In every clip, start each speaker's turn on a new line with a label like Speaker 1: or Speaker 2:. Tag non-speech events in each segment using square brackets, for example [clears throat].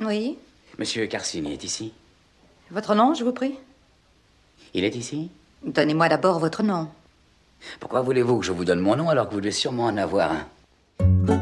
Speaker 1: Oui.
Speaker 2: Monsieur Carcini est ici
Speaker 1: Votre nom, je vous prie
Speaker 2: Il est ici
Speaker 1: Donnez-moi d'abord votre nom.
Speaker 2: Pourquoi voulez-vous que je vous donne mon nom alors que vous devez sûrement en avoir un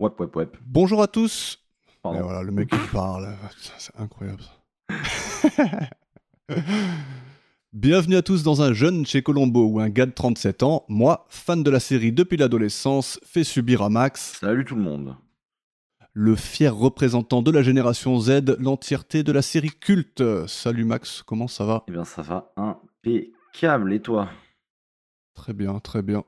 Speaker 3: Wep, wep, wep.
Speaker 4: Bonjour à tous.
Speaker 3: Pardon.
Speaker 4: Et voilà, le mec qui parle, Putain, c'est incroyable. ça. Bienvenue à tous dans un jeune chez Colombo où un gars de 37 ans, moi, fan de la série depuis l'adolescence, fait subir à Max,
Speaker 3: Salut tout le monde.
Speaker 4: le fier représentant de la génération Z, l'entièreté de la série culte. Salut Max, comment ça va
Speaker 3: Eh bien, ça va impeccable. Et toi
Speaker 4: Très bien, très bien.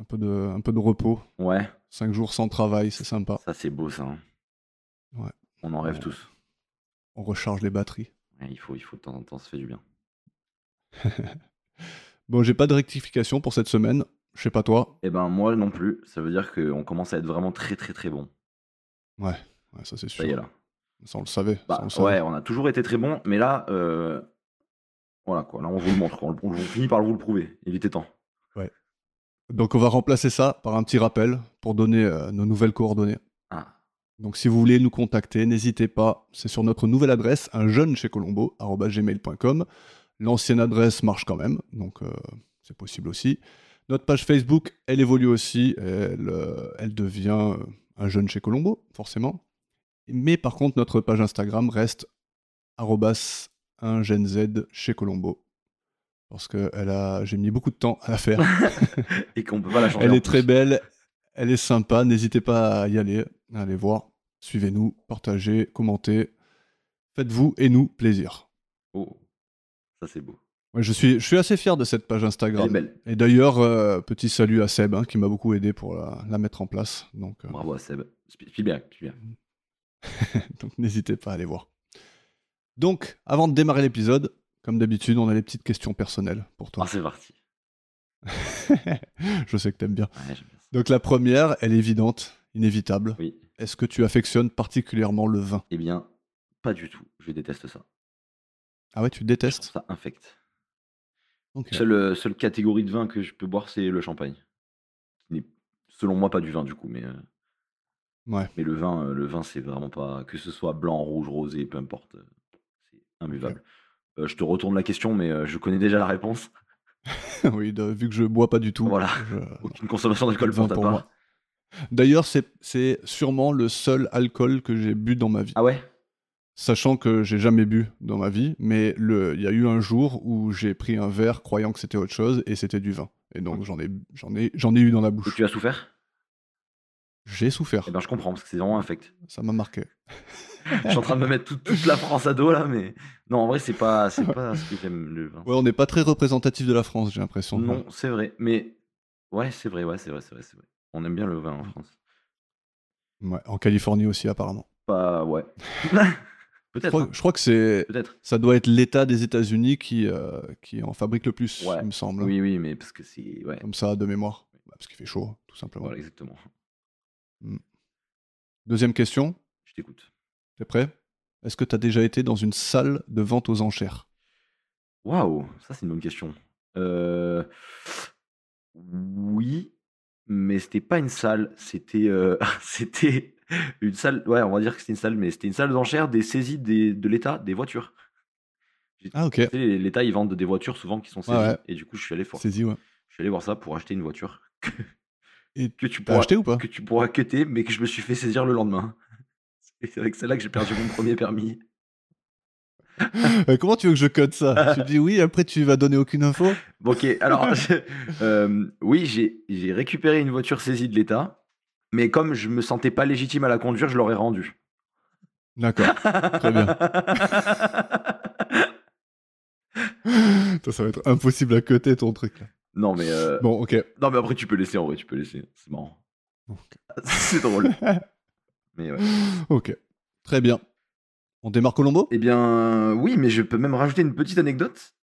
Speaker 4: Un peu de, un peu de repos.
Speaker 3: Ouais,
Speaker 4: 5 jours sans travail, c'est sympa.
Speaker 3: ça c'est beau ça. hein.
Speaker 4: Ouais.
Speaker 3: On en rêve
Speaker 4: Ouais.
Speaker 3: tous.
Speaker 4: On recharge les batteries.
Speaker 3: Ouais, il, faut, il faut de temps en temps, ça fait du bien.
Speaker 4: Bon, j'ai pas de rectification pour cette semaine. Je sais pas toi.
Speaker 3: Eh ben, moi non plus. Ça veut dire qu'on commence à être vraiment très très très bon.
Speaker 4: Ouais, ouais, ça c'est sûr.
Speaker 3: Ça y est là.
Speaker 4: Ça, on le savait. ça,
Speaker 3: Bah,
Speaker 4: on le savait.
Speaker 3: ouais, on a toujours été très bon, mais là, euh, voilà quoi. Là, on vous le montre. quoi. On, le- on finit par vous le prouver. Il était temps.
Speaker 4: Donc, on va remplacer ça par un petit rappel pour donner euh, nos nouvelles coordonnées.
Speaker 3: Ah,
Speaker 4: Donc, si vous voulez nous contacter, n'hésitez pas. C'est sur notre nouvelle adresse, un jeune chez Colombo, gmail.com. L'ancienne adresse marche quand même, donc euh, c'est possible aussi. Notre page Facebook, elle évolue aussi. Elle, euh, elle devient euh, un jeune chez Colombo, forcément. Mais par contre, notre page Instagram reste arrobas un jeune Z chez Colombo. Parce que elle a... j'ai mis beaucoup de temps à la faire.
Speaker 3: et qu'on peut pas la changer. hein.
Speaker 4: Elle
Speaker 3: en
Speaker 4: est
Speaker 3: plus.
Speaker 4: très belle, elle est sympa, n'hésitez pas à y aller, à aller voir, suivez-nous, partagez, commentez, faites-vous et nous plaisir.
Speaker 3: Oh, ça c'est beau.
Speaker 4: Ouais, je, suis, je suis assez fier de cette page
Speaker 3: Elle est
Speaker 4: Instagram.
Speaker 3: belle.
Speaker 4: Et d'ailleurs, euh, petit salut à Seb hein, qui m'a beaucoup aidé pour la, la mettre en place. Donc, euh,
Speaker 3: Bravo à Seb. Spi- Spielberg, Spielberg.
Speaker 4: donc n'hésitez pas à aller voir. Donc, avant de démarrer l'épisode, comme d'habitude, on a les petites questions personnelles pour
Speaker 3: Ah,
Speaker 4: toi.
Speaker 3: c'est parti.
Speaker 4: je sais que t'aimes bien.
Speaker 3: Ouais, j'aime bien ça.
Speaker 4: Donc la première, elle est évidente, inévitable.
Speaker 3: Oui.
Speaker 4: Est-ce que tu affectionnes particulièrement le vin
Speaker 3: Eh bien, pas du tout. Je déteste ça.
Speaker 4: Ah ouais,
Speaker 3: Je
Speaker 4: tu le
Speaker 3: trouve
Speaker 4: détestes
Speaker 3: ça infect.
Speaker 4: Ok.
Speaker 3: Seule, euh, seule catégorie de vin que je peux boire, c'est le champagne. Qui n'est, selon moi, pas du vin du coup, mais. euh,
Speaker 4: Ouais.
Speaker 3: Mais le vin, euh, le vin, c'est vraiment pas. Que ce soit blanc, rouge, rosé, peu importe. euh, C'est imbuvable. Euh, je te retourne la question, mais euh, je connais déjà la réponse.
Speaker 4: [laughs] oui, de- vu que je bois pas du tout.
Speaker 3: Voilà.
Speaker 4: je-
Speaker 3: Aucune consommation d'alcool
Speaker 4: Vin
Speaker 3: pour ta
Speaker 4: pour
Speaker 3: part.
Speaker 4: moi. D'ailleurs, c'est- c'est sûrement le seul alcool que j'ai bu dans ma vie.
Speaker 3: Ah ouais
Speaker 4: Sachant que j'ai jamais bu dans ma vie, mais le- il y a eu un jour où j'ai pris un verre croyant que c'était autre chose et c'était du vin. Et donc j'en ai, j'en ai, j'en ai eu dans la
Speaker 3: Et
Speaker 4: bouche.
Speaker 3: tu as souffert
Speaker 4: J'ai souffert.
Speaker 3: Eh ben, je comprends, parce que c'est vraiment infect.
Speaker 4: Ça m'a marqué.
Speaker 3: Je suis en train de me mettre toute, toute la France à dos là, mais non, en vrai, c'est pas,
Speaker 4: [laughs]
Speaker 3: c'est pas ce que j'aime le vin.
Speaker 4: Ouais, on n'est pas très représentatif de la France, j'ai l'impression.
Speaker 3: non, c'est vrai, mais ouais, c'est vrai, ouais, c'est vrai, c'est vrai, c'est vrai. On aime bien le vin
Speaker 4: Mmh.
Speaker 3: en France.
Speaker 4: Ouais, en Californie aussi, apparemment.
Speaker 3: Pas
Speaker 4: [laughs]
Speaker 3: ouais.
Speaker 4: Je
Speaker 3: peut-être,
Speaker 4: crois,
Speaker 3: hein,
Speaker 4: je crois que c'est,
Speaker 3: peut-être.
Speaker 4: ça doit être l'État des États-Unis qui, euh, qui en fabrique le plus,
Speaker 3: Ouais.
Speaker 4: il me semble.
Speaker 3: Oui, oui, mais parce que c'est ouais,
Speaker 4: comme ça de mémoire. Bah, Parce qu'il fait chaud, tout simplement.
Speaker 3: voilà, exactement.
Speaker 4: Deuxième question,
Speaker 3: Je t'écoute.
Speaker 4: t'es prêt Est-ce que t'as déjà été dans une salle de vente aux enchères
Speaker 3: Waouh, ça c'est une bonne question. Euh, Oui, mais c'était pas une salle, c'était euh, [laughs] c'était une salle. Ouais, on va dire que c'était une salle, mais c'était une salle d'enchères des saisies des- de l'État des voitures. J'ai-
Speaker 4: Ah ok,
Speaker 3: tu sais, les- L'État ils vendent des voitures souvent qui sont saisies,
Speaker 4: Ouais, ouais.
Speaker 3: et du coup je suis allé voir.
Speaker 4: saisi, ouais.
Speaker 3: Je suis allé voir ça pour acheter une voiture que,
Speaker 4: Et
Speaker 3: que tu
Speaker 4: T'as
Speaker 3: pourras
Speaker 4: acheté
Speaker 3: [laughs]
Speaker 4: ou pas
Speaker 3: que tu pourras cutter, mais que je me suis fait saisir le lendemain. [laughs] C'est avec celle-là que j'ai perdu mon premier permis.
Speaker 4: Euh, Comment tu veux que je code
Speaker 3: [laughs]
Speaker 4: ça Tu me dis oui, après tu vas donner aucune info
Speaker 3: Bon, ok,
Speaker 4: [laughs]
Speaker 3: alors, je- euh, oui, j'ai- j'ai récupéré une voiture saisie de l'État, mais comme je me sentais pas légitime à la conduire, je l'aurais rendue.
Speaker 4: D'accord,
Speaker 3: [laughs]
Speaker 4: très bien. Toi, ça va être impossible à coter ton truc là.
Speaker 3: non, mais, euh,
Speaker 4: Bon, ok.
Speaker 3: non, mais après, tu peux laisser, en vrai, tu peux laisser. C'est marrant. [laughs]
Speaker 4: Ok. [laughs]
Speaker 3: C'est drôle. mais ouais.
Speaker 4: Ok, très bien. On démarre Colombo
Speaker 3: Eh bien, oui, mais je peux même rajouter une petite anecdote.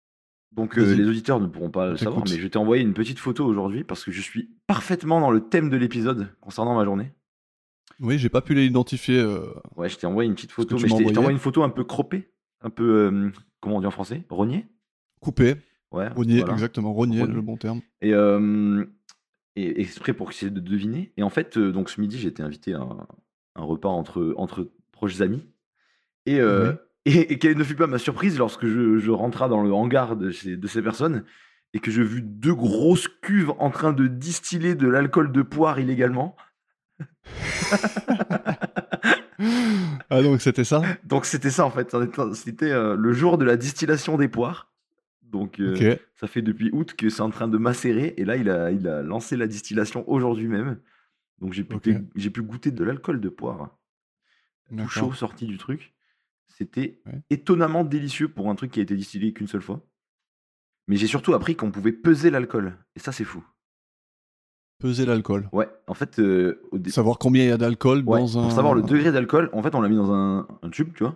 Speaker 3: Donc, euh,
Speaker 4: Vas-y.
Speaker 3: les auditeurs ne pourront pas le
Speaker 4: t'écoute.
Speaker 3: savoir, mais je t'ai envoyé une petite photo aujourd'hui parce que je suis parfaitement dans le thème de l'épisode concernant ma journée.
Speaker 4: Oui, j'ai pas pu l'identifier. euh,
Speaker 3: Ouais, je t'ai envoyé une petite
Speaker 4: Parce que
Speaker 3: photo,
Speaker 4: tu
Speaker 3: mais je
Speaker 4: m'as
Speaker 3: t'ai- je t'ai envoyé
Speaker 4: envoyé.
Speaker 3: une photo un peu croppée, un peu, euh, comment on dit en français Rogné
Speaker 4: coupé.
Speaker 3: Ouais.
Speaker 4: Rogné,
Speaker 3: voilà.
Speaker 4: exactement. Rogné,
Speaker 3: Rogné.
Speaker 4: le bon terme.
Speaker 3: Et, euh, et exprès pour essayer de deviner. Et en fait, euh, donc ce midi, j'ai été invité à un, un repas entre, entre proches amis. Et, euh, [laughs] et, et quelle ne fut pas ma surprise lorsque je, je rentra dans le hangar de ces, de ces personnes et que je vis deux grosses cuves en train de distiller de l'alcool de poire illégalement.
Speaker 4: Ah, donc c'était ça
Speaker 3: Donc c'était ça en fait. C'était euh, le jour de la distillation des poires. Donc euh,
Speaker 4: Ok.
Speaker 3: Ça fait depuis août que c'est en train de macérer. Et là, il a, il a lancé la distillation aujourd'hui même. Donc j'ai pu,
Speaker 4: Ok.
Speaker 3: dé- j'ai pu goûter de l'alcool de poire. Tout
Speaker 4: d'accord.
Speaker 3: chaud sorti du truc. C'était
Speaker 4: Ouais.
Speaker 3: étonnamment délicieux pour un truc qui a été distillé qu'une seule fois. Mais j'ai surtout appris qu'on pouvait peser l'alcool. Et ça, c'est fou.
Speaker 4: Peser l'alcool.
Speaker 3: Ouais, en fait, euh, au dé-
Speaker 4: Savoir combien il y a d'alcool
Speaker 3: ouais,
Speaker 4: dans un.
Speaker 3: pour savoir le degré d'alcool, en fait, on l'a mis dans un, un tube, tu vois.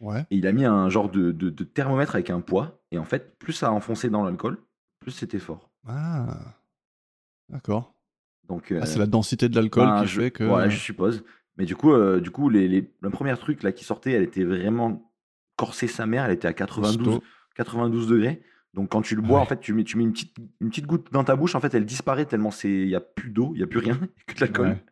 Speaker 4: Ouais.
Speaker 3: Et il a mis un genre de, de- de thermomètre avec un poids. Et en fait, plus ça a enfoncé dans l'alcool, plus c'était fort.
Speaker 4: Ah. D'accord.
Speaker 3: Donc, euh,
Speaker 4: Ah, c'est la densité de l'alcool
Speaker 3: Ben,
Speaker 4: qui
Speaker 3: je,
Speaker 4: fait que. euh,
Speaker 3: Voilà, je suppose. Mais du coup, euh, du coup les, les- le premier truc là, qui sortait, elle était vraiment corsée sa mère. Elle était à 92,
Speaker 4: Costaud.
Speaker 3: 92 degrés. Donc quand tu le bois,
Speaker 4: Ouais.
Speaker 3: en fait, tu mets, tu mets une, petite, une petite goutte dans ta bouche. En fait, elle disparaît tellement il n'y a plus d'eau, il n'y a plus rien, [laughs] que de l'alcool.
Speaker 4: Ouais.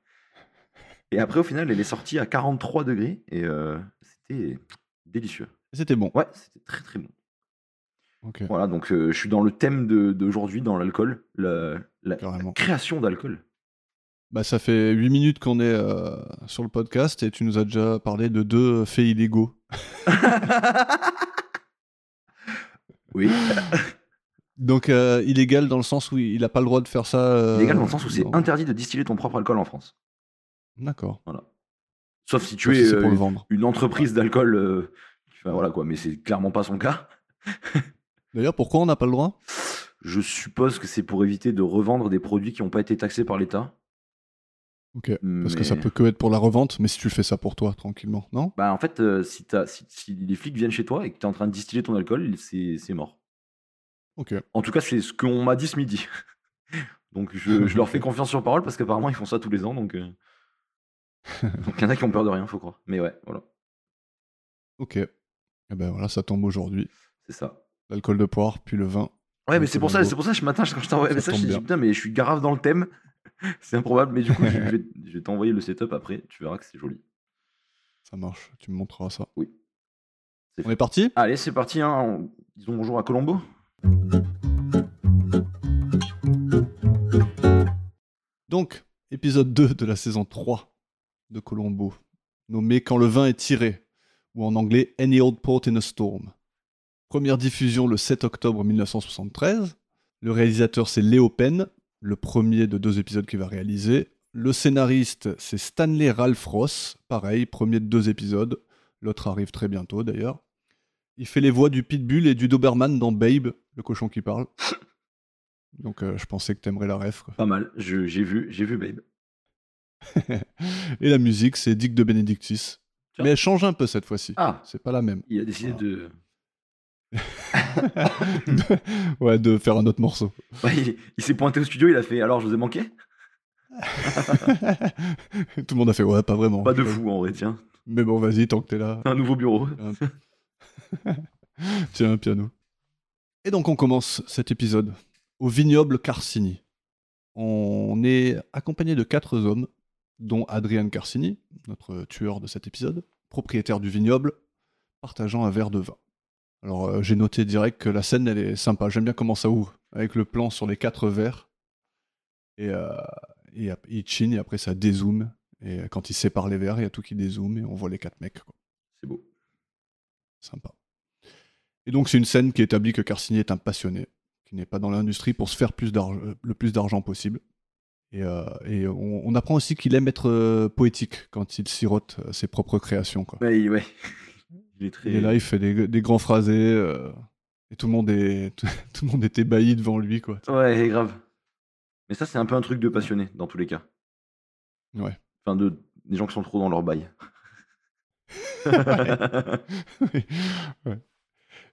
Speaker 3: Et après, au final, elle est sortie à 43 degrés. Et euh, c'était délicieux.
Speaker 4: C'était bon.
Speaker 3: Ouais, c'était très très bon.
Speaker 4: Ok.
Speaker 3: Voilà, donc euh, je suis dans le thème de- d'aujourd'hui, dans l'alcool, la, la- la
Speaker 4: Carrément.
Speaker 3: création d'alcool.
Speaker 4: Bah, ça fait 8 minutes qu'on est euh, sur le podcast et tu nous as déjà parlé de deux faits illégaux.
Speaker 3: Oui.
Speaker 4: Donc, euh, illégal dans le sens où il n'a pas le droit de faire ça. euh,
Speaker 3: Illégal dans le sens où c'est
Speaker 4: dans-
Speaker 3: interdit de distiller ton propre alcool en France.
Speaker 4: D'accord.
Speaker 3: Sauf si tu
Speaker 4: Sauf
Speaker 3: es
Speaker 4: si c'est pour
Speaker 3: euh,
Speaker 4: le vendre.
Speaker 3: une entreprise d'alcool. euh, enfin, voilà quoi, mais c'est clairement pas son cas.
Speaker 4: D'ailleurs, pourquoi on n'a pas le droit
Speaker 3: Je suppose que c'est pour éviter de revendre des produits qui n'ont pas été taxés par l'État.
Speaker 4: Ok. Parce que
Speaker 3: mais-
Speaker 4: ça peut que être pour la revente, mais si tu fais ça pour toi, tranquillement, non
Speaker 3: Bah, en fait, euh, si, t'as- si- si les flics viennent chez toi et que tu es en train de distiller ton alcool, c'est c'est mort.
Speaker 4: Ok.
Speaker 3: En tout cas, c'est ce qu'on m'a dit ce midi. [laughs] donc je, je
Speaker 4: [laughs]
Speaker 3: leur fais confiance sur parole parce qu'apparemment ils font ça tous les ans. Donc euh, donc il y en a qui ont peur de rien, faut croire. Mais ouais, voilà,
Speaker 4: Ok. Et ben voilà, ça tombe aujourd'hui.
Speaker 3: c'est ça.
Speaker 4: L'alcool de poire, puis le vin.
Speaker 3: Ouais, mais
Speaker 4: Donc,
Speaker 3: c'est pour
Speaker 4: euh,
Speaker 3: ça,
Speaker 4: bon.
Speaker 3: c'est pour ça que ce matin, je- quand je t'envoie
Speaker 4: Ça
Speaker 3: le message,
Speaker 4: tombe
Speaker 3: je me
Speaker 4: bien.
Speaker 3: dit putain, mais je suis grave dans le thème. [laughs] C'est improbable, mais du coup, je [laughs] je vais, je vais t'envoyer le setup après, tu verras que c'est joli.
Speaker 4: Ça marche. Tu me montreras ça.
Speaker 3: Oui. C'est
Speaker 4: On
Speaker 3: fait.
Speaker 4: est parti
Speaker 3: Allez, c'est parti, hein. on- disons bonjour à Colombo.
Speaker 4: Donc, épisode 2 de la saison 3 de Colombo, nommé Quand le vin est tiré, ou en anglais Any Old Port in a Storm. Première diffusion le 7 octobre 1973. Le réalisateur c'est Léo Penn, le premier de deux épisodes qu'il va réaliser. Le scénariste c'est Stanley Ralph Ross, pareil, premier de deux épisodes. L'autre arrive très bientôt d'ailleurs. Il fait les voix du Pitbull et du Doberman dans Babe, le cochon qui parle. Donc euh, je pensais que t'aimerais la ref. quoi.
Speaker 3: Pas mal, je- j'ai vu, j'ai vu, babe.
Speaker 4: Et la musique, c'est Dick de Benedictis.
Speaker 3: Tiens.
Speaker 4: Mais elle change un peu cette fois-ci.
Speaker 3: Ah,
Speaker 4: C'est pas la même.
Speaker 3: il a décidé
Speaker 4: Voilà.
Speaker 3: de.
Speaker 4: ouais, de faire un autre morceau.
Speaker 3: [laughs] Ouais, il il s'est pointé au studio, il a fait alors je vous ai manqué
Speaker 4: [laughs] Tout le monde a fait ouais, pas vraiment.
Speaker 3: Pas de fou en vrai, tiens.
Speaker 4: Mais bon, vas-y, tant que t'es là.
Speaker 3: Un nouveau bureau.
Speaker 4: [laughs] Tiens, un piano. Et donc, on commence cet épisode au vignoble Carcini. On est accompagné de quatre hommes, dont Adrien Carcini, notre tueur de cet épisode, propriétaire du vignoble, partageant un verre de vin. Alors, euh, j'ai noté direct que la scène, elle est sympa. J'aime bien comment ça ouvre, avec le plan sur les quatre verres. Et, euh, et ap- il chine, et après, ça dézoome. Et euh, quand il sépare les verres, il y a tout qui dézoome, et on voit les quatre mecs. quoi.
Speaker 3: C'est beau.
Speaker 4: Sympa. Et donc, c'est une scène qui établit que Carcini est un passionné, qui n'est pas dans l'industrie pour se faire plus d'argent- euh, le plus d'argent possible. Et, euh, et on, on apprend aussi qu'il aime être euh, poétique quand il sirote euh, ses propres créations. Quoi.
Speaker 3: Ouais, il- ouais. [laughs] Il est très.
Speaker 4: Il est là, il fait des, des grands phrasés, euh, et tout le, monde est, [laughs] tout le monde est ébahi devant lui. Quoi.
Speaker 3: Ouais, grave. Mais ça, c'est un peu un truc de passionné, dans tous les cas.
Speaker 4: Ouais.
Speaker 3: Enfin, de, des gens qui sont trop dans leur bail.
Speaker 4: Ouais.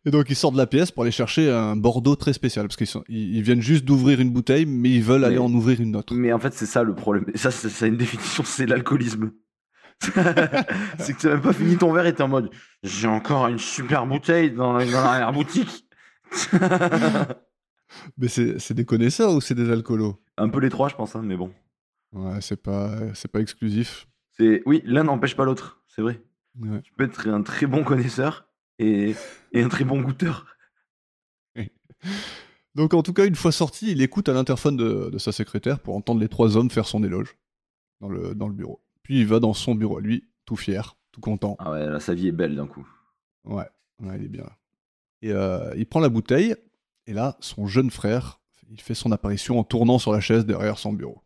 Speaker 4: Et donc ils sortent de la pièce pour aller chercher un Bordeaux très spécial, parce qu'ils sont- ils- ils viennent juste d'ouvrir une bouteille, mais ils veulent aller
Speaker 3: Mais-
Speaker 4: en ouvrir une autre.
Speaker 3: Mais en fait, c'est ça le problème. Et ça, c'est ça a une définition, c'est l'alcoolisme. c'est que t'as même pas fini ton verre et t'es en mode j'ai encore une super bouteille dans, dans l'arrière-boutique.
Speaker 4: Mais c'est c'est des connaisseurs ou c'est des alcoolos
Speaker 3: Un peu les trois, je pense, hein, mais bon.
Speaker 4: Ouais, c'est pas, c'est pas exclusif.
Speaker 3: C'est Oui, l'un n'empêche pas l'autre, c'est vrai.
Speaker 4: Ouais.
Speaker 3: Tu peux être un très bon connaisseur et, et un très bon goûteur.
Speaker 4: Donc en tout cas, une fois sorti, il écoute à l'interphone de, de sa secrétaire pour entendre les trois hommes faire son éloge dans le, dans le bureau. Puis il va dans son bureau à lui, tout fier, tout content.
Speaker 3: Ah ouais, là, sa vie est belle d'un coup.
Speaker 4: Ouais, ouais, il est bien là. Et euh, il prend la bouteille, et là, son jeune frère, il fait son apparition en tournant sur la chaise derrière son bureau.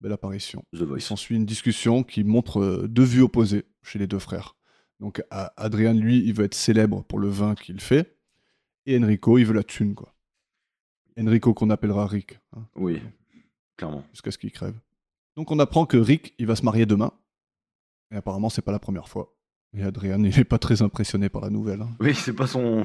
Speaker 4: Belle apparition.
Speaker 3: The
Speaker 4: Il
Speaker 3: Voice.
Speaker 4: s'ensuit une discussion qui montre euh, deux vues opposées chez les deux frères. Donc A- Adrien, lui, il veut être célèbre pour le vin qu'il fait, et Enrico, il veut la thune, quoi. Enrico qu'on appellera Rick, hein,
Speaker 3: Oui, clairement.
Speaker 4: jusqu'à ce qu'il crève. Donc on apprend que Rick, il va se marier demain, et apparemment c'est pas la première fois. Et Adrien, il est pas très impressionné par la nouvelle. hein.
Speaker 3: Oui, c'est pas son.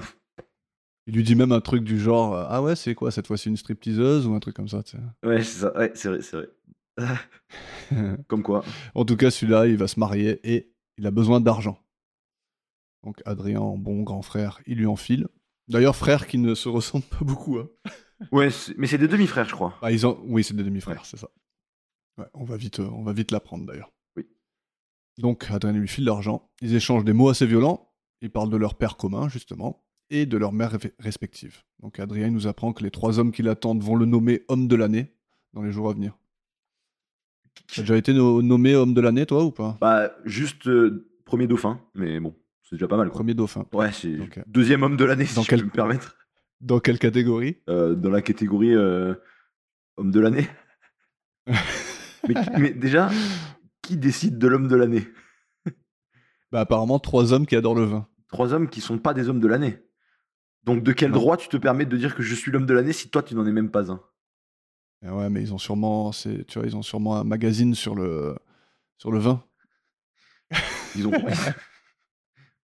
Speaker 4: Il lui dit même un truc du genre euh, Ah ouais, c'est quoi cette fois-ci une stripteaseuse ou un truc comme ça. tu sais.
Speaker 3: Ouais, c'est ça. Ouais, c'est vrai, c'est vrai.
Speaker 4: [laughs]
Speaker 3: Comme quoi.
Speaker 4: en tout cas, celui-là, il va se marier et il a besoin d'argent. Donc Adrien, en bon grand frère, il lui enfile. D'ailleurs, frère qui ne se [laughs] ressemble pas beaucoup. hein.
Speaker 3: Ouais, c'est- mais c'est des demi-frères, je crois.
Speaker 4: Ah, ils ont... Oui, c'est des demi-frères, c'est ça. Ouais, on va vite, euh, on va vite l'apprendre d'ailleurs.
Speaker 3: Oui.
Speaker 4: Donc Adrien lui file l'argent. Ils échangent des mots assez violents. Ils parlent de leur père commun, justement, et de leur mère ré- respective. Donc Adrien il nous apprend que les trois hommes qui l'attendent vont le nommer homme de l'année dans les jours à venir. T'as déjà été no- nommé homme de l'année, toi, ou pas
Speaker 3: Bah, juste euh, premier dauphin, mais bon, c'est déjà pas mal, quoi.
Speaker 4: Premier dauphin.
Speaker 3: Ouais, c'est
Speaker 4: Ok.
Speaker 3: deuxième homme de l'année, si
Speaker 4: Dans
Speaker 3: je
Speaker 4: quel-
Speaker 3: peux me permettre.
Speaker 4: Dans quelle catégorie
Speaker 3: Euh, dans la catégorie euh, homme de
Speaker 4: [laughs]
Speaker 3: l'année. mais, qui- mais déjà, qui décide de l'homme de l'année
Speaker 4: Bah apparemment, trois hommes qui adorent le vin.
Speaker 3: Trois hommes qui sont pas des hommes de l'année. Donc, de quel
Speaker 4: Non.
Speaker 3: droit tu te permets de dire que je suis l'homme de l'année si toi, tu n'en es même pas un
Speaker 4: Et ouais, mais ils ont sûrement, c'est- tu vois, ils ont sûrement un magazine sur le, sur le vin.
Speaker 3: [laughs] Ils ont compris.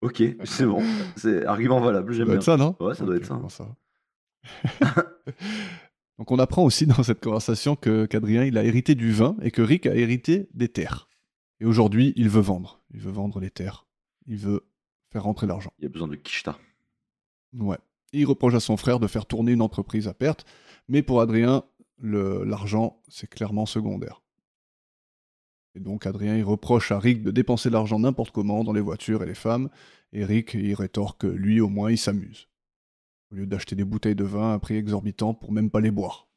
Speaker 3: ok, c'est bon. C'est argument valable,
Speaker 4: Ça
Speaker 3: j'aime
Speaker 4: doit
Speaker 3: bien.
Speaker 4: être ça, non
Speaker 3: Ouais, ça doit être ça.
Speaker 4: bon, va. [laughs] Donc on apprend aussi dans cette conversation que qu'Adrien il a hérité du vin et que Rick a hérité des terres. Et aujourd'hui, il veut vendre. Il veut vendre les terres. Il veut faire rentrer l'argent.
Speaker 3: Il y a besoin de Kishta.
Speaker 4: Ouais. Et il reproche à son frère de faire tourner une entreprise à perte, mais pour Adrien, le- l'argent, c'est clairement secondaire. Et donc Adrien, il reproche à Rick de dépenser l'argent n'importe comment dans les voitures et les femmes, et Rick, il rétorque que lui, au moins, il s'amuse. Au lieu d'acheter des bouteilles de vin à prix exorbitant pour même pas les boire.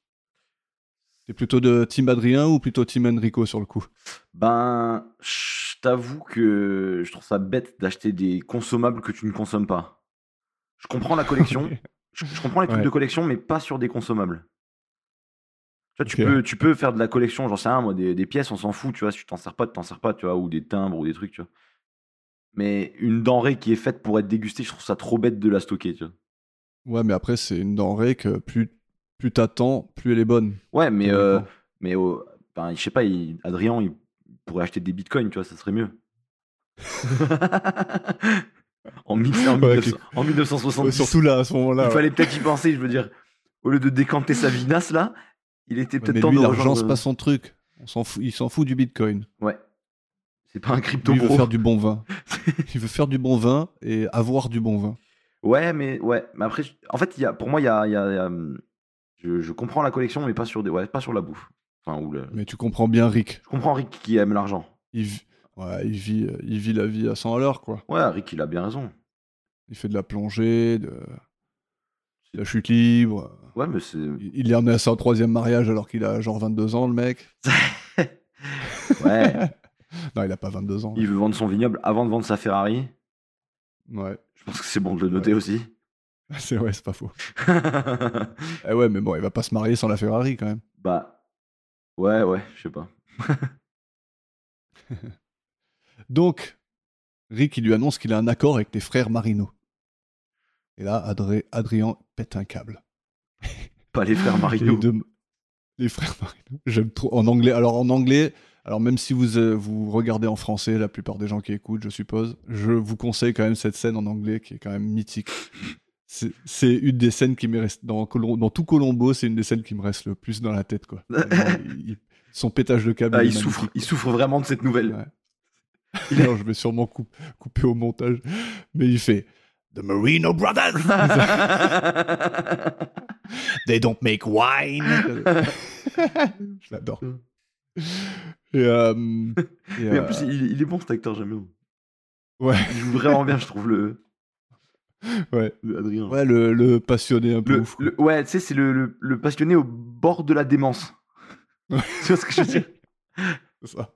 Speaker 4: T'es plutôt de Team Adrien ou plutôt Team Enrico sur le coup
Speaker 3: Ben, je t'avoue que je trouve ça bête d'acheter des consommables que tu ne consommes pas. Je comprends la
Speaker 4: [laughs]
Speaker 3: collection, je, je comprends les trucs
Speaker 4: Ouais.
Speaker 3: de collection, mais pas sur des consommables. Tu vois, tu,
Speaker 4: Ok.
Speaker 3: peux, tu peux faire de la collection, j'en sais rien, moi, des, des pièces, on s'en fout, tu vois, si tu t'en sers pas, tu t'en sers pas, tu vois, ou des timbres, ou des trucs, tu vois. Mais une denrée qui est faite pour être dégustée, je trouve ça trop bête de la stocker, tu vois.
Speaker 4: Ouais, mais après, c'est une denrée que plus, plus t'attends, plus elle est bonne.
Speaker 3: Ouais, mais, euh,
Speaker 4: théoriquement.
Speaker 3: mais euh, ben, je sais pas, il- Adrien, il pourrait acheter des bitcoins, tu vois, ça serait mieux. [laughs] en, mille- en
Speaker 4: Ouais,
Speaker 3: 1900 en 1970,
Speaker 4: Ouais, surtout là, à ce
Speaker 3: il
Speaker 4: moment-là. ouais.
Speaker 3: fallait peut-être y penser, je veux dire. Au lieu de décanter
Speaker 4: [laughs]
Speaker 3: sa vinasse, là, il était
Speaker 4: Ouais,
Speaker 3: peut-être
Speaker 4: mais
Speaker 3: temps
Speaker 4: lui,
Speaker 3: de
Speaker 4: l'argent,
Speaker 3: rejoindre... euh,
Speaker 4: c'est pas son truc. On s'en fout, il s'en fout du bitcoin.
Speaker 3: Ouais. C'est pas un crypto
Speaker 4: Lui, il veut
Speaker 3: pro.
Speaker 4: faire du
Speaker 3: [laughs]
Speaker 4: bon vin. il veut faire du bon vin et avoir du bon vin.
Speaker 3: Ouais, mais ouais. Mais après, je- en fait, il y a, pour moi, il y a... il y a- il y a, hum, Je, je comprends la collection, mais pas sur, des, ouais, pas sur la bouffe. Enfin, ou le-
Speaker 4: Mais tu comprends bien, Rick.
Speaker 3: Je comprends Rick qui aime l'argent.
Speaker 4: Il, vi- ouais, il, vit, euh, il vit la vie à 100 à l'heure, quoi.
Speaker 3: Ouais, Rick, il a bien raison.
Speaker 4: Il fait de la plongée, de, de la chute libre.
Speaker 3: Ouais, mais c'est...
Speaker 4: Bah. [laughs] Il il est emmené à son troisième mariage alors qu'il a genre 22 ans, le mec.
Speaker 3: Ouais.
Speaker 4: Non, il a pas 22 ans.
Speaker 3: Il veut vendre son vignoble avant de vendre sa Ferrari.
Speaker 4: Ouais,
Speaker 3: Je pense que c'est bon de le noter
Speaker 4: Ouais.
Speaker 3: aussi.
Speaker 4: [laughs]
Speaker 3: [laughs]
Speaker 4: c'est ouais, c'est pas faux. Eh ouais, mais bon, il va pas se marier sans la Ferrari, quand même.
Speaker 3: bah, ouais, ouais, je sais pas.
Speaker 4: Donc, Rick, il lui annonce qu'il a un accord avec les frères Marino. Et là, Adré- Adrien pète un câble.
Speaker 3: Pas les frères
Speaker 4: Et
Speaker 3: Marino.
Speaker 4: [laughs] les deux- les frères Marino. J'aime trop. En anglais. Alors, en anglais, Alors même si vous, euh, vous regardez en français, la plupart des gens qui écoutent, je suppose, je vous conseille quand même cette scène en anglais qui est quand même mythique. C'est- C'est une des scènes qui me reste dans, Colom- dans tout Colombo, c'est une des scènes qui me reste le plus dans la
Speaker 3: [laughs]
Speaker 4: tête quoi. Vraiment, il- il- son pétage de câble.
Speaker 3: Ah,
Speaker 4: est
Speaker 3: il souffre,
Speaker 4: magnifique,
Speaker 3: il
Speaker 4: quoi.
Speaker 3: souffre vraiment de cette nouvelle.
Speaker 4: Ouais. [laughs] Alors, je vais sûrement coup- couper au montage, mais il fait The Marino
Speaker 3: [laughs]
Speaker 4: Brothers, they don't make wine.
Speaker 3: [laughs]
Speaker 4: [laughs] je l'adore. Et, euh, et,
Speaker 3: Mais en
Speaker 4: euh,
Speaker 3: plus, il, il est bon cet acteur, jamais.
Speaker 4: Ouais.
Speaker 3: Il joue vraiment bien, je trouve, le,
Speaker 4: [laughs] ouais,
Speaker 3: le Adrien.
Speaker 4: ouais, le, le passionné un peu
Speaker 3: Le-
Speaker 4: ouf. quoi.
Speaker 3: le- ouais, tu sais, c'est le, le- le passionné au bord de la démence. [laughs] tu vois ce que je veux dire
Speaker 4: C'est ça.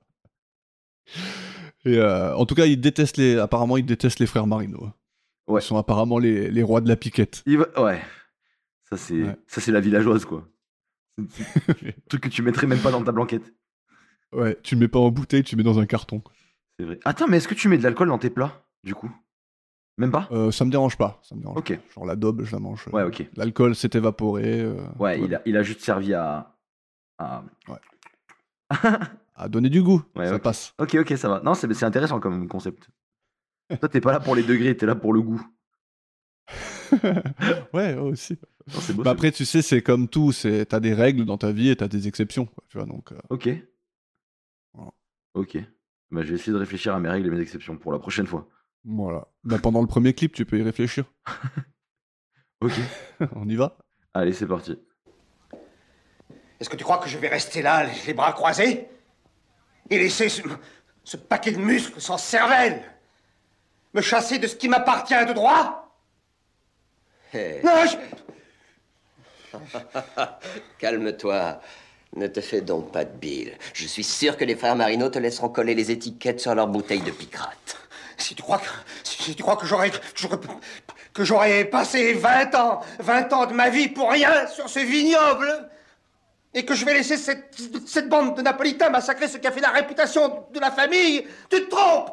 Speaker 4: Et, euh, en tout cas, il déteste les. Apparemment, il déteste les frères Marino. hein.
Speaker 3: Ouais.
Speaker 4: Ils sont apparemment les, les rois de la piquette.
Speaker 3: Il va- Ouais. Ça, c'est
Speaker 4: Ouais.
Speaker 3: ça, c'est la villageoise, quoi.
Speaker 4: [laughs]
Speaker 3: C'est- c'est un truc que tu mettrais même pas dans ta blanquette.
Speaker 4: Ouais, tu le mets pas en bouteille, tu le mets dans un carton. quoi.
Speaker 3: C'est vrai. Attends, mais est-ce que tu mets de l'alcool dans tes plats, du coup Même pas
Speaker 4: Euh, ça me dérange pas. Ça me dérange.
Speaker 3: Ok.
Speaker 4: pas. Genre la daube, je la mange. euh,
Speaker 3: Ouais, ok.
Speaker 4: L'alcool s'est évaporé. euh,
Speaker 3: Ouais,
Speaker 4: tout va
Speaker 3: il a, il a juste servi à. à-
Speaker 4: à donner du goût.
Speaker 3: Ouais,
Speaker 4: ça
Speaker 3: ok.
Speaker 4: passe.
Speaker 3: Ok, ok, ça va. Non, c'est c'est intéressant comme concept. Toi, t'es pas là pour les degrés, t'es là pour le goût.
Speaker 4: ouais, aussi.
Speaker 3: Non, c'est beau.
Speaker 4: Bah
Speaker 3: c'est
Speaker 4: après, tu sais, c'est comme tout. C'est t'as des règles dans ta vie et t'as des exceptions. quoi, tu vois, donc euh,
Speaker 3: beau. Ok.
Speaker 4: Voilà.
Speaker 3: Ok. Bah, je vais essayer de réfléchir à mes règles et mes exceptions pour la prochaine fois.
Speaker 4: voilà. Bah, pendant le premier clip, tu peux
Speaker 3: [laughs]
Speaker 4: y réfléchir. [laughs]
Speaker 3: Ok.
Speaker 4: On y va.
Speaker 3: Allez, c'est parti.
Speaker 5: Est-ce que tu crois que je vais rester là, les- les bras croisés Et laisser ce, ce paquet de muscles sans cervelle Me chasser de ce qui m'appartient de droit Non, je...
Speaker 6: Calme-toi. Ne te fais donc pas de bile. Je suis sûr que les frères Marino te laisseront coller les étiquettes sur leurs bouteilles de picrate.
Speaker 5: Si tu crois que... Si tu crois que j'aurais... que j'aurais- Que j'aurais passé 20 ans, 20 ans de ma vie pour rien sur ce vignoble Et que je vais laisser cette, cette bande de Napolitains massacrer ce qui a fait la réputation de la famille Tu te trompes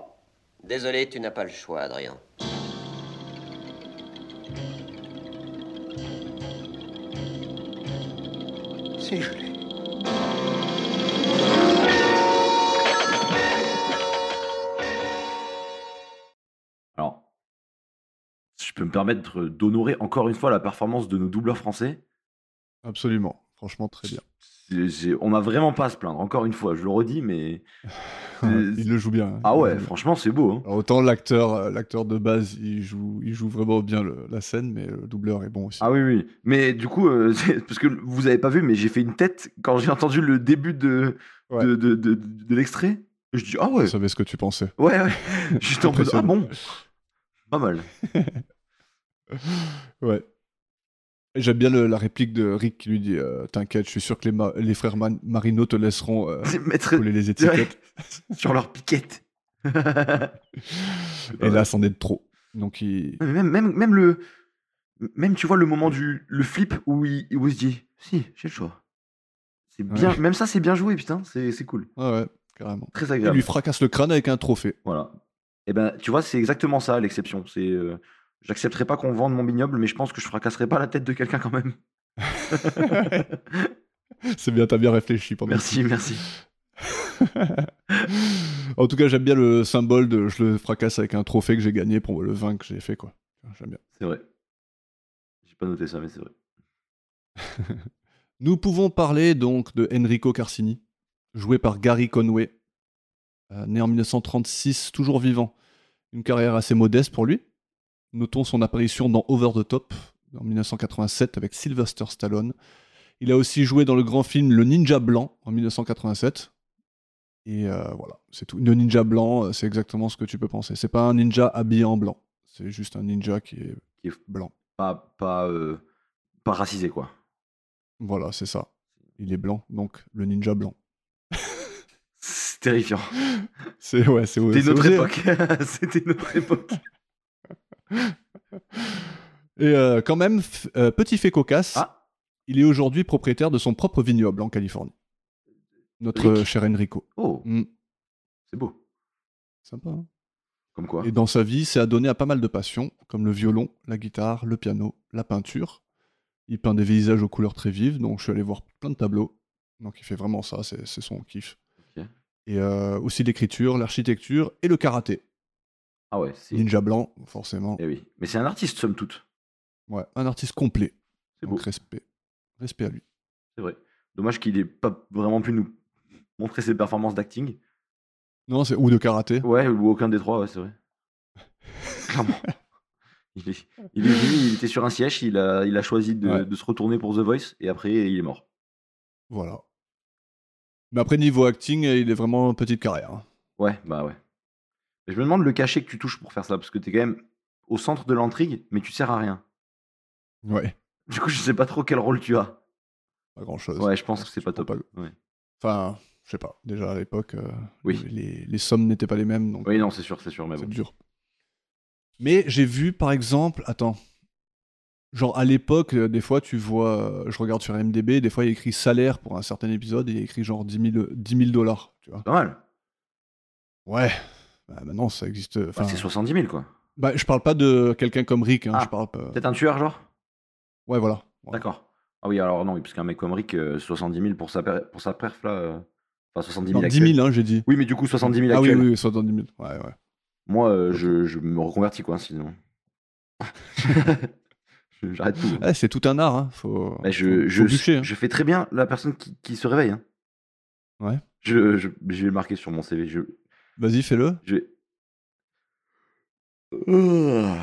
Speaker 6: Désolé, tu n'as pas le choix, Adrien.
Speaker 5: C'est gelé.
Speaker 3: Alors, si je peux me permettre d'honorer encore une fois la performance de nos doubleurs français.
Speaker 4: Absolument. Franchement, très bien.
Speaker 3: C'est- c'est- on n'a vraiment pas à se plaindre, encore une fois, je le redis,
Speaker 4: [laughs]
Speaker 3: mais. c'est-
Speaker 4: il le joue bien. hein.
Speaker 3: Ah
Speaker 4: Il
Speaker 3: ouais,
Speaker 4: le joue bien.
Speaker 3: franchement, c'est beau. hein.
Speaker 4: Alors, autant l'acteur, euh, l'acteur de base, il joue, il joue vraiment bien le- la scène, mais le doubleur est bon aussi.
Speaker 3: Ah oui, oui. Mais du coup, euh, [laughs] c'est- parce que vous avez pas vu, mais j'ai fait une tête quand j'ai entendu le début de,
Speaker 4: Ouais.
Speaker 3: de, de, de- de l'extrait. Je dis, ah ouais,
Speaker 4: Je savais ce que tu pensais.
Speaker 3: ouais, [laughs] ouais. J'étais en mode, ah bon, pas mal.
Speaker 4: Ouais. Et J'aime bien le- la réplique de Rick qui lui dit euh, T'inquiète, je suis sûr que les, ma- les frères Man- Marino te laisseront
Speaker 3: [laughs]
Speaker 4: euh,
Speaker 3: Mettre
Speaker 4: coller les étiquettes.
Speaker 3: sur leur piquette. [laughs]
Speaker 4: Et là, c'en est de trop. Donc, il...
Speaker 3: Non, mais Même, même, même le. Même, tu vois, le moment du le flip où il, où il se dit Si, j'ai le choix. C'est bien,
Speaker 4: Ouais.
Speaker 3: Même ça, c'est bien joué, putain, c'est c'est cool.
Speaker 4: ouais, ouais, carrément.
Speaker 3: Très
Speaker 4: Il
Speaker 3: agréable.
Speaker 4: lui fracasse le crâne avec un trophée.
Speaker 3: Voilà. Et ben, tu vois, c'est exactement ça, l'exception. C'est. euh, J'accepterai pas qu'on vende mon vignoble, mais je pense que je fracasserai pas la tête de quelqu'un quand même.
Speaker 4: C'est bien, t'as bien réfléchi pendant.
Speaker 3: Merci, Oh, merci.
Speaker 4: [laughs] en tout cas, j'aime bien le symbole de je le fracasse avec un trophée que j'ai gagné pour le vin que j'ai fait, quoi. J'aime bien.
Speaker 3: C'est vrai. J'ai pas noté ça, mais c'est vrai.
Speaker 4: Nous pouvons parler donc de Enrico Carcini, joué par Gary Conway, euh, né en 1936, toujours vivant. Une carrière assez modeste pour lui. Notons son apparition dans Over the Top en 1987 avec Sylvester Stallone. Il a aussi joué dans le grand film Le Ninja Blanc en 1987. Et euh, voilà, c'est tout. Le ninja blanc, euh, c'est exactement ce que tu peux penser. C'est pas un ninja habillé en blanc. C'est juste un ninja qui est
Speaker 3: Qui est-
Speaker 4: blanc.
Speaker 3: Pas, pas, euh, pas racisé, quoi.
Speaker 4: Voilà, c'est ça. Il est blanc, donc le ninja blanc.
Speaker 3: C'est terrifiant.
Speaker 4: C'est ouais, c'est
Speaker 3: C'était
Speaker 4: c'est
Speaker 3: notre
Speaker 4: osé, hein.
Speaker 3: époque. [laughs] C'était notre époque.
Speaker 4: Et euh, quand même, f- euh, petit fait cocasse,
Speaker 3: Ah.
Speaker 4: il est aujourd'hui propriétaire de son propre vignoble en Californie. Notre
Speaker 3: Rick.
Speaker 4: euh, cher Enrico.
Speaker 3: Oh,
Speaker 4: Mm.
Speaker 3: c'est beau.
Speaker 4: Sympa. hein.
Speaker 3: Comme quoi.
Speaker 4: Et dans sa vie, c'est adonné à pas mal de passions, comme le violon, la guitare, le piano, la peinture. Il peint des paysages aux couleurs très vives, donc je suis allé voir plein de tableaux. Donc il fait vraiment ça, c'est c'est son kiff.
Speaker 3: Ok.
Speaker 4: Et euh, aussi l'écriture, l'architecture et le karaté.
Speaker 3: Ah ouais, c'est.
Speaker 4: Ninja blanc, forcément.
Speaker 3: Eh oui. Mais c'est un artiste, somme toute.
Speaker 4: Ouais, un artiste complet.
Speaker 3: C'est
Speaker 4: Donc
Speaker 3: beau.
Speaker 4: respect. Respect à lui.
Speaker 3: C'est vrai. Dommage qu'il ait pas vraiment pu nous montrer ses performances d'acting.
Speaker 4: Non, c'est ou de karaté.
Speaker 3: Ouais, ou aucun des trois, ouais,
Speaker 4: [laughs]
Speaker 3: c'est vrai. Clairement. Il est, il est venu, il était sur un siège, il a, il a choisi de,
Speaker 4: Ouais.
Speaker 3: de se retourner pour The Voice et après il est mort.
Speaker 4: Voilà. Mais après, niveau acting, euh, il est vraiment petite carrière. hein.
Speaker 3: Ouais, bah ouais. Mais je me demande le cachet que tu touches pour faire ça parce que t'es quand même au centre de l'intrigue, mais tu sers à rien.
Speaker 4: Ouais,
Speaker 3: Du coup, je sais pas trop quel rôle tu as.
Speaker 4: pas grand chose.
Speaker 3: Ouais, je pense que c'est pas
Speaker 4: comprends
Speaker 3: top. Ouais.
Speaker 4: Enfin, je sais pas. Déjà à l'époque, euh,
Speaker 3: Oui.
Speaker 4: les, les sommes n'étaient pas les mêmes, donc
Speaker 3: Oui, non, c'est sûr, c'est sûr, mais
Speaker 4: c'est
Speaker 3: bon.
Speaker 4: dur. Mais j'ai vu, par exemple, attends, genre à l'époque, euh, des fois tu vois, euh, je regarde sur MDB, des fois il y a écrit salaire pour un certain épisode, et il y a écrit genre 10 000 10 000 dollars, tu vois.
Speaker 3: Pas mal.
Speaker 4: Ouais, bah, maintenant ça existe.
Speaker 3: Bah,
Speaker 4: Enfin,
Speaker 3: c'est 70 000 quoi.
Speaker 4: bah, je parle pas de quelqu'un comme Rick, hein,
Speaker 3: Ah,
Speaker 4: je parle pas.
Speaker 3: Peut-être un tueur, genre
Speaker 4: Ouais, voilà. Ouais.
Speaker 3: D'accord. Ah oui, alors non, oui, parce qu'un mec comme Rick, euh, 70 000 pour sa, per- pour sa perf là. euh, Enfin, 70 000
Speaker 4: Non, 10
Speaker 3: actuels.
Speaker 4: 000, hein, j'ai dit.
Speaker 3: Oui, mais du coup, 70 000
Speaker 4: Ah oui,
Speaker 3: actuels.
Speaker 4: oui, 70 000. Ouais, ouais.
Speaker 3: Moi, euh, je, je me reconvertis quoi,
Speaker 4: [laughs]
Speaker 3: sinon. Je- J'arrête tout.
Speaker 4: Ouais, c'est tout un art, hein. Faut,
Speaker 3: Bah, je,
Speaker 4: faut-
Speaker 3: je,
Speaker 4: faut bûcher, hein.
Speaker 3: je fais très bien la personne qui, qui se réveille. hein.
Speaker 4: Ouais.
Speaker 3: Je, je, je vais le marquer sur mon CV. Je,
Speaker 4: hein. Vas-y, fais-le.
Speaker 3: je vais- Euh.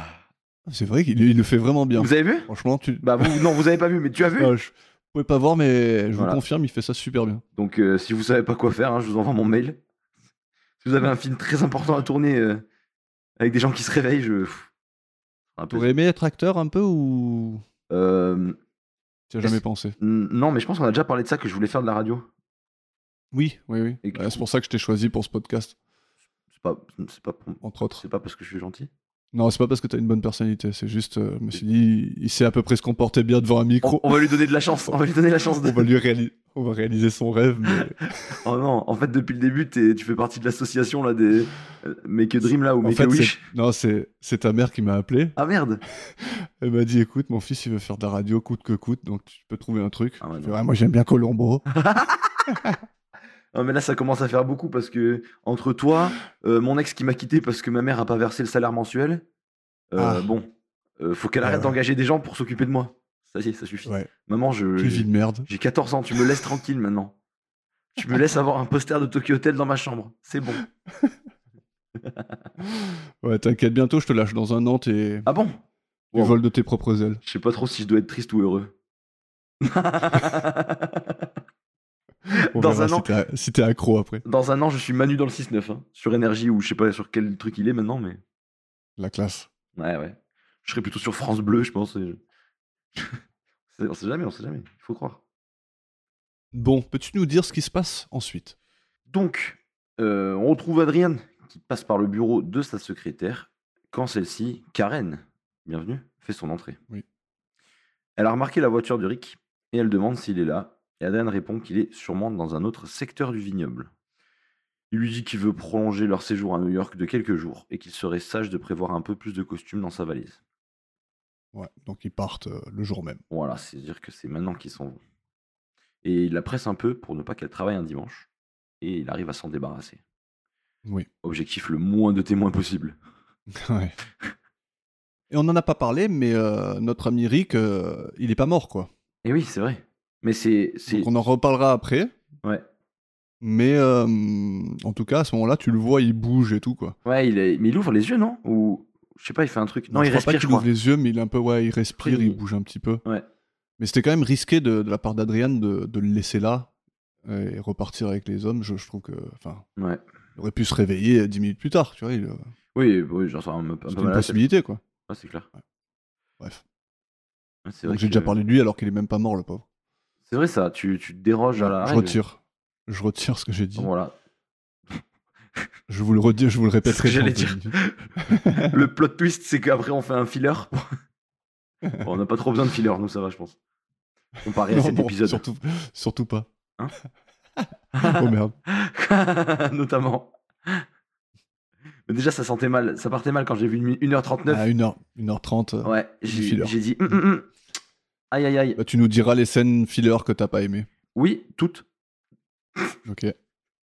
Speaker 4: C'est vrai qu'il il le fait vraiment bien.
Speaker 3: Vous avez vu
Speaker 4: Franchement, tu.
Speaker 3: Bah vous, non, vous avez pas vu, mais tu as vu.
Speaker 4: Ah, je pouvais pas voir, mais je
Speaker 3: Voilà.
Speaker 4: vous confirme, il fait ça super bien.
Speaker 3: Donc euh, si vous savez pas quoi faire, hein, je vous envoie mon mail. Si vous avez un film très important à tourner euh, avec des gens qui se réveillent, je. pff, un peu-
Speaker 4: T'aurais aimé être acteur un peu ou
Speaker 3: Euh, n-
Speaker 4: t'y as
Speaker 3: Est-ce-
Speaker 4: jamais pensé
Speaker 3: non, mais je pense qu'on a déjà parlé de ça que je voulais faire de la radio.
Speaker 4: Oui, oui, oui.
Speaker 3: Et que
Speaker 4: Ouais,
Speaker 3: tu-
Speaker 4: c'est pour ça que je t'ai choisi pour ce podcast,
Speaker 3: C'est pas, c'est pas, pour-
Speaker 4: entre autres.
Speaker 3: c'est pas parce que je suis gentil.
Speaker 4: Non, c'est pas parce que t'as une bonne personnalité, c'est juste, euh, je me suis dit, il sait à peu près se comporter bien devant un
Speaker 3: On,
Speaker 4: micro.
Speaker 3: on va lui donner de la chance. On va lui donner la chance. De...
Speaker 4: On va lui réaliser, on va réaliser son rêve. Mais...
Speaker 3: Oh non, en fait, depuis le début, t'es- tu fais partie de l'association là des euh, Make a Dream là ou
Speaker 4: en
Speaker 3: Make
Speaker 4: fait,
Speaker 3: a Wish.
Speaker 4: c'est- non, c'est c'est ta mère qui m'a appelé.
Speaker 3: Ah merde
Speaker 4: Elle m'a dit, écoute, mon fils, il veut faire de la radio coûte que coûte, donc tu peux trouver un truc.
Speaker 3: Ah ouais,
Speaker 4: Je fais,
Speaker 3: non.
Speaker 4: Ouais, moi, j'aime bien Colombo.
Speaker 3: Ah, mais là, ça commence à faire beaucoup parce que entre toi, euh, mon ex qui m'a quitté parce que ma mère a pas versé le salaire mensuel, euh,
Speaker 4: Ah.
Speaker 3: bon, euh, faut qu'elle
Speaker 4: Ouais,
Speaker 3: arrête
Speaker 4: ouais.
Speaker 3: d'engager des gens pour s'occuper de moi. Ça y est, ça suffit.
Speaker 4: Ouais,
Speaker 3: Maman, je
Speaker 4: tu vis de merde.
Speaker 3: j'ai 14 ans, tu me laisses tranquille maintenant. Tu me laisses avoir un poster de Tokyo Hotel dans ma chambre. C'est bon.
Speaker 4: Ouais, t'inquiète, bientôt, je te lâche dans un an, t'es...
Speaker 3: Ah bon
Speaker 4: Tu
Speaker 3: Wow.
Speaker 4: voles de tes propres ailes.
Speaker 3: Je sais pas trop si je dois être triste ou heureux. [laughs]
Speaker 4: On
Speaker 3: Dans
Speaker 4: verra
Speaker 3: un
Speaker 4: si
Speaker 3: an.
Speaker 4: t'es- si t'es accro après.
Speaker 3: Dans un an, je suis Manu dans le 6-9, hein. sur énergie ou je sais pas sur quel truc il est maintenant, mais
Speaker 4: La classe.
Speaker 3: ouais, ouais. Je serais plutôt sur France Bleu, je pense. et je- [laughs] C'est- on sait jamais, on sait jamais. Il faut croire.
Speaker 4: Bon, peux-tu nous dire ce qui se passe ensuite
Speaker 3: Donc, euh, on retrouve Adrienne qui passe par le bureau de sa secrétaire quand celle-ci, Karen, bienvenue, fait son entrée.
Speaker 4: Oui.
Speaker 3: Elle a remarqué la voiture de Rick et elle demande s'il est là. Et Adrienne répond qu'il est sûrement dans un autre secteur du vignoble. Il lui dit qu'il veut prolonger leur séjour à New York de quelques jours et qu'il serait sage de prévoir un peu plus de costumes dans sa valise.
Speaker 4: Ouais, donc ils partent euh, le jour [laughs] même.
Speaker 3: Voilà, c'est-à-dire que c'est maintenant qu'ils s'en vont. Et il la presse un peu pour ne pas qu'elle travaille un dimanche. Et il arrive à s'en débarrasser.
Speaker 4: Oui.
Speaker 3: Objectif le moins de témoins possible.
Speaker 4: Ouais. Et on n'en a pas parlé, mais euh, notre ami Rick, euh, il est pas mort, quoi.
Speaker 3: Et oui, c'est vrai. Mais c'est. c'est-
Speaker 4: Donc on en reparlera après.
Speaker 3: Ouais.
Speaker 4: Mais euh, en tout cas, à ce moment-là, tu le vois, il bouge et tout, quoi.
Speaker 3: Ouais, il est- mais il ouvre les yeux, non Ou. Je sais pas, il fait un truc. Non,
Speaker 4: Donc,
Speaker 3: il
Speaker 4: je
Speaker 3: respire,
Speaker 4: crois pas
Speaker 3: je
Speaker 4: qu'il
Speaker 3: crois.
Speaker 4: ouvre les yeux, mais il est un peu, ouais, il respire,
Speaker 3: Oui.
Speaker 4: il bouge un petit peu.
Speaker 3: Ouais.
Speaker 4: Mais c'était quand même risqué de, de la part d'Adrian de, de le laisser là euh, et repartir avec les hommes. Je, je trouve que, enfin,
Speaker 3: Ouais.
Speaker 4: il aurait pu se réveiller euh, dix minutes plus tard, tu vois.
Speaker 3: Bah,
Speaker 4: il, euh,
Speaker 3: Oui, oui, j'en sens un, peu- un
Speaker 4: C'était
Speaker 3: peu
Speaker 4: une
Speaker 3: mal. à la tête.
Speaker 4: possibilité, quoi.
Speaker 3: Ouais, c'est clair.
Speaker 4: Bref.
Speaker 3: Ouais, c'est
Speaker 4: Donc
Speaker 3: vrai.
Speaker 4: j'ai
Speaker 3: que-
Speaker 4: déjà parlé de lui alors qu'il est même pas mort, le pauvre.
Speaker 3: C'est vrai, ça. Tu, tu déroges à la.
Speaker 4: je
Speaker 3: règle.
Speaker 4: retire. Je retire ce que j'ai dit.
Speaker 3: Voilà.
Speaker 4: Je vous le redis, je vous le
Speaker 3: C'est ce que
Speaker 4: répéterai.
Speaker 3: j'allais
Speaker 4: dans deux minutes.
Speaker 3: le plot twist, c'est qu'après, on fait un
Speaker 4: [laughs]
Speaker 3: filler. Bon, on n'a pas trop besoin de filler, nous, ça va, je pense. Comparé à
Speaker 4: Non,
Speaker 3: cet
Speaker 4: bon,
Speaker 3: Eh, épisode.
Speaker 4: Surtout, surtout pas.
Speaker 3: Hein
Speaker 4: [laughs] oh
Speaker 3: [laughs]
Speaker 4: merde.
Speaker 3: [laughs] notamment. Mais déjà, ça sentait mal. Ça partait mal quand j'ai vu une mi- 1h39.
Speaker 4: À 1h, 1h30. euh,
Speaker 3: ouais, j'ai
Speaker 4: filler.
Speaker 3: j'ai dit. Hum, hum, hum. Aïe, aïe, aïe.
Speaker 4: bah, tu nous diras les scènes filler que t'as pas aimé.
Speaker 3: Oui, toutes.
Speaker 4: Ok.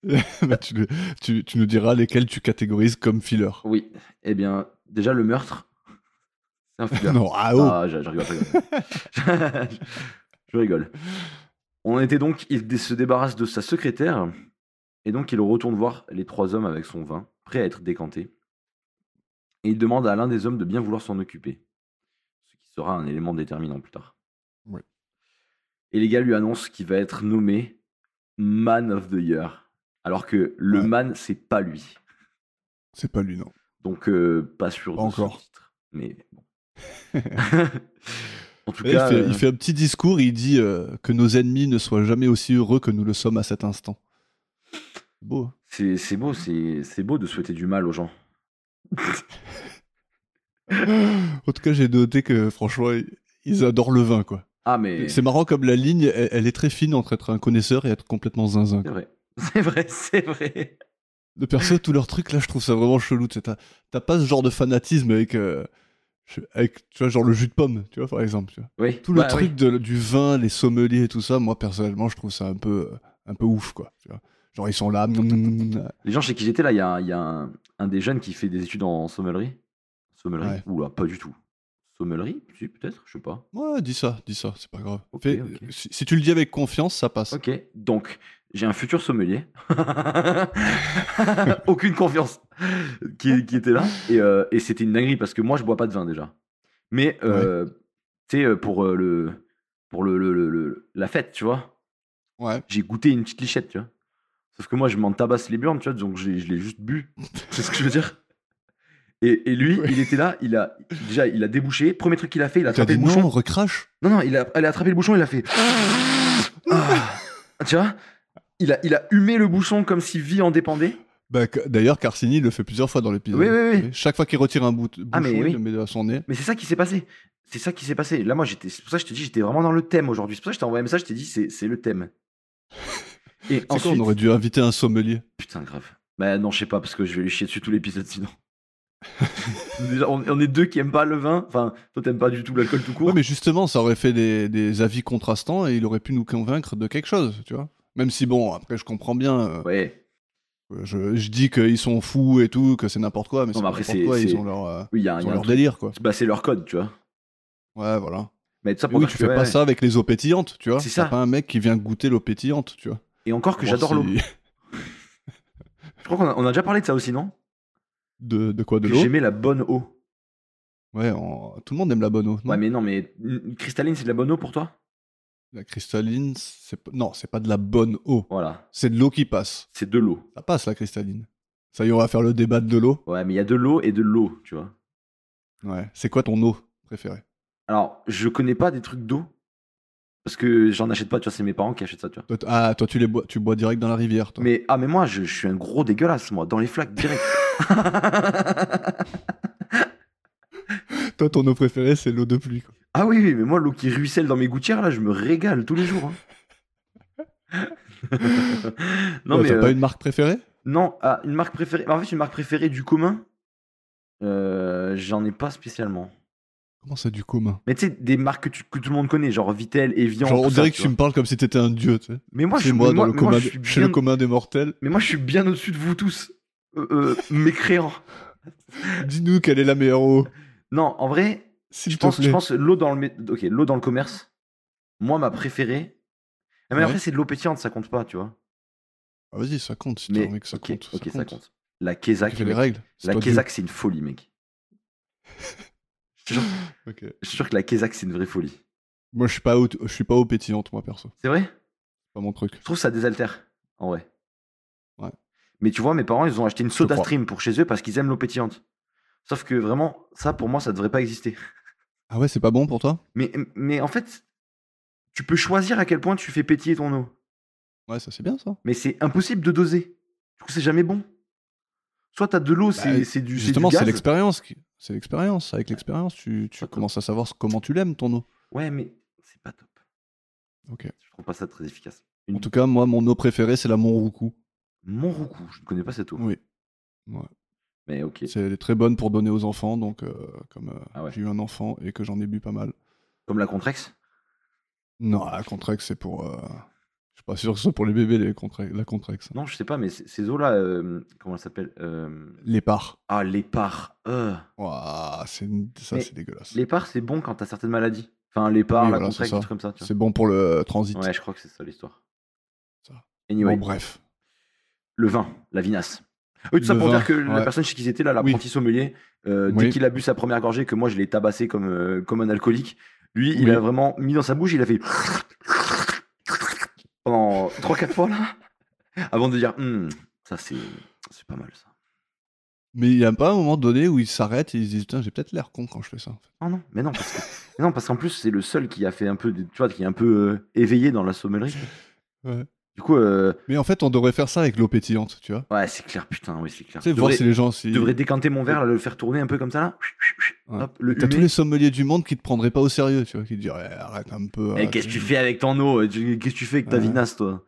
Speaker 4: [laughs] Bah, tu, le- tu- tu nous diras lesquels tu catégorises comme filler.
Speaker 3: Oui. Eh bien, déjà, le meurtre, [laughs] c'est un filler.
Speaker 4: Non, ah oh,
Speaker 3: Ah, je, je rigole, je rigole. [laughs] je rigole. On était donc, il dé- se débarrasse de sa secrétaire, et donc il retourne voir les trois hommes avec son vin, prêt à être décanté. Et il demande à l'un des hommes de bien vouloir s'en occuper, ce qui sera un élément déterminant plus tard.
Speaker 4: Ouais.
Speaker 3: Et les gars lui annoncent qu'il va être nommé Man of the Year, alors que le
Speaker 4: Ouais.
Speaker 3: man, c'est pas lui.
Speaker 4: c'est pas lui, non.
Speaker 3: Donc, euh, pas sûr
Speaker 4: Pas
Speaker 3: de ce
Speaker 4: encore.
Speaker 3: titre. Mais
Speaker 4: [laughs]
Speaker 3: bon. [laughs] en tout
Speaker 4: Et
Speaker 3: cas,
Speaker 4: il, fait,
Speaker 3: euh,
Speaker 4: il fait un petit discours, il dit euh, que nos ennemis ne soient jamais aussi heureux que nous le sommes à cet instant. Beau. hein.
Speaker 3: C'est, c'est beau, c'est, c'est beau de souhaiter du mal aux gens.
Speaker 4: En tout cas, j'ai noté que franchement, ils adorent le vin, quoi.
Speaker 3: Ah, mais
Speaker 4: C'est
Speaker 3: c'est,
Speaker 4: marrant comme la ligne, elle, elle est très fine entre être un connaisseur et être complètement zinzin. quoi.
Speaker 3: vrai. [laughs] C'est vrai, c'est vrai.
Speaker 4: De perso, tout leur truc, là, je trouve ça vraiment chelou. tu sais, T'as t'as pas ce genre de fanatisme avec, euh, je- avec, tu vois, genre le jus de pomme, tu vois, par exemple. tu vois.
Speaker 3: Oui.
Speaker 4: Tout le
Speaker 3: Bah oui.
Speaker 4: truc de- du vin, les sommeliers et tout ça, moi, personnellement, je trouve ça un peu, un peu ouf, quoi. tu vois. Genre, ils sont là, mm, mm, mm,
Speaker 3: Les gens chez qui j'étais là, il y a, un- il y a un, un des jeunes qui fait des études en sommellerie. Sommellerie
Speaker 4: Ouais.
Speaker 3: Oula, pas du tout. Sommellerie Si, peut-être, je sais pas.
Speaker 4: Ouais, dis ça, dis ça, c'est pas grave.
Speaker 3: Ok,
Speaker 4: Fais-
Speaker 3: ok.
Speaker 4: Si, si tu le dis avec confiance, ça passe.
Speaker 3: Ok, donc j'ai un futur sommelier. [laughs] Aucune confiance qui, qui était là. Et, euh, et c'était une dinguerie parce que moi je bois pas de vin déjà. Mais euh, tu sais, euh, pour, euh, le, pour le, le- le- le- la fête, tu vois,
Speaker 4: Ouais.
Speaker 3: j'ai goûté une petite lichette, tu vois. Sauf que moi je m'en tabasse les burnes, tu vois, donc j'ai- je l'ai juste
Speaker 4: [laughs]
Speaker 3: bu. C'est ce que je veux dire. Et, et lui, il était là, il a déjà il a débouché. Premier truc qu'il a fait, il a
Speaker 4: T'as
Speaker 3: attrapé
Speaker 4: dit
Speaker 3: le
Speaker 4: non,
Speaker 3: bouchon.
Speaker 4: recrache.
Speaker 3: Non, non, il a, elle a attrapé le bouchon, il a fait. Ah, tu vois il a, il a humé le bouchon comme si vie en dépendait.
Speaker 4: Bah, que- D'ailleurs, Carcini le fait plusieurs fois dans l'épisode.
Speaker 3: Oui, oui, oui.
Speaker 4: Chaque fois qu'il retire un bout bouchon,
Speaker 3: Ah, mais
Speaker 4: il
Speaker 3: oui.
Speaker 4: le met à son nez.
Speaker 3: Mais c'est ça qui s'est passé. C'est ça qui s'est passé. Là, moi, j'étais. C'est pour ça que je te dis, j'étais vraiment dans le thème aujourd'hui. C'est pour ça que je t'ai envoyé un message, je t'ai dit, c'est c'est le thème. Et
Speaker 4: C'est quoi,
Speaker 3: ensuite.
Speaker 4: on aurait dû inviter un sommelier.
Speaker 3: Putain, grave. Bah non, je sais pas, parce que je vais lui chier dessus tout l'épisode
Speaker 4: [laughs]
Speaker 3: sinon. Déjà, on, on est deux qui aiment pas le vin. Enfin, toi, t'aimes pas du tout l'alcool tout court.
Speaker 4: Ouais, mais justement, ça aurait fait des, des avis contrastants et il aurait pu nous convaincre de quelque chose, tu vois. Même si, bon, après, je comprends bien. euh,
Speaker 3: Ouais.
Speaker 4: Je, je dis qu'ils sont fous et tout, que c'est n'importe quoi, mais
Speaker 3: Non,
Speaker 4: c'est
Speaker 3: mais après,
Speaker 4: n'importe
Speaker 3: c'est-
Speaker 4: quoi,
Speaker 3: c'est-
Speaker 4: ils ont leur, euh,
Speaker 3: Oui, il y a un.
Speaker 4: ils
Speaker 3: il
Speaker 4: ont
Speaker 3: y a un
Speaker 4: leur
Speaker 3: truc.
Speaker 4: délire, quoi.
Speaker 3: Bah, c'est leur code, tu vois.
Speaker 4: Ouais, voilà.
Speaker 3: Mais ça
Speaker 4: Mais
Speaker 3: pour
Speaker 4: oui,
Speaker 3: dire
Speaker 4: tu
Speaker 3: que,
Speaker 4: fais pas
Speaker 3: ouais.
Speaker 4: ça avec les eaux pétillantes, tu vois.
Speaker 3: C'est
Speaker 4: T'as
Speaker 3: ça.
Speaker 4: pas un mec qui vient goûter l'eau pétillante, tu vois.
Speaker 3: Et encore que
Speaker 4: Voir
Speaker 3: j'adore l'eau.
Speaker 4: si-
Speaker 3: Je crois qu'on a, on a déjà parlé de ça aussi, non
Speaker 4: [laughs] De, de quoi De
Speaker 3: Que
Speaker 4: l'eau
Speaker 3: J'aimais la bonne eau.
Speaker 4: Ouais, en- tout le monde aime la bonne eau. non
Speaker 3: Ouais, mais non, mais une- une cristalline, c'est de la bonne eau pour toi
Speaker 4: La cristalline, c'est pas- non, c'est pas de la bonne eau.
Speaker 3: Voilà,
Speaker 4: C'est de l'eau qui passe.
Speaker 3: c'est de l'eau.
Speaker 4: Ça passe la cristalline. Ça y est, on va faire le débat de l'eau.
Speaker 3: Ouais, mais il y a de l'eau et de l'eau, tu vois.
Speaker 4: Ouais. C'est quoi ton eau préférée
Speaker 3: Alors, je connais pas des trucs d'eau parce que j'en achète pas, tu vois, c'est mes parents qui achètent ça, tu vois.
Speaker 4: Toi, t- Ah, toi tu les bois, tu bois direct dans la rivière, toi.
Speaker 3: Mais ah, mais moi, je, je suis un gros dégueulasse, moi, dans les flaques direct.
Speaker 4: [laughs] Toi, ton eau préférée, c'est l'eau de pluie. quoi.
Speaker 3: ah oui, oui, mais moi, l'eau qui ruisselle dans mes gouttières, là, je me régale tous les jours. hein.
Speaker 4: [laughs]
Speaker 3: non,
Speaker 4: Ouais,
Speaker 3: mais
Speaker 4: T'as pas
Speaker 3: euh,
Speaker 4: une marque préférée
Speaker 3: non, ah, une marque préférée. En fait, une marque préférée du commun. euh, j'en ai pas spécialement.
Speaker 4: Comment ça, du commun
Speaker 3: Mais tu sais, des marques que, tu- que tout le monde connaît, genre Vitel, Evian.
Speaker 4: Genre, on
Speaker 3: tout ça,
Speaker 4: dirait que
Speaker 3: tu
Speaker 4: tu me parles comme si t'étais un dieu, tu sais.
Speaker 3: Mais moi,
Speaker 4: Chez
Speaker 3: je,
Speaker 4: moi,
Speaker 3: mais
Speaker 4: dans le
Speaker 3: mais moi,
Speaker 4: commun,
Speaker 3: je suis
Speaker 4: de- chez le
Speaker 3: bien,
Speaker 4: commun des mortels.
Speaker 3: mais moi, je suis bien au-dessus de vous tous, euh, euh, [laughs] mécréants.
Speaker 4: Dis-nous quelle est la meilleure eau.
Speaker 3: Non, en vrai,
Speaker 4: S'il
Speaker 3: je
Speaker 4: te
Speaker 3: pense,
Speaker 4: plaît.
Speaker 3: je pense l'eau dans le, mé- ok, l'eau dans le commerce. Moi, ma préférée. Ah, Mais
Speaker 4: Ouais.
Speaker 3: après, c'est de l'eau pétillante, ça compte pas, tu vois.
Speaker 4: Ah, Vas-y, ça compte. Si t'as
Speaker 3: Mais
Speaker 4: envie que ça
Speaker 3: ok,
Speaker 4: compte.
Speaker 3: ok,
Speaker 4: ça compte.
Speaker 3: La
Speaker 4: Tu
Speaker 3: Kézak,
Speaker 4: fais les
Speaker 3: mec.
Speaker 4: règles. c'est
Speaker 3: la
Speaker 4: toi Dieu.
Speaker 3: Kézak, c'est une folie,
Speaker 4: [laughs]
Speaker 3: mec. je, suis sûr,
Speaker 4: Ok.
Speaker 3: je suis sûr que la Kézak, c'est une vraie folie.
Speaker 4: Moi, je suis pas eau- je suis pas eau pétillante, moi perso.
Speaker 3: C'est vrai
Speaker 4: C'est pas mon truc.
Speaker 3: Je trouve que ça désaltère, en vrai.
Speaker 4: Ouais.
Speaker 3: Mais tu vois, mes parents, ils ont acheté une soda
Speaker 4: crois.
Speaker 3: stream pour chez eux parce qu'ils aiment l'eau pétillante. Sauf que vraiment, ça, pour moi, ça devrait pas exister.
Speaker 4: Ah ouais, c'est pas bon pour toi
Speaker 3: Mais, mais en fait, tu peux choisir à quel point tu fais pétiller ton eau.
Speaker 4: Ouais, ça c'est bien ça.
Speaker 3: Mais c'est impossible de doser. Du coup, c'est jamais bon. Soit t'as de l'eau, c'est c'est du,
Speaker 4: Bah,
Speaker 3: c'est du
Speaker 4: Justement, c'est
Speaker 3: gaz.
Speaker 4: l'expérience. qui- C'est l'expérience. Avec l'expérience, tu, tu
Speaker 3: Pas top.
Speaker 4: commences à savoir ce- comment tu l'aimes ton eau.
Speaker 3: Ouais, mais c'est pas top.
Speaker 4: Ok.
Speaker 3: Je trouve pas ça très efficace.
Speaker 4: En tout cas, moi, mon eau préférée, c'est la Monroucou.
Speaker 3: Mon roucou, je ne connais pas cette eau.
Speaker 4: Oui.
Speaker 3: Mais ok.
Speaker 4: C'est elle est très bonne pour donner aux enfants. Donc, euh, comme euh,
Speaker 3: Ah ouais.
Speaker 4: j'ai eu un enfant et que j'en ai bu pas mal.
Speaker 3: Comme la Contrex
Speaker 4: Non, à la Contrex, c'est pour. euh, suis pas sûr que ce soit pour les bébés les contra- la Contrex. hein.
Speaker 3: Non, je sais pas, mais c- ces eaux-là, euh, comment elles s'appellent Euh,
Speaker 4: Les parts.
Speaker 3: Ah, l'épar. Euh.
Speaker 4: Ouah, c'est une- ça,
Speaker 3: Mais
Speaker 4: c'est dégueulasse.
Speaker 3: L'épar, c'est bon quand t'as certaines maladies. Enfin, l'épar,
Speaker 4: Oui,
Speaker 3: la
Speaker 4: voilà,
Speaker 3: contracte,
Speaker 4: c'est ça.
Speaker 3: des trucs comme ça. Tu
Speaker 4: C'est bon pour le transit.
Speaker 3: vois. Ouais, je crois que c'est ça l'histoire.
Speaker 4: Ça.
Speaker 3: Anyway,
Speaker 4: Bon, bref.
Speaker 3: le vin, la vinasse. Oui, tout ça
Speaker 4: Le
Speaker 3: pour
Speaker 4: vin,
Speaker 3: dire que la
Speaker 4: ouais.
Speaker 3: personne chez qui ils étaient, là, l'apprenti sommelier, euh, dès
Speaker 4: Oui.
Speaker 3: qu'il a bu sa première gorgée, que moi je l'ai tabassé comme, euh, comme un alcoolique, lui, il
Speaker 4: Oui.
Speaker 3: a vraiment mis dans sa bouche, il a fait. pendant 3-4 fois, là, [laughs] avant de dire Hum, ça c'est c'est pas mal ça.
Speaker 4: Mais il n'y a pas un moment donné où ils s'arrêtent et ils se disent Putain, j'ai peut-être l'air con quand je fais ça. en fait.
Speaker 3: Non, non, mais non, parce que, mais non, parce qu'en plus, c'est le seul qui a fait un peu, de- tu vois, qui est un peu euh, éveillé dans la sommellerie.
Speaker 4: Ouais.
Speaker 3: Du coup, euh,
Speaker 4: Mais en fait, on devrait faire ça avec l'eau pétillante, tu vois.
Speaker 3: ouais, c'est clair, putain, oui, c'est clair.
Speaker 4: Tu sais,
Speaker 3: Je
Speaker 4: voir
Speaker 3: devrais,
Speaker 4: si les gens. Si...
Speaker 3: je devrais décanter mon verre, là, le faire tourner un peu comme ça, là.
Speaker 4: Ouais.
Speaker 3: Hop, le
Speaker 4: T'as tous
Speaker 3: humer.
Speaker 4: les sommeliers du monde qui te prendraient pas au sérieux, tu vois, qui te diraient Eh, arrête un peu.
Speaker 3: Eh,
Speaker 4: arrête.
Speaker 3: qu'est-ce que tu fais avec ton eau euh, tu- Qu'est-ce que tu fais avec ta
Speaker 4: Ouais.
Speaker 3: vinasse, toi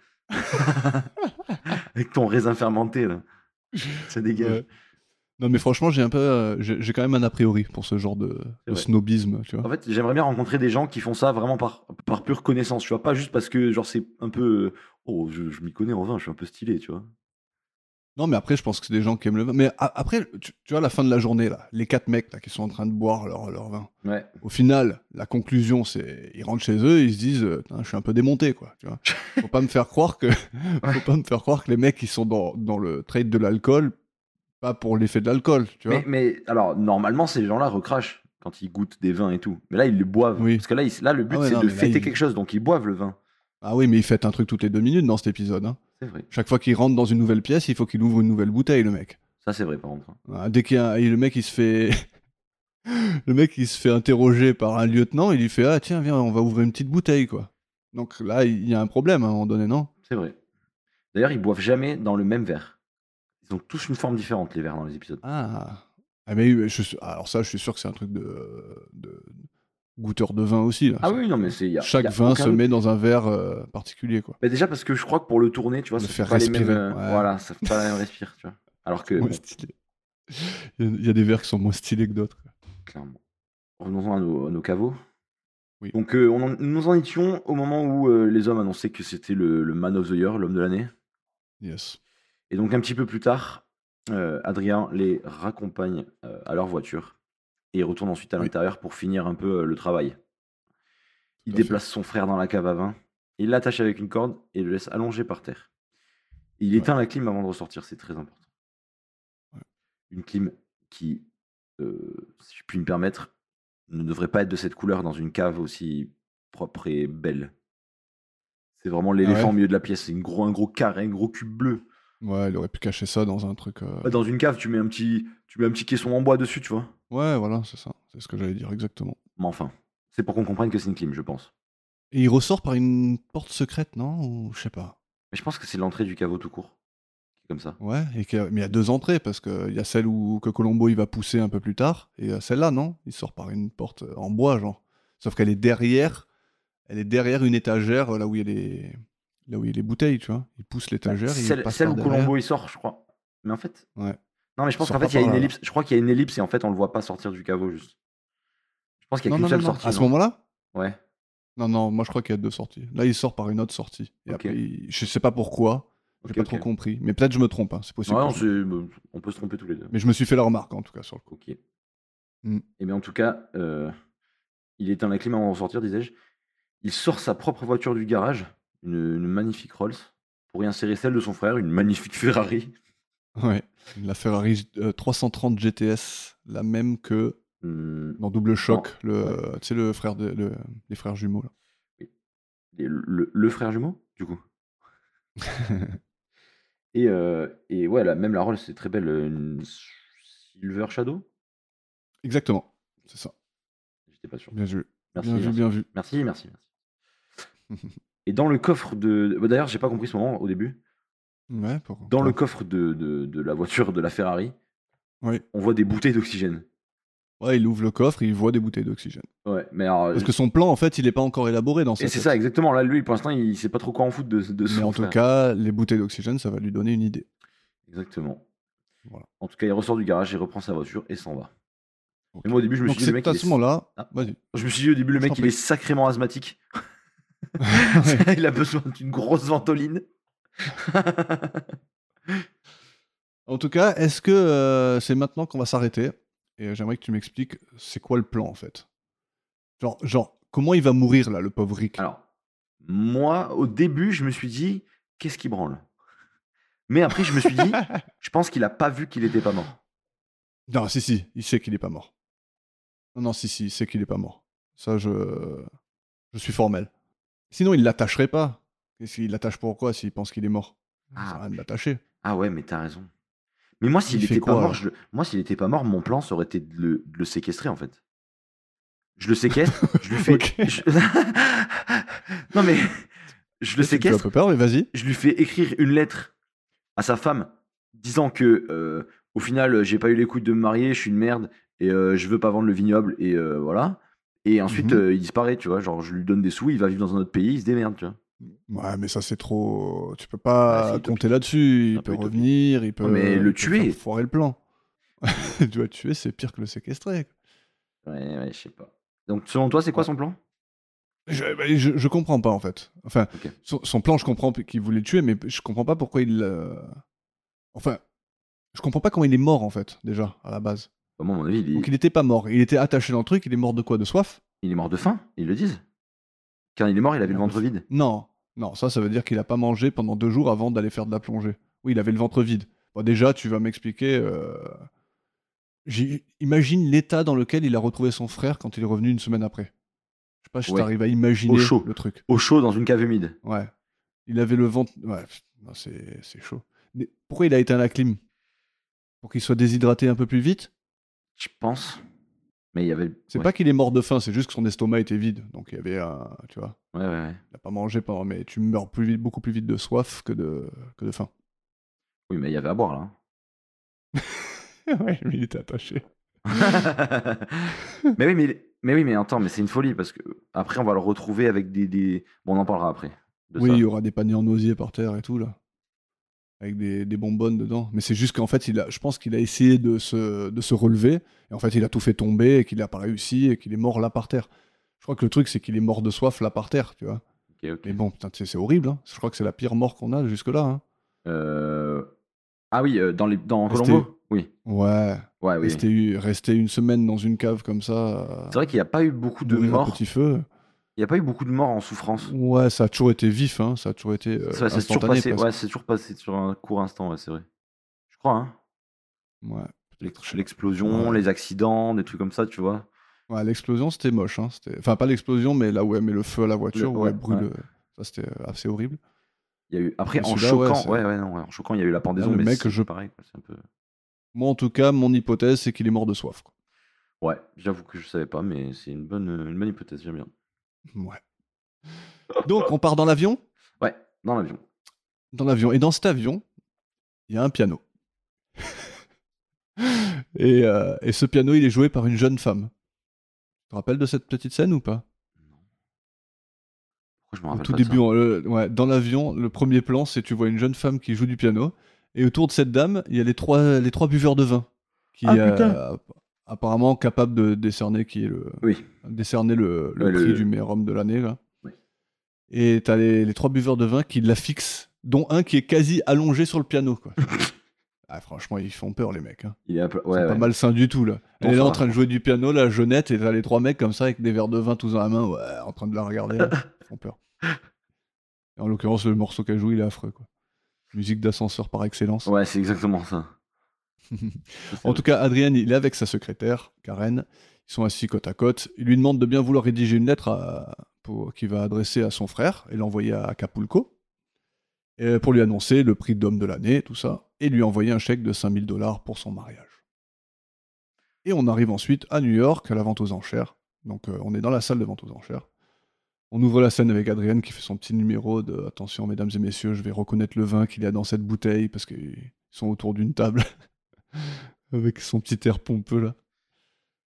Speaker 3: Avec ton raisin fermenté, là. Ça dégage.
Speaker 4: Ouais. Non, mais franchement, j'ai un peu. euh, j'ai j'ai quand même un a priori pour ce genre de, de
Speaker 3: vrai.
Speaker 4: snobisme, tu vois.
Speaker 3: En fait, j'aimerais bien rencontrer des gens qui font ça vraiment par, par pure connaissance, tu vois, pas juste parce que, genre, c'est un peu. euh, Oh, je, je m'y connais en vin, je suis un peu stylé, tu vois.
Speaker 4: Non, mais après, je pense que c'est des gens qui aiment le vin. Mais a- après, tu, tu vois, la fin de la journée, là, les quatre mecs là, qui sont en train de boire leur, leur vin.
Speaker 3: Ouais.
Speaker 4: Au final, la conclusion, c'est ils rentrent chez eux, ils se disent, euh, Putain, je suis un peu démonté, quoi. Tu vois. Faut pas me faire croire que, faut pas me faire croire que les mecs ils sont dans, dans le trade de l'alcool, pas pour l'effet de l'alcool, tu vois.
Speaker 3: Mais, mais, alors, normalement, ces gens-là recrachent quand ils goûtent des vins et tout. Mais là, ils le boivent.
Speaker 4: Oui.
Speaker 3: Parce que là, ils- là le but,
Speaker 4: Ah ouais,
Speaker 3: c'est
Speaker 4: non,
Speaker 3: de
Speaker 4: mais là,
Speaker 3: fêter
Speaker 4: ils-
Speaker 3: quelque chose. Donc, ils boivent le vin.
Speaker 4: Ah oui, mais ils fêtent un truc toutes les deux minutes dans cet épisode. hein.
Speaker 3: C'est vrai.
Speaker 4: Chaque fois qu'il rentre dans une nouvelle pièce, il faut qu'il ouvre une nouvelle bouteille, le mec.
Speaker 3: Ça, c'est vrai, par contre. hein.
Speaker 4: Ah, Dès qu'il y a un- et le mec il se fait [laughs] le mec il se fait interroger par un lieutenant, il lui fait ah tiens viens on va ouvrir une petite bouteille quoi. Donc là il y a un problème à un moment donné non
Speaker 3: C'est vrai. D'ailleurs, ils boivent jamais dans le même verre. Ils ont tous une forme différente, les verres, dans les épisodes.
Speaker 4: Ah. Ah, mais oui, je suis- alors ça je suis sûr que c'est un truc de, de goûteur de vin aussi. là.
Speaker 3: Ah oui, non, mais c'est. y a- y
Speaker 4: Chaque
Speaker 3: a
Speaker 4: vin
Speaker 3: aucun
Speaker 4: se
Speaker 3: doute.
Speaker 4: met dans un verre euh, particulier quoi.
Speaker 3: Bah, déjà, parce que je crois que pour le tourner, tu vois,
Speaker 4: Le
Speaker 3: ça fait
Speaker 4: faire
Speaker 3: pas les
Speaker 4: respirer,
Speaker 3: mêmes. euh,
Speaker 4: ouais.
Speaker 3: Voilà, ça fait pas la même respire, tu vois. Alors que,
Speaker 4: Moins
Speaker 3: bon,
Speaker 4: stylé. Il y a- il y a des verres qui sont moins stylés que d'autres. quoi.
Speaker 3: clairement. Revenons-en à nos, à nos caveaux.
Speaker 4: Oui.
Speaker 3: Donc, euh, on en- nous en étions au moment où euh, les hommes annonçaient que c'était le, le Man of the Year, l'homme de l'année.
Speaker 4: Yes.
Speaker 3: Et donc un petit peu plus tard, euh, Adrien les raccompagne euh, à leur voiture et il retourne ensuite à
Speaker 4: Oui.
Speaker 3: l'intérieur pour finir un peu euh, le travail. Il
Speaker 4: Tout à fait.
Speaker 3: déplace son frère dans la cave à vin, il l'attache avec une corde et le laisse allongé par terre. Il
Speaker 4: Ouais.
Speaker 3: éteint la clim avant de ressortir, c'est très important.
Speaker 4: Ouais.
Speaker 3: Une clim qui, euh, si je puis me permettre, ne devrait pas être de cette couleur dans une cave aussi propre et belle. C'est
Speaker 4: Ah
Speaker 3: vraiment l'éléphant au milieu de la pièce, c'est une gros, un gros carré, un gros cube bleu.
Speaker 4: Ouais, il aurait pu cacher ça dans un truc. euh,
Speaker 3: Bah, Dans une cave, tu mets un petit, tu mets un petit caisson en bois dessus, tu vois.
Speaker 4: Ouais, voilà, c'est ça. C'est ce que j'allais dire exactement.
Speaker 3: Mais enfin, c'est pour qu'on comprenne que c'est une clim, je pense.
Speaker 4: Et il ressort par une porte secrète, non Ou je sais pas.
Speaker 3: Mais je pense que c'est l'entrée du caveau tout court, qui est comme ça.
Speaker 4: Ouais, et qu'il y a- mais il y a deux entrées, parce qu'il y a celle où que Colombo il va pousser un peu plus tard, et euh, celle-là, non Il sort par une porte euh, en bois, genre. Sauf qu'elle est derrière, elle est derrière une étagère, euh, là où il y a les, là où il y a les bouteilles, tu vois. Il pousse l'étagère, et il
Speaker 3: Bah, celle
Speaker 4: passe
Speaker 3: celle
Speaker 4: par
Speaker 3: où
Speaker 4: derrière.
Speaker 3: Colombo il sort, je crois. Mais en fait.
Speaker 4: Ouais.
Speaker 3: Non, mais je pense
Speaker 4: Sort
Speaker 3: qu'en fait
Speaker 4: pas
Speaker 3: il y a
Speaker 4: par
Speaker 3: une
Speaker 4: là, là.
Speaker 3: ellipse. Je crois qu'il y a une ellipse et en fait on le voit pas sortir du caveau juste. Je pense qu'il y a
Speaker 4: Non,
Speaker 3: qu'une
Speaker 4: non,
Speaker 3: seule
Speaker 4: non, non.
Speaker 3: sortie.
Speaker 4: À ce
Speaker 3: non
Speaker 4: moment-là
Speaker 3: Ouais.
Speaker 4: Non, non, moi je crois qu'il y a deux sorties. Là, il sort par une autre sortie. Et
Speaker 3: Ok.
Speaker 4: après, il- je sais pas pourquoi, j'ai
Speaker 3: Ok,
Speaker 4: pas
Speaker 3: ok.
Speaker 4: trop compris. Mais peut-être je me trompe, hein, c'est possible.
Speaker 3: Ouais,
Speaker 4: que
Speaker 3: on,
Speaker 4: je-
Speaker 3: se- on peut se tromper tous les deux.
Speaker 4: Mais je me suis fait la remarque, en tout cas, sur le coup.
Speaker 3: Ok.
Speaker 4: Hmm.
Speaker 3: Et Eh bien en tout cas, euh, il éteint la clim avant de ressortir, disais-je. Il sort sa propre voiture du garage, une, une magnifique Rolls, pour y insérer celle de son frère, une magnifique Ferrari.
Speaker 4: Ouais, la Ferrari euh, 330 GTS, la même que
Speaker 3: Hmm,
Speaker 4: dans Double Choc, le, euh, tu sais, le frère de, le- les frères jumeaux. Là.
Speaker 3: et le, le- le frère jumeau, du coup.
Speaker 4: [laughs]
Speaker 3: Et, euh, et ouais, là, même la Rolls, c'est très belle. Une Silver Shadow
Speaker 4: Exactement, c'est ça.
Speaker 3: J'étais pas sûr.
Speaker 4: Bien vu,
Speaker 3: Merci,
Speaker 4: bien vu,
Speaker 3: merci.
Speaker 4: bien vu.
Speaker 3: Merci, merci, merci. Et dans le coffre de. bah, D'ailleurs, j'ai pas compris ce moment au début.
Speaker 4: Ouais, pour-
Speaker 3: Dans le
Speaker 4: pour-
Speaker 3: coffre de, de- de la voiture de la Ferrari,
Speaker 4: Ouais.
Speaker 3: on voit des bouteilles d'oxygène.
Speaker 4: Ouais, il ouvre le coffre et il voit des bouteilles d'oxygène.
Speaker 3: Ouais, mais alors.
Speaker 4: Parce que son plan, en fait, il n'est pas encore élaboré dans sa
Speaker 3: Et c'est
Speaker 4: tête.
Speaker 3: ça, exactement. Là, lui, pour l'instant, il sait pas trop quoi en foutre de, de
Speaker 4: Mais
Speaker 3: son
Speaker 4: en tout
Speaker 3: frère.
Speaker 4: cas, les bouteilles d'oxygène, ça va lui donner une idée.
Speaker 3: Exactement.
Speaker 4: Voilà.
Speaker 3: En tout cas, il ressort du garage, il reprend sa voiture et s'en va.
Speaker 4: Ok.
Speaker 3: Et moi, au début, je me
Speaker 4: Donc
Speaker 3: suis dit, le
Speaker 4: c'est
Speaker 3: mec,
Speaker 4: à
Speaker 3: il
Speaker 4: ce
Speaker 3: est... [laughs]
Speaker 4: moment-là,
Speaker 3: Ah.
Speaker 4: vas-y.
Speaker 3: je me suis dit, au début, le
Speaker 4: Je
Speaker 3: mec,
Speaker 4: t'en
Speaker 3: il
Speaker 4: prie.
Speaker 3: est sacrément asthmatique. [laughs] Il a besoin d'une grosse ventoline.
Speaker 4: En tout cas, est-ce que euh, c'est maintenant qu'on va s'arrêter Et euh, j'aimerais que tu m'expliques c'est quoi le plan en fait. Genre, genre, comment il va mourir là, le pauvre Rick
Speaker 3: Alors, moi, au début, je me suis dit, qu'est-ce qui branle Mais après, je me suis
Speaker 4: [laughs]
Speaker 3: dit, je pense qu'il a pas vu qu'il était pas mort.
Speaker 4: Non, si, si, il sait qu'il est pas mort. Non, non, si, si, il sait qu'il est pas mort. Ça, je. Je suis formel. Sinon, il l'attacherait pas. Et s'il l'attache pourquoi s'il pense qu'il est mort Ça sert à
Speaker 3: Ah,
Speaker 4: rien de l'attacher.
Speaker 3: ah ouais, mais t'as raison. Mais moi, s'il
Speaker 4: Il fait
Speaker 3: était pas
Speaker 4: quoi,
Speaker 3: mort,
Speaker 4: alors
Speaker 3: je le- moi, s'il était pas mort, mon plan, ça aurait été de le, de le séquestrer, en fait. Je le séquestre,
Speaker 4: [laughs]
Speaker 3: je lui fais.
Speaker 4: Ok.
Speaker 3: je- [laughs] non, mais. Je le
Speaker 4: Ça me fait un
Speaker 3: séquestre,
Speaker 4: peu peur, mais vas-y.
Speaker 3: je lui fais écrire une lettre à sa femme disant que euh, au final euh, j'ai pas eu les couilles de me marier, je suis une merde et euh, je veux pas vendre le vignoble et euh, voilà. Et ensuite
Speaker 4: Mhm.
Speaker 3: euh, il disparaît, tu vois, genre je lui donne des sous, il va vivre dans un autre pays, il se démerde, tu vois.
Speaker 4: Ouais, mais ça, c'est trop. Tu peux
Speaker 3: Ouais,
Speaker 4: pas
Speaker 3: c'est utopique.
Speaker 4: compter là-dessus.
Speaker 3: C'est un
Speaker 4: Il peut
Speaker 3: peu utopique.
Speaker 4: revenir, il peut.
Speaker 3: mais le
Speaker 4: il peut
Speaker 3: tuer.
Speaker 4: faire Foirer le plan. [laughs] tu dois le tuer, c'est pire que le séquestrer.
Speaker 3: Ouais, ouais, je sais pas. Donc selon toi, c'est quoi son plan
Speaker 4: Je, bah, je, je comprends pas en fait. Enfin,
Speaker 3: Ok.
Speaker 4: son, son plan, je comprends qu'il voulait le tuer, mais je comprends pas pourquoi il. euh, Enfin, je comprends pas comment il est mort en fait, déjà, à la base.
Speaker 3: Bah, Moi, à mon avis, il est,
Speaker 4: Donc il était pas mort, il était attaché dans le truc, il est mort de quoi De soif
Speaker 3: il est mort de faim, ils le disent. Quand il est mort, il
Speaker 4: Ah,
Speaker 3: avait le ventre vide.
Speaker 4: Non, non, ça, ça veut dire qu'il a pas mangé pendant deux jours avant d'aller faire de la plongée. Oui, il avait le ventre vide. Bon, déjà, tu vas m'expliquer. euh, j'y- Imagine l'état dans lequel il a retrouvé son frère quand il est revenu une semaine après. Je sais pas si
Speaker 3: Ouais.
Speaker 4: t'arrives à imaginer
Speaker 3: Au chaud.
Speaker 4: le truc.
Speaker 3: Au chaud, dans une cave humide.
Speaker 4: Ouais. Il avait le ventre. Ouais, pff, non, c'est c'est chaud. Mais pourquoi il a éteint la clim Pour qu'il soit déshydraté un peu plus vite
Speaker 3: Je pense. Mais il y avait.
Speaker 4: C'est
Speaker 3: ouais.
Speaker 4: pas qu'il est mort de faim, c'est juste que son estomac était vide. Donc il y avait un. Tu vois,
Speaker 3: Ouais, ouais, ouais.
Speaker 4: il n'a pas mangé pendant. Mais tu meurs plus vite, beaucoup plus vite de soif que de, que de faim.
Speaker 3: Oui, mais il y avait à boire
Speaker 4: [laughs]
Speaker 3: là. hein.
Speaker 4: ouais, mais il était attaché.
Speaker 3: mais oui, mais, mais oui, mais attends, mais c'est une folie parce que après on va le retrouver avec des, des... bon, on en parlera après. de
Speaker 4: Oui, oh.
Speaker 3: ça.
Speaker 4: il y aura des paniers en osier par terre et tout, là. Avec des, des bonbonnes dedans. Mais c'est juste qu'en fait, il a, je pense qu'il a essayé de se, de se relever. Et en fait, il a tout fait tomber et qu'il n'a pas réussi et qu'il est mort là par terre. Je crois que le truc, c'est qu'il est mort de soif là par terre, tu vois.
Speaker 3: Ok, ok.
Speaker 4: Mais bon, putain, tu sais, c'est horrible. hein. Je crois que c'est la pire mort qu'on a jusque-là. hein.
Speaker 3: Euh, Ah oui, euh, dans les dans
Speaker 4: Restez-
Speaker 3: Colombo. Oui,
Speaker 4: Ouais.
Speaker 3: ouais, Ah oui.
Speaker 4: Rester, u- rester une semaine dans une cave comme ça.
Speaker 3: C'est vrai qu'il n'y a pas eu beaucoup de morts.
Speaker 4: petit feu.
Speaker 3: Il n'y a pas eu beaucoup de morts en souffrance.
Speaker 4: Ouais, ça a toujours été vif. hein. Ça a toujours été. euh,
Speaker 3: Ça, c'est toujours
Speaker 4: instantané,
Speaker 3: passé.
Speaker 4: presque.
Speaker 3: Ouais, c'est toujours passé sur un court instant. Ouais, c'est vrai. Je crois. Hein.
Speaker 4: Ouais.
Speaker 3: L'ex- L'explosion,
Speaker 4: Ouais.
Speaker 3: les accidents, des trucs comme ça, tu vois.
Speaker 4: Ouais, l'explosion, c'était moche. hein. C'était- Enfin, pas l'explosion, mais là où elle met le feu à la voiture,
Speaker 3: Le-
Speaker 4: où
Speaker 3: ouais,
Speaker 4: elle brûle.
Speaker 3: ouais.
Speaker 4: euh, Ça, c'était euh, assez horrible.
Speaker 3: Il y a eu après
Speaker 4: Mais
Speaker 3: en
Speaker 4: celui-là, ouais,
Speaker 3: choquant.
Speaker 4: c'est- Ah,
Speaker 3: Ouais, ouais, non, ouais, en choquant, il y a eu la pendaison.
Speaker 4: le
Speaker 3: mais
Speaker 4: mec,
Speaker 3: c'est
Speaker 4: je-
Speaker 3: pareil. quoi, c'est un peu.
Speaker 4: Moi, en tout cas, mon hypothèse, c'est qu'il est mort de soif. quoi.
Speaker 3: Ouais, j'avoue que je savais pas, mais c'est une bonne, une bonne hypothèse, j'aime bien. [laughs]
Speaker 4: Ouais. Donc, on part dans l'avion.
Speaker 3: Ouais, dans l'avion.
Speaker 4: Dans l'avion. Et dans cet avion, il y a un piano. [laughs] et, euh, et ce piano, il est joué par une jeune femme. Tu te rappelles de cette petite scène ou pas
Speaker 3: Pourquoi je me
Speaker 4: Au
Speaker 3: rappelle
Speaker 4: tout
Speaker 3: pas de
Speaker 4: début,
Speaker 3: ça
Speaker 4: on- le- ouais, dans l'avion, le premier plan, c'est tu vois une jeune femme qui joue du piano, et autour de cette dame, il y a les trois, les trois buveurs de vin, qui
Speaker 3: Ah,
Speaker 4: euh,
Speaker 3: putain.
Speaker 4: app- apparemment capables de décerner qui est le,
Speaker 3: Oui.
Speaker 4: décerner le, le
Speaker 3: Ouais, le-
Speaker 4: prix du meilleur homme de l'année là.
Speaker 3: Oui.
Speaker 4: Et t'as les, les trois buveurs de vin qui la fixent, dont un qui est quasi allongé sur le piano
Speaker 3: [laughs]
Speaker 4: quoi. Ah, franchement, ils font peur les mecs. Hein.
Speaker 3: Il est un peu...
Speaker 4: Ils sont
Speaker 3: ouais,
Speaker 4: pas
Speaker 3: ouais.
Speaker 4: malsains du tout là.
Speaker 3: Non,
Speaker 4: Elle est là
Speaker 3: ça
Speaker 4: en
Speaker 3: va.
Speaker 4: train de jouer du piano la jeunette et t'as les trois mecs comme ça avec des verres de vin tous dans la main, ouais, en train de la regarder. là. Ils
Speaker 3: [laughs]
Speaker 4: font peur. Et en l'occurrence, le morceau qu'elle joue, il est affreux quoi. Musique d'ascenseur par excellence.
Speaker 3: Ouais, c'est exactement
Speaker 4: [laughs]
Speaker 3: ça.
Speaker 4: En tout cas, Adrien, il est avec sa secrétaire, Karen. Ils sont assis côte à côte. Il lui demande de bien vouloir rédiger une lettre à- pour- qu'il va adresser à son frère et l'envoyer à Acapulco euh, pour lui annoncer le prix d'homme de l'année, tout ça, et lui envoyer un chèque de 5000 dollars pour son mariage. Et on arrive ensuite à New York, à la vente aux enchères. Donc euh, on est dans la salle de vente aux enchères. On ouvre la scène avec Adrien qui fait son petit numéro de Attention, mesdames et messieurs, je vais reconnaître le vin qu'il y a dans cette bouteille parce qu'ils sont autour d'une table [laughs] avec son petit air pompeux là.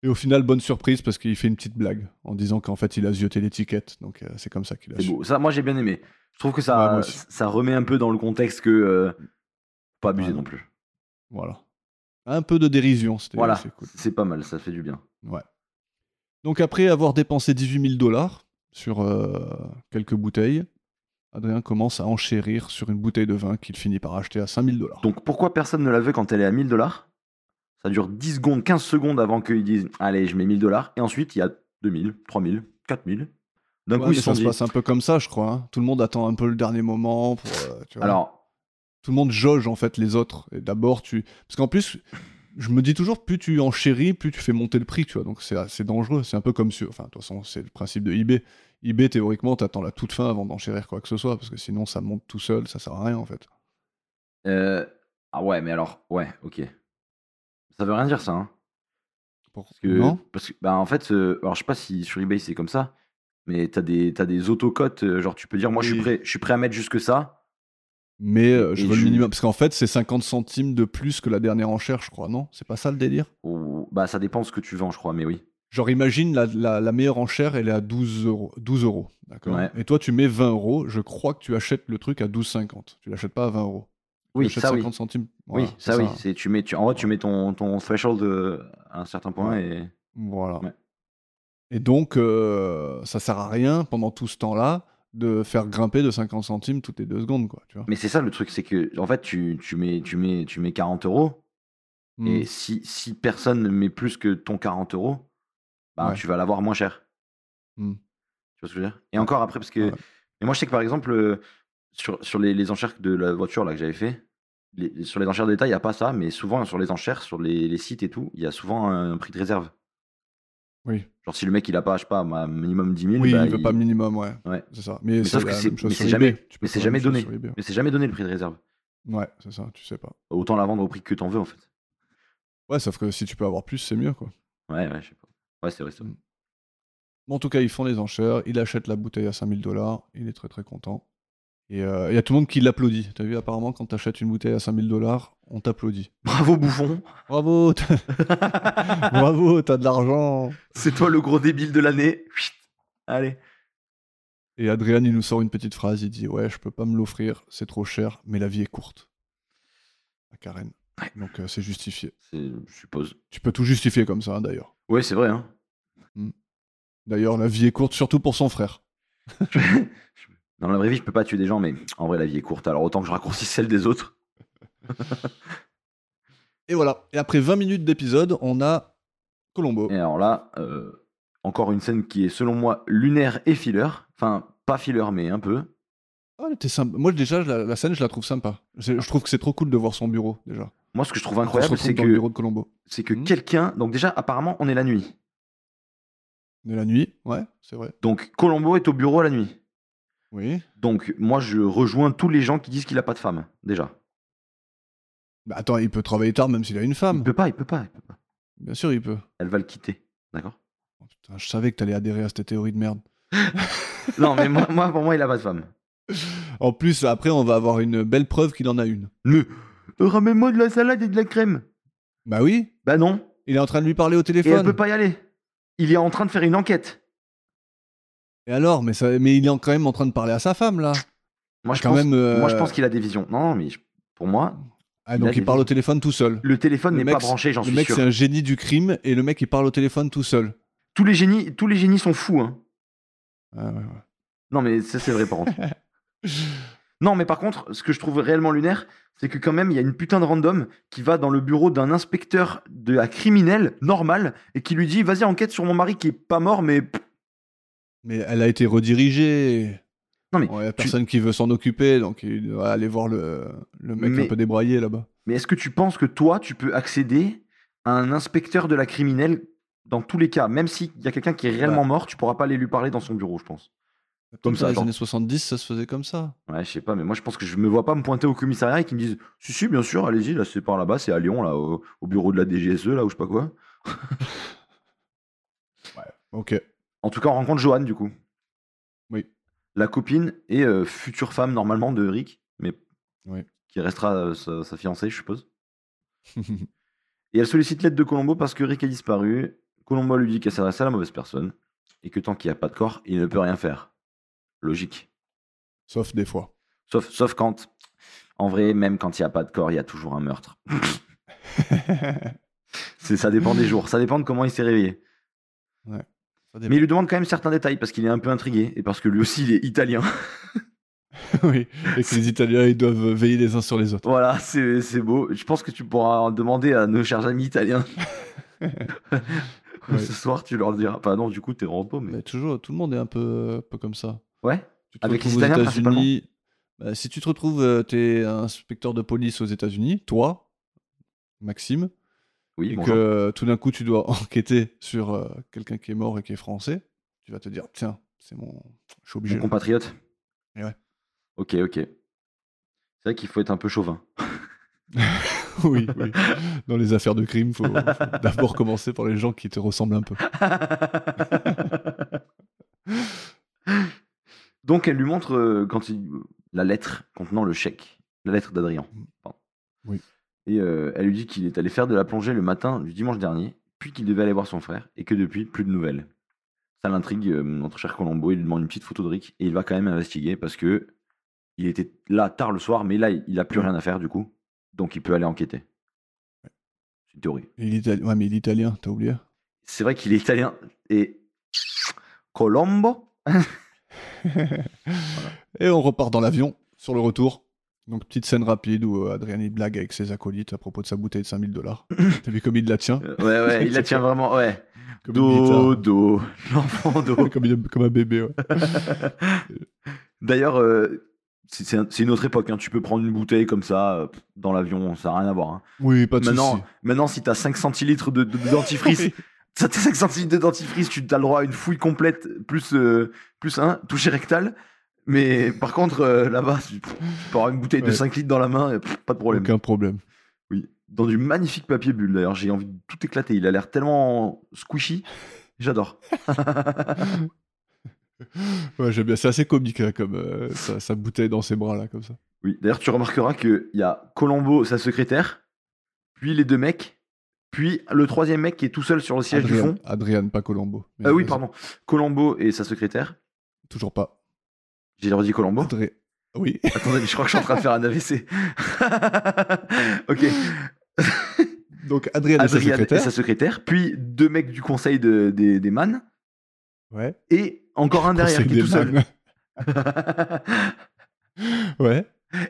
Speaker 4: Et au final, bonne surprise parce qu'il fait une petite blague en disant qu'en fait il a zioté l'étiquette. Donc euh, c'est comme ça qu'il a
Speaker 3: C'est
Speaker 4: su.
Speaker 3: beau. Ça, moi, j'ai bien aimé. Je trouve que
Speaker 4: Ouais, moi
Speaker 3: ça,
Speaker 4: aussi.
Speaker 3: ça remet un peu dans le contexte que. euh, pas abuser
Speaker 4: Ouais.
Speaker 3: non plus.
Speaker 4: Voilà. Un peu de dérision, c'était
Speaker 3: Voilà,
Speaker 4: c'est cool.
Speaker 3: c'est pas mal, ça fait du bien.
Speaker 4: Donc après avoir dépensé 18 000 dollars, sur euh, quelques bouteilles. Adrien commence à enchérir sur une bouteille de vin qu'il finit par acheter à 5000 dollars.
Speaker 3: Donc pourquoi personne ne la veut quand elle est à 1000 dollars Ça dure 10 secondes, 15 secondes avant qu'ils disent Allez, je mets 1000 dollars. Et ensuite, il y a 2000, 3000, 4000. D'un coup, ils se sont
Speaker 4: ça se
Speaker 3: dit.
Speaker 4: passe un peu comme ça, je crois. hein. Tout le monde attend un peu le dernier moment. Pour, euh, tu vois.
Speaker 3: Alors,
Speaker 4: tout le monde jauge en fait les autres. Et d'abord, tu. Parce qu'en plus, je me dis toujours, plus tu enchéris, plus tu fais monter le prix, tu vois. Donc c'est assez dangereux. C'est un peu comme sur. Enfin, de toute façon, c'est le principe de eBay. eBay, théoriquement, t'attends la toute fin avant d'enchérir quoi que ce soit, parce que sinon, ça monte tout seul, ça sert à rien en fait.
Speaker 3: euh, ah ouais, mais alors, ouais, ok. Ça veut rien dire ça. hein.
Speaker 4: Pour-
Speaker 3: Parce que,
Speaker 4: Non
Speaker 3: parce que- bah, en fait, euh, alors je sais pas si sur eBay c'est comme ça, mais t'as des, t'as des autocotes, euh, genre tu peux dire moi je suis
Speaker 4: Oui.
Speaker 3: prêt, je suis prêt à mettre jusque ça.
Speaker 4: Mais euh, je
Speaker 3: Et
Speaker 4: veux
Speaker 3: je-
Speaker 4: le minimum. Parce qu'en fait, c'est 50 centimes de plus que la dernière enchère, je crois, non C'est pas ça le délire
Speaker 3: Ou, bah ça dépend ce que tu vends, je crois, mais oui.
Speaker 4: Genre, imagine la, la- la meilleure enchère, elle est à 12 euros. 12 euros d'accord
Speaker 3: Ouais.
Speaker 4: Et toi, tu mets 20 euros. Je crois que tu achètes le truc à 12,50. Tu l'achètes pas à 20 euros. Tu
Speaker 3: Oui,
Speaker 4: l'achètes
Speaker 3: ça
Speaker 4: 50
Speaker 3: oui.
Speaker 4: centimes.
Speaker 3: Oui,
Speaker 4: Voilà, c'est hein.
Speaker 3: ça oui. C'est tu mets, tu, en vrai tu mets ton, ton threshold euh, à un certain point
Speaker 4: Ouais.
Speaker 3: et
Speaker 4: Voilà.
Speaker 3: Ouais.
Speaker 4: Et donc, euh, ça sert à rien pendant tout ce temps-là de faire grimper de 50 centimes toutes les deux secondes, quoi. Tu vois.
Speaker 3: mais c'est ça le truc, c'est que en fait tu, tu mets tu mets tu mets 40 euros et
Speaker 4: Mm.
Speaker 3: si, si personne ne met plus que ton 40 euros, bah,
Speaker 4: Ouais.
Speaker 3: tu vas l'avoir moins cher.
Speaker 4: Hmm.
Speaker 3: Tu vois ce que je veux dire Et encore après, parce que.
Speaker 4: Ouais.
Speaker 3: Mais moi, je sais que par exemple, euh, sur, sur les, les enchères de la voiture là, que j'avais fait, les- les- sur les enchères d'État, il n'y a pas ça, mais souvent sur les enchères, sur les, les sites et tout, il y a souvent un prix de réserve.
Speaker 4: Oui.
Speaker 3: Genre si le mec, il a pas, je sais pas, un minimum 10 000,
Speaker 4: Oui,
Speaker 3: bah,
Speaker 4: il veut pas minimum, ouais.
Speaker 3: Ouais.
Speaker 4: C'est ça. Mais,
Speaker 3: Mais
Speaker 4: c'est
Speaker 3: sauf que
Speaker 4: la
Speaker 3: c'est-
Speaker 4: même chose
Speaker 3: mais
Speaker 4: sur
Speaker 3: c'est
Speaker 4: eBay.
Speaker 3: jamais-
Speaker 4: Tu peux
Speaker 3: mais c'est
Speaker 4: faire la
Speaker 3: jamais
Speaker 4: même chose
Speaker 3: donné.
Speaker 4: sur eBay.
Speaker 3: mais c'est jamais donné le prix de réserve.
Speaker 4: Ouais, c'est ça. Tu sais pas.
Speaker 3: Autant la vendre au prix que t'en veux, en fait.
Speaker 4: Ouais, sauf que si tu peux avoir plus, c'est mieux, quoi.
Speaker 3: Ouais, ouais, je sais pas. Ouais, c'est vrai, c'est vrai.
Speaker 4: Bon, en tout cas, ils font les enchères, il achète la bouteille à 5000 dollars, il est très très content. Et euh, il y a tout le monde qui l'applaudit. T'as vu, apparemment, quand t'achètes une bouteille à 5000 dollars, on t'applaudit.
Speaker 3: [laughs] Bravo, bouffon
Speaker 4: Bravo, t'as- bravo, t'as [laughs] de l'argent.
Speaker 3: C'est toi le gros débile de l'année. Chut. Allez.
Speaker 4: Et Adrien, il nous sort une petite phrase, il dit Ouais, je peux pas me l'offrir, c'est trop cher, mais la vie est courte. À Karen.
Speaker 3: Ouais.
Speaker 4: Donc euh, c'est justifié.
Speaker 3: C'est- Je suppose.
Speaker 4: Tu peux tout justifier comme ça, hein, d'ailleurs.
Speaker 3: Ouais, c'est vrai, hein.
Speaker 4: D'ailleurs, la vie est courte, surtout pour son frère.
Speaker 3: Dans la vraie vie, je peux pas tuer des gens, mais en vrai, la vie est courte, alors autant que je raccourcisse celle des autres.
Speaker 4: Et voilà. Et après 20 minutes d'épisode, on a Colombo.
Speaker 3: Et alors là, euh, encore une scène qui est, selon moi, lunaire et filler. Enfin, pas filler, mais un peu.
Speaker 4: Ah, elle était sympa. Moi, déjà, je la, la scène, je la trouve sympa. Je, je trouve que c'est trop cool de voir son bureau, déjà.
Speaker 3: Moi, ce que je trouve
Speaker 4: On
Speaker 3: incroyable,
Speaker 4: se retrouve
Speaker 3: c'est
Speaker 4: dans le
Speaker 3: que,
Speaker 4: bureau de Colombo.
Speaker 3: c'est que
Speaker 4: Mhm.
Speaker 3: quelqu'un. Donc, déjà, apparemment, on est la nuit.
Speaker 4: De la nuit, ouais, c'est vrai.
Speaker 3: Donc, Colombo est au bureau à la nuit.
Speaker 4: Oui.
Speaker 3: Donc, moi, je rejoins tous les gens qui disent qu'il a pas de femme, déjà.
Speaker 4: Bah, attends, il peut travailler tard même s'il a une
Speaker 3: Il
Speaker 4: femme.
Speaker 3: peut pas, il peut pas. il peut pas.
Speaker 4: Bien sûr, il peut.
Speaker 3: Elle va le quitter. D'accord
Speaker 4: Oh, putain, je savais que t'allais adhérer à cette théorie de merde.
Speaker 3: [laughs] Non, mais moi, moi, pour moi, il a pas de femme.
Speaker 4: En plus, après, on va avoir une belle preuve qu'il en a une.
Speaker 3: Mais, ramène-moi de la salade et de la crème.
Speaker 4: Bah oui,
Speaker 3: Bah non.
Speaker 4: il est en train de lui parler au
Speaker 3: Et elle
Speaker 4: téléphone.
Speaker 3: peut pas y aller. Il est en train de faire une enquête.
Speaker 4: Et alors, mais, ça- mais il est en- quand même en train de parler à sa femme, là.
Speaker 3: Moi, je
Speaker 4: quand
Speaker 3: pense,
Speaker 4: même. euh,
Speaker 3: moi, je pense qu'il a des visions. Non, non, mais je- pour moi,
Speaker 4: Ah,
Speaker 3: il
Speaker 4: donc
Speaker 3: a
Speaker 4: il,
Speaker 3: des-
Speaker 4: parle au téléphone tout seul.
Speaker 3: le téléphone
Speaker 4: Le
Speaker 3: n'est
Speaker 4: mec,
Speaker 3: pas branché, j'en
Speaker 4: Le
Speaker 3: suis
Speaker 4: mec,
Speaker 3: sûr.
Speaker 4: c'est un génie du crime, et le mec, il parle au téléphone tout seul.
Speaker 3: Tous les génies, tous les génies sont fous. hein.
Speaker 4: Ah, ouais, ouais.
Speaker 3: Non, mais ça, c'est vrai, par
Speaker 4: [laughs]
Speaker 3: contre. non, mais par contre, ce que je trouve réellement lunaire, c'est que quand même, il y a une putain de random qui va dans le bureau d'un inspecteur de la criminelle normal et qui lui dit Vas-y, enquête sur mon mari qui est pas mort, mais. pff,
Speaker 4: Mais elle a été redirigée.
Speaker 3: Non, mais
Speaker 4: Il n'y a
Speaker 3: tu-
Speaker 4: personne qui veut s'en occuper, donc il doit aller voir le, le mec un
Speaker 3: Mais-
Speaker 4: peu débraillé là-bas.
Speaker 3: Mais est-ce que tu penses que toi, tu peux accéder à un inspecteur de la criminelle dans tous les cas Même s'il y a quelqu'un qui est réellement mort, tu pourras pas aller lui parler dans son bureau, je pense. Comme ça,
Speaker 4: Dans les
Speaker 3: genre.
Speaker 4: années 70, ça se faisait comme ça.
Speaker 3: Ouais, je sais pas, mais moi je pense que je me vois pas me pointer au commissariat et qu'ils me disent Si, si, bien sûr, allez-y, là c'est par là-bas, c'est à Lyon, là, au, au bureau de la DGSE, E, là, ou je sais pas quoi.
Speaker 4: Ok.
Speaker 3: En tout cas, on rencontre Joanne, du coup.
Speaker 4: Oui.
Speaker 3: La copine et euh, future femme, normalement, de Rick, mais
Speaker 4: Oui.
Speaker 3: qui restera euh, sa, sa fiancée, je suppose. [laughs] Et elle sollicite l'aide de Colombo parce que Rick est disparu. Colombo lui dit qu'elle s'adresse à la mauvaise personne et que tant qu'il n'y a pas de corps, il ne peut rien faire. Logique.
Speaker 4: Sauf des fois.
Speaker 3: Sauf, sauf quand, en vrai, même quand il n'y a pas de corps, il y a toujours un
Speaker 4: [laughs]
Speaker 3: meurtre. C'est, ça dépend des jours, ça dépend de comment il s'est réveillé.
Speaker 4: Ouais. Ça dépend.
Speaker 3: Mais il lui demande quand même certains détails parce qu'il est un peu intrigué et parce que lui aussi il est italien. [laughs]
Speaker 4: [laughs] oui, et que les Italiens, ils doivent veiller les uns sur les autres.
Speaker 3: voilà, c'est c'est beau. Je pense que tu pourras en demander à nos chers amis
Speaker 4: [laughs]
Speaker 3: italiens. [laughs]
Speaker 4: Ouais.
Speaker 3: Ce soir, tu leur diras. Enfin, non, du coup, t'es en repos, mais.
Speaker 4: Mais toujours, tout le monde est un peu, un peu comme ça.
Speaker 3: Ouais.
Speaker 4: Tu te
Speaker 3: Avec les
Speaker 4: retrouves aux
Speaker 3: Italiens,
Speaker 4: États-Unis. bah, si tu te retrouves, euh, t'es un inspecteur de police aux États-Unis, toi, Maxime,
Speaker 3: Oui,
Speaker 4: et
Speaker 3: bonjour.
Speaker 4: que euh, tout d'un coup tu dois [laughs] enquêter sur euh, quelqu'un qui est mort et qui est français, tu vas te dire tiens, c'est mon, je suis obligé.
Speaker 3: Mon compatriote.
Speaker 4: Et ouais.
Speaker 3: Ok, ok. C'est vrai qu'il faut être un peu chauvin.
Speaker 4: [laughs] oui, oui. Dans les affaires de crime,
Speaker 3: [laughs]
Speaker 4: faut, faut d'abord commencer par les gens qui te ressemblent un peu.
Speaker 3: [laughs] Donc elle lui montre euh, quand il- la lettre contenant le chèque, la lettre d'Adrien. pardon.
Speaker 4: Oui.
Speaker 3: Et euh, elle lui dit qu'il est allé faire de la plongée le matin du dimanche dernier, puis qu'il devait aller voir son frère, et que depuis, plus de nouvelles. Ça l'intrigue, euh, notre cher Colombo, il lui demande une petite photo de Rick, et il va quand même investiguer, parce que il était là tard le soir, mais là, il n'a plus rien à faire du coup, donc il peut aller enquêter. C'est une théorie.
Speaker 4: Et l'Itali- Ouais, mais l'italien, t'as oublié
Speaker 3: C'est vrai qu'il est italien, et... Colombo
Speaker 4: Et on repart dans l'avion, sur le retour. Donc, petite scène rapide où euh, Adrien il blague avec ses acolytes à propos de sa bouteille de 5000
Speaker 3: [coughs]
Speaker 4: dollars. T'as vu comme il la tient
Speaker 3: Euh, Ouais, ouais, il
Speaker 4: [laughs]
Speaker 3: la tient vraiment, ouais.
Speaker 4: Comme une
Speaker 3: Dodo, [laughs]
Speaker 4: guitare.
Speaker 3: l'enfant do.
Speaker 4: comme, il- comme un bébé, ouais.
Speaker 3: D'ailleurs, euh, c'est- c'est un- c'est une autre époque. hein. Tu peux prendre une bouteille comme ça euh, dans l'avion, ça n'a rien à voir. hein.
Speaker 4: Oui, pas de
Speaker 3: Maintenant,
Speaker 4: souci.
Speaker 3: maintenant, si t'as 5 centilitres de, de- de
Speaker 4: [laughs]
Speaker 3: dentifrice, ça, t'as 5 centilitres de dentifrice, tu as le droit à une fouille complète, plus, euh, plus un toucher rectal. Mais par contre, euh, là-bas, tu, tu peux avoir une bouteille de
Speaker 4: Ouais.
Speaker 3: 5 litres dans la main, et, pff, pas de problème.
Speaker 4: Aucun problème.
Speaker 3: Oui. Dans du magnifique papier bulle, d'ailleurs. J'ai envie de tout éclater. Il a l'air tellement squishy. J'adore.
Speaker 4: Ouais, j'aime bien. C'est assez comique, là, comme euh, sa, sa bouteille dans ses bras, là, comme ça.
Speaker 3: Oui, d'ailleurs, tu remarqueras qu'il y a Colombo, sa secrétaire, puis les deux mecs, puis le troisième mec qui est tout seul sur le siège du
Speaker 4: Adrien,
Speaker 3: fond.
Speaker 4: Adrien, pas Colombo. Mais
Speaker 3: Ah oui,
Speaker 4: vas-y.
Speaker 3: pardon. Colombo et sa secrétaire.
Speaker 4: Toujours pas.
Speaker 3: J'ai leur dit Colombo.
Speaker 4: Adrien. Oui. [laughs]
Speaker 3: Attendez, je crois que je suis en train de faire un AVC. [laughs] ok.
Speaker 4: Donc, Adrien, et sa
Speaker 3: Adrien et
Speaker 4: secrétaire.
Speaker 3: sa secrétaire, puis deux mecs du conseil de- des, des man,
Speaker 4: Ouais.
Speaker 3: et encore un derrière
Speaker 4: Conseil
Speaker 3: qui est
Speaker 4: des
Speaker 3: tout [laughs] seul.
Speaker 4: man. Ouais.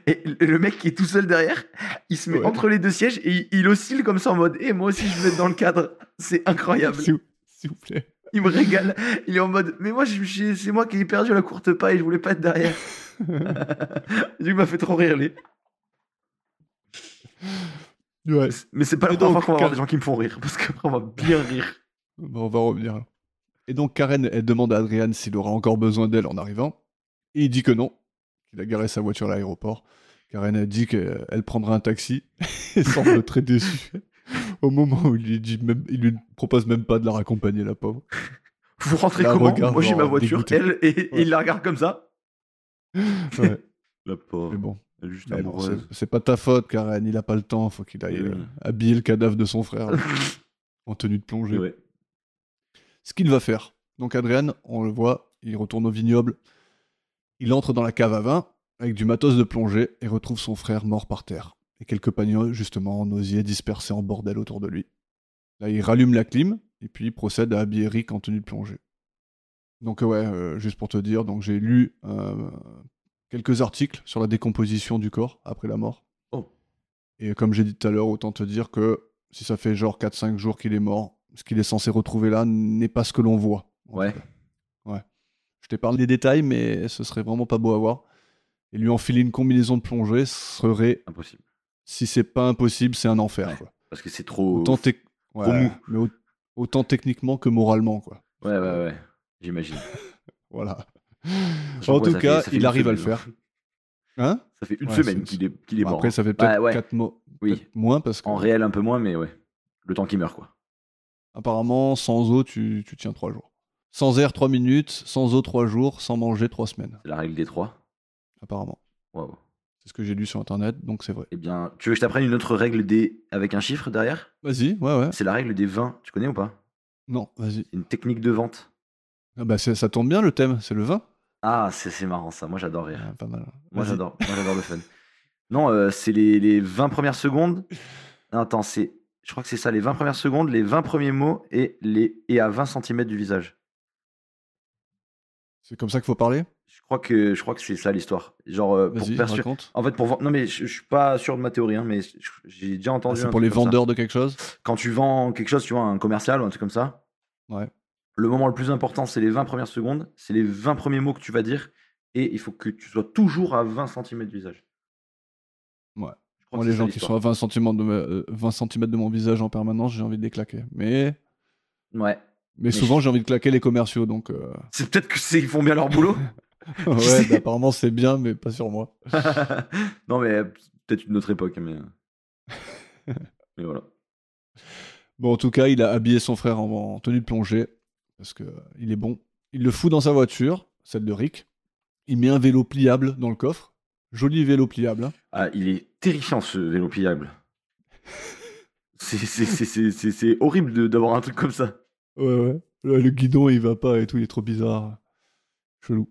Speaker 3: et le mec qui est tout seul derrière, il se met
Speaker 4: Ouais.
Speaker 3: entre les deux sièges et il, il oscille comme ça en mode Et moi aussi, je vais être dans le cadre. C'est incroyable.
Speaker 4: S'il vous- s'il vous plaît.
Speaker 3: Il me régale. Il est en mode, mais moi, je- je- c'est moi qui ai perdu la courte paille, je voulais pas être
Speaker 4: [laughs]
Speaker 3: derrière. Du coup, il m'a fait trop rire, lui.
Speaker 4: Ouais.
Speaker 3: Mais c'est pas la
Speaker 4: Et donc,
Speaker 3: première fois qu'on va avoir
Speaker 4: quand-
Speaker 3: des gens qui me font rire, parce qu'après, on va bien rire.
Speaker 4: Bon, on va revenir. là. Et donc Karen, elle demande à Adrian s'il aura encore besoin d'elle en arrivant. Et il dit que non, qu'il a garé sa voiture à l'aéroport. Karen, elle dit qu'elle elle prendra un taxi [laughs] et semble très déçue. Au moment où il lui, dit même, il lui propose même pas de la raccompagner, la pauvre.
Speaker 3: Vous rentrez
Speaker 4: La
Speaker 3: comment
Speaker 4: regarde
Speaker 3: Moi, j'ai
Speaker 4: en
Speaker 3: ma voiture,
Speaker 4: dégoûté.
Speaker 3: elle, et, et
Speaker 4: Ouais.
Speaker 3: il la regarde comme ça.
Speaker 4: Ouais,
Speaker 3: La
Speaker 4: mais
Speaker 3: pauvre,
Speaker 4: bon,
Speaker 3: elle est juste
Speaker 4: mais bon, c'est- c'est pas ta faute, Karen. Il a pas le temps. Faut qu'il aille
Speaker 3: Oui, oui.
Speaker 4: euh, habiller le cadavre de son frère là, en tenue de plongée. ce qu'il va faire. Donc Adrien, on le voit, il retourne au vignoble. Il entre dans la cave à vin avec du matos de plongée et retrouve son frère mort par terre et quelques pagnons justement en osier dispersés en bordel autour de lui. Là, il rallume la clim et puis il procède à habiller Rick en tenue de plongée. Donc euh, ouais, euh, juste pour te dire, donc j'ai lu euh, quelques articles sur la décomposition du corps après la mort.
Speaker 3: Oh.
Speaker 4: Et comme j'ai dit tout à l'heure, autant te dire que si ça fait genre 4-5 jours qu'il est mort, ce qu'il est censé retrouver là n'est pas ce que l'on voit. en
Speaker 3: Ouais.
Speaker 4: tout cas. Ouais. Je t'épargne les détails, mais ce serait vraiment pas beau à voir. Et lui enfiler une combinaison de plongée serait,
Speaker 3: Impossible.
Speaker 4: si c'est pas impossible, c'est un enfer.
Speaker 3: Ouais.
Speaker 4: quoi.
Speaker 3: Parce que c'est trop.
Speaker 4: Autant, tec-
Speaker 3: trop
Speaker 4: Ouais,
Speaker 3: mou.
Speaker 4: mais au- autant techniquement que moralement, quoi.
Speaker 3: Ouais, ouais, ouais. J'imagine.
Speaker 4: Voilà.
Speaker 3: Je
Speaker 4: En
Speaker 3: vois,
Speaker 4: tout
Speaker 3: ça fait-
Speaker 4: cas,
Speaker 3: ça fait
Speaker 4: il
Speaker 3: une
Speaker 4: arrive à le
Speaker 3: semaine,
Speaker 4: faire. Hein
Speaker 3: Ça fait une
Speaker 4: Ouais,
Speaker 3: semaine
Speaker 4: c'est-
Speaker 3: qu'il est, qu'il est
Speaker 4: Bon,
Speaker 3: mort.
Speaker 4: Après, ça fait peut-être
Speaker 3: Ouais, ouais.
Speaker 4: 4 mois.
Speaker 3: Oui.
Speaker 4: peut-être moins parce que
Speaker 3: En réel, un peu moins, mais ouais. Le temps qu'il meurt, quoi.
Speaker 4: apparemment, sans eau, tu, tu tiens 3 jours. Sans air, 3 minutes. Sans eau, 3 jours. Sans manger, 3 semaines.
Speaker 3: C'est la règle des trois.
Speaker 4: Apparemment.
Speaker 3: Waouh.
Speaker 4: C'est ce que j'ai lu sur internet, donc c'est vrai.
Speaker 3: Eh bien, tu veux que je t'apprenne une autre règle des... avec un chiffre derrière
Speaker 4: Vas-y, ouais, ouais.
Speaker 3: C'est la règle des vins, tu connais ou pas
Speaker 4: Non, vas-y.
Speaker 3: C'est une technique de vente.
Speaker 4: Ah bah, c'est- ça tombe bien le thème, c'est le vin.
Speaker 3: Ah, c'est c'est marrant ça, moi j'adore rire.
Speaker 4: Ah, pas mal.
Speaker 3: Moi
Speaker 4: Vas-y.
Speaker 3: j'adore, moi j'adore le fun. Non, euh, c'est les, les 20 premières secondes. Non, Attends, c'est. Je crois que c'est ça, les 20 premières secondes, les 20 premiers mots et, les, et à 20 cm du visage.
Speaker 4: C'est comme ça qu'il faut parler
Speaker 3: Je crois que je crois que c'est ça l'histoire. Genre euh, pour
Speaker 4: Vas-y,
Speaker 3: persuader.
Speaker 4: raconte.
Speaker 3: En fait, pour vend- non mais je, je suis pas sûr de ma théorie, hein, mais je- j'ai déjà
Speaker 4: Ah,
Speaker 3: entendu.
Speaker 4: c'est
Speaker 3: un
Speaker 4: pour
Speaker 3: truc
Speaker 4: les
Speaker 3: comme ça.
Speaker 4: vendeurs de quelque chose
Speaker 3: Quand tu vends quelque chose, tu vois, à un commercial ou un truc comme ça.
Speaker 4: Ouais.
Speaker 3: Le moment le plus important, c'est les 20 premières secondes, c'est les 20 premiers mots que tu vas dire, et il faut que tu sois toujours à 20 cm du visage.
Speaker 4: Ouais.
Speaker 3: Je crois que
Speaker 4: Moi, les
Speaker 3: c'est ça
Speaker 4: gens qui sont
Speaker 3: l'histoire.
Speaker 4: à 20 cm, de ma- euh, 20 centimètres de mon visage en permanence, j'ai envie de les claquer. Mais,
Speaker 3: Ouais.
Speaker 4: mais souvent, j'ai envie de claquer les commerciaux,
Speaker 3: [laughs]
Speaker 4: donc. euh, [laughs]
Speaker 3: C'est peut-être que c'est ils font bien leur boulot. [laughs]
Speaker 4: ouais,
Speaker 3: sais.
Speaker 4: bah, apparemment, c'est bien, mais pas sur moi.
Speaker 3: non mais euh, peut-être une autre époque, mais. euh,
Speaker 4: [laughs]
Speaker 3: mais voilà.
Speaker 4: Bon, en tout cas, il a habillé son frère en, en tenue de plongée, parce que euh, il est bon. Il le fout dans sa voiture, celle de Rick. Il met un vélo pliable dans le coffre. Joli vélo pliable. hein.
Speaker 3: Ah, il est terrifiant ce vélo
Speaker 4: [laughs]
Speaker 3: pliable. C'est- c'est- C'est c'est- c'est- c'est horrible de- d'avoir un truc comme ça.
Speaker 4: Ouais, ouais. Le, le guidon, il va pas et tout, il est trop bizarre. Chelou.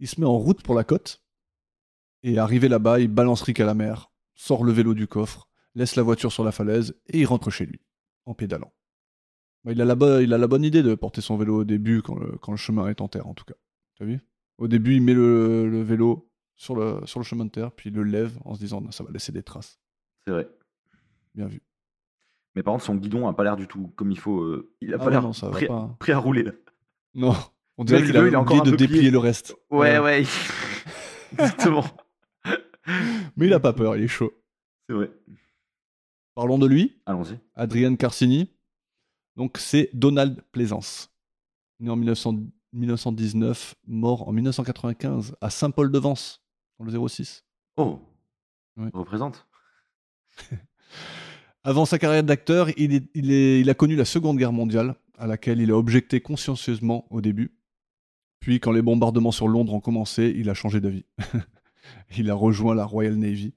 Speaker 4: Il se met en route pour la côte. Et arrivé là-bas, il balance Rick à la mer, sort le vélo du coffre, laisse la voiture sur la falaise et il rentre chez lui, en pédalant. Bah, Il a, la bo- il a la bonne idée de porter son vélo au début, quand le, quand le chemin est en terre, en tout cas. T'as vu Au début, il met le, le vélo sur le, sur le chemin de terre, puis il le lève en se disant Non, ça va laisser des traces.
Speaker 3: C'est vrai.
Speaker 4: Bien vu.
Speaker 3: Mais par contre, son guidon a pas l'air du tout comme il faut. euh, il a
Speaker 4: Ah
Speaker 3: pas
Speaker 4: ouais,
Speaker 3: l'air
Speaker 4: non, ça va
Speaker 3: prêt,
Speaker 4: pas.
Speaker 3: prêt à rouler là.
Speaker 4: Non, on dirait
Speaker 3: le
Speaker 4: qu'il a
Speaker 3: vélo, il est encore
Speaker 4: oublié
Speaker 3: un
Speaker 4: de
Speaker 3: peu plié.
Speaker 4: déplier le reste.
Speaker 3: Ouais,
Speaker 4: Ouais.
Speaker 3: ouais. Euh, [laughs] Exactement.
Speaker 4: Mais il a pas peur, il est chaud.
Speaker 3: C'est vrai.
Speaker 4: Parlons de lui.
Speaker 3: Allons-y.
Speaker 4: Adrienne Carcini. Donc c'est Donald Plaisance, né en 1900 1919, mort en 1995 à Saint-Paul-de-Vence, dans le 06.
Speaker 3: Oh.
Speaker 4: Ouais.
Speaker 3: Représente.
Speaker 4: Avant sa carrière d'acteur, il, est- il est- il a connu la Seconde Guerre mondiale, à laquelle il a objecté consciencieusement au début. Puis, quand les bombardements sur Londres ont commencé, il a changé d'avis. [laughs] il a rejoint la Royal Navy.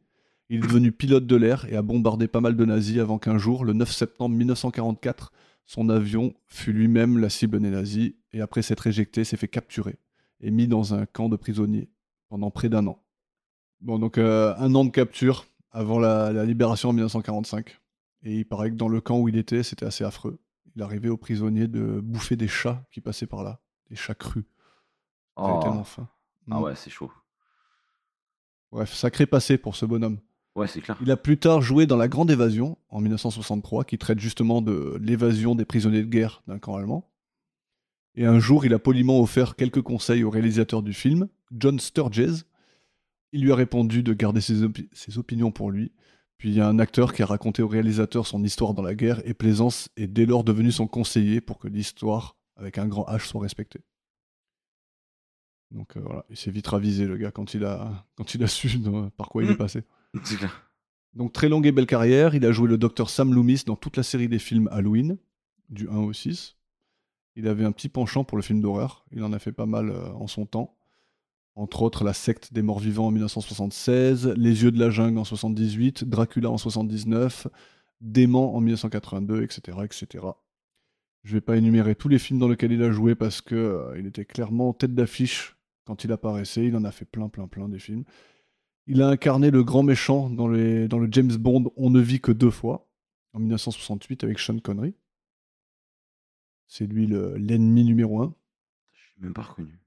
Speaker 4: Il est devenu pilote de l'air et a bombardé pas mal de nazis avant qu'un jour, le 9 septembre 1944, son avion fut lui-même la cible des nazis et après s'être éjecté, s'est fait capturer et mis dans un camp de prisonniers pendant près d'un an. Bon, donc euh, un an de capture avant la- la libération en 1945. Et il paraît que dans le camp où il était, c'était assez affreux. Il arrivait aux prisonniers de bouffer des chats qui passaient par là, des chats crus. Ils avaient
Speaker 3: Oh.
Speaker 4: tellement faim.
Speaker 3: Ah
Speaker 4: Mm.
Speaker 3: ouais, c'est chaud.
Speaker 4: Bref, sacré passé pour ce bonhomme.
Speaker 3: Ouais, c'est clair. [laughs]
Speaker 4: Il a plus tard joué dans La Grande Évasion en 1963, qui traite justement de l'évasion des prisonniers de guerre d'un camp allemand. Et un jour, il a poliment offert quelques conseils au réalisateur du film, John Sturges. Il lui a répondu de garder ses, opi- ses opinions pour lui. Puis il y a un acteur qui a raconté au réalisateur son histoire dans la guerre, et Plaisance est dès lors devenu son conseiller pour que l'histoire, avec un grand H, soit respectée. Donc euh, voilà, il s'est vite ravisé, le gars, quand il a, quand il a su euh, par quoi il est
Speaker 3: Mm.
Speaker 4: passé.
Speaker 3: C'est clair.
Speaker 4: Donc très longue et belle carrière, il a joué le docteur Sam Loomis dans toute la série des films Halloween, du 1 au 6. Il avait un petit penchant pour le film d'horreur, il en a fait pas mal euh, en son temps. Entre autres La secte des morts vivants en 1976, Les yeux de la jungle en 78, Dracula en 79, Dément en 1982, etc. etc. Je vais pas énumérer tous les films dans lesquels il a joué parce que euh, il était clairement tête d'affiche quand il apparaissait, il en a fait plein plein plein des films. Il a incarné le grand méchant dans, les- dans le James Bond On ne vit que deux fois, en 1968 avec Sean Connery. C'est lui le- l'ennemi numéro un.
Speaker 3: Je l'ai même pas reconnu.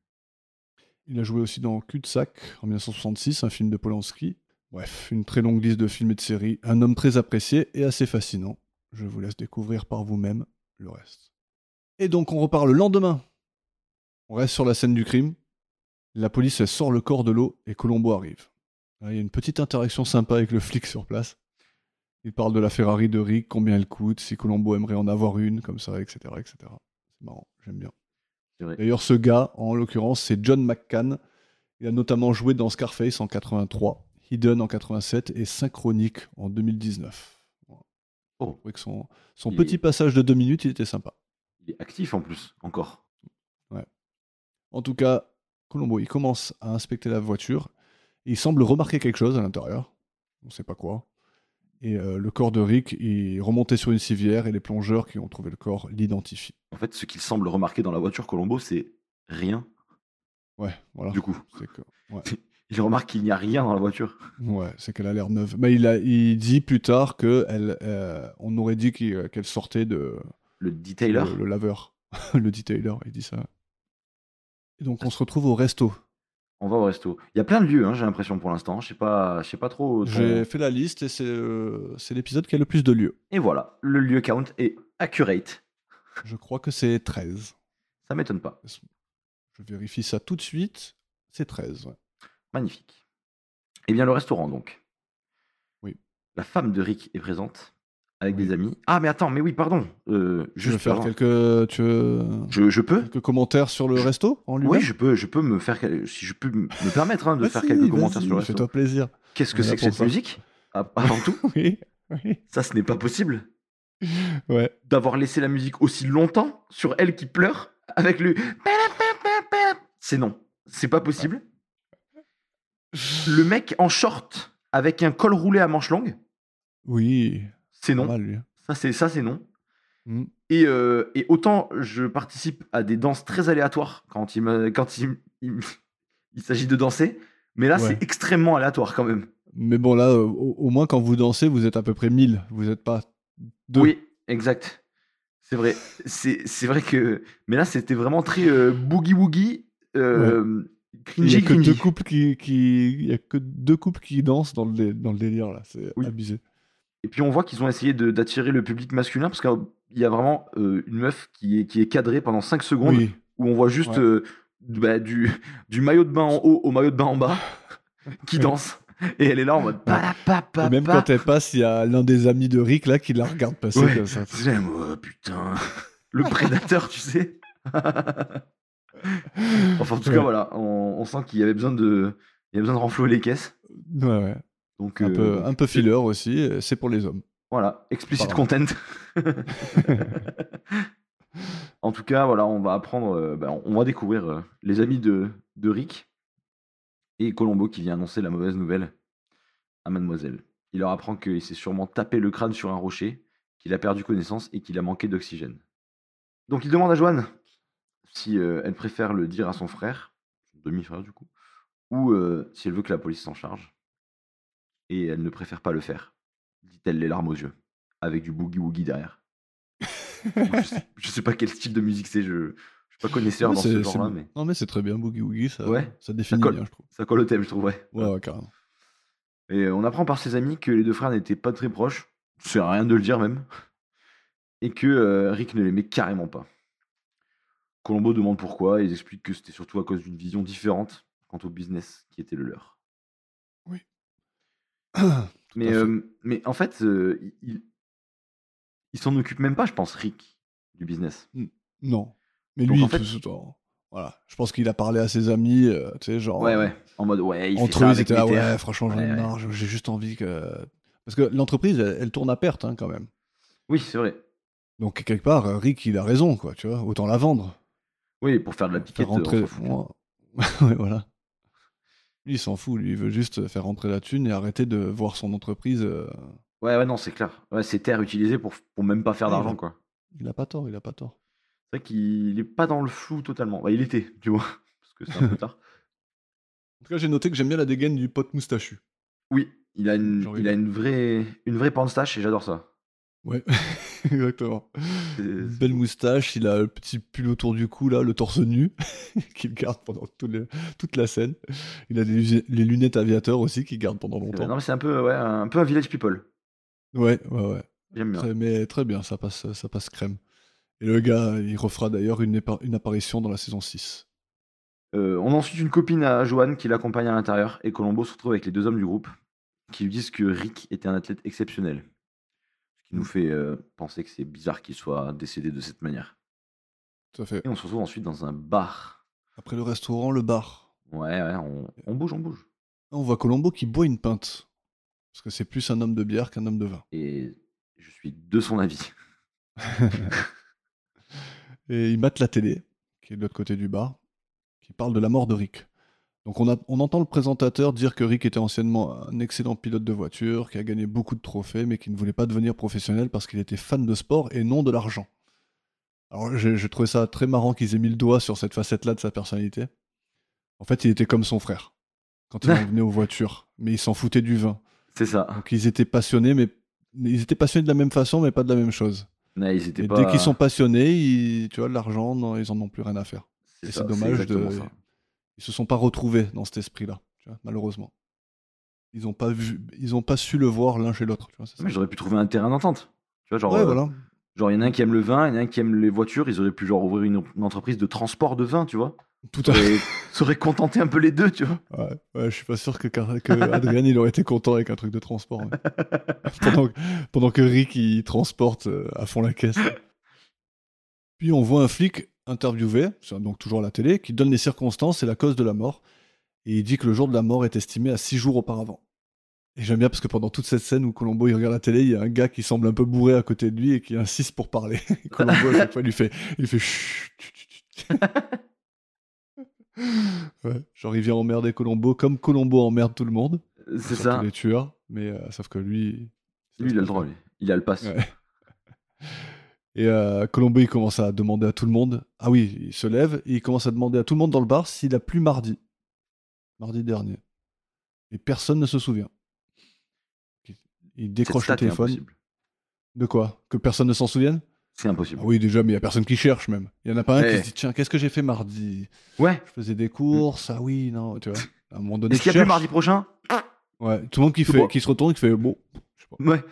Speaker 4: Il a joué aussi dans Cul-de-sac en 1966, un film de Polanski. Bref, une très longue liste de films et de séries, un homme très apprécié et assez fascinant. Je vous laisse découvrir par vous-même le reste. Et donc on repart le lendemain. On reste sur la scène du crime. La police elle sort le corps de l'eau et Colombo arrive. Là, il y a une petite interaction sympa avec le flic [laughs] sur place. Il parle de la Ferrari de Rick, combien elle coûte, si Colombo aimerait en avoir une, comme ça, etc. etc. C'est marrant, j'aime bien.
Speaker 3: C'est vrai.
Speaker 4: D'ailleurs, ce gars, en l'occurrence, c'est John McCann. Il a notamment joué dans Scarface en 83, Hidden en 87 et Synchronique en 2019. Voilà.
Speaker 3: Oh.
Speaker 4: Je trouvais que son, son
Speaker 3: Il-
Speaker 4: petit passage de deux minutes, il était sympa.
Speaker 3: Il est actif en plus, encore.
Speaker 4: En tout cas, Colombo, il commence à inspecter la voiture. Et il semble remarquer quelque chose à l'intérieur. On ne sait pas quoi. Et euh, le corps de Rick est remonté sur une civière et les plongeurs qui ont trouvé le corps l'identifient.
Speaker 3: En fait, ce qu'il semble remarquer dans la voiture Colombo, c'est rien.
Speaker 4: Ouais, voilà.
Speaker 3: Du coup,
Speaker 4: C'est que- ouais.
Speaker 3: il remarque qu'il n'y a rien dans la voiture.
Speaker 4: Ouais, c'est qu'elle a l'air neuve. Mais il, a, il dit plus tard que elle, euh, on aurait dit qu'il- euh, qu'elle sortait de
Speaker 3: Le detailer.
Speaker 4: [laughs] le, le laveur, le detailer. Il dit ça. Et donc on se retrouve au resto.
Speaker 3: On va au resto. Il y a plein de lieux, hein, j'ai l'impression pour l'instant. Je sais pas, je sais pas trop. ton-
Speaker 4: J'ai fait la liste et c'est euh, c'est l'épisode qui a le plus de lieux.
Speaker 3: Et voilà, le lieu count est accurate.
Speaker 4: Je crois que c'est 13.
Speaker 3: Ça m'étonne pas.
Speaker 4: Je vérifie ça tout de suite. C'est 13. ouais.
Speaker 3: Magnifique. Eh bien, le restaurant, donc.
Speaker 4: Oui.
Speaker 3: La femme de Rick est présente avec des amis. Ah, mais attends, mais oui, pardon. Euh,
Speaker 4: Je veux
Speaker 3: juste
Speaker 4: faire
Speaker 3: avant.
Speaker 4: quelques, tu veux-
Speaker 3: je, je peux
Speaker 4: quelques commentaires sur le
Speaker 3: Je-
Speaker 4: resto en lui-même
Speaker 3: Oui, je peux, je peux me faire, quel- si je peux
Speaker 4: [laughs]
Speaker 3: me permettre hein, de
Speaker 4: Bah
Speaker 3: faire
Speaker 4: si,
Speaker 3: quelques commentaires
Speaker 4: vas-y,
Speaker 3: sur le resto.
Speaker 4: Fais-toi plaisir. [laughs]
Speaker 3: Qu'est-ce
Speaker 4: On
Speaker 3: que
Speaker 4: est là
Speaker 3: c'est que
Speaker 4: pour
Speaker 3: cette
Speaker 4: ça.
Speaker 3: musique Ah, Avant tout,
Speaker 4: Oui, oui.
Speaker 3: ça, ce n'est pas possible
Speaker 4: Ouais.
Speaker 3: d'avoir laissé la musique aussi longtemps sur elle qui pleure avec le. C'est non, c'est pas possible. Le mec en short avec un col roulé à manches longues,
Speaker 4: Oui.
Speaker 3: c'est non.
Speaker 4: Pas mal, lui.
Speaker 3: Ça, c'est ça, c'est non.
Speaker 4: Mm.
Speaker 3: Et, euh, et autant je participe à des danses très aléatoires quand il, me- quand il, il, il s'agit de danser, mais là,
Speaker 4: Ouais.
Speaker 3: c'est extrêmement aléatoire quand même.
Speaker 4: Mais bon, là, euh, au, au moins, quand vous dansez, vous êtes à peu près 1000. Vous n'êtes pas deux.
Speaker 3: Oui, exact. C'est vrai. C'est c'est vrai que. Mais là, c'était vraiment très euh, boogie-woogie, euh,
Speaker 4: Il n'y a
Speaker 3: cringy,
Speaker 4: que deux
Speaker 3: cringy.
Speaker 4: couples qui, qui- il y a que deux couples qui dansent dans le, dé- dans le délire là, c'est
Speaker 3: Oui.
Speaker 4: abusé.
Speaker 3: Et puis, on voit qu'ils ont essayé de- d'attirer le public masculin parce qu'il y a vraiment euh, une meuf qui est, qui est cadrée pendant 5 secondes
Speaker 4: Oui.
Speaker 3: où on voit juste
Speaker 4: Ouais.
Speaker 3: euh, bah, du, [laughs] du maillot de bain en haut au maillot de bain en
Speaker 4: [laughs]
Speaker 3: bas qui danse. Et elle est là en mode. Bah, pa, pa, pa,
Speaker 4: Et même
Speaker 3: pa.
Speaker 4: quand elle passe, il y a l'un des amis de Rick là qui la regarde passer
Speaker 3: Ouais.
Speaker 4: comme ça.
Speaker 3: C'est là, oh, putain. [laughs] Le prédateur, tu sais. [laughs] Enfin, en tout cas,
Speaker 4: Ouais.
Speaker 3: voilà, on, on sent qu'il y avait besoin de, il y avait besoin de renflouer les caisses.
Speaker 4: Ouais, ouais.
Speaker 3: Donc,
Speaker 4: Un
Speaker 3: euh,
Speaker 4: peu,
Speaker 3: donc,
Speaker 4: un peu filler aussi. euh, C'est pour les hommes.
Speaker 3: Voilà, explicit
Speaker 4: Pardon. [laughs]
Speaker 3: content. en tout cas, voilà, on va apprendre, euh, ben, on va découvrir euh, les amis de, de Rick et Colombo qui vient annoncer la mauvaise nouvelle à Mademoiselle. Il leur apprend qu'il s'est sûrement tapé le crâne sur un rocher, qu'il a perdu connaissance et qu'il a manqué d'oxygène. Donc il demande à Joanne si euh, elle préfère le dire à son frère, son demi-frère du coup, ou euh, si elle veut que la police s'en charge. Et elle ne préfère pas le faire, dit-elle les larmes aux yeux, avec du boogie-woogie derrière. je, sais, je sais pas quel style de musique c'est, je, je suis pas connaisseur
Speaker 4: Ouais,
Speaker 3: dans
Speaker 4: c'est-
Speaker 3: ce
Speaker 4: c'est
Speaker 3: genre-là,
Speaker 4: bon.
Speaker 3: mais
Speaker 4: Non mais c'est très bien Boogie Woogie, ça,
Speaker 3: Ouais.
Speaker 4: ça définit
Speaker 3: colle.
Speaker 4: bien, je trouve.
Speaker 3: ça colle au thème, je trouve, ouais.
Speaker 4: Ouais, ouais, carrément. [clears throat]
Speaker 3: Et on apprend par ses amis que les deux frères n'étaient pas très proches, c'est rien de le dire même, [laughs] et que euh, Rick ne l'aimait carrément pas. Colombo demande pourquoi, et ils expliquent que c'était surtout à cause d'une vision différente quant au business qui était le leur.
Speaker 4: à
Speaker 3: Mais,
Speaker 4: fait.
Speaker 3: euh, mais en fait, euh, il- il, il s'en occupe même pas, je pense, Rick, du business.
Speaker 4: non. Mais
Speaker 3: Donc,
Speaker 4: lui,
Speaker 3: en fait-
Speaker 4: tout ce temps, voilà. Je pense qu'il a parlé à ses amis, euh, tu sais, genre.
Speaker 3: Ouais, ouais. En mode, ouais, il fait
Speaker 4: entre
Speaker 3: ça
Speaker 4: eux, ils
Speaker 3: avec
Speaker 4: étaient là,
Speaker 3: les terres.
Speaker 4: ouais, franchement, j'en ai
Speaker 3: Ouais, ouais.
Speaker 4: marre, j'ai- j'ai juste envie que. Parce que l'entreprise, elle, elle tourne à perte hein, quand même.
Speaker 3: Oui, c'est vrai.
Speaker 4: Donc, quelque part, euh, Rick, il a raison, quoi, tu vois, autant la vendre.
Speaker 3: Oui, pour faire de la piquette. euh, on
Speaker 4: Faire
Speaker 3: s'en
Speaker 4: rentrer.
Speaker 3: fout.
Speaker 4: [laughs] Ouais, ouais, voilà. Lui, il s'en fout, lui, il veut juste faire rentrer la thune et arrêter de voir son entreprise. euh,
Speaker 3: Ouais, ouais, non, c'est clair. Ouais, c'est terre utilisée pour, pour même pas faire
Speaker 4: Ouais,
Speaker 3: d'argent,
Speaker 4: ouais.
Speaker 3: quoi.
Speaker 4: Il a pas tort, il a pas tort.
Speaker 3: C'est vrai qu'il est pas dans le flou totalement. Bah, il était, [laughs] tu vois, parce que c'est un peu tard.
Speaker 4: En tout cas, j'ai noté que j'aime bien la dégaine du pote moustachu. [laughs]
Speaker 3: Oui, il a une,
Speaker 4: Genre,
Speaker 3: il
Speaker 4: il-
Speaker 3: a une vraie, une vraie panstache et j'adore ça.
Speaker 4: Ouais, exactement.
Speaker 3: C'est-
Speaker 4: Une Belle moustache, il a le petit pull autour du cou, là, le torse nu, [laughs] qu'il garde pendant tout le- toute la scène. Il a les, les lunettes aviateurs aussi qu'il garde pendant
Speaker 3: c'est- Non,
Speaker 4: longtemps.
Speaker 3: mais c'est un peu, ouais, un peu un village people.
Speaker 4: Ouais, ouais, ouais.
Speaker 3: J'aime bien.
Speaker 4: Très, mais très bien, ça passe, ça passe crème. Et le gars, il refera d'ailleurs une, épa- une apparition dans la saison 6.
Speaker 3: Euh, on a ensuite une copine à Joanne qui l'accompagne à l'intérieur et Colombo se retrouve avec les deux hommes du groupe qui lui disent que Rick était un athlète exceptionnel. Ce qui nous fait euh, penser que c'est bizarre qu'il soit décédé de cette manière.
Speaker 4: Tout à fait.
Speaker 3: Et on se retrouve ensuite dans un bar.
Speaker 4: Après le restaurant, le bar.
Speaker 3: Ouais, ouais, on, on bouge, on bouge.
Speaker 4: Là, on voit Colombo qui boit une pinte. Parce que c'est plus un homme de bière qu'un homme de vin.
Speaker 3: Et je suis de son avis. [laughs]
Speaker 4: Et il mate la télé, qui est de l'autre côté du bar, qui parle de la mort de Rick. Donc on, a- on entend le présentateur dire que Rick était anciennement un excellent pilote de voiture, qui a gagné beaucoup de trophées, mais qui ne voulait pas devenir professionnel parce qu'il était fan de sport et non de l'argent. Alors j'ai j'ai trouvé ça très marrant qu'ils aient mis le doigt sur cette facette-là de sa personnalité. En fait, il était comme son frère, quand il en venait aux voitures, mais il s'en foutait du vin.
Speaker 3: C'est ça.
Speaker 4: Donc ils étaient passionnés, mais ils étaient passionnés de la même façon, mais pas de la même chose.
Speaker 3: Ouais, ils étaient
Speaker 4: Et
Speaker 3: pas-
Speaker 4: dès qu'ils sont passionnés, ils- tu vois, l'argent, non, ils en ont plus rien à faire.
Speaker 3: C'est
Speaker 4: Et
Speaker 3: ça,
Speaker 4: c'est dommage de.
Speaker 3: exactement ça.
Speaker 4: Ils se sont pas retrouvés dans cet esprit-là, tu vois, malheureusement. Ils ont pas vu, ils ont pas su le voir l'un chez l'autre. tu vois, c'est ça.
Speaker 3: Mais j'aurais pu trouver un terrain d'entente. Tu vois, genre,
Speaker 4: ouais,
Speaker 3: euh,
Speaker 4: voilà.
Speaker 3: genre, il y en a un qui aime le vin, il y en a un qui aime les voitures. Ils auraient pu genre ouvrir une, une entreprise de transport de vin, tu
Speaker 4: [laughs]
Speaker 3: vois.
Speaker 4: Tout à fait.
Speaker 3: Et ça aurait contenté un peu les deux, tu vois.
Speaker 4: Ouais, ouais, je suis pas sûr que, Car- que Adrien il aurait été content avec un truc de transport. ouais. pendant, que- pendant que Rick il transporte euh, à fond la caisse. Puis on voit un flic interviewé, c'est donc toujours à la télé, qui donne les circonstances et la cause de la mort. Et il dit que le jour de la mort est estimé à six jours auparavant. Et j'aime bien parce que pendant toute cette scène où Colombo il regarde la télé, il y a un gars qui semble un peu bourré à côté de lui et qui insiste pour parler. [laughs] Et Colombo à chaque fois lui fait, il fait chut, chut, chut, chut. Ouais, genre il vient emmerder Colombo comme Colombo emmerde tout le monde.
Speaker 3: C'est
Speaker 4: surtout
Speaker 3: ça.
Speaker 4: Les tueurs, mais euh, sauf que lui.
Speaker 3: Lui, il a le droit, lui. Il a le pass.
Speaker 4: Ouais. Et euh, Colombo, il commence à demander à tout le monde. Ah oui, il se lève et il commence à demander à tout le monde dans le bar s'il a plu mardi. Mardi dernier. Et personne ne se souvient. Il
Speaker 3: Cette
Speaker 4: décroche
Speaker 3: stat
Speaker 4: le
Speaker 3: est
Speaker 4: téléphone.
Speaker 3: impossible.
Speaker 4: De quoi Que personne ne s'en souvienne
Speaker 3: C'est impossible.
Speaker 4: Ah oui, déjà, mais il n'y a personne qui cherche même. Il n'y en a pas un
Speaker 3: Ouais.
Speaker 4: qui se dit Tiens, qu'est-ce que j'ai fait mardi
Speaker 3: Ouais.
Speaker 4: Je faisais des courses. Ah oui, non, tu vois. À un moment donné,
Speaker 3: Hmm. Est-ce qu'il y
Speaker 4: tu
Speaker 3: a plus
Speaker 4: cherches.
Speaker 3: mardi prochain
Speaker 4: Ouais, tout le monde qui,
Speaker 3: Je
Speaker 4: fait,
Speaker 3: vois.
Speaker 4: qui se retourne, qui fait bon. je sais pas.
Speaker 3: Ouais.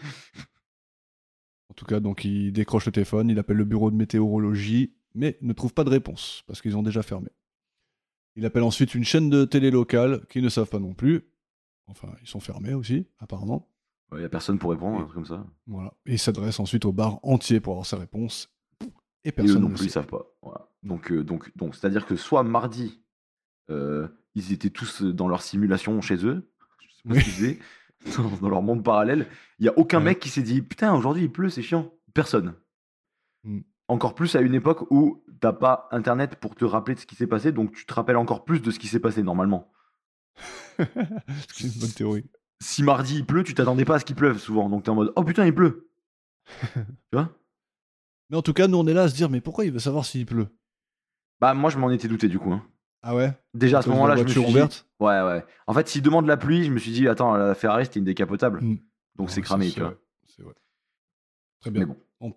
Speaker 4: En tout cas, donc il décroche le téléphone, il appelle le bureau de météorologie, mais ne trouve pas de réponse parce qu'ils ont déjà fermé. Il appelle ensuite une chaîne de télé locale qui ne savent pas non plus. Enfin, ils sont fermés aussi, apparemment.
Speaker 3: Il y a personne pour répondre, un truc comme ça.
Speaker 4: Voilà. Et il s'adresse ensuite au bar entier pour avoir sa réponse. Et
Speaker 3: Et eux
Speaker 4: personne
Speaker 3: non
Speaker 4: ne
Speaker 3: plus, ils
Speaker 4: sait.
Speaker 3: savent pas. Voilà. Donc, euh, donc, donc, c'est-à-dire que soit mardi, euh, ils étaient tous dans leur simulation chez eux, je sais pas
Speaker 4: Oui.
Speaker 3: ce qu'ils
Speaker 4: [laughs]
Speaker 3: faisaient, dans, dans leur monde parallèle. Il y a aucun
Speaker 4: Ouais.
Speaker 3: mec qui s'est dit putain aujourd'hui il pleut, c'est chiant. Personne.
Speaker 4: Mm.
Speaker 3: Encore plus à une époque où t'as pas internet pour te rappeler de ce qui s'est passé, donc tu te rappelles encore plus de ce qui s'est passé normalement.
Speaker 4: [laughs] C'est une bonne théorie.
Speaker 3: Si mardi il pleut, tu t'attendais pas à ce qu'il pleuve souvent, donc t'es en mode oh putain il pleut. tu vois
Speaker 4: Mais en tout cas, nous on est là à se dire mais pourquoi il veut savoir s'il pleut
Speaker 3: Bah moi je m'en étais douté du coup. hein.
Speaker 4: Ah ouais
Speaker 3: Déjà à ce
Speaker 4: cause de la
Speaker 3: moment-là, je me suis
Speaker 4: voiture
Speaker 3: dit,
Speaker 4: ouverte.
Speaker 3: Ouais, ouais. En fait, s'il demande la pluie, je me suis dit, attends, la Ferrari, c'était une décapotable.
Speaker 4: Mm.
Speaker 3: Donc
Speaker 4: Non,
Speaker 3: c'est
Speaker 4: mais
Speaker 3: cramé,
Speaker 4: ça,
Speaker 3: tu vois.
Speaker 4: vrai, c'est vrai. Très bien.
Speaker 3: Mais bon.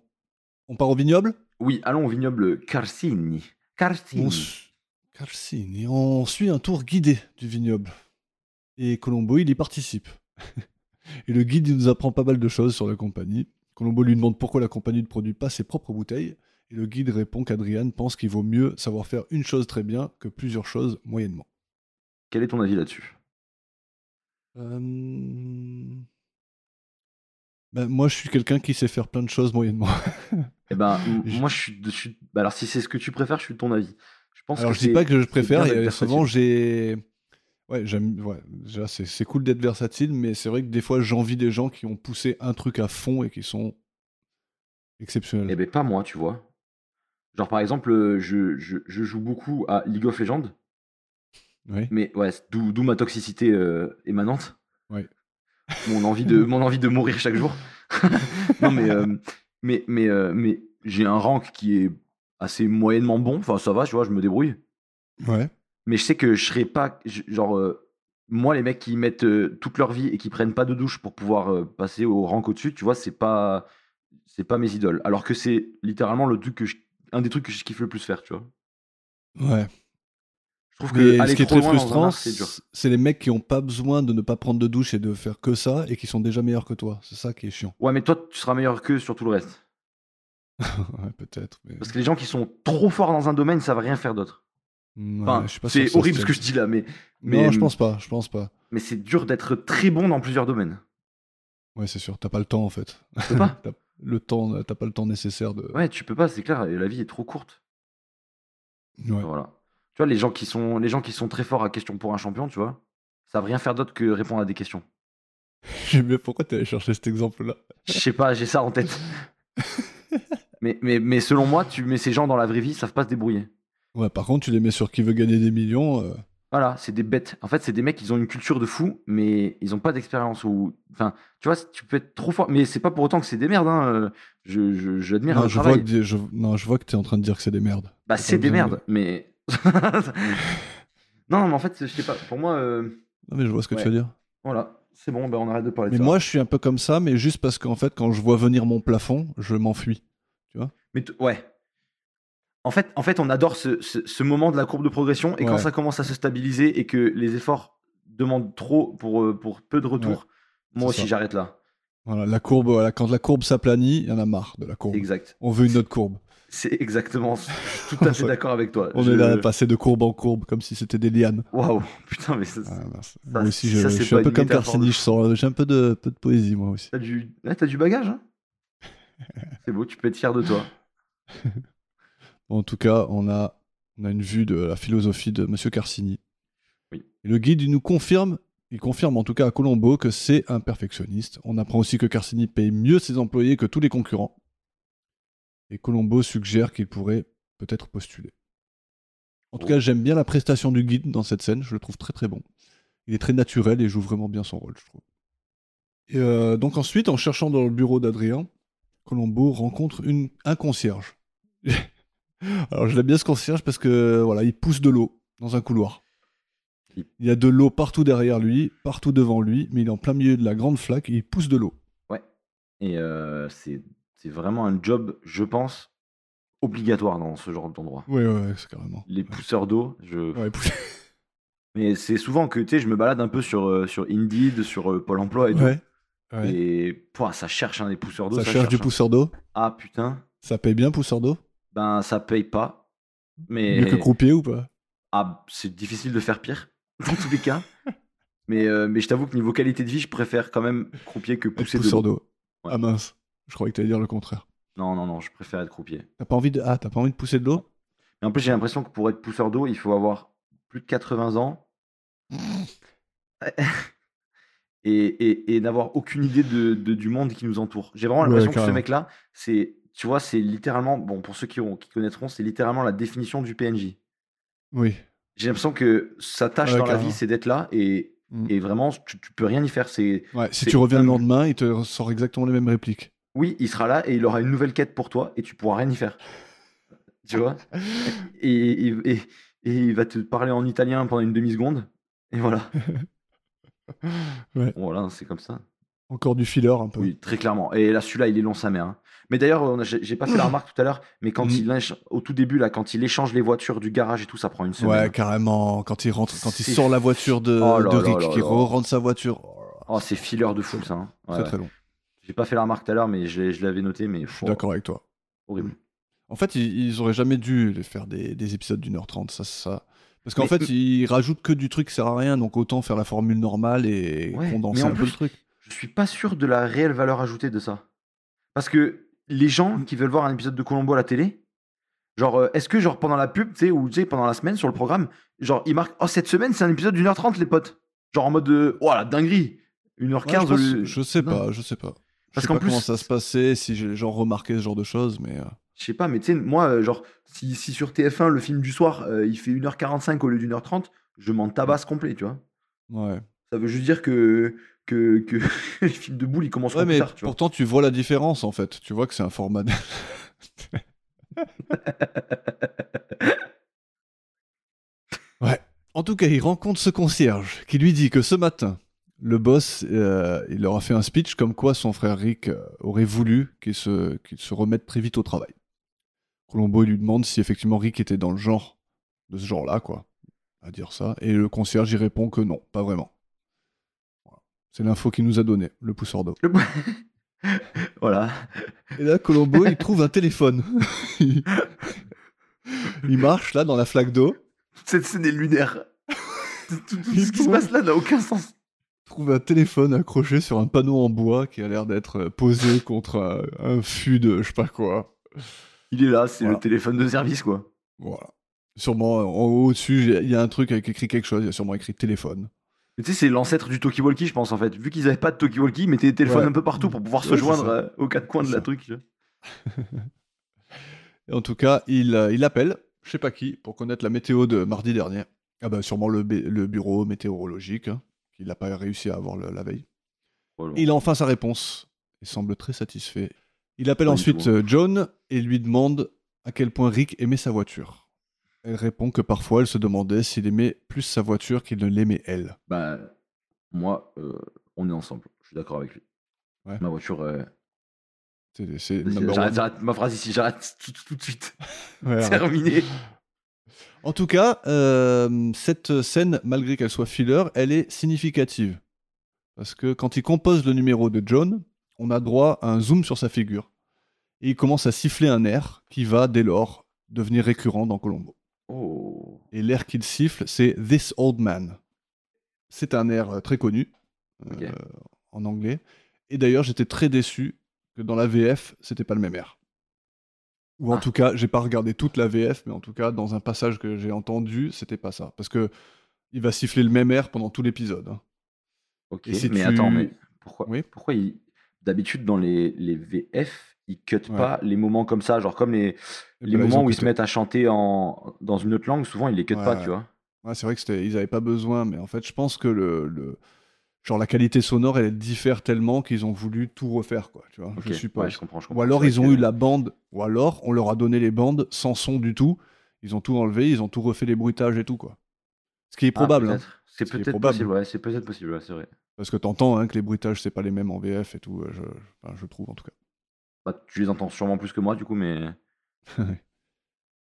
Speaker 4: On part au vignoble
Speaker 3: Oui, allons au vignoble Carcini. Carcini.
Speaker 4: on, su- Carcini. on suit un tour guidé du vignoble. Et Colombo, il y participe. [laughs] et le guide, il nous apprend pas mal de choses sur la compagnie. Colombo lui demande pourquoi la compagnie ne produit pas ses propres bouteilles. Et le guide répond qu'Adrian pense qu'il vaut mieux savoir faire une chose très bien que plusieurs choses moyennement.
Speaker 3: Quel est ton avis là-dessus
Speaker 4: Euh, ben, moi, je suis quelqu'un qui sait faire plein de choses moyennement.
Speaker 3: Eh ben, m-
Speaker 4: [laughs] Je-
Speaker 3: moi, je suis, je suis- bah, Alors, si c'est ce que tu préfères, je suis de ton avis. Je pense
Speaker 4: Alors
Speaker 3: que
Speaker 4: je dis
Speaker 3: c'est-
Speaker 4: pas que je
Speaker 3: c'est bien
Speaker 4: préfère,
Speaker 3: d'être
Speaker 4: et souvent
Speaker 3: versatile.
Speaker 4: j'ai. Ouais, j'aime. Ouais, déjà, c'est c'est cool d'être versatile, mais c'est vrai que des fois j'envie des gens qui ont poussé un truc à fond et qui sont exceptionnels.
Speaker 3: Eh ben, pas moi, tu vois. Genre, par exemple, euh, je, je- je joue beaucoup à League of Legends,
Speaker 4: Oui.
Speaker 3: mais ouais, c'est d'où d'où ma toxicité euh, émanante.
Speaker 4: Ouais.
Speaker 3: Mon envie
Speaker 4: [laughs]
Speaker 3: de, mon envie de mourir chaque jour. [laughs] non, mais, euh, mais, mais, euh, mais j'ai un rank qui est assez moyennement bon. Enfin, ça va, tu vois, je me débrouille.
Speaker 4: Ouais.
Speaker 3: Mais je sais que je serais pas. je- Genre, euh, moi, les mecs qui mettent euh, toute leur vie et qui prennent pas de douche pour pouvoir euh, passer au rank au-dessus, tu vois, c'est pas. C'est pas mes idoles. Alors que c'est littéralement le truc que je- un des trucs que je kiffe le plus faire, tu vois.
Speaker 4: Ouais.
Speaker 3: Je trouve
Speaker 4: Mais
Speaker 3: que aller
Speaker 4: ce qui est
Speaker 3: trop
Speaker 4: très
Speaker 3: loin dans un
Speaker 4: frustrant,
Speaker 3: arc, c'est dur.
Speaker 4: c'est les mecs qui ont pas besoin de ne pas prendre de douche et de faire que ça et qui sont déjà meilleurs que toi. C'est ça qui est chiant. [laughs]
Speaker 3: Ouais, mais toi, tu seras meilleur que sur tout le reste.
Speaker 4: ouais, peut-être. mais-
Speaker 3: Parce que les gens qui sont trop forts dans un domaine, ils savent rien faire d'autre.
Speaker 4: Ouais,
Speaker 3: Enfin,
Speaker 4: je suis pas sûr
Speaker 3: c'est
Speaker 4: ça
Speaker 3: horrible
Speaker 4: se
Speaker 3: ce
Speaker 4: tienne.
Speaker 3: que je dis là, mais, mais,
Speaker 4: Non, je pense pas. Je pense pas.
Speaker 3: mais c'est dur d'être très bon dans plusieurs domaines.
Speaker 4: Ouais, c'est sûr. T'as pas le temps en fait.
Speaker 3: Tu peux pas.
Speaker 4: [laughs] T'as le temps. T'as pas le temps nécessaire de.
Speaker 3: Ouais, tu peux pas, c'est clair. et La vie est trop courte.
Speaker 4: Ouais.
Speaker 3: Voilà. Tu vois, les gens qui sont, les gens qui sont très forts à question pour un champion, tu vois, savent rien faire d'autre que répondre à des questions.
Speaker 4: J'aime bien pourquoi t'es allé chercher cet exemple-là.
Speaker 3: Je sais pas, j'ai ça en
Speaker 4: [laughs]
Speaker 3: tête. mais, mais, mais selon moi, tu mets ces gens dans la vraie vie, ils savent pas se débrouiller.
Speaker 4: Ouais, par contre, tu les mets sur qui veut gagner des millions. euh,
Speaker 3: Voilà, c'est des bêtes. En fait, c'est des mecs, ils ont une culture de fou, mais ils ont pas d'expérience. Ou... Enfin, tu vois, tu peux être trop fort, mais c'est pas pour autant que c'est des merdes. Hein. euh, je- je- J'admire
Speaker 4: non,
Speaker 3: leur
Speaker 4: je vois
Speaker 3: travail.
Speaker 4: que des- je... non, je vois que t'es en train de dire que c'est des merdes.
Speaker 3: Bah, c'est des
Speaker 4: besoin
Speaker 3: merdes, mais. [laughs] non, mais en fait, je sais pas. Pour moi, euh,
Speaker 4: Non, mais je vois ce que
Speaker 3: Ouais.
Speaker 4: tu veux dire.
Speaker 3: voilà, c'est bon, bah, on arrête de parler
Speaker 4: Mais
Speaker 3: de ça.
Speaker 4: moi, je suis un peu comme ça, mais juste parce qu'en fait, quand je vois venir mon plafond, je m'enfuis.
Speaker 3: Mais t- ouais. En fait, en fait, on adore ce, ce- ce moment de la courbe de progression et quand
Speaker 4: Ouais.
Speaker 3: ça commence à se stabiliser et que les efforts demandent trop pour, euh, pour peu de retour, moi
Speaker 4: c'est
Speaker 3: aussi
Speaker 4: ça.
Speaker 3: j'arrête là.
Speaker 4: Voilà, la courbe, voilà, quand la courbe s'aplanit, il y en a marre de la courbe.
Speaker 3: Exact.
Speaker 4: On veut une autre courbe.
Speaker 3: C'est exactement. ce- Je suis tout
Speaker 4: [laughs]
Speaker 3: à fait d'accord avec toi.
Speaker 4: On
Speaker 3: Je-
Speaker 4: est là à passer de courbe en courbe comme si c'était des lianes.
Speaker 3: Waouh, putain, mais ça,
Speaker 4: Ah, mince.
Speaker 3: Ça,
Speaker 4: moi aussi,
Speaker 3: ça,
Speaker 4: je,
Speaker 3: c'est
Speaker 4: je suis
Speaker 3: pas
Speaker 4: un peu
Speaker 3: une
Speaker 4: comme
Speaker 3: métaphore.
Speaker 4: Carcini, je sors- j'ai un peu de, peu de poésie moi aussi.
Speaker 3: t'as du, ouais, t'as du bagage.
Speaker 4: [laughs]
Speaker 3: hein. C'est beau, tu peux être fier de toi.
Speaker 4: En tout cas, on a, on a une vue de la philosophie de Monsieur Carcini.
Speaker 3: Oui.
Speaker 4: Et le guide, il nous confirme, il confirme en tout cas à Colombo que c'est un perfectionniste. On apprend aussi que Carcini paye mieux ses employés que tous les concurrents. Et Colombo suggère qu'il pourrait peut-être postuler. En tout
Speaker 3: Oh.
Speaker 4: cas, j'aime bien la prestation du guide dans cette scène, je le trouve très très bon. Il est très naturel et joue vraiment bien son rôle, je trouve. Et euh, donc ensuite, en cherchant dans le bureau d'Adrien, Colombo rencontre une, un concierge. Alors je l'aime bien ce concierge parce que voilà, il pousse de l'eau dans un couloir.
Speaker 3: Il-
Speaker 4: Il y a de l'eau partout derrière lui, partout devant lui, mais il est en plein milieu de la grande flaque et il pousse de l'eau.
Speaker 3: Et euh, c'est c'est vraiment un job, je pense, obligatoire dans ce genre d'endroit.
Speaker 4: Ouais, ouais, ouais, c'est carrément.
Speaker 3: Les pousseurs d'eau, je.
Speaker 4: Ouais, il pousse-
Speaker 3: Mais c'est souvent que tu sais, je me balade un peu sur, euh, sur Indeed, sur euh, Pôle emploi et tout.
Speaker 4: Ouais, ouais.
Speaker 3: Et pouah, ça cherche un des pousseurs d'eau.
Speaker 4: Ça cherche du
Speaker 3: hein.
Speaker 4: pousseur d'eau.
Speaker 3: Ah putain,
Speaker 4: Ça paye bien, pousseur d'eau
Speaker 3: ben ça paye pas. Mais
Speaker 4: Mieux que croupier ou pas
Speaker 3: ah, c'est difficile de faire pire, dans tous les cas. mais, euh, mais je t'avoue que niveau qualité de vie, je préfère quand même croupier que pousser de l'eau.
Speaker 4: Pousseur d'eau.
Speaker 3: Ouais.
Speaker 4: Ah mince, je croyais que t'allais dire le contraire.
Speaker 3: Non, non, non, je préfère être croupier.
Speaker 4: T'as pas envie de... Ah, t'as pas envie de pousser de l'eau
Speaker 3: Mais en plus, j'ai l'impression que pour être pousseur d'eau, il faut avoir plus de 80
Speaker 4: [laughs]
Speaker 3: ans. et et, et n'avoir aucune idée de, de- du monde qui nous entoure. J'ai vraiment
Speaker 4: Ouais,
Speaker 3: l'impression que ce
Speaker 4: carrément.
Speaker 3: mec-là, c'est. Tu vois, c'est littéralement. Bon, pour ceux qui, ont, qui connaîtront, c'est littéralement la définition du PNJ.
Speaker 4: Oui.
Speaker 3: J'ai l'impression que sa tâche
Speaker 4: Ouais,
Speaker 3: dans la
Speaker 4: carrément.
Speaker 3: vie, c'est d'être là et,
Speaker 4: Mm.
Speaker 3: et vraiment, tu, tu peux rien y faire. C'est
Speaker 4: Ouais, si
Speaker 3: C'est
Speaker 4: tu reviens le
Speaker 3: humble.
Speaker 4: lendemain, il te sort exactement les mêmes répliques.
Speaker 3: oui, il sera là et il aura une nouvelle quête pour toi et tu pourras rien y faire. tu
Speaker 4: [laughs]
Speaker 3: vois et, et- et- et il va te parler en italien pendant une demi seconde et voilà.
Speaker 4: Ouais.
Speaker 3: Bon, Voilà, c'est comme ça.
Speaker 4: Encore du filler un peu.
Speaker 3: Oui, très clairement. Et là, celui-là, il est long sa mère. hein. Mais d'ailleurs, on a- j'ai j'ai pas fait la remarque tout à l'heure, mais quand
Speaker 4: Mm.
Speaker 3: il lynche- au tout début là, quand il échange les voitures du garage et tout, ça prend une semaine.
Speaker 4: Ouais, carrément. Quand il rentre, quand il
Speaker 3: C'est
Speaker 4: sort la voiture de,
Speaker 3: Oh là
Speaker 4: de
Speaker 3: là
Speaker 4: Rick,
Speaker 3: là
Speaker 4: qui
Speaker 3: là.
Speaker 4: rentre sa voiture. Oh là là.
Speaker 3: Oh, c'est fileur de fou ça. hein. Ouais,
Speaker 4: très
Speaker 3: ouais.
Speaker 4: très long.
Speaker 3: J'ai pas fait la remarque tout à l'heure, mais je l'ai- je l'avais noté, mais
Speaker 4: Je suis
Speaker 3: oh,
Speaker 4: d'accord avec toi.
Speaker 3: horrible.
Speaker 4: En fait, ils, ils auraient jamais dû les faire des, des épisodes d'une heure trente. Ça, ça. Parce qu'en
Speaker 3: Mais-
Speaker 4: fait, ils rajoutent que du truc qui sert à rien, donc autant faire la formule normale et
Speaker 3: Ouais,
Speaker 4: condenser
Speaker 3: mais en
Speaker 4: un peu le
Speaker 3: plus-
Speaker 4: truc.
Speaker 3: Je suis pas sûr de la réelle valeur ajoutée de ça. Parce que les
Speaker 4: Mmh.
Speaker 3: gens qui veulent voir un épisode de Colombo à la télé, genre, euh, est-ce que genre pendant la pub, tu sais, ou tu sais, pendant la semaine sur le programme, genre, ils marquent, oh, cette semaine, c'est un épisode d'une heure trente, les potes. Genre en mode, euh, oh la dinguerie, une heure
Speaker 4: Ouais, je,
Speaker 3: quinze.
Speaker 4: pense-
Speaker 3: euh,
Speaker 4: je sais
Speaker 3: non.
Speaker 4: pas, je sais pas. Je
Speaker 3: Parce
Speaker 4: sais
Speaker 3: qu'en
Speaker 4: pas
Speaker 3: plus-
Speaker 4: comment ça se passait, si j'ai- les gens remarquaient ce genre de choses, mais euh,
Speaker 3: Je sais pas, mais tu sais, moi, euh, genre, si, si sur TF1, le film du soir, euh, il fait 1h45 au lieu d'une heure trente, je m'en
Speaker 4: Mmh.
Speaker 3: tabasse complet, tu vois.
Speaker 4: ouais.
Speaker 3: Ça veut juste dire que, que, que [laughs] les films de boules, ils commencent
Speaker 4: Ouais,
Speaker 3: plus
Speaker 4: mais
Speaker 3: tard, tu vois.
Speaker 4: pourtant, tu vois la différence en fait. Tu vois que c'est un format. de-
Speaker 3: [laughs]
Speaker 4: ouais. En tout cas, il rencontre ce concierge qui lui dit que ce matin, le boss, euh, il leur a fait un speech comme quoi son frère Rick euh, aurait voulu qu'il se, qu'il se remette très vite au travail. Colombo il lui demande si effectivement Rick était dans le genre de ce genre-là, quoi, à dire ça. Et le concierge y répond que non, pas vraiment. Voilà. C'est l'info qu'il nous a donnée, le pousseur d'eau.
Speaker 3: Voilà.
Speaker 4: Et là, Colombo, il trouve un téléphone. il... il marche là dans la flaque d'eau,
Speaker 3: Cette scène est [laughs] lunaire. tout, tout- tout
Speaker 4: Il
Speaker 3: ce qui se
Speaker 4: faut-
Speaker 3: passe là n'a aucun sens.
Speaker 4: trouve un téléphone accroché sur un panneau en bois qui a l'air d'être euh, posé contre euh, un, un fût de je sais pas quoi.
Speaker 3: Il est là, c'est
Speaker 4: Voilà.
Speaker 3: le téléphone de service, quoi.
Speaker 4: Voilà. Sûrement euh, en haut au-dessus, j'ai- il y a un truc avec écrit quelque chose, il y a sûrement écrit téléphone.
Speaker 3: Mais Tu sais, c'est l'ancêtre du talkie-walkie, je pense, en fait. Vu qu'ils n'avaient pas de talkie-walkie, ils mettaient des téléphones
Speaker 4: Ouais.
Speaker 3: un peu partout pour pouvoir se
Speaker 4: Ouais, c'est
Speaker 3: joindre
Speaker 4: ça.
Speaker 3: euh, aux quatre coins de
Speaker 4: C'est
Speaker 3: la
Speaker 4: ça.
Speaker 3: truc. tu vois.
Speaker 4: Et en tout cas, il, euh, il appelle, je sais pas qui, pour connaître la météo de mardi dernier. Ah bah sûrement le, bu- le bureau météorologique, hein, qu'il n'a pas réussi à avoir le- la veille. Et Il a enfin sa réponse et semble très satisfait. Il appelle
Speaker 3: Pas du
Speaker 4: ensuite
Speaker 3: tout,
Speaker 4: euh, John et lui demande à quel point Rick aimait sa voiture. Elle répond que parfois elle se demandait s'il aimait plus sa voiture qu'il ne l'aimait elle.
Speaker 3: Bah, moi, euh, on est ensemble. Je suis d'accord avec lui.
Speaker 4: Ouais.
Speaker 3: Ma voiture, euh,
Speaker 4: C'est- C'est number
Speaker 3: J'arrête
Speaker 4: one.
Speaker 3: j'arrête ma phrase ici, j'arrête tout, tout de suite.
Speaker 4: Ouais, ouais.
Speaker 3: Terminé.
Speaker 4: En tout cas, euh, cette scène, malgré qu'elle soit filler, elle est significative. Parce que quand il compose le numéro de John, on a droit à un zoom sur sa figure. Et il commence à siffler un air qui va, dès lors, devenir récurrent dans Colombo.
Speaker 3: Oh.
Speaker 4: Et l'air qu'il siffle, c'est This Old Man. C'est un air euh, très connu euh,
Speaker 3: Ok.
Speaker 4: en anglais. Et d'ailleurs, j'étais très déçu que dans la VF, c'était pas le même air. Ou en
Speaker 2: Ah.
Speaker 4: tout cas, j'ai pas regardé toute la VF, mais en tout cas, dans un passage que j'ai entendu, c'était pas ça. Parce que il va siffler le même air pendant tout l'épisode. hein.
Speaker 3: Ok,
Speaker 4: Et si
Speaker 3: mais
Speaker 4: tu-
Speaker 3: attends, mais pourquoi,
Speaker 4: Oui.
Speaker 3: pourquoi il- d'habitude dans les, les VF, ils cut
Speaker 4: Ouais.
Speaker 3: pas les moments comme ça, genre comme les,
Speaker 4: Et
Speaker 3: les
Speaker 4: ben là,
Speaker 3: moments
Speaker 4: ont
Speaker 3: où ils se
Speaker 4: coupé.
Speaker 3: mettent à chanter en, dans une autre langue, souvent ils les cut
Speaker 4: Ouais,
Speaker 3: pas,
Speaker 4: ouais.
Speaker 3: tu vois.
Speaker 4: Ouais, c'est vrai que c'était- ils avaient pas besoin, mais en fait, je pense que le, le- genre la qualité sonore, elle diffère tellement qu'ils ont voulu tout refaire, quoi. Tu vois,
Speaker 3: Ok,
Speaker 4: je suppose.
Speaker 3: ouais, je comprends, je comprends.
Speaker 4: Ou alors
Speaker 3: C'est
Speaker 4: ils
Speaker 3: vrai
Speaker 4: ont
Speaker 3: que-
Speaker 4: eu la bande, ou alors on leur a donné les bandes sans son du tout. Ils ont tout enlevé, ils ont tout refait les bruitages et tout quoi. Ce qui est
Speaker 3: Ah,
Speaker 4: probable, hein,
Speaker 3: peut-être. C'est
Speaker 4: Ce qui est
Speaker 3: peut-être
Speaker 4: probable.
Speaker 3: possible, ouais, c'est peut-être possible, ouais, c'est vrai.
Speaker 4: parce que t'entends hein, que les bruitages c'est pas les mêmes en VF et tout. euh, Je, enfin, je trouve en tout cas.
Speaker 3: Bah, tu les entends sûrement plus que moi, du coup, mais.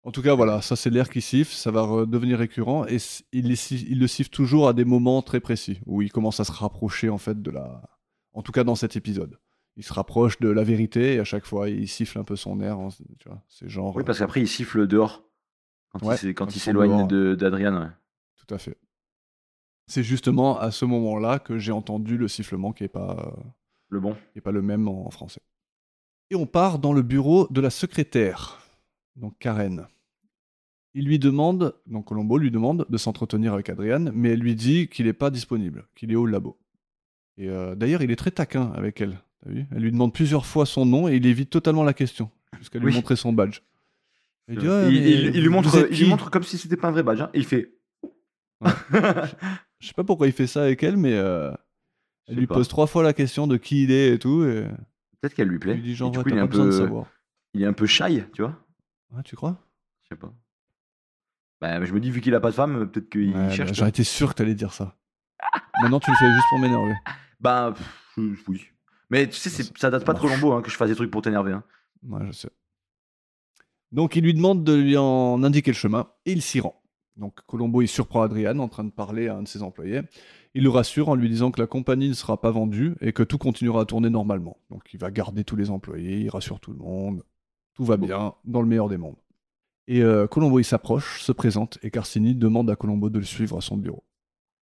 Speaker 4: En tout cas voilà, ça c'est l'air qui siffle, ça va redevenir récurrent et s- il, les sif- il le siffle toujours à des moments très précis où il commence à se rapprocher en fait de la, en tout cas dans cet épisode. Il se rapproche de la vérité et à chaque fois il siffle un peu son air. en- tu vois, c'est genre.
Speaker 3: Oui, parce qu'après, il siffle dehors quand
Speaker 4: Ouais,
Speaker 3: il s'é-
Speaker 4: quand
Speaker 3: quand
Speaker 4: ils
Speaker 3: il
Speaker 4: sont
Speaker 3: s'éloigne
Speaker 4: dehors.
Speaker 3: de- d'Adrian. ouais.
Speaker 4: Tout à fait. C'est justement à ce moment-là que j'ai entendu le sifflement qui n'est pas,
Speaker 3: Le bon.
Speaker 4: qui est pas le même en français. Et on part dans le bureau de la secrétaire, donc Karen. Il lui demande, donc Colombo lui demande de s'entretenir avec Adrian, mais elle lui dit qu'il n'est pas disponible, qu'il est au labo. Et euh, d'ailleurs, il est très taquin avec elle. t'as vu elle lui demande plusieurs fois son nom et il évite totalement la question, jusqu'à lui
Speaker 3: Oui. Euh,
Speaker 4: montrer son badge.
Speaker 3: Il,
Speaker 4: dit, Ouais, mais
Speaker 3: il- il lui
Speaker 4: vous
Speaker 3: montre,
Speaker 4: êtes
Speaker 3: il lui
Speaker 4: qui
Speaker 3: montre comme si c'était pas un vrai badge. hein, et il fait.
Speaker 4: Ouais. Je sais pas pourquoi il fait ça avec elle, mais euh,
Speaker 3: Je
Speaker 4: elle
Speaker 3: sais
Speaker 4: lui
Speaker 3: pas.
Speaker 4: pose trois fois la question de qui il est et tout. Et
Speaker 3: [laughs] Peut-être qu'elle lui
Speaker 4: elle
Speaker 3: plaît.
Speaker 4: lui dit
Speaker 3: Eh, Et
Speaker 4: genre,
Speaker 3: du
Speaker 4: ouais,
Speaker 3: coup,
Speaker 4: t'as
Speaker 3: il est
Speaker 4: pas
Speaker 3: un
Speaker 4: besoin de
Speaker 3: peu,
Speaker 4: savoir.
Speaker 3: il est un peu shy, tu vois.
Speaker 4: Ouais, tu crois
Speaker 3: Je sais pas. Bah, je me dis, vu qu'il a pas de femme, peut-être qu'il
Speaker 4: Ouais, bah,
Speaker 3: cherche.
Speaker 4: J'aurais été sûr que t'allais dire ça. Maintenant, tu le fais juste pour m'énerver.
Speaker 3: Bah, pff, je- oui. Mais tu sais,
Speaker 4: Ça,
Speaker 3: c'est- ça date
Speaker 4: ça
Speaker 3: pas de
Speaker 4: marche.
Speaker 3: Colombo hein, que je fasse des trucs pour t'énerver. hein.
Speaker 4: Ouais, je sais. Donc, il lui demande de lui en indiquer le chemin et il s'y rend. Donc, Colombo, il surprend Adrian en train de parler à un de ses employés. Il le rassure en lui disant que la compagnie ne sera pas vendue et que tout continuera à tourner normalement. Donc, il va garder tous les employés, il rassure tout le monde. Tout va bien, dans le meilleur des mondes. Et euh, Colombo, il s'approche, se présente et Carcini demande à Colombo de le suivre à son bureau.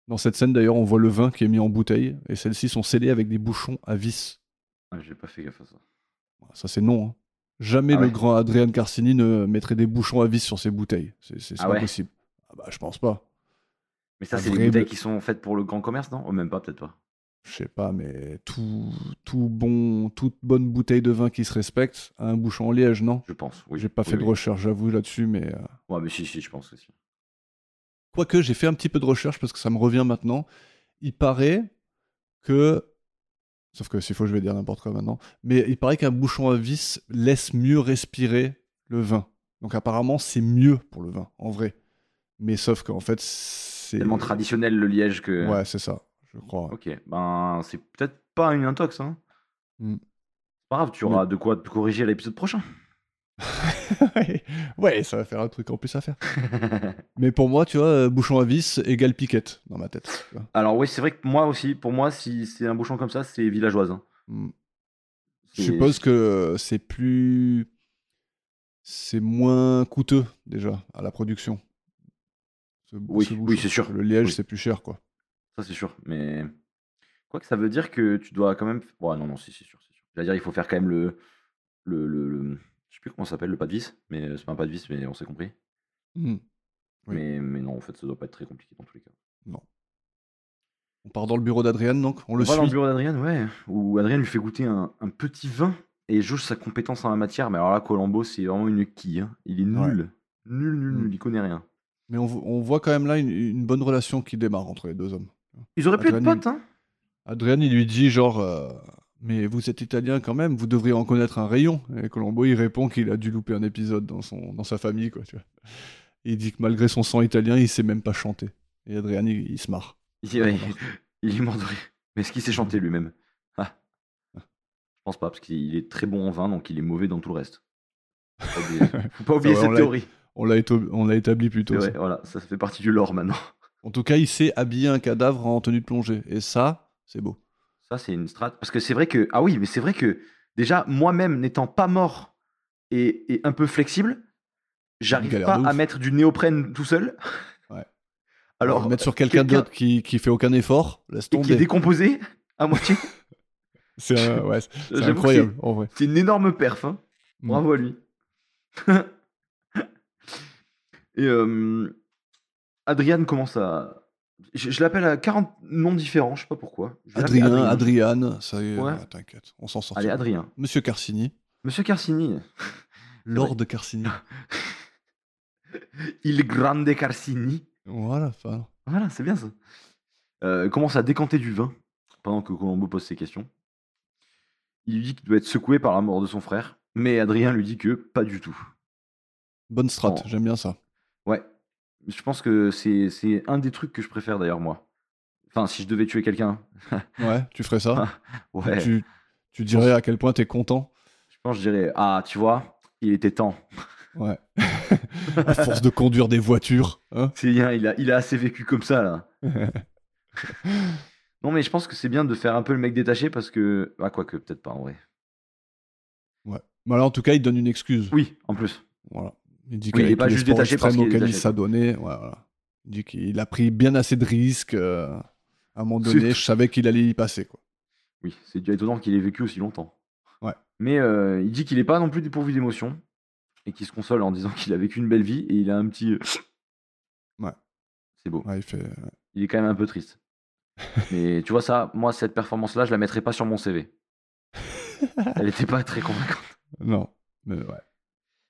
Speaker 4: Dans cette scène, d'ailleurs, on voit le vin qui est mis en bouteille et celles-ci sont scellées avec des bouchons à vis.
Speaker 3: Ah, J'ai pas fait gaffe à ça.
Speaker 4: Ça, c'est non. hein. Jamais
Speaker 3: Ah
Speaker 4: le
Speaker 3: ouais.
Speaker 4: grand Adrian Carcini ne mettrait des bouchons à vis sur ses bouteilles. C'est c'est- c'est
Speaker 3: Ah
Speaker 4: pas
Speaker 3: ouais.
Speaker 4: possible. Ah bah, je pense pas.
Speaker 3: Mais ça,
Speaker 4: Un
Speaker 3: c'est des
Speaker 4: vrai
Speaker 3: bouteilles
Speaker 4: bleu.
Speaker 3: qui sont faites pour le grand commerce, non Oh, Même pas, peut-être pas.
Speaker 4: Je sais pas, mais tout, tout bon, toute bonne bouteille de vin qui se respecte a un bouchon en liège, non
Speaker 3: Je pense. Oui.
Speaker 4: J'ai pas
Speaker 3: Oui,
Speaker 4: fait de
Speaker 3: oui.
Speaker 4: recherche, j'avoue, là-dessus, mais. euh,
Speaker 3: Ouais, mais si, si, je pense aussi.
Speaker 4: Quoique, j'ai fait un petit peu de recherche parce que ça me revient maintenant. Il paraît que. Sauf que s'il faut, je vais dire n'importe quoi maintenant. Mais il paraît qu'un bouchon à vis laisse mieux respirer le vin. Donc apparemment, c'est mieux pour le vin, en vrai. Mais sauf qu'en fait, c'est.
Speaker 3: Tellement traditionnel le Liège que.
Speaker 4: euh, Ouais, c'est ça, je crois.
Speaker 3: Ok, ben c'est peut-être pas une intox. Hein.
Speaker 4: Hmm.
Speaker 3: C'est pas grave, tu auras de quoi te corriger à l'épisode prochain.
Speaker 4: [laughs] ouais, ça va faire un truc en plus
Speaker 3: [laughs]
Speaker 4: à faire. Mais pour moi, tu vois, euh, bouchon à vis égale piquette dans ma tête. tu vois.
Speaker 3: Alors oui, c'est vrai que moi aussi, pour moi, si c'est un bouchon comme ça, c'est villageoise. hein.
Speaker 4: Hmm. Je
Speaker 3: C'est-
Speaker 4: suppose que c'est plus. C'est moins coûteux, déjà, à la production. Ce-
Speaker 3: Oui,
Speaker 4: ce
Speaker 3: oui,
Speaker 4: bouchon.
Speaker 3: c'est sûr.
Speaker 4: Le liège,
Speaker 3: Oui.
Speaker 4: c'est plus cher, quoi.
Speaker 3: Ça c'est sûr, mais quoi que ça veut dire que tu dois quand même. Ouais, non, non, si, c'est sûr, c'est sûr. C'est-à-dire, il faut faire quand même le, le, le, le- je sais plus comment ça s'appelle, le pas de vis. Mais euh, c'est pas un pas de vis, mais on s'est compris.
Speaker 4: Hmm. Oui.
Speaker 3: Mais, mais non, en fait, ça doit pas être très compliqué dans tous les cas.
Speaker 4: On part dans le bureau d'Adrian, donc on le
Speaker 3: On va dans le
Speaker 4: suit.
Speaker 3: bureau d'Adrien, ouais, où Adrien lui fait goûter un, un petit vin et jauge sa compétence en la matière. Mais alors là, Colombo, c'est vraiment une quille. hein. Il est
Speaker 4: Ouais.
Speaker 3: nul. Nul, nul,
Speaker 4: Mm.
Speaker 3: nul. Il connaît rien.
Speaker 4: Mais on, vo- on voit quand même là une, une bonne relation qui démarre entre les deux hommes.
Speaker 3: Ils auraient pu être
Speaker 4: Adrien,
Speaker 3: potes, hein
Speaker 4: Adrian, il lui dit genre. euh, mais vous êtes italien quand même, vous devriez en connaître un rayon. Et Colombo, il répond qu'il a dû louper un épisode dans, son, dans sa famille, quoi, tu vois. Il dit que malgré son sang italien, il sait même pas chanter. Et Adrian, il- il se marre.
Speaker 3: [laughs] il, ouais, il est mort de rire. Mais est-ce qu'il s'est chanté lui-même Ah. Je pense pas, parce qu'il est très bon en vin, donc il est mauvais dans tout le reste. Faut pas
Speaker 4: [laughs]
Speaker 3: oublier- Faut pas oublier
Speaker 4: va, on
Speaker 3: cette
Speaker 4: l'a-
Speaker 3: théorie.
Speaker 4: On l'a éto- on l'a établi plus
Speaker 3: C'est
Speaker 4: tôt.
Speaker 3: vrai,
Speaker 4: ça.
Speaker 3: voilà, ça fait partie du lore maintenant.
Speaker 4: En tout cas, il sait habiller un cadavre en tenue de plongée. Et ça, c'est beau.
Speaker 3: Ça, c'est une strat. Parce que c'est vrai que. Ah oui, mais c'est vrai que déjà, moi-même, n'étant pas mort et, et un peu flexible, j'arrive
Speaker 4: galère
Speaker 3: pas
Speaker 4: de
Speaker 3: à
Speaker 4: ouf.
Speaker 3: mettre du néoprène tout seul.
Speaker 4: Ouais.
Speaker 3: Alors, euh,
Speaker 4: mettre sur quelqu'un
Speaker 3: quelqu'un-
Speaker 4: d'autre qui, qui fait aucun effort, laisse
Speaker 3: et qui est
Speaker 4: tomber.
Speaker 3: décomposé à moitié.
Speaker 4: C'est un-
Speaker 3: [laughs]
Speaker 4: ouais, [laughs] c'est- c'est
Speaker 3: J'avoue que
Speaker 4: incroyable, en vrai.
Speaker 3: C'est une énorme perf. hein.
Speaker 4: Mm.
Speaker 3: Bravo à lui. [laughs] Et euh, Adrian commence à. Je, je l'appelle à 40 noms différents, je sais pas pourquoi. Je vais l'appeler
Speaker 4: Adrien, Adrian, ça y est,
Speaker 3: Ouais.
Speaker 4: ouais, t'inquiète, on s'en sort.
Speaker 3: Allez, Adrien.
Speaker 4: Monsieur Carcini,
Speaker 3: Monsieur Carcini,
Speaker 4: [laughs] Lord Carcini.
Speaker 3: [laughs] il grande Carcini.
Speaker 4: voilà, enfin,
Speaker 3: Voilà, c'est bien ça. Euh, commence à décanter du vin pendant que Colombo pose ses questions. Il lui dit qu'il doit être secoué par la mort de son frère, mais Adrien lui dit que pas du tout.
Speaker 4: bonne strat,
Speaker 3: Bon.
Speaker 4: j'aime bien ça.
Speaker 3: Ouais. Je pense que c'est c'est un des trucs que je préfère d'ailleurs, moi. Enfin, si je devais tuer quelqu'un, [laughs]
Speaker 4: Ouais, tu ferais ça.
Speaker 3: Ah, ouais,
Speaker 4: Bah, Tu, tu dirais à quel point t'es content.
Speaker 3: je pense que je dirais Ah, tu vois, il était temps. [laughs]
Speaker 4: Ouais. [laughs] à force de conduire des voitures. hein.
Speaker 3: C'est bien, il a, il a assez vécu comme ça,
Speaker 4: [laughs]
Speaker 3: là. non, mais je pense que c'est bien de faire un peu le mec détaché parce que. Ah, quoique, peut-être pas en vrai.
Speaker 4: Mais alors, Bah, en tout cas, il donne une excuse.
Speaker 3: Oui, en plus.
Speaker 4: Voilà. Il dit
Speaker 3: Oui, il
Speaker 4: qu'avec
Speaker 3: est pas
Speaker 4: tous les
Speaker 3: juste
Speaker 4: sports
Speaker 3: détaché parce
Speaker 4: extrêmes
Speaker 3: qu'il est
Speaker 4: auxquels il
Speaker 3: détaché.
Speaker 4: s'adonnait, ouais, voilà. il dit qu'il a pris bien assez de risques. euh, à un moment
Speaker 3: C'est
Speaker 4: donné,
Speaker 3: tout.
Speaker 4: je savais qu'il allait y passer. Quoi.
Speaker 3: Oui, c'est déjà étonnant qu'il ait vécu aussi longtemps.
Speaker 4: Ouais.
Speaker 3: Mais euh, il dit qu'il n'est pas non plus dépourvu d'émotions et qu'il se console en disant qu'il a vécu une belle vie et il a un petit. euh,
Speaker 4: Ouais.
Speaker 3: C'est beau.
Speaker 4: Ouais, il fait... euh,
Speaker 3: Il est quand même un peu triste. Mais tu vois, ça, moi, cette performance-là, je la mettrais pas sur mon CV. Elle n'était pas très convaincante.
Speaker 4: Non. Mais ouais.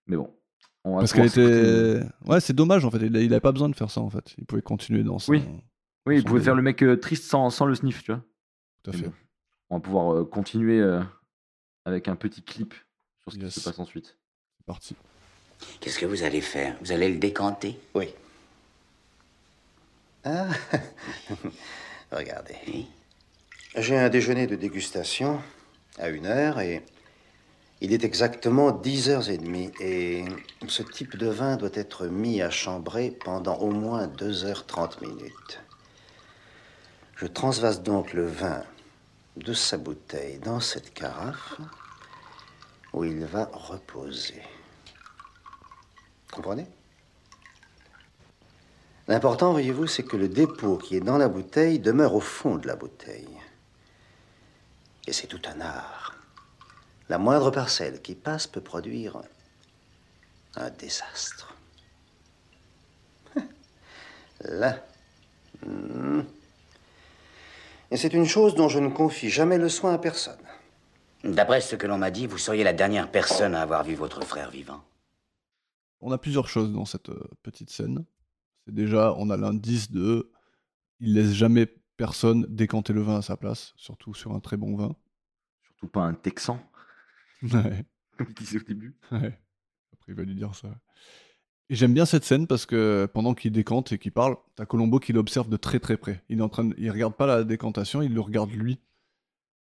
Speaker 3: Mais bon. on va
Speaker 4: Parce qu'elle
Speaker 3: pouvoir s'écouter.
Speaker 4: était. Ouais, c'est dommage en fait. Il n'avait pas besoin de faire ça en fait. Il pouvait continuer dans son.
Speaker 3: Oui. Oui, il
Speaker 4: son
Speaker 3: pouvait
Speaker 4: délire.
Speaker 3: faire le mec euh, triste sans, sans le sniff, tu vois.
Speaker 4: Tout à fait.
Speaker 3: On va pouvoir euh, continuer euh, avec un petit clip sur ce
Speaker 4: Yes.
Speaker 3: qui se passe ensuite.
Speaker 4: C'est parti.
Speaker 2: Qu'est-ce que vous allez faire Vous allez le décanter
Speaker 6: Oui. Ah Regardez.
Speaker 5: J'ai un déjeuner de dégustation à une heure et il est exactement 10h30 et ce type de vin doit être mis à chambrer pendant au moins 2h30 minutes. Je transvase donc le vin de sa bouteille dans cette carafe où il va reposer. Comprenez L'important, voyez-vous, c'est que le dépôt qui est dans la bouteille demeure au fond de la bouteille. Et c'est tout un art. La moindre parcelle qui passe peut produire un désastre. [laughs] Là. Hmm. Et c'est une chose dont je ne confie jamais le soin à personne.
Speaker 2: D'après ce que l'on m'a dit, vous seriez la dernière personne à avoir vu votre frère vivant.
Speaker 4: On a plusieurs choses dans cette euh, petite scène. C'est déjà, on a l'indice de. Il laisse jamais personne décanter le vin à sa place, surtout sur un très bon vin. [laughs]
Speaker 3: Surtout pas un Texan, [laughs]
Speaker 4: Ouais.
Speaker 3: comme il disait au début.
Speaker 4: [laughs] Ouais. Après, il va lui dire ça. Et j'aime bien cette scène parce que pendant qu'il décante et qu'il parle, t'as Colombo qui l'observe de très très près. Il est en train, de- il regarde pas la décantation, il le regarde lui.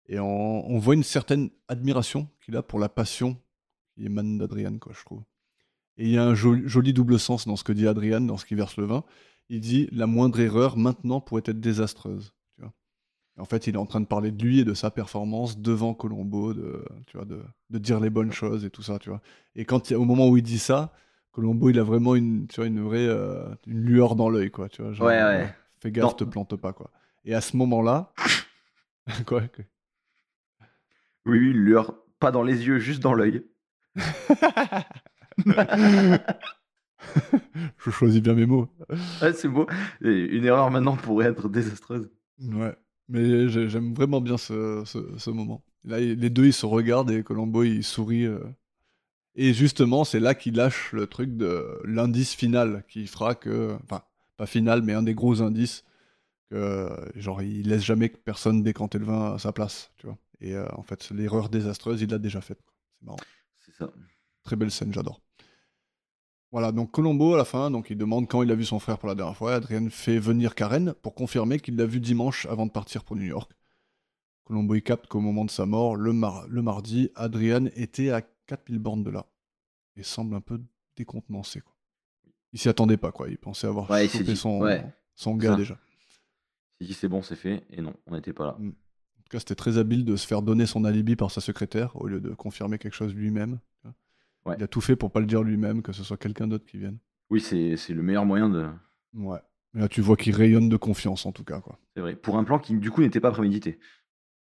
Speaker 4: Et on, on voit une certaine admiration qu'il a pour la passion qui émane d'Adrian, quoi, je trouve. Et il y a un joli, joli double sens dans ce que dit Adrian, dans ce qu'il verse le vin. Il dit la moindre erreur maintenant pourrait être désastreuse. Tu vois. En fait, il est en train de parler de lui et de sa performance devant Colombo, de, tu vois, de, de dire les bonnes choses et tout ça, tu vois. Et quand il- au moment où il dit ça, Colombo, il a vraiment une, tu vois, une vraie euh, une lueur dans l'œil, quoi. Tu vois, genre, euh,
Speaker 3: Ouais, ouais.
Speaker 4: Fais gaffe,
Speaker 3: Dans-
Speaker 4: te plante pas, quoi. Et à ce moment-là, [laughs] quoi que-
Speaker 3: Oui, oui, une lueur, pas dans les yeux, juste dans l'œil.
Speaker 4: Je choisis bien mes mots.
Speaker 3: Ah, c'est beau. Et une erreur maintenant pourrait être désastreuse.
Speaker 4: Ouais. Mais j'ai- j'aime vraiment bien ce, ce- ce moment. Là, il- les deux, ils se regardent et Colombo, il sourit. euh. Et justement, c'est là qu'il lâche le truc de l'indice final qui fera que. Enfin, pas final, mais un des gros indices. Que, genre, il laisse jamais que personne décanter le vin à sa place. Tu vois. Et euh, en fait, l'erreur désastreuse, il l'a déjà faite. C'est marrant.
Speaker 3: C'est ça.
Speaker 4: Très belle scène, j'adore. Voilà, donc Colombo à la fin, donc il demande quand il a vu son frère pour la dernière fois. Adrien fait venir Karen pour confirmer qu'il l'a vu dimanche avant de partir pour New York. Colombo y capte qu'au moment de sa mort, le, mar- le mardi, Adrian était à 4000 bornes de là. Et semble un peu décontenancé. Quoi. Il s'y attendait pas, quoi. Il pensait avoir
Speaker 3: Ouais, il s'est
Speaker 4: chopé
Speaker 3: dit,
Speaker 4: son,
Speaker 3: ouais.
Speaker 4: son gars
Speaker 3: Ça.
Speaker 4: déjà.
Speaker 3: Il dit c'est bon, c'est fait. Et non, on n'était pas
Speaker 4: Mm.
Speaker 3: là.
Speaker 4: En tout cas, c'était très habile de se faire donner son alibi par sa secrétaire au lieu de confirmer quelque chose lui-même. tu vois.
Speaker 3: Ouais.
Speaker 4: Il a tout fait pour pas le dire lui-même, que ce soit quelqu'un d'autre qui vienne.
Speaker 3: Oui, c'est c'est le meilleur moyen de.
Speaker 4: Ouais. Mais là, tu vois qu'il rayonne de confiance, en tout cas, quoi.
Speaker 3: C'est vrai. Pour un plan qui, du coup, n'était pas prémédité.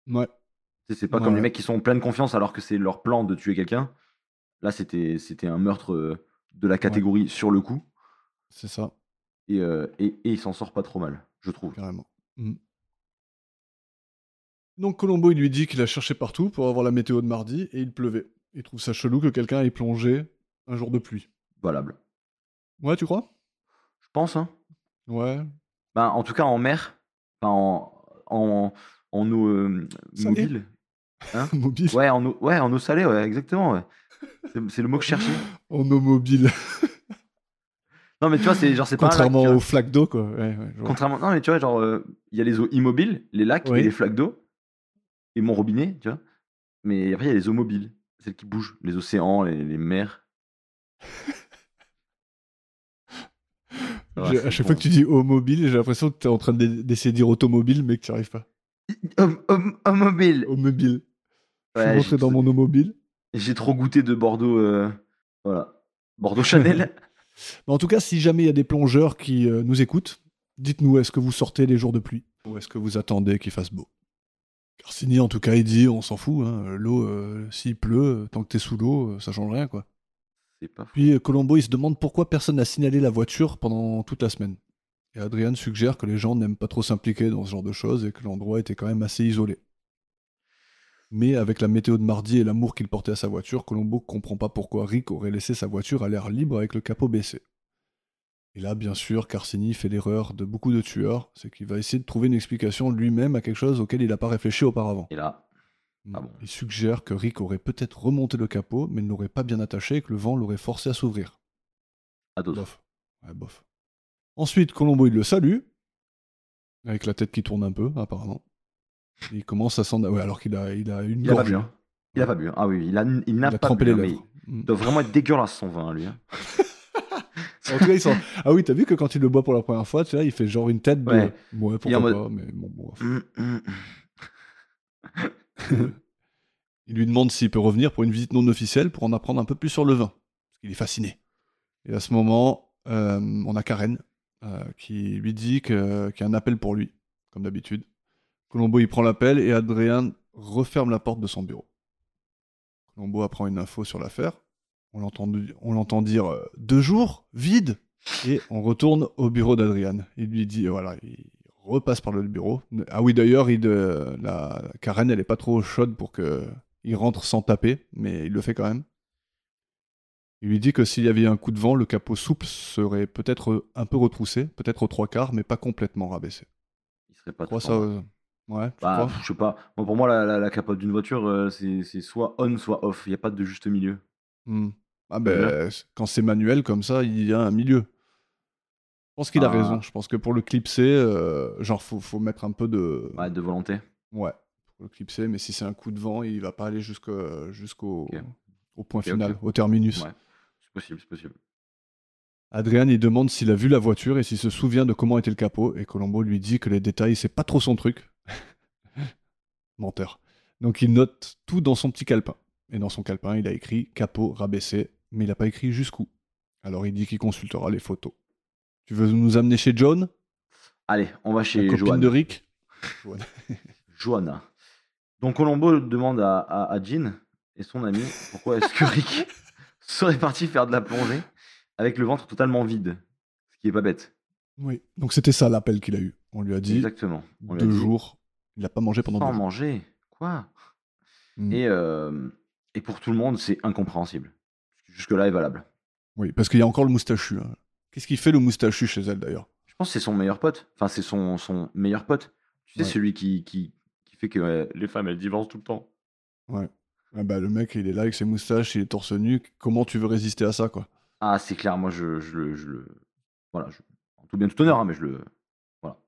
Speaker 4: Ouais.
Speaker 3: Tu sais, C'est pas
Speaker 4: Ouais,
Speaker 3: comme
Speaker 4: ouais.
Speaker 3: les mecs qui sont en pleine confiance alors que c'est leur plan de tuer quelqu'un. Là, c'était c'était un meurtre euh, de la catégorie sur le coup.
Speaker 4: C'est ça,
Speaker 3: Et, euh, et, et il s'en sort pas trop mal, je trouve.
Speaker 4: carrément. Mm. Donc Colombo, il lui dit qu'il a cherché partout pour avoir la météo de mardi et il pleuvait. Il trouve ça chelou que quelqu'un ait plongé un jour de pluie.
Speaker 3: Valable.
Speaker 4: Ouais, tu crois
Speaker 3: Je pense, hein.
Speaker 4: [laughs] Ouais.
Speaker 3: Ben, en tout cas, en mer, enfin, en, en, en eau euh,
Speaker 4: Salée.
Speaker 3: mobile.
Speaker 4: Mobile.
Speaker 3: Ouais en, eau, ouais, en eau salée, ouais, exactement. ouais. C'est c'est le mot que je cherchais.
Speaker 4: En eau mobile.
Speaker 3: Non, mais tu vois, c'est genre, c'est pas un lac,
Speaker 4: Contrairement
Speaker 3: tu vois.
Speaker 4: aux flaques d'eau, quoi. Ouais, ouais, je vois.
Speaker 3: Contrairement. Non, mais tu vois, genre, euh, il y a les eaux immobiles, les lacs
Speaker 4: Oui.
Speaker 3: et les flaques d'eau, et mon robinet, tu vois. Mais après, il y a les eaux mobiles, celles qui bougent, les océans, les, les mers.
Speaker 4: J'ai- à chaque fois que tu dis eau mobile, j'ai l'impression que tu es en train d'e- d'essayer de dire automobile, mais que tu n'y arrives pas.
Speaker 3: mobile
Speaker 4: Eau mobile. je suis rentré dans mon eau mobile.
Speaker 3: J'ai trop goûté de Bordeaux. euh, voilà. Bordeaux
Speaker 4: [laughs]
Speaker 3: Chanel.
Speaker 4: Mais en tout cas, si jamais il y a des plongeurs qui euh, nous écoutent, dites-nous est-ce que vous sortez les jours de pluie ou est-ce que vous attendez qu'il fasse beau Carcini, en tout cas, il dit on s'en fout. hein, euh, l'eau, euh, s'il pleut, euh, tant que t'es sous l'eau, euh, ça change rien quoi.
Speaker 3: c'est pas fou.
Speaker 4: Puis euh, Colombo, il se demande pourquoi personne n'a signalé la voiture pendant toute la semaine. Et Adrian suggère que les gens n'aiment pas trop s'impliquer dans ce genre de choses et que l'endroit était quand même assez isolé. Mais avec la météo de mardi et l'amour qu'il portait à sa voiture, Colombo comprend pas pourquoi Rick aurait laissé sa voiture à l'air libre avec le capot baissé. Et là, bien sûr, Carcini fait l'erreur de beaucoup de tueurs, c'est qu'il va essayer de trouver une explication lui-même à quelque chose auquel il n'a pas réfléchi auparavant.
Speaker 3: Et là, Ah bon.
Speaker 4: Il suggère que Rick aurait peut-être remonté le capot, mais ne l'aurait pas bien attaché et que le vent l'aurait forcé à s'ouvrir.
Speaker 3: à d'autres.
Speaker 4: Bof. Ouais, bof. Ensuite, Colombo, il le salue, avec la tête qui tourne un peu, apparemment. Il commence à s'en... Ouais, alors qu'il a, il a une
Speaker 3: Il a pas
Speaker 4: gorgée.
Speaker 3: bu. hein. Il a pas bu. hein. Ah oui, il a, il
Speaker 4: Il
Speaker 3: n'a
Speaker 4: a
Speaker 3: pas
Speaker 4: trempé
Speaker 3: bu.
Speaker 4: les
Speaker 3: hein, mais
Speaker 4: lèvres. Mm.
Speaker 3: il doit vraiment être dégueulasse son vin, lui. hein.
Speaker 4: En tout cas, il s'en- Ah oui, t'as vu que quand il le boit pour la première fois, tu vois, il fait genre une tête de...
Speaker 3: Ouais.
Speaker 4: Ouais,
Speaker 3: Il est
Speaker 4: pourquoi
Speaker 3: en mode-
Speaker 4: pas, mais bon, bon, bref.
Speaker 3: Hum, hum, hum.
Speaker 4: Il lui demande s'il peut revenir pour une visite non officielle pour en apprendre un peu plus sur le vin. Parce qu'il est fasciné. Et à ce moment, euh, on a Karen euh, qui lui dit que- qu'il y a un appel pour lui, comme d'habitude. Colombo y prend l'appel et Adrien referme la porte de son bureau. Colombo apprend une info sur l'affaire. On l'entend on l'entend dire euh, deux jours, vide. Et on retourne au bureau d'Adrian. Il lui dit, voilà, il repasse par le bureau. Ah oui, d'ailleurs, il, euh, la Karen, elle est pas trop chaude pour que il rentre sans taper, mais il le fait quand même. Il lui dit que s'il y avait un coup de vent, le capot souple serait peut-être un peu retroussé, peut-être aux trois quarts, mais pas complètement rabaissé.
Speaker 3: Il serait pas
Speaker 4: Je crois
Speaker 3: trop
Speaker 4: ça.
Speaker 3: fort.
Speaker 4: euh, Ouais, tu
Speaker 3: Bah,
Speaker 4: crois
Speaker 3: pff, je sais pas. Moi, pour moi, la, la- la capote d'une voiture, euh, c'est c'est soit on, soit off. Il n'y a pas de juste milieu.
Speaker 4: Hmm. Ah ben, euh, quand c'est manuel comme ça, il y a un milieu. Je pense qu'il a
Speaker 3: Ah.
Speaker 4: raison. Je pense que pour le clipser, euh, genre, faut, faut mettre un peu de.
Speaker 3: Ouais, de volonté.
Speaker 4: Ouais, pour le clipser, mais si c'est un coup de vent, il va pas aller jusqu'au jusqu'au
Speaker 3: Ok.
Speaker 4: au point
Speaker 3: Ok, ok.
Speaker 4: final, au terminus.
Speaker 3: Ouais. C'est possible, c'est possible.
Speaker 4: Adrien il demande s'il a vu la voiture et s'il se souvient de comment était le capot, et Colombo lui dit que les détails, c'est pas trop son truc. [laughs] Menteur. Donc il note tout dans son petit calepin. Et dans son calepin, il a écrit capot rabaissé, mais il n'a pas écrit jusqu'où. Alors il dit qu'il consultera les photos. Tu veux nous amener chez John,
Speaker 3: Allez, on va
Speaker 4: la
Speaker 3: chez
Speaker 4: copine
Speaker 3: Joanne.
Speaker 4: de Rick
Speaker 3: Johanna. Donc Colombo demande à, à, à Jean et son ami pourquoi est-ce que
Speaker 4: [laughs]
Speaker 3: Rick serait parti faire de la plongée avec le ventre totalement vide, ce qui est pas bête.
Speaker 4: Oui. Donc c'était ça l'appel qu'il a eu. On lui a dit
Speaker 3: Exactement. On lui a
Speaker 4: deux
Speaker 3: dit,
Speaker 4: jours. Il n'a pas mangé pendant
Speaker 3: sans
Speaker 4: deux jours.
Speaker 3: manger. Quoi
Speaker 4: Mm.
Speaker 3: et, euh, et pour tout le monde, c'est incompréhensible. Jusque-là est valable.
Speaker 4: Oui, parce qu'il y a encore le moustachu. hein. Qu'est-ce qu'il fait le moustachu chez elle d'ailleurs
Speaker 3: Je pense que c'est son meilleur pote. Enfin, c'est son, son meilleur pote. Tu sais,
Speaker 4: Ouais.
Speaker 3: celui qui, qui, qui fait que euh, les femmes, elles divorcent tout le temps.
Speaker 4: Ah bah, le mec, il est là avec ses moustaches, il est torse nu. Comment tu veux résister à ça, quoi
Speaker 3: Ah, c'est clair, moi, je, je le... je le- voilà,
Speaker 4: [laughs]
Speaker 3: je- en tout bien tout honneur, hein, mais je le... Voilà.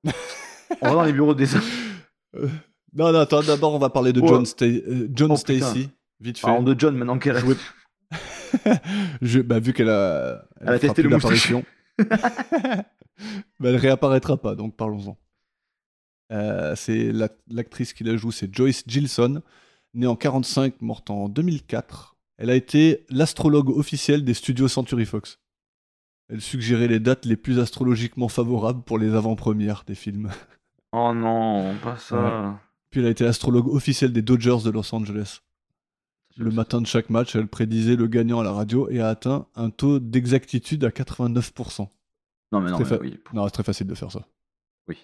Speaker 3: On va dans les bureaux des hommes.
Speaker 4: Non, non, attends, d'abord, on va parler de
Speaker 3: Oh.
Speaker 4: John, Sta- euh, John
Speaker 3: Oh, putain. Ah,
Speaker 4: Stacy, vite fait.
Speaker 3: Parlons de John maintenant qu'elle
Speaker 4: Joué- [laughs] Je- bah, vu qu'elle a,
Speaker 3: Elle a
Speaker 4: fera
Speaker 3: testé
Speaker 4: plus
Speaker 3: le moustache.
Speaker 4: d'apparition. bah, elle réapparaîtra pas, donc parlons-en. Euh, c'est la- l'actrice qui la joue, c'est Joyce Gilson, née en 45, morte en 2004. Elle a été l'astrologue officielle des studios Century Fox. Elle suggérait les dates les plus astrologiquement favorables pour les avant-premières des films.
Speaker 3: Oh non, pas ça.
Speaker 4: Puis elle a été astrologue officielle des Dodgers de Los Angeles. Le matin de chaque match, elle prédisait le gagnant à la radio et a atteint un taux d'exactitude à 89%.
Speaker 3: Non, mais non, mais
Speaker 4: Stéphane.
Speaker 3: oui.
Speaker 4: Non, c'est très facile de faire ça.
Speaker 3: Oui.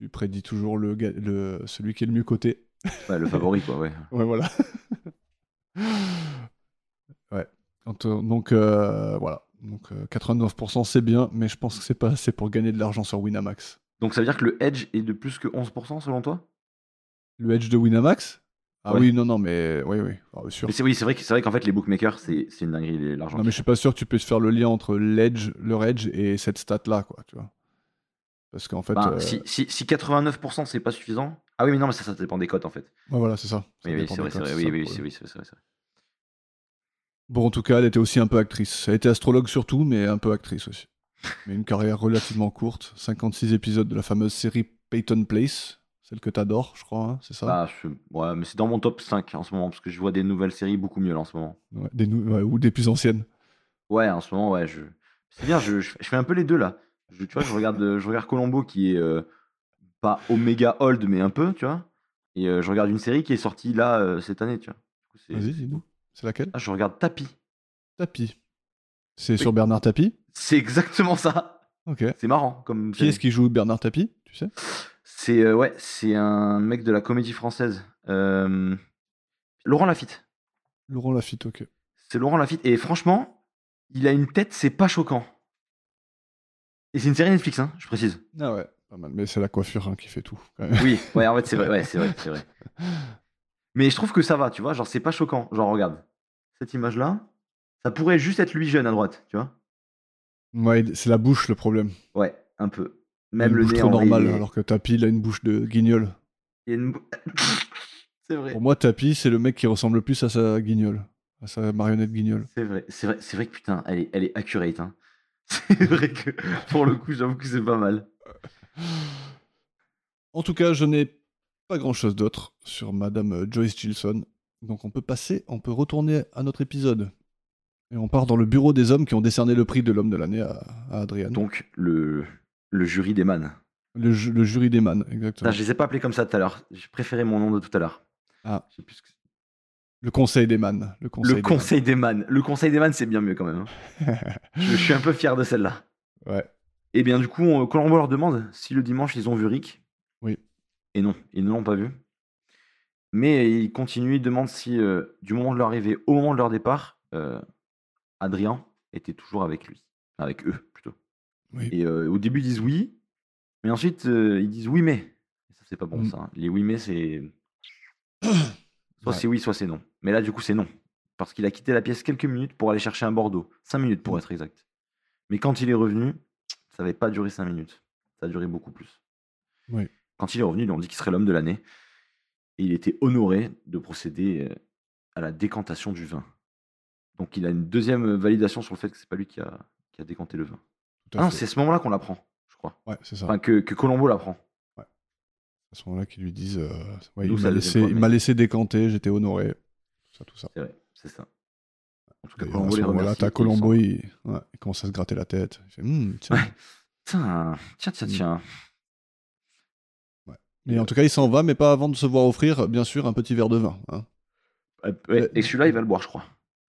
Speaker 4: Tu prédis toujours le, ga- le, celui qui est le mieux coté.
Speaker 3: Ouais, le favori, quoi, ouais.
Speaker 4: Ouais, voilà. [laughs] ouais. Quand, euh, donc, euh, voilà. Donc, euh, 89%, c'est bien, mais je pense que c'est pas assez pour gagner de l'argent sur Winamax.
Speaker 3: Donc ça veut dire que le edge est de plus que 11% selon toi
Speaker 4: Le hedge de Winamax Ah
Speaker 3: Ouais.
Speaker 4: oui, non, non, mais oui, oui. Ah, sûr.
Speaker 3: Mais c'est oui, c'est vrai que- c'est vrai qu'en fait les bookmakers c'est c'est une dinguerie les- l'argent.
Speaker 4: Non, mais je suis pas sûr que tu puisses faire le lien entre l'edge, leur edge et cette stat-là, quoi, tu vois. Parce qu'en fait.
Speaker 3: Ben,
Speaker 4: euh,
Speaker 3: si, si, si 89% c'est pas suffisant. Ah oui, mais non, mais ça, ça dépend des cotes en fait.
Speaker 4: ouais, bah, voilà, c'est ça. Ça
Speaker 3: Oui, oui,
Speaker 4: dépend
Speaker 3: c'est
Speaker 4: des
Speaker 3: vrai,
Speaker 4: codes,
Speaker 3: c'est vrai.
Speaker 4: c'est
Speaker 3: Oui,
Speaker 4: ça le
Speaker 3: oui,
Speaker 4: problème.
Speaker 3: c'est oui, c'est vrai, c'est vrai, c'est vrai.
Speaker 4: Bon, en tout cas, elle était aussi un peu actrice. Elle était astrologue surtout, mais un peu actrice aussi. Mais une carrière relativement courte. 56 épisodes de la fameuse série Peyton Place, celle que t'adores, je crois, hein, c'est ça
Speaker 3: Ah, je- ouais, mais c'est dans mon top 5 en ce moment parce que je vois des nouvelles séries beaucoup mieux là, en ce moment.
Speaker 4: Ouais, des nou- ouais, Ou des plus anciennes.
Speaker 3: Ouais, en ce moment, ouais, je. C'est bien, je, je- je fais un peu les deux là. Je, tu vois, je regarde, euh, je regarde Colombo qui est euh, pas oméga old, mais un peu, tu vois. Et euh, je regarde une série qui est sortie là euh, cette année, tu vois. Du coup, c'est-
Speaker 4: Vas-y, dis-nous. C'est laquelle
Speaker 3: Ah, je regarde Tapi.
Speaker 4: Tapi. C'est sur Bernard Tapie
Speaker 3: C'est exactement ça.
Speaker 4: Ok.
Speaker 3: C'est marrant comme.
Speaker 4: Qui
Speaker 3: série.
Speaker 4: est-ce qui joue Bernard Tapie Tu sais
Speaker 3: C'est euh, ouais, c'est un mec de la comédie française. Euh, Laurent Lafitte.
Speaker 4: Laurent Lafitte, ok.
Speaker 3: C'est Laurent Lafitte et franchement, il a une tête, c'est pas choquant. Et c'est une série Netflix, hein, je précise.
Speaker 4: Ah ouais, pas mal. Mais c'est la coiffure hein, qui fait tout. quand même. [laughs]
Speaker 3: Oui, ouais, en fait, c'est vrai, ouais, c'est vrai, c'est vrai. Mais je trouve que ça va, tu vois, genre c'est pas choquant. Genre regarde, cette image là, ça pourrait juste être lui jeune à droite, tu vois.
Speaker 4: Ouais, c'est la bouche le problème.
Speaker 3: Ouais, un peu.
Speaker 4: Il a
Speaker 3: Même
Speaker 4: une
Speaker 3: le
Speaker 4: bouche
Speaker 3: nez
Speaker 4: trop
Speaker 3: en vrai, il
Speaker 4: normale,
Speaker 3: est-
Speaker 4: alors que Tapi, il a une bouche de guignol.
Speaker 3: il y a une bou- [laughs] C'est vrai.
Speaker 4: Pour moi, Tapi, c'est le mec qui ressemble le plus à sa guignole, à sa marionnette guignole.
Speaker 3: C'est vrai, c'est vrai, c'est vrai que putain, elle est, elle est accurate. hein. [laughs] C'est vrai que pour le coup, j'avoue que c'est pas mal.
Speaker 4: En tout cas, je n'ai pas grand-chose d'autre sur Madame Joyce Gilson. Donc on peut passer, on peut retourner à notre épisode. Et on part dans le bureau des hommes qui ont décerné le prix de l'homme de l'année à, à Adrian.
Speaker 3: Donc le, le jury des man.
Speaker 4: Le, ju- le jury des man,
Speaker 3: Putain,
Speaker 4: exactement.
Speaker 3: je les ai pas appelés comme ça tout à l'heure. J'ai préféré mon nom de tout à l'heure.
Speaker 4: Ah.
Speaker 3: Je sais plus ce que c'est.
Speaker 4: Le conseil des man. Le conseil.
Speaker 3: le
Speaker 4: des
Speaker 3: conseil des man. Le conseil des man, c'est bien mieux quand même. hein.
Speaker 4: [laughs]
Speaker 3: je, je suis un peu fier de celle-là.
Speaker 4: Man. Ouais.
Speaker 3: Et bien du coup, on- euh, Colombo leur demande si le dimanche ils ont vu Rick.
Speaker 4: Oui.
Speaker 3: Et non, ils ne l'ont pas vu. Mais ils continuent, ils demandent si euh, du moment de leur arrivée au moment de leur départ, euh, Adrien était toujours avec lui, avec eux plutôt.
Speaker 4: Oui.
Speaker 3: Et euh, au début ils disent oui, mais ensuite euh, ils disent oui mais. Ça c'est pas bon
Speaker 4: Mm.
Speaker 3: ça. hein. Les oui mais
Speaker 4: [coughs]
Speaker 3: c'est soit
Speaker 4: Ouais.
Speaker 3: c'est oui soit c'est non. Mais là du coup c'est non parce qu'il a quitté la pièce quelques minutes pour aller chercher un Bordeaux, cinq minutes
Speaker 4: Mm.
Speaker 3: pour être exact. Mais quand il est revenu, ça n'avait pas duré 5 minutes. Ça a duré beaucoup plus.
Speaker 4: Oui.
Speaker 3: Quand il est revenu, ils lui ont dit qu'il serait l'homme de l'année. Et il était honoré de procéder euh, à la décantation du vin. Donc il a une deuxième validation sur le fait que c'est pas lui qui a, qui a décanté le vin.
Speaker 4: Tout à
Speaker 3: Ah non,
Speaker 4: fait. Ah.
Speaker 3: c'est à ce moment-là qu'on l'apprend, je crois.
Speaker 4: Ouais, c'est ça.
Speaker 3: Enfin, que, que Colombo l'apprend.
Speaker 4: À ce moment-là, qu'ils lui disent, euh, ouais,
Speaker 3: Nous,
Speaker 4: il
Speaker 3: ça
Speaker 4: m'a
Speaker 3: le
Speaker 4: laissé,
Speaker 3: deuxième
Speaker 4: il
Speaker 3: fois,
Speaker 4: m'a
Speaker 3: mais-
Speaker 4: laissé décanter, j'étais honoré. Tout ça, tout ça.
Speaker 3: C'est vrai, c'est ça. En tout cas,
Speaker 4: D'ailleurs, à
Speaker 3: Colombo
Speaker 4: ce
Speaker 3: les
Speaker 4: moment-là,
Speaker 3: remercie. hein.
Speaker 4: t'as
Speaker 3: il
Speaker 4: Colombo,
Speaker 3: sent-
Speaker 4: il... ouais, il commence à se gratter la tête. Il fait, Hmm, tiens.
Speaker 3: Tiens, tiens, tiens,
Speaker 4: Mm.
Speaker 3: tiens.
Speaker 4: Mais en tout cas, il s'en va, mais pas avant de se voir offrir, bien sûr, un petit verre de vin. hein.
Speaker 3: Euh, ouais,
Speaker 4: Mais-
Speaker 3: Et celui-là, il va le boire, je crois.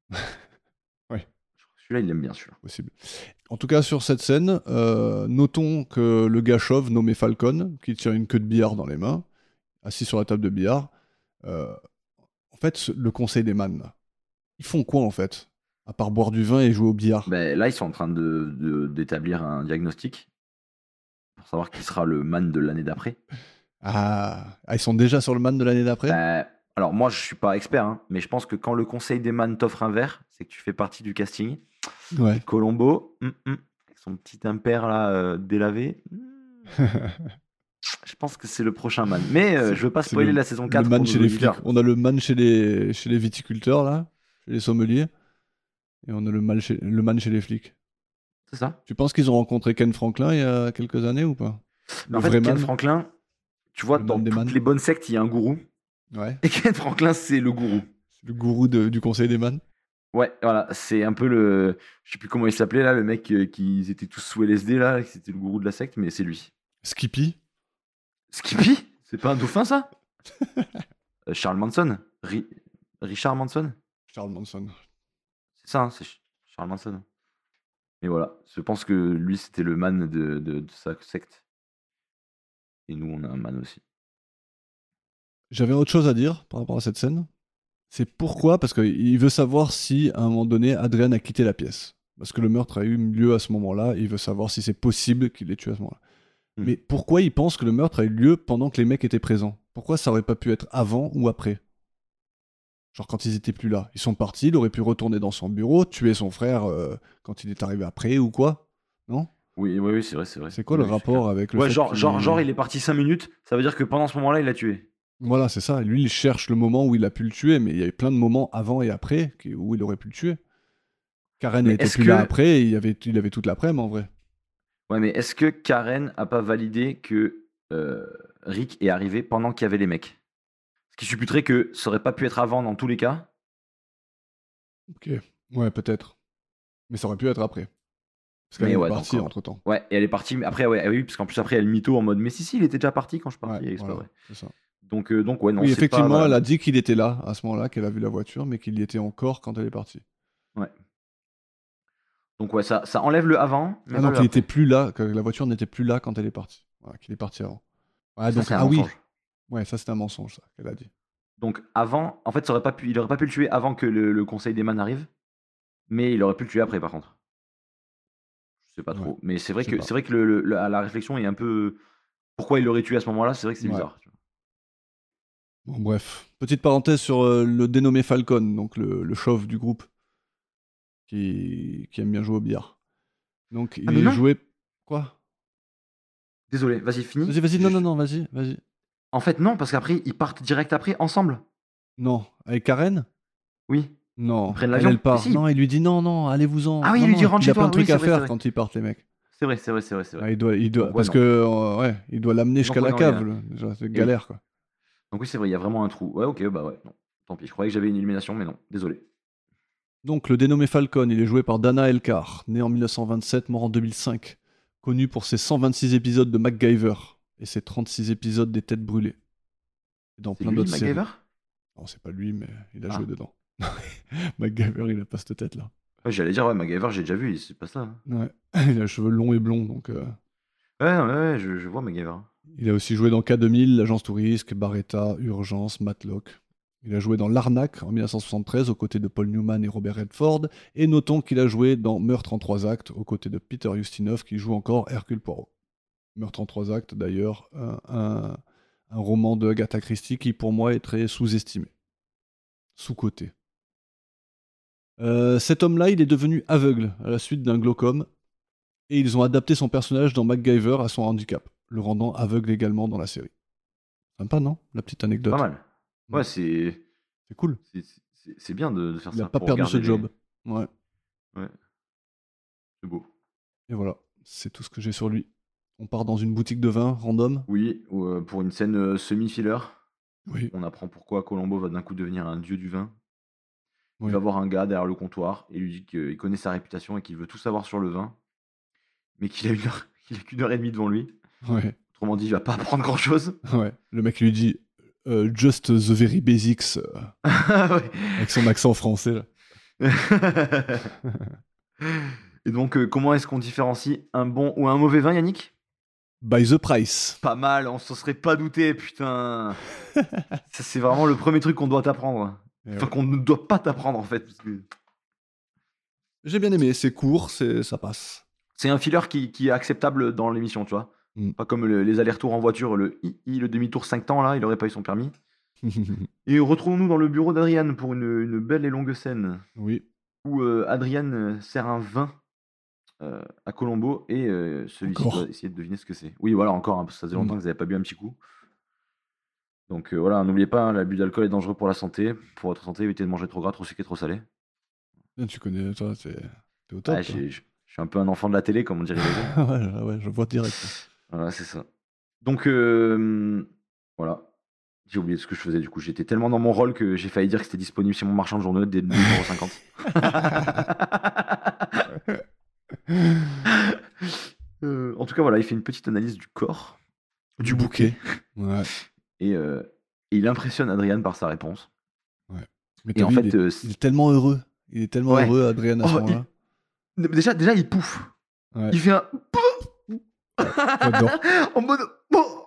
Speaker 4: [laughs] Ouais.
Speaker 3: Celui-là, il l'aime bien, celui-là.
Speaker 4: Possible. En tout cas, sur cette scène, euh, notons que le gars chauve, nommé Falcon, qui tient une queue de billard dans les mains, assis sur la table de billard, euh, en fait, ce- le conseil des man, là, ils font quoi en fait À part boire du vin et jouer au billard
Speaker 3: Ben, là, ils sont en train de- de- d'établir un diagnostic pour savoir qui sera le man de l'année d'après.
Speaker 4: ah, ah, ils sont déjà sur le man de l'année d'après
Speaker 3: Ben, alors, moi, je suis pas expert, hein, mais je pense que quand le conseil des man t'offre un verre, c'est que tu fais partie du casting.
Speaker 4: Ouais. [laughs]
Speaker 3: Colombo, hum, hum, avec son petit impair là, euh, délavé, hum, Je pense que c'est le prochain man. Mais euh,
Speaker 4: C'est-
Speaker 3: je veux pas
Speaker 4: c'est
Speaker 3: spoiler la saison 4.
Speaker 4: le man
Speaker 3: pour
Speaker 4: chez
Speaker 3: nos
Speaker 4: les flics.
Speaker 3: auditeurs.
Speaker 4: On a le man chez les, chez les viticulteurs, là, chez les sommeliers. Et on a le, mal chez, le man chez les flics.
Speaker 3: C'est ça
Speaker 4: Tu penses qu'ils ont rencontré Ken Franklin il y a quelques années ou pas
Speaker 3: En fait,
Speaker 4: vrai
Speaker 3: Ken
Speaker 4: man.
Speaker 3: Franklin, tu vois,
Speaker 4: Le
Speaker 3: dans
Speaker 4: man des
Speaker 3: toutes
Speaker 4: man.
Speaker 3: les bonnes sectes, il y a un gourou.
Speaker 4: Ouais.
Speaker 3: Et Ken Franklin, c'est le gourou.
Speaker 4: C'est le gourou de- du conseil des man.
Speaker 3: Ouais, voilà, c'est un peu le. Je sais plus comment il s'appelait là, le mec euh, qui ils étaient tous sous LSD là, qui c'était le gourou de la secte, mais c'est lui.
Speaker 4: Skippy
Speaker 3: Skippy C'est pas un dauphin [laughs] ça Euh, Charles Manson Ri- Richard Manson
Speaker 4: Charles Manson.
Speaker 3: C'est ça, hein, c'est Ch- Charles Manson. Mais voilà, je pense que lui c'était le man de, de- de sa secte. Et nous on a un man aussi.
Speaker 4: J'avais autre chose à dire par rapport à cette scène. C'est pourquoi Parce qu'il veut savoir si, à un moment donné, Adrien a quitté la pièce. Parce que le meurtre a eu lieu à ce moment-là, et il veut savoir si c'est possible qu'il l'ait tué à ce moment-là.
Speaker 3: Hmm.
Speaker 4: Mais pourquoi il pense que le meurtre a eu lieu pendant que les mecs étaient présents Pourquoi ça aurait pas pu être avant ou après Genre quand ils étaient plus là. Ils sont partis, il aurait pu retourner dans son bureau, tuer son frère euh, quand il est arrivé après ou quoi Non
Speaker 3: Oui, oui, oui, c'est vrai, c'est vrai.
Speaker 4: C'est quoi le
Speaker 3: Oui,
Speaker 4: rapport avec
Speaker 3: clair.
Speaker 4: le
Speaker 3: Ouais,
Speaker 4: fait
Speaker 3: genre,
Speaker 4: qu'il-
Speaker 3: genre, genre il est parti 5 minutes, ça veut dire que pendant ce moment-là il l'a tué.
Speaker 4: Voilà, c'est ça. Lui, il cherche le moment où il a pu le tuer, mais il y a eu plein de moments avant et après qui- où il aurait pu le tuer. Karen
Speaker 3: Mais
Speaker 4: était
Speaker 3: est-ce
Speaker 4: plus
Speaker 3: que-
Speaker 4: là après, et il y avait, il avait toute l'après-midi en vrai.
Speaker 3: Ouais, mais est-ce que Karen a pas validé que euh, Rick est arrivé pendant qu'il y avait les mecs Ce qui supputerait que ça aurait pas pu être avant dans tous les cas.
Speaker 4: Ok. Ouais, peut-être. Mais ça aurait pu être après. Parce qu'elle
Speaker 3: Mais
Speaker 4: est
Speaker 3: ouais,
Speaker 4: partie
Speaker 3: donc,
Speaker 4: entre temps.
Speaker 3: Ouais, et elle est partie. mais Après, ouais, ah oui, parce qu'en plus, après, elle mytho en mode Mais si, si, il était déjà parti quand je suis parti. et c'est pas vrai.
Speaker 4: c'est ça.
Speaker 3: Donc, euh, donc, ouais, non.
Speaker 4: oui,
Speaker 3: c'est pas-
Speaker 4: effectivement,
Speaker 3: voilà.
Speaker 4: elle a dit qu'il était là à ce moment-là, qu'elle a vu la voiture, mais qu'il y était encore quand elle est partie.
Speaker 3: Donc, ouais, ça, ça enlève le avant. mais
Speaker 4: ah
Speaker 3: pas
Speaker 4: non,
Speaker 3: le après.
Speaker 4: qu'il était plus là, que la voiture n'était plus là quand elle est partie. Voilà, qu'il est parti avant. Ouais,
Speaker 3: Ça,
Speaker 4: donc,
Speaker 3: c'est un
Speaker 4: ah oui,
Speaker 3: mensonge.
Speaker 4: ouais, ça c'est un mensonge, ça, qu'elle a dit.
Speaker 3: Donc, avant, en fait, ça aurait pas pu, il aurait pas pu le tuer avant que le, le conseil des man arrive. Mais il aurait pu le tuer après, par contre. Je sais pas
Speaker 4: Ouais.
Speaker 3: trop. Mais c'est vrai
Speaker 4: Je sais
Speaker 3: que,
Speaker 4: pas.
Speaker 3: c'est vrai que le- le- la, la réflexion est un peu. Pourquoi il l'aurait tué à ce moment-là C'est vrai que c'est
Speaker 4: Ouais.
Speaker 3: bizarre. tu vois.
Speaker 4: Bon, bref. Petite parenthèse sur euh, le dénommé Falcon, donc le, le chauve du groupe, qui, qui aime bien jouer au billard. Donc, il
Speaker 3: Ah, mais
Speaker 4: est
Speaker 3: non.
Speaker 4: joué. Quoi
Speaker 3: Désolé, vas-y, fini.
Speaker 4: Vas-y, vas-y, non, non, non, vas-y, vas-y.
Speaker 3: En fait, non, parce qu'après, ils partent direct après, ensemble.
Speaker 4: Non, avec Karen
Speaker 3: Oui.
Speaker 4: Non.
Speaker 3: Ils prennent
Speaker 4: Elle,
Speaker 3: l'avion
Speaker 4: elle part.
Speaker 3: Si.
Speaker 4: Non, il lui dit non, non, allez-vous-en.
Speaker 3: Ah oui, il
Speaker 4: Non,
Speaker 3: lui
Speaker 4: non,
Speaker 3: dit, rentre
Speaker 4: Il a
Speaker 3: chez
Speaker 4: plein de
Speaker 3: toi. Oui,
Speaker 4: trucs
Speaker 3: c'est
Speaker 4: à
Speaker 3: vrai,
Speaker 4: faire
Speaker 3: c'est vrai.
Speaker 4: quand ils partent, les mecs.
Speaker 3: C'est vrai, c'est vrai, c'est vrai. c'est vrai.
Speaker 4: Ah, il doit, il doit,
Speaker 3: Donc, ouais,
Speaker 4: parce
Speaker 3: non.
Speaker 4: que, euh, ouais, il doit l'amener
Speaker 3: Donc,
Speaker 4: jusqu'à
Speaker 3: ouais,
Speaker 4: la
Speaker 3: non,
Speaker 4: cave.
Speaker 3: il
Speaker 4: là. Déjà, C'est galère, quoi.
Speaker 3: Donc oui, c'est vrai, il y a vraiment un trou. Ouais, ok, bah ouais. Non. Tant pis, je croyais que j'avais une illumination, mais non, désolé.
Speaker 4: Donc, le dénommé Falcon, il est joué par Dana Elkar, né en 1927, mort en 2005, connu pour ses 126 épisodes de MacGyver et ses 36 épisodes des Têtes Brûlées. Et dans
Speaker 3: C'est
Speaker 4: plein
Speaker 3: lui,
Speaker 4: d'autres séries.
Speaker 3: MacGyver
Speaker 4: Non, c'est pas lui, mais il a
Speaker 3: Ah.
Speaker 4: joué dedans. [laughs] MacGyver, il a pas cette tête-là.
Speaker 3: Ouais, J'allais dire, ouais, MacGyver, j'ai déjà vu, c'est pas ça. hein.
Speaker 4: Ouais. [laughs] Il a les cheveux longs et blonds, donc. euh,
Speaker 3: Ouais, non, ouais, ouais, je, je vois MacGyver. hein.
Speaker 4: Il a aussi joué dans K2000, L'Agence Touriste, Barretta, Urgence, Matlock. Il a joué dans L'Arnaque en 1973 aux côtés de Paul Newman et Robert Redford. Et notons qu'il a joué dans Meurtre en trois actes aux côtés de Peter Ustinov qui joue encore Hercule Poirot. Meurtre en trois actes, d'ailleurs, un, un- un roman de Agatha Christie qui pour moi est très sous-estimé. Sous-coté. Euh, cet homme-là, il est devenu aveugle à la suite d'un glaucome et ils ont adapté son personnage dans MacGyver à son handicap, le rendant aveugle également dans la série. Sympa, non La petite anecdote.
Speaker 3: Pas mal. Ouais, c'est.
Speaker 4: C'est cool.
Speaker 3: c'est- c'est- C'est bien de, de faire
Speaker 4: Il
Speaker 3: ça.
Speaker 4: n'a pas
Speaker 3: pour
Speaker 4: perdu ce
Speaker 3: regarder les-
Speaker 4: job. Ouais.
Speaker 3: C'est beau.
Speaker 4: Et voilà, c'est tout ce que j'ai sur lui. On part dans une boutique de vin random.
Speaker 3: Oui, ou, euh, pour une scène euh, semi-filler,
Speaker 4: Oui.
Speaker 3: on apprend pourquoi Colombo va d'un coup devenir un dieu du vin. Il
Speaker 4: Oui.
Speaker 3: va voir un gars derrière le comptoir et lui dit qu'il connaît sa réputation et qu'il veut tout savoir sur le vin, mais qu'il a une heure- [laughs] il a qu'une heure et demie devant lui.
Speaker 4: Ouais. [laughs]
Speaker 3: Autrement dit, il va pas apprendre grand [laughs] chose.
Speaker 4: ouais. Le mec lui dit euh, Just the very basics euh,
Speaker 3: Ah
Speaker 4: avec son accent français. là. [laughs]
Speaker 3: Et donc, euh, comment est-ce qu'on différencie un bon ou un mauvais vin, Yannick
Speaker 4: By the price.
Speaker 3: Pas mal, on s'en serait pas douté,
Speaker 4: [laughs]
Speaker 3: putain. Ça, c'est vraiment le premier truc qu'on doit t'apprendre.
Speaker 4: Et
Speaker 3: Enfin,
Speaker 4: Eh ouais.
Speaker 3: qu'on ne doit pas t'apprendre, en fait. parce que
Speaker 4: J'ai bien aimé, c'est court, c'est- ça passe.
Speaker 3: C'est un filler qui, qui est acceptable dans l'émission, tu vois.
Speaker 4: Mm.
Speaker 3: Pas comme le- les allers-retours en voiture, le i, i, le demi-tour 5 temps, là, il aurait pas eu son permis. Et retrouvons-nous dans le bureau d'Adriane pour une, une belle et longue scène.
Speaker 4: [laughs] oui.
Speaker 3: où euh, Adrienne euh, sert un vin euh, à Colombo et euh, celui-ci
Speaker 4: Encore Mmh.
Speaker 3: doit essayer de deviner ce que c'est. Oui, voilà, encore, hein, parce que ça faisait longtemps que vous n'avez pas bu un petit coup. Donc euh, voilà, n'oubliez pas, hein, l'abus d'alcool est dangereux pour la santé. Pour votre santé, évitez de manger trop gras, trop sucré, trop salé.
Speaker 4: Putain, Ah, Tu connais, toi, t'es t'es au top.
Speaker 3: Ah,
Speaker 4: hein.
Speaker 3: j'ai- je je suis un peu un enfant de la télé, comme on dirait. les gens.
Speaker 4: [laughs] ouais, ouais, je vois direct.
Speaker 3: Voilà, c'est ça. Donc, euh, voilà. J'ai oublié ce que je faisais du coup. J'étais tellement dans mon rôle que j'ai failli dire que c'était disponible chez mon marchand de journaux dès
Speaker 4: [laughs]
Speaker 3: 2,50€. euh, en tout cas, voilà, il fait une petite analyse du corps
Speaker 4: Du bouquet. [laughs] Ouais.
Speaker 3: et euh, et il impressionne Adrian par sa réponse.
Speaker 4: Mais
Speaker 3: Et
Speaker 4: t'as
Speaker 3: en
Speaker 4: vu,
Speaker 3: fait,
Speaker 4: il est,
Speaker 3: euh, c'est-
Speaker 4: il est tellement heureux. Il est tellement
Speaker 3: Ouais.
Speaker 4: heureux, Adrien, à ce
Speaker 3: Oh, il-
Speaker 4: moment-là.
Speaker 3: déjà, déjà, il pouffe.
Speaker 4: Ouais.
Speaker 3: Il fait un
Speaker 4: J'adore.
Speaker 3: en mode. Oh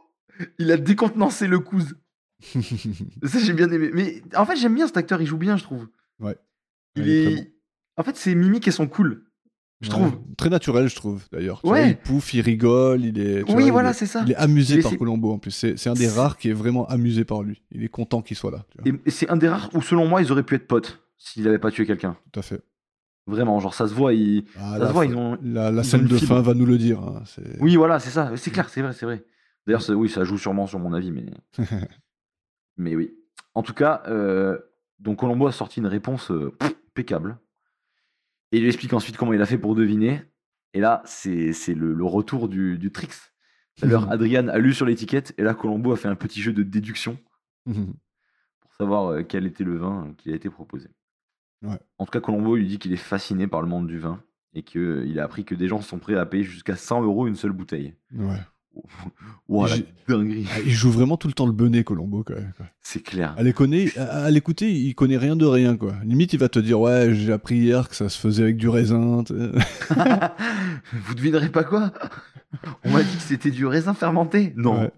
Speaker 3: il a décontenancé le couze.
Speaker 4: [laughs]
Speaker 3: Ça, j'ai bien aimé. Mais en fait, j'aime bien cet acteur, il joue bien, je trouve.
Speaker 4: Ouais.
Speaker 3: [laughs] Il
Speaker 4: Ouais, Ah, il est
Speaker 3: est...
Speaker 4: très
Speaker 3: En fait, ses mimiques, elles sont cool. Je
Speaker 4: Ouais,
Speaker 3: trouve.
Speaker 4: Très naturel, je trouve, d'ailleurs. Tu
Speaker 3: Ouais.
Speaker 4: vois, il pouffe, il rigole, il est. tu
Speaker 3: oui,
Speaker 4: vois,
Speaker 3: voilà,
Speaker 4: il est-
Speaker 3: c'est ça.
Speaker 4: Il est amusé
Speaker 3: Il est-
Speaker 4: par
Speaker 3: c'est-
Speaker 4: Colombo en plus. C'est c'est un des
Speaker 3: C'est-
Speaker 4: rares qui est vraiment amusé par lui. Il est content qu'il soit là. tu vois.
Speaker 3: Et et c'est un des rares où, selon moi, ils auraient pu être potes s'il n'avait pas tué quelqu'un.
Speaker 4: Tout à fait.
Speaker 3: Vraiment, genre, ça se voit. Ils...
Speaker 4: Ah,
Speaker 3: Ça
Speaker 4: là,
Speaker 3: se voit,
Speaker 4: faut-
Speaker 3: ils ont.
Speaker 4: La, la
Speaker 3: ils ont
Speaker 4: scène
Speaker 3: une
Speaker 4: de
Speaker 3: fibre.
Speaker 4: fin va nous le dire. hein, c'est-
Speaker 3: Oui, voilà, c'est ça. C'est clair, c'est vrai, c'est vrai. D'ailleurs, ça- oui, ça joue sûrement sur mon avis, mais. mais oui. En tout cas, euh, donc Colombo a sorti une réponse euh, pff, impeccable. Et il lui explique ensuite comment il a fait pour deviner. Et là, c'est c'est le, le retour du, du tricks.
Speaker 4: [laughs]
Speaker 3: Tout à l'heure, Adrian a lu sur l'étiquette, et là, Colombo a fait un petit jeu de déduction pour savoir euh, quel était le vin euh, qui a été proposé.
Speaker 4: Ouais.
Speaker 3: En tout cas, Colombo lui dit qu'il est fasciné par le monde du vin et qu'il a appris que des gens sont prêts à payer jusqu'à 100 euros une seule bouteille.
Speaker 4: [laughs]
Speaker 3: [laughs]
Speaker 4: Ouais.
Speaker 3: Ouah, la
Speaker 4: J'ai-
Speaker 3: dinguerie. [laughs]
Speaker 4: Ah, Il joue vraiment tout le temps le benet, Colombo, quand même. quoi.
Speaker 3: C'est
Speaker 4: [laughs]
Speaker 3: clair.
Speaker 4: À les connaît- à- à l'écouter, il connaît rien de rien, quoi. Limite, il va te dire Ouais, j'ai appris hier que ça se faisait avec du raisin. tu sais.
Speaker 3: Vous devinerez pas quoi [laughs] On m'a dit que c'était du raisin fermenté. Non.
Speaker 4: Ouais.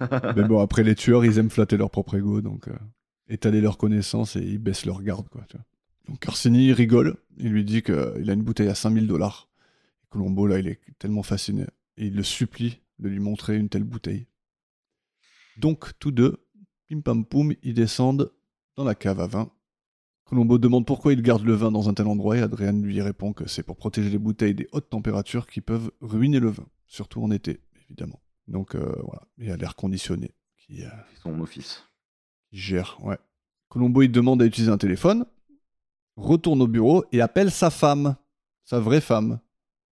Speaker 4: [laughs] Mais bon, après, les tueurs, ils aiment flatter leur propre ego, donc euh, étaler leurs connaissances et ils baissent leur garde, quoi. tu vois. Donc Orsini il rigole, il lui dit qu'il a une bouteille à 5000 dollars. Colombo, là, il est tellement fasciné. Et il le supplie de lui montrer une telle bouteille. Donc, tous deux, pim pam poum, ils descendent dans la cave à vin. Colombo demande pourquoi il garde le vin dans un tel endroit et Adrien lui répond que c'est pour protéger les bouteilles des hautes températures qui peuvent ruiner le vin, surtout en été, évidemment. Donc euh, voilà, il y a l'air conditionné qui euh,
Speaker 3: C'est son office.
Speaker 4: qui gère, ouais. Colombo, il demande à utiliser un téléphone, retourne au bureau et appelle sa femme, sa vraie femme.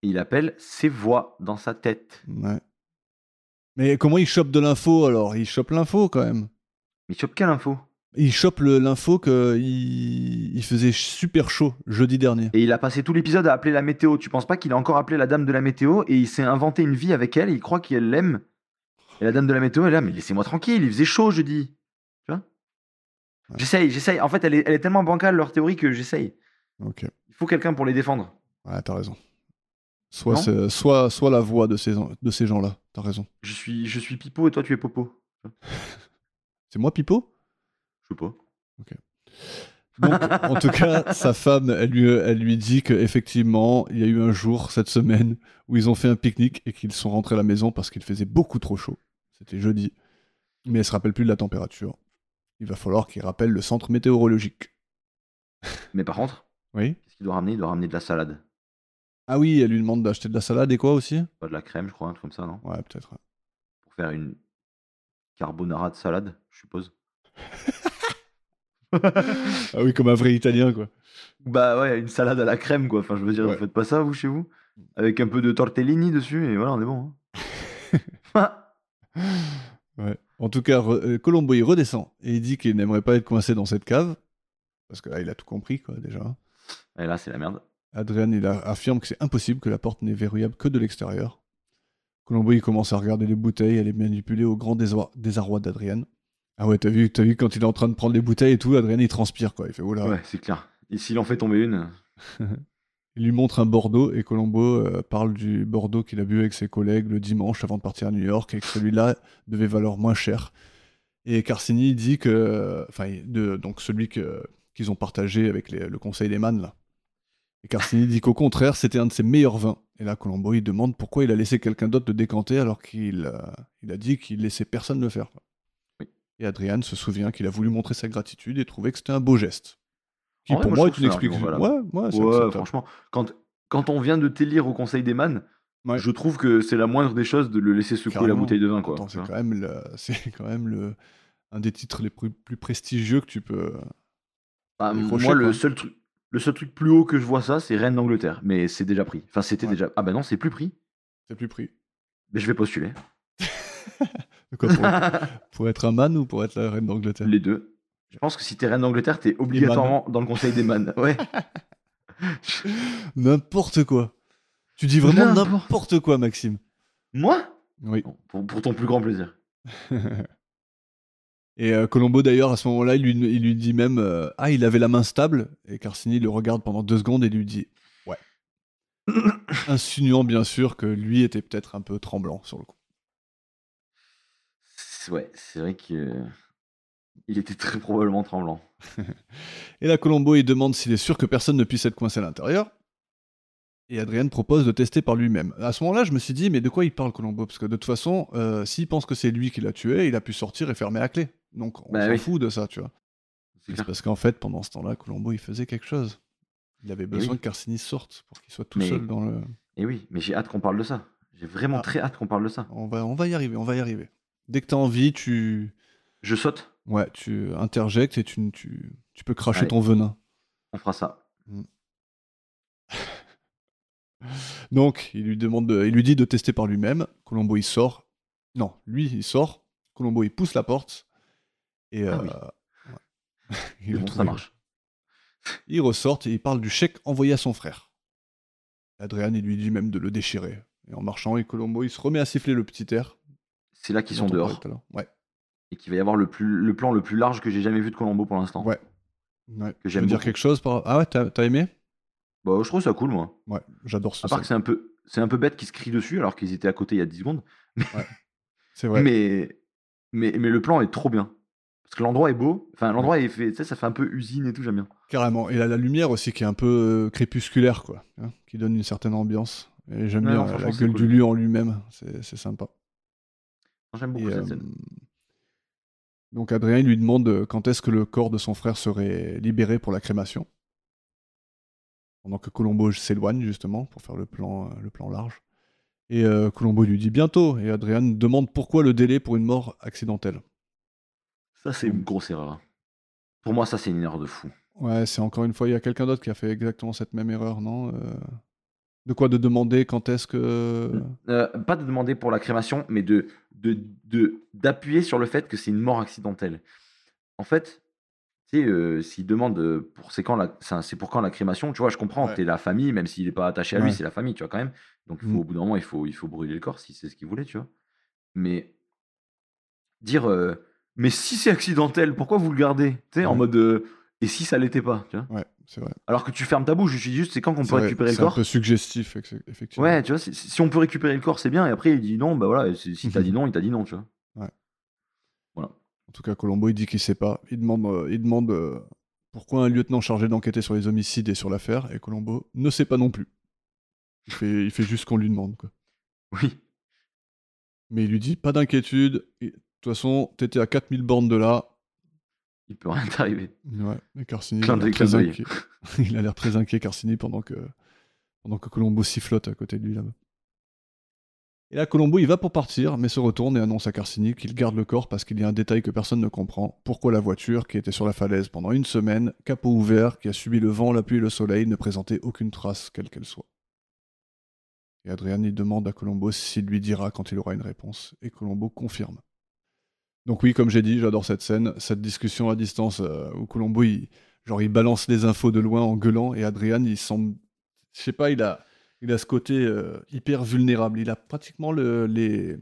Speaker 3: Et il appelle ses voix dans sa tête.
Speaker 4: Ouais. Mais comment il chope de l'info alors Il chope l'info quand même.
Speaker 3: Mais chope quelle info
Speaker 4: Il chope le- l'info que il... il faisait super chaud jeudi dernier.
Speaker 3: Et il a passé tout l'épisode à appeler la météo. Tu penses pas qu'il a encore appelé la dame de la météo et il s'est inventé une vie avec elle et il croit qu'elle l'aime Et la dame de la météo est là, mais laissez-moi tranquille, il faisait chaud jeudi. Tu vois
Speaker 4: Ouais.
Speaker 3: J'essaye, j'essaye. En fait, elle est, elle est tellement bancale leur théorie que j'essaye.
Speaker 4: Ok.
Speaker 3: Il faut quelqu'un pour les défendre.
Speaker 4: Ouais, t'as raison. Soit,
Speaker 3: Non
Speaker 4: c'est- soit, soit la voix de ces, en- de ces gens-là. T'as raison.
Speaker 3: Je suis, je suis Pipo et toi tu es Popo.
Speaker 4: C'est moi, Pipo
Speaker 3: Je sais pas.
Speaker 4: Donc, en tout cas, sa femme, elle lui, elle lui dit qu'effectivement, il y a eu un jour cette semaine où ils ont fait un pique-nique et qu'ils sont rentrés à la maison parce qu'il faisait beaucoup trop chaud. C'était jeudi. Mais elle se rappelle plus de la température. Il va falloir qu'il rappelle le centre météorologique.
Speaker 3: Mais par contre,
Speaker 4: Oui
Speaker 3: qu'est-ce qu'il doit ramener Il doit ramener de la salade.
Speaker 4: Ah oui, elle lui demande d'acheter de la salade et quoi aussi
Speaker 3: Pas de la crème, je crois, un truc comme ça, non
Speaker 4: Ouais, peut-être.
Speaker 3: Pour faire une carbonara de salade, je suppose.
Speaker 4: Ah oui, comme un vrai Italien, quoi.
Speaker 3: Bah ouais, une salade à la crème, quoi. Enfin, je veux dire,
Speaker 4: Ouais.
Speaker 3: vous faites pas ça, vous, chez vous Avec un peu de tortellini dessus, et voilà, on est
Speaker 4: [laughs]
Speaker 3: bon. hein.
Speaker 4: Ouais. En tout cas, re- euh, Colombo, il redescend et il dit qu'il n'aimerait pas être coincé dans cette cave. Parce que là, il a tout compris, quoi, déjà.
Speaker 3: et là, c'est la merde.
Speaker 4: Adrien, il a- affirme que c'est impossible que la porte n'est verrouillable que de l'extérieur. Colombo, il commence à regarder les bouteilles, à les manipuler au grand désarroi, désarroi d'Adrien. Ah ouais, t'as vu, t'as vu quand il est en train de prendre les bouteilles et tout, Adrien, il transpire, quoi. Il fait, oula.
Speaker 3: Ouais, c'est clair. Et s'il en fait tomber une,
Speaker 4: Il lui montre un Bordeaux et Colombo euh, parle du Bordeaux qu'il a bu avec ses collègues le dimanche avant de partir à New York et que celui-là devait valoir moins cher. Et Carcini dit que. Enfin, de- donc celui que- qu'ils ont partagé avec les- le conseil des mannes, là. Et Carcini dit qu'au contraire, c'était un de ses meilleurs vins. Et là, Colombo, il demande pourquoi il a laissé quelqu'un d'autre le décanter alors qu'il euh, il a dit qu'il laissait personne le faire. quoi.
Speaker 3: Oui.
Speaker 4: Et Adrian se souvient qu'il a voulu montrer sa gratitude et trouver que c'était un beau geste. Qui,
Speaker 3: En vrai,
Speaker 4: pour
Speaker 3: moi,
Speaker 4: moi,
Speaker 3: je
Speaker 4: est
Speaker 3: trouve
Speaker 4: une
Speaker 3: que c'est un
Speaker 4: explication.
Speaker 3: argument
Speaker 4: Ouais, ouais, Ah, c'est
Speaker 3: ouais,
Speaker 4: acceptable.
Speaker 3: franchement, quand quand on vient de t'élire au Conseil des Man,
Speaker 4: Ouais.
Speaker 3: je trouve que c'est la moindre des choses de le laisser secouer la
Speaker 4: Carrément.
Speaker 3: bouteille de vin. Quoi, hein.
Speaker 4: Attends,
Speaker 3: tu
Speaker 4: c'est
Speaker 3: vois.
Speaker 4: quand même, le- [laughs] c'est quand même le, un des titres les plus, plus prestigieux que tu peux.
Speaker 3: Bah,
Speaker 4: les
Speaker 3: moi,
Speaker 4: crochets,
Speaker 3: le
Speaker 4: quoi.
Speaker 3: seul, truc, le seul truc plus haut que je vois ça, c'est Reine d'Angleterre. Mais c'est déjà pris. Enfin, c'était
Speaker 4: Ouais.
Speaker 3: déjà. Ah bah non, c'est plus pris.
Speaker 4: T'as plus pris.
Speaker 3: Mais je vais postuler.
Speaker 4: De quoi,
Speaker 3: [laughs]
Speaker 4: pour, pour être un man ou pour être la reine d'Angleterre
Speaker 3: Les deux. Je pense que si t'es Reine d'Angleterre, t'es obligatoirement dans le Conseil des
Speaker 4: [laughs]
Speaker 3: Man. Ouais.
Speaker 4: N'importe quoi. Tu dis vraiment
Speaker 3: N'importe-
Speaker 4: n'importe quoi, Maxime.
Speaker 3: moi
Speaker 4: Oui.
Speaker 3: Non, pour, pour ton plus grand plaisir.
Speaker 4: Et euh, Colombo, d'ailleurs, à ce moment-là, il lui, il lui dit même euh, Ah, il avait la main stable. Et Carcini le regarde pendant deux secondes et lui dit
Speaker 3: [coughs]
Speaker 4: Ouais. Insinuant, bien sûr, que lui était peut-être un peu tremblant sur le coup.
Speaker 3: C'est- Ouais, c'est vrai que. Il était très probablement tremblant.
Speaker 4: Et là, Colombo, il demande s'il est sûr que personne ne puisse être coincé à l'intérieur. Et Adrien propose de tester par lui-même. À ce moment-là, je me suis dit, mais de quoi il parle, Colombo Parce que de toute façon, euh, s'il pense que c'est lui qui l'a tué, il a pu sortir et fermer à clé. Donc, on
Speaker 3: Bah
Speaker 4: s'en
Speaker 3: oui.
Speaker 4: fout de ça, tu vois.
Speaker 3: C'est
Speaker 4: Mais
Speaker 3: clair.
Speaker 4: C'est parce qu'en fait, pendant ce temps-là, Colombo, il faisait quelque chose. Il avait besoin
Speaker 3: oui.
Speaker 4: que Carcini sorte pour qu'il soit tout
Speaker 3: Mais-
Speaker 4: seul dans le.
Speaker 3: Et oui, mais j'ai hâte qu'on parle de ça. J'ai vraiment
Speaker 4: Ah.
Speaker 3: très hâte qu'on parle de ça.
Speaker 4: On va, on va y arriver, on va y arriver. Dès que t'as envie, tu.
Speaker 3: Je saute,
Speaker 4: Ouais, tu interjectes et tu, tu, tu peux cracher
Speaker 3: Allez.
Speaker 4: ton venin.
Speaker 3: on fera ça.
Speaker 4: Donc, il lui demande, de- il lui dit de tester par lui-même. Colombo, il sort. Non, lui, il sort. Colombo, il pousse la porte. Et
Speaker 3: Ah
Speaker 4: euh,
Speaker 3: oui.
Speaker 4: ouais. [laughs]
Speaker 3: C'est
Speaker 4: Il
Speaker 3: bon,
Speaker 4: le
Speaker 3: ça
Speaker 4: trouve.
Speaker 3: marche.
Speaker 4: Ils ressortent et ils parlent du chèque envoyé à son frère. Adrien, il lui dit même de le déchirer. Et en marchant, et Colombo, il se remet à siffler le petit air.
Speaker 3: C'est là qu'ils sont
Speaker 4: dont on parlait
Speaker 3: dehors
Speaker 4: tout à l'heure. Ouais.
Speaker 3: et qu'il va y avoir le, plus, le plan le plus large que j'ai jamais vu de Colombo pour l'instant.
Speaker 4: Ouais. ouais.
Speaker 3: Que
Speaker 4: Tu
Speaker 3: j'aime
Speaker 4: veux dire
Speaker 3: beaucoup.
Speaker 4: quelque chose par... Ah ouais, t'as t'as aimé
Speaker 3: Bah, je trouve ça cool, moi.
Speaker 4: Ouais, j'adore ce
Speaker 3: À part
Speaker 4: scène.
Speaker 3: que c'est un peu, c'est un peu bête qu'ils se crient dessus alors qu'ils étaient à côté il y a 10 secondes.
Speaker 4: C'est vrai.
Speaker 3: Mais, mais, mais le plan est trop bien. Parce que l'endroit est beau. Enfin, l'endroit est fait, tu sais, ça fait un peu usine et tout, j'aime bien.
Speaker 4: Carrément. Et la, la lumière aussi qui est un peu euh, crépusculaire, quoi, hein, qui donne une certaine ambiance. Et j'aime
Speaker 3: Ouais,
Speaker 4: bien
Speaker 3: non,
Speaker 4: euh, la
Speaker 3: franchement, c'est
Speaker 4: gueule
Speaker 3: cool.
Speaker 4: du lieu en lui-même, c'est c'est sympa.
Speaker 3: Non, J'aime
Speaker 4: Et,
Speaker 3: beaucoup cette
Speaker 4: euh,
Speaker 3: scène.
Speaker 4: donc Adrien il lui demande euh, quand est-ce que le corps de son frère serait libéré pour la crémation. Pendant que Colombo s'éloigne justement pour faire le plan, euh, le plan large. Et euh, Colombo lui dit bientôt, et Adrien demande pourquoi le délai pour une mort accidentelle.
Speaker 3: Ça, c'est une grosse erreur. hein. Pour moi, ça, c'est une erreur de fou.
Speaker 4: Ouais, c'est encore une fois, il y a quelqu'un d'autre qui a fait exactement cette même erreur, non Euh, De quoi de demander quand est-ce que.
Speaker 3: Euh, pas de demander pour la crémation, mais de de- de- d'appuyer sur le fait que c'est une mort accidentelle. En fait, tu sais, euh, s'il demande euh, pour c'est quand la c'est c'est pour quand la crémation, tu vois, je comprends,
Speaker 4: Ouais.
Speaker 3: t'es la famille, même s'il n'est pas attaché à lui,
Speaker 4: Ouais.
Speaker 3: c'est la famille, tu vois quand même. Donc il faut,
Speaker 4: Mm.
Speaker 3: au bout d'un moment, il faut il faut brûler le corps si c'est ce qu'il voulait, tu vois. Mais dire euh, mais si c'est accidentel, pourquoi vous le gardez, tu sais, en
Speaker 4: Ouais.
Speaker 3: mode euh, et si ça l'était pas, tu vois.
Speaker 4: Ouais, c'est vrai.
Speaker 3: Alors que tu fermes ta bouche, je dis juste c'est quand qu'on
Speaker 4: C'est
Speaker 3: peut
Speaker 4: vrai,
Speaker 3: récupérer le
Speaker 4: C'est un
Speaker 3: corps.
Speaker 4: peu suggestif, ex- effectivement.
Speaker 3: Ouais, tu vois, si- si on peut récupérer le corps, c'est bien. Et après, il dit non, bah voilà, si si [laughs] t'as dit non, il t'a dit non, tu vois.
Speaker 4: En tout cas, Colombo, il dit qu'il sait pas. Il demande, euh, il demande euh, pourquoi un lieutenant chargé d'enquêter sur les homicides et sur l'affaire, et Colombo ne sait pas non plus. Il fait, il fait juste ce qu'on lui demande, quoi.
Speaker 3: Oui.
Speaker 4: Mais il lui dit pas d'inquiétude, et- de toute façon, t'étais à 4000 bornes de là.
Speaker 3: Il peut rien t'arriver.
Speaker 4: Ouais, mais Carcini, il
Speaker 3: Clin
Speaker 4: a
Speaker 3: d'œil,
Speaker 4: l'air très
Speaker 3: clin d'œil.
Speaker 4: inquiet. [laughs] il a l'air très inquiet, Carcini, pendant que, pendant que Colombo sifflote à côté de lui là-bas. Et là, Colombo, il va pour partir, mais se retourne et annonce à Carcini qu'il garde le corps parce qu'il y a un détail que personne ne comprend. Pourquoi la voiture, qui était sur la falaise pendant une semaine, capot ouvert, qui a subi le vent, la pluie et le soleil, ne présentait aucune trace, quelle qu'elle soit Et Adrian, il demande à Colombo s'il lui dira quand il aura une réponse, et Colombo confirme. Donc oui, comme j'ai dit, j'adore cette scène, cette discussion à distance euh, où Colombo, il, genre, il balance les infos de loin en gueulant, et Adrian, il semble... Je sais pas, il a, il a ce côté euh, hyper vulnérable. Il a pratiquement le- les...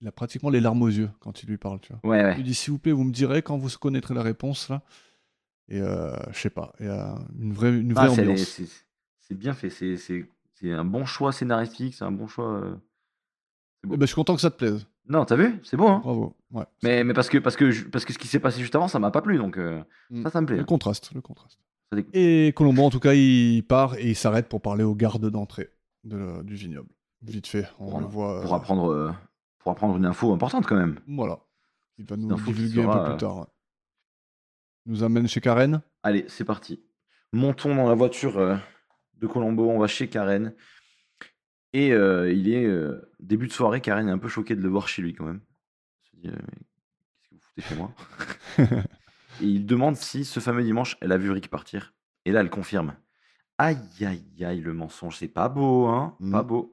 Speaker 4: Il a pratiquement les larmes aux yeux quand il lui parle, tu vois.
Speaker 3: Ouais,
Speaker 4: Il lui
Speaker 3: ouais.
Speaker 4: dit s'il vous plaît, vous me direz quand vous connaîtrez la réponse là. Et euh, je sais pas, il y a une vraie, une vraie
Speaker 3: Ah, c'est-
Speaker 4: ambiance.
Speaker 3: c'est c'est bien fait. C'est- C'est c'est un bon choix scénaristique, c'est un bon choix. euh.
Speaker 4: Eh ben, je suis content que ça te plaise.
Speaker 3: Non, t'as vu C'est beau, hein
Speaker 4: Bravo. Ouais.
Speaker 3: mais, mais parce que parce que je- parce que ce qui s'est passé juste avant, ça m'a pas plu, donc euh,
Speaker 4: Mm.
Speaker 3: ça, ça me plaît.
Speaker 4: Le contraste, le contraste.
Speaker 3: Ça dé-
Speaker 4: Et Colombo, en tout cas, il part et il s'arrête pour parler au garde d'entrée de- du vignoble. Vite fait, on
Speaker 3: Voilà.
Speaker 4: le voit. euh,
Speaker 3: Pour apprendre euh, pour apprendre une info importante quand même.
Speaker 4: Voilà. Il va nous
Speaker 3: info qui
Speaker 4: divulguer un
Speaker 3: sera,
Speaker 4: peu
Speaker 3: euh,
Speaker 4: plus tard. ouais. Nous amène chez Karen.
Speaker 3: Allez, c'est parti. Montons dans la voiture euh, de Colombo, on va chez Karen. Et euh, il est euh, début de soirée, Karen est un peu choquée de le voir chez lui quand même. Elle se dit, euh, mais qu'est-ce que vous foutez chez moi Et il demande si ce fameux dimanche, elle a vu Rick partir. Et là, elle confirme. Aïe, aïe, aïe, le mensonge, c'est pas beau, hein Pas
Speaker 4: Mm.
Speaker 3: beau.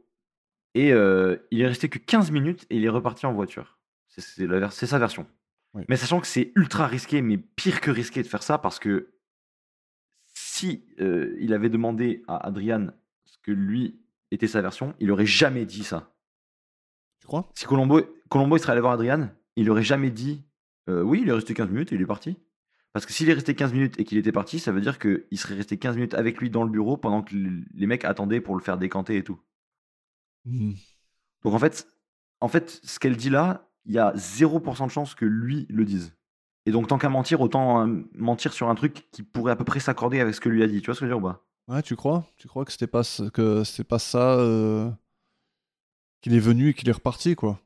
Speaker 3: Et euh, il est resté que 15 minutes et il est reparti en voiture. C'est- C'est la ver- c'est sa version.
Speaker 4: Oui.
Speaker 3: Mais sachant que c'est ultra risqué, mais pire que risqué de faire ça parce que si euh, il avait demandé à Adrian ce que lui était sa version, il aurait jamais dit ça.
Speaker 4: Tu crois
Speaker 3: Si Colombo, Colombo il serait allé voir Adrian, il aurait jamais dit euh, oui, il est resté 15 minutes et il est parti. Parce que s'il est resté 15 minutes et qu'il était parti, ça veut dire qu'il serait resté 15 minutes avec lui dans le bureau pendant que l- les mecs attendaient pour le faire décanter et tout.
Speaker 4: Mm.
Speaker 3: Donc en fait, en fait ce qu'elle dit là, il y a 0% de chance que lui le dise. Et donc tant qu'à mentir, autant euh, mentir sur un truc qui pourrait à peu près s'accorder avec ce que lui a dit. Tu vois ce que je veux dire ou pas
Speaker 4: Ouais, tu crois Tu crois que c'était pas, ce- que c'était pas ça euh, qu'il est venu et qu'il est reparti, quoi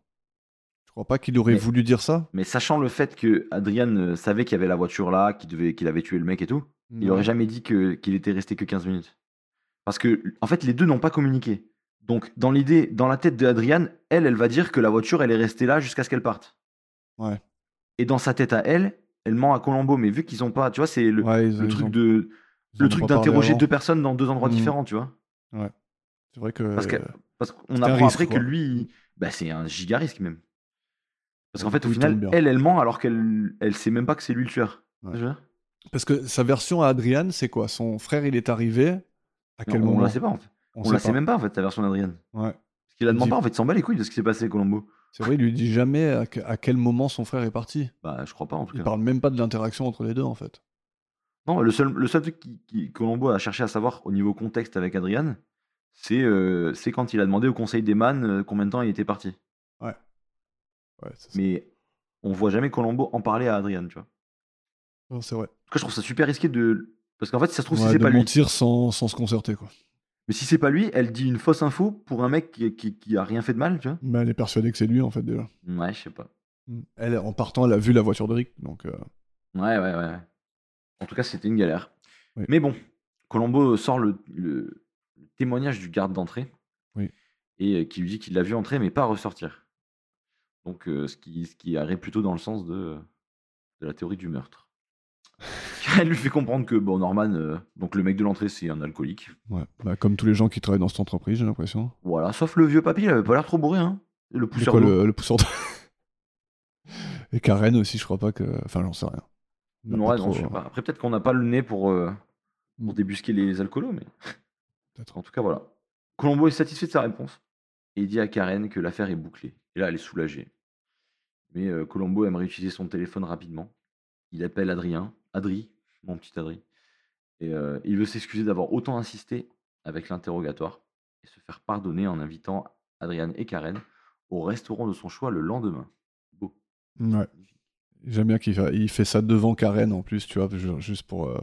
Speaker 4: Tu crois pas qu'il aurait
Speaker 3: Mais-
Speaker 4: voulu dire ça
Speaker 3: Mais sachant le fait que Adrian euh, savait qu'il y avait la voiture là, qu'il devait, qu'il avait tué le mec et tout, il aurait jamais dit que qu'il était resté que 15 minutes. Parce que en fait, les deux n'ont pas communiqué. Donc dans l'idée, dans la tête de Adrian, elle, elle va dire que la voiture, elle est restée là jusqu'à ce qu'elle parte.
Speaker 4: Ouais.
Speaker 3: Et dans sa tête à elle, elle ment à Colombo. Mais vu qu'ils ont pas, tu vois, c'est le,
Speaker 4: Ouais, ils-
Speaker 3: le
Speaker 4: ils
Speaker 3: truc
Speaker 4: ont-
Speaker 3: de
Speaker 4: ils en
Speaker 3: le
Speaker 4: ont
Speaker 3: truc
Speaker 4: pas parlé
Speaker 3: d'interroger
Speaker 4: avant.
Speaker 3: deux personnes dans deux endroits
Speaker 4: Mhm.
Speaker 3: différents, tu vois.
Speaker 4: C'est vrai que.
Speaker 3: Parce que- Parce qu'on
Speaker 4: C'était un
Speaker 3: apprend
Speaker 4: risque,
Speaker 3: après que
Speaker 4: quoi.
Speaker 3: lui, il- bah, c'est un giga risque même. Parce qu'en
Speaker 4: Ouais,
Speaker 3: fait, au
Speaker 4: il tombe
Speaker 3: final,
Speaker 4: bien.
Speaker 3: elle, elle ment alors qu'elle elle sait même pas que c'est lui le tueur.
Speaker 4: Ouais.
Speaker 3: Je veux dire
Speaker 4: Parce que sa version à Adrian, c'est quoi Son frère, il est arrivé. À quel
Speaker 3: Non,
Speaker 4: moment
Speaker 3: On la sait pas en fait. On, la sait
Speaker 4: pas.
Speaker 3: même pas en fait, ta version d'Adrienne.
Speaker 4: Ouais.
Speaker 3: Parce qu'il la
Speaker 4: Il
Speaker 3: demande
Speaker 4: dit-
Speaker 3: pas en fait, il s'en bat les couilles de ce qui s'est passé, Colombo.
Speaker 4: C'est vrai, il lui dit jamais à, que- à quel moment son frère est parti.
Speaker 3: Bah, je crois pas en tout
Speaker 4: Il
Speaker 3: cas.
Speaker 4: parle même pas de l'interaction entre les deux, en fait.
Speaker 3: Non, le seul, le seul truc qui, qui- Colombo a cherché à savoir au niveau contexte avec Adrienne, c'est euh, c'est quand il a demandé au conseil des man euh, combien de temps il était parti.
Speaker 4: Ouais, c'est ça.
Speaker 3: Mais on voit jamais Colombo en parler à Adrienne, tu vois.
Speaker 4: Non, c'est vrai.
Speaker 3: En tout cas, je trouve ça super risqué de. Parce qu'en fait, si ça se trouve,
Speaker 4: Ouais,
Speaker 3: si c'est
Speaker 4: de
Speaker 3: pas lui.
Speaker 4: mentir sans, sans se concerter, quoi.
Speaker 3: Mais si c'est pas lui, elle dit une fausse info pour un mec qui, qui, qui a rien fait de mal, tu vois.
Speaker 4: Mais elle est persuadée que c'est lui, en fait, déjà.
Speaker 3: Ouais, je sais pas.
Speaker 4: Elle, en partant, elle a vu la voiture de Rick, donc... euh,
Speaker 3: Ouais, ouais, ouais, ouais. En tout cas, c'était une galère.
Speaker 4: Oui.
Speaker 3: Mais bon, Colombo sort le, le- le témoignage du garde d'entrée
Speaker 4: Oui.
Speaker 3: et euh, qui lui dit qu'il l'a vu entrer mais pas ressortir. Donc, euh, ce, qui, ce qui arrive plutôt dans le sens de, euh, de la théorie du meurtre. [laughs] Elle lui fait comprendre que bon, Norman, euh, donc le mec de l'entrée, c'est un alcoolique.
Speaker 4: ouais. Bah, comme tous les gens qui travaillent dans cette entreprise, j'ai l'impression.
Speaker 3: Voilà, sauf le vieux papy, il avait pas l'air trop bourré, hein. Et Le
Speaker 4: C'est
Speaker 3: pousseur
Speaker 4: quoi,
Speaker 3: d'eau.
Speaker 4: le, le pousseur de... [laughs] Et Karen aussi, je crois pas que... Enfin, j'en sais rien. On n'a
Speaker 3: Ouais,
Speaker 4: pas
Speaker 3: non,
Speaker 4: trop- hein. Mm.
Speaker 3: je sais pas. Bah, Après, peut-être qu'on n'a pas le nez pour, euh, pour débusquer les alcoolos, mais.
Speaker 4: Peut-être.
Speaker 3: En tout cas, voilà. Colombo est satisfait de sa réponse et il dit à Karen que l'affaire est bouclée. Et là, elle est soulagée. Mais euh, Colombo aimerait utiliser son téléphone rapidement. Il appelle Adrien, Adri, mon petit Adri, et euh, il veut s'excuser d'avoir autant insisté avec l'interrogatoire et se faire pardonner en invitant Adrian et Karen au restaurant de son choix le lendemain. Beau.
Speaker 4: Ouais. J'aime bien qu'il fa- il fait ça devant Karen, en plus, tu vois, ju- juste pour, euh,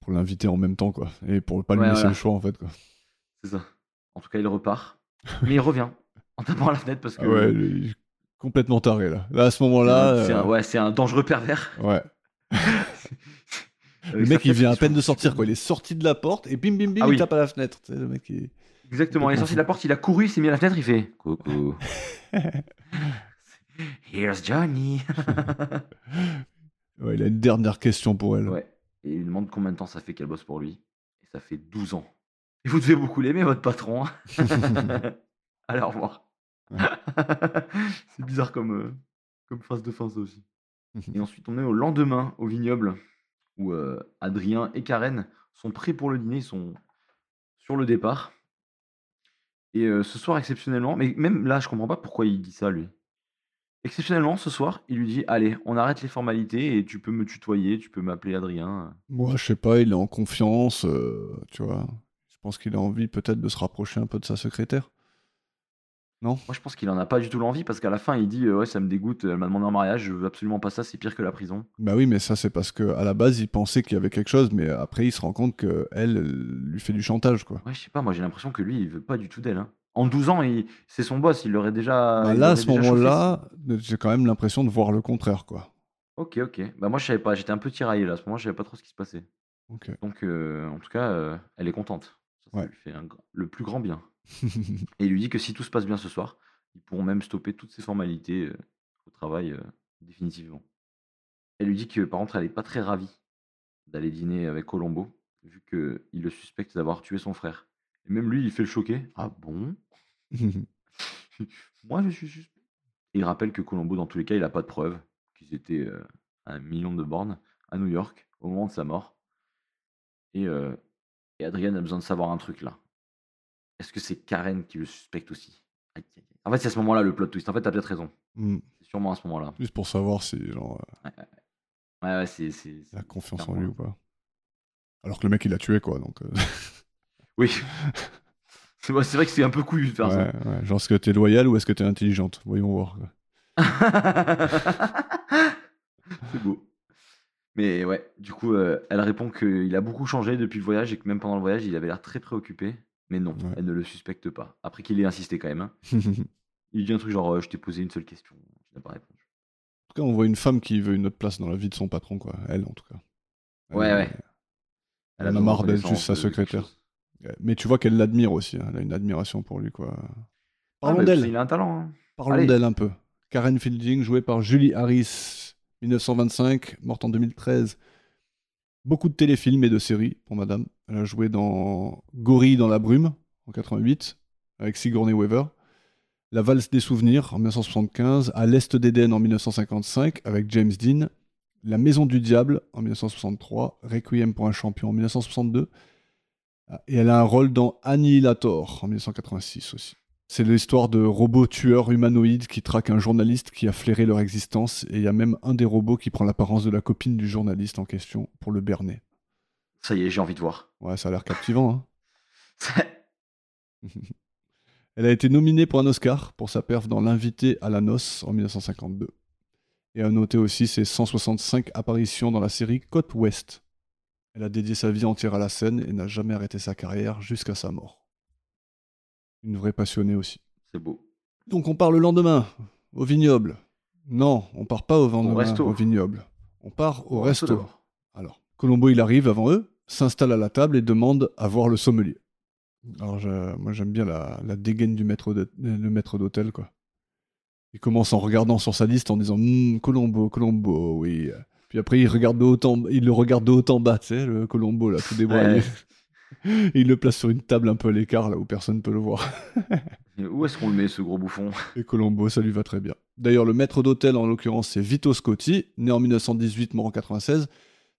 Speaker 4: pour l'inviter en même temps, quoi. Et pour pas lui
Speaker 3: Ouais,
Speaker 4: laisser
Speaker 3: voilà.
Speaker 4: le choix, en fait, quoi.
Speaker 3: C'est ça. En tout cas, il
Speaker 4: [laughs]
Speaker 3: repart, mais il revient en tapant à la fenêtre parce que
Speaker 4: Ah ouais, il est complètement taré, là. Là, à ce moment-là...
Speaker 3: c'est un,
Speaker 4: euh,
Speaker 3: ouais, c'est un dangereux pervers. Euh,
Speaker 4: ouais. Le mec, il vient à peine de sortir, quoi. Il est sorti de la porte et bim, bim, bim,
Speaker 3: Ah
Speaker 4: il
Speaker 3: oui.
Speaker 4: tape à la fenêtre. Tu sais, le mec, il-
Speaker 3: Exactement, il est sorti de la porte, il a couru, il s'est mis à la fenêtre, il fait
Speaker 4: [laughs]
Speaker 3: Coucou. Here's Johnny.
Speaker 4: Ouais, il a une dernière question pour elle.
Speaker 3: Ouais. Et il lui demande combien de temps ça fait qu'elle bosse pour lui. Et ça fait 12 ans. Et vous devez beaucoup l'aimer, votre patron. hein. [laughs] Allez, au revoir.
Speaker 4: Ouais.
Speaker 3: [laughs] C'est bizarre comme, euh, comme phrase de fin, ça aussi. Et ensuite, on est au lendemain, au vignoble, où euh, Adrien et Karen sont prêts pour le dîner, ils sont sur le départ. Et euh, ce soir, exceptionnellement, mais même là, je comprends pas pourquoi il dit ça, lui. Exceptionnellement, ce soir, il lui dit Allez, on arrête les formalités et tu peux me tutoyer, tu peux m'appeler Adrien.
Speaker 4: Moi, je sais pas, il est en confiance, euh, tu vois. Je pense qu'il a envie peut-être de se rapprocher un peu de sa secrétaire.
Speaker 3: Moi, je pense qu'il en a pas du tout l'envie parce qu'à la fin, il dit euh, Ouais, ça me dégoûte, elle m'a demandé en mariage, je veux absolument pas ça, c'est pire que la prison.
Speaker 4: Bah oui, mais ça, c'est parce que à la base, il pensait qu'il y avait quelque chose, mais après, il se rend compte que elle elle lui fait du chantage, quoi.
Speaker 3: Ouais, je sais pas, moi j'ai l'impression que lui, il veut pas du tout d'elle. hein. En 12 ans, il- c'est son boss, il l'aurait déjà.
Speaker 4: Bah
Speaker 3: il
Speaker 4: là, à
Speaker 3: l'aurait
Speaker 4: ce
Speaker 3: déjà chauffé,
Speaker 4: moment-là, j'ai quand même l'impression de voir le contraire, quoi.
Speaker 3: Ok, ok. Bah moi je savais pas,
Speaker 4: [laughs]
Speaker 3: j'étais un peu tiraillé là, à ce moment je savais pas trop ce qui se passait.
Speaker 4: Ok.
Speaker 3: Donc euh, en tout cas, euh, elle est contente. Ça, Ça
Speaker 4: Ouais.
Speaker 3: lui fait un gr- le plus grand bien. Et il lui dit que si tout se passe bien ce soir, ils pourront même stopper toutes ces formalités euh, au travail euh, définitivement. Elle lui dit que par contre, elle n'est pas très ravie d'aller dîner avec Colombo, vu qu'il le suspecte d'avoir tué son frère. Et même lui, il fait le choquer. Ah bon Moi, je suis suspect. Et il rappelle que Colombo, dans tous les cas, il n'a pas de preuves qu'ils étaient euh, à un million de bornes à New York au moment de sa mort. Et, euh, et Adrienne a besoin de savoir un truc là. Est-ce que c'est Karen qui le suspecte aussi Aïe, aïe, aïe. En fait, c'est à ce moment-là le plot twist. En fait, t'as peut-être raison.
Speaker 4: Hmm.
Speaker 3: C'est sûrement à ce moment-là.
Speaker 4: Juste pour savoir si genre euh,
Speaker 3: Ouais, ouais, c'est. c'est-
Speaker 4: il a
Speaker 3: c'est
Speaker 4: confiance en
Speaker 3: clairement-
Speaker 4: lui ou pas. Alors que le mec il l'a tué quoi donc. euh,
Speaker 3: Oui. c'est vrai- [laughs] c'est vrai que c'est un peu couillu de faire ça.
Speaker 4: ouais, ouais. Genre est-ce que t'es loyal ou est-ce que t'es intelligente Voyons voir. quoi. [laughs]
Speaker 3: [laughs] c'est beau. Mais ouais, du coup, euh, elle répond qu'il a beaucoup changé depuis le voyage et que même pendant le voyage, il avait l'air très préoccupé. Mais non,
Speaker 4: Ouais.
Speaker 3: elle ne le suspecte pas. Après qu'il ait insisté quand même. hein. Il dit un truc genre euh, Je t'ai posé une seule question, tu n'as pas répondu.
Speaker 4: En tout cas, on voit une femme qui veut une autre place dans la vie de son patron, quoi. Elle, en tout cas. Elle,
Speaker 3: Ouais, ouais.
Speaker 4: Elle en a
Speaker 3: besoin
Speaker 4: marre d'être
Speaker 3: reconnaissance,
Speaker 4: juste sa
Speaker 3: euh, quelque
Speaker 4: secrétaire.
Speaker 3: chose.
Speaker 4: euh, Mais tu vois qu'elle l'admire aussi. hein. Elle a une admiration pour lui, quoi.
Speaker 3: Ah,
Speaker 4: Parlons
Speaker 3: bah,
Speaker 4: d'elle.
Speaker 3: Il a un talent. hein.
Speaker 4: Parlons
Speaker 3: allez.
Speaker 4: d'elle un peu. Karen Fielding, jouée par Julie Harris, 1925, morte en 2013. Beaucoup de téléfilms et de séries pour madame. Elle a joué dans Gorille dans la brume, en 88, avec Sigourney Weaver. La valse des souvenirs, en 1975. À l'Est d'Éden, en 1955, avec James Dean. La Maison du Diable, en 1963. Requiem pour un champion, en 1962. Et elle a un rôle dans Annihilator, en 1986 aussi. C'est l'histoire de robots tueurs humanoïdes qui traquent un journaliste qui a flairé leur existence et il y a même un des robots qui prend l'apparence de la copine du journaliste en question pour le berner.
Speaker 3: Ça y est, j'ai envie de voir. [laughs]
Speaker 4: Ouais, ça a l'air captivant. Hein. Elle a été nominée pour un Oscar pour sa perf dans L'invité à la noce en 1952. Et à noter aussi ses 165 apparitions dans la série Côte Ouest. Elle a dédié sa vie entière à la scène et n'a jamais arrêté sa carrière jusqu'à sa mort. Une vraie passionnée aussi.
Speaker 3: c'est beau.
Speaker 4: Donc on part le lendemain, au vignoble. Non, on part pas au lendemain,
Speaker 3: resto.
Speaker 4: au vignoble. On part au resto.
Speaker 3: d'abord.
Speaker 4: Alors, Colombo, il arrive avant eux, s'installe à la table et demande à voir le sommelier. Alors, je- moi, j'aime bien la, la dégaine du maître d'hô- le maître d'hôtel, quoi. Il commence en regardant sur sa liste en disant Hmm, Colombo, Colombo, oui. » Puis après, il, regarde de haut en, il le regarde de haut en bas, tu sais, le Colombo, là, tout déboîté. Et [laughs] il le place sur une table un peu à l'écart, là, où personne peut le voir.
Speaker 3: Et Où est-ce qu'on le met, ce gros bouffon
Speaker 4: Et Colombo, ça lui va très bien. D'ailleurs, le maître d'hôtel, en l'occurrence, c'est Vito Scotti, né en 1918, mort en 96.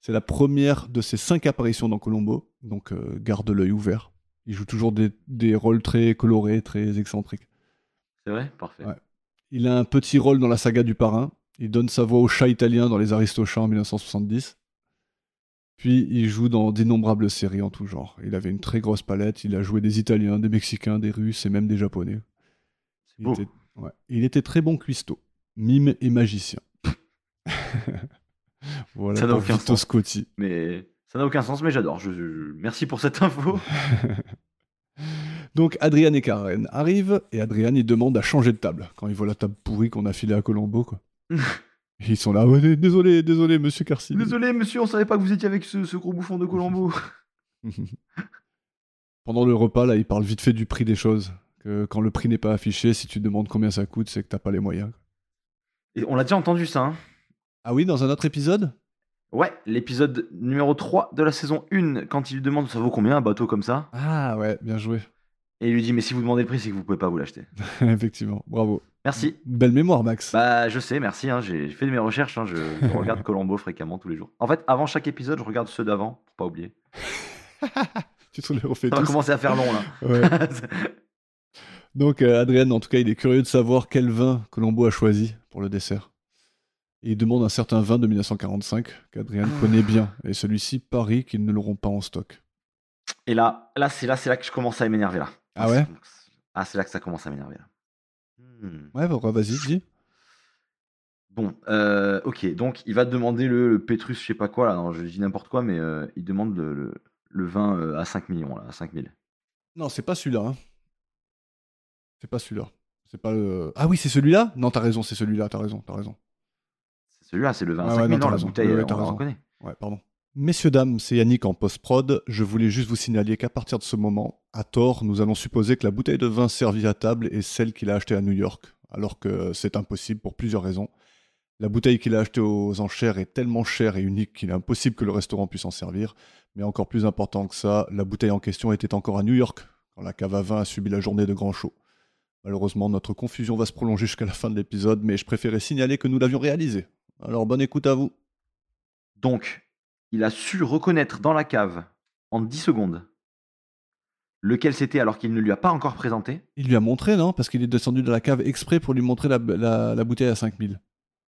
Speaker 4: C'est la première de ses cinq apparitions dans Colombo, donc euh, garde l'œil ouvert. Il joue toujours des, des rôles très colorés, très excentriques.
Speaker 3: C'est vrai Parfait.
Speaker 4: Ouais. Il a un petit rôle dans la saga du parrain. Il donne sa voix au chat italien dans Les Aristochats en 1970. Puis il joue dans d'innombrables séries en tout genre. Il avait une très grosse palette. Il a joué des Italiens, des Mexicains, des Russes et même des Japonais.
Speaker 3: C'est
Speaker 4: Il,
Speaker 3: beau.
Speaker 4: était, ouais. Il était très bon cuistot, mime
Speaker 3: [laughs]
Speaker 4: et magicien. voilà
Speaker 3: Ça n'a
Speaker 4: pour
Speaker 3: aucun
Speaker 4: Vito
Speaker 3: sens.
Speaker 4: Scotti.
Speaker 3: Mais ça n'a aucun sens, mais j'adore. Je- je- Merci pour cette info.
Speaker 4: Donc Adrian et Karen arrivent et Adrian il demande à changer de table quand il voit la table pourrie qu'on a filée à
Speaker 3: [laughs]
Speaker 4: Colombo quoi. Et Ils sont là, ouais, désolé, désolé, monsieur Carcy.
Speaker 3: Désolé, monsieur, on savait pas que vous étiez avec ce, ce gros bouffon de Colombo.
Speaker 4: Pendant le repas, là, il parle vite fait du prix des choses. Que quand le prix n'est pas affiché, si tu demandes combien ça coûte, c'est que t'as pas les moyens.
Speaker 3: [laughs] Et on l'a déjà entendu ça. hein.
Speaker 4: Ah oui, dans un autre épisode
Speaker 3: Ouais, l'épisode numéro 3 de la saison 1, quand il lui demande ça vaut combien un bateau comme ça
Speaker 4: Ah ouais, bien joué. [laughs]
Speaker 3: Et il lui dit mais si vous demandez le prix, c'est que vous pouvez pas vous l'acheter.
Speaker 4: Effectivement, bravo.
Speaker 3: Merci.
Speaker 4: Belle mémoire, Max.
Speaker 3: Bah je sais, merci, hein, j'ai j'ai fait de mes recherches, hein, je, [laughs] je regarde Colombo fréquemment tous les jours. En fait, avant chaque épisode, je regarde ceux d'avant, pour pas oublier.
Speaker 4: tu te les refais
Speaker 3: Ça va
Speaker 4: tous.
Speaker 3: commencer à faire long [laughs]
Speaker 4: Ouais.
Speaker 3: là.
Speaker 4: Donc, euh, Adrien, en tout cas, il est curieux de savoir quel vin Colombo a choisi pour le dessert. Et il demande un certain vin de 1945 qu'Adrien connaît bien. Et celui-ci parie qu'ils ne l'auront pas en stock.
Speaker 3: Et là, là c'est là, c'est là que je commence à m'énerver là.
Speaker 4: Ah ouais
Speaker 3: c'est- Ah c'est là que ça commence à m'énerver là. Hmm.
Speaker 4: Ouais, bah, bah, vas-y, dis.
Speaker 3: Bon, euh, ok, donc il va demander le, le Petrus, je sais pas quoi, là, non, je dis n'importe quoi, mais euh, il demande le, le, le vin euh, à 5 millions, là, à 5 000.
Speaker 4: Non, c'est pas celui-là. hein. C'est pas celui-là. C'est pas le... Ah oui, c'est celui-là Non, t'as raison, c'est celui-là, t'as raison, t'as raison.
Speaker 3: C'est celui-là, c'est le vin
Speaker 4: Ouais,
Speaker 3: à
Speaker 4: ouais,
Speaker 3: 5
Speaker 4: non,
Speaker 3: 000,
Speaker 4: t'as
Speaker 3: non, la
Speaker 4: raison.
Speaker 3: bouteille,
Speaker 4: Ouais, ouais,
Speaker 3: euh,
Speaker 4: t'as
Speaker 3: on la
Speaker 4: raison.
Speaker 3: reconnaît.
Speaker 4: Ouais, pardon. Messieurs, dames, c'est Yannick en post-prod. Je voulais juste vous signaler qu'à partir de ce moment, à tort, nous allons supposer que la bouteille de vin servie à table est celle qu'il a achetée à New York, alors que c'est impossible pour plusieurs raisons. La bouteille qu'il a achetée aux enchères est tellement chère et unique qu'il est impossible que le restaurant puisse en servir. Mais encore plus important que ça, la bouteille en question était encore à New York, quand la cave à vin a subi la journée de grand chaud. Malheureusement, notre confusion va se prolonger jusqu'à la fin de l'épisode, mais je préférais signaler que nous l'avions réalisé. Alors bonne écoute à vous.
Speaker 3: Donc, il a su reconnaître dans la cave, en 10 secondes, lequel c'était alors qu'il ne lui a pas encore présenté.
Speaker 4: Il lui a montré, non Parce qu'il est descendu de la cave exprès pour lui montrer la, la- la bouteille à 5000.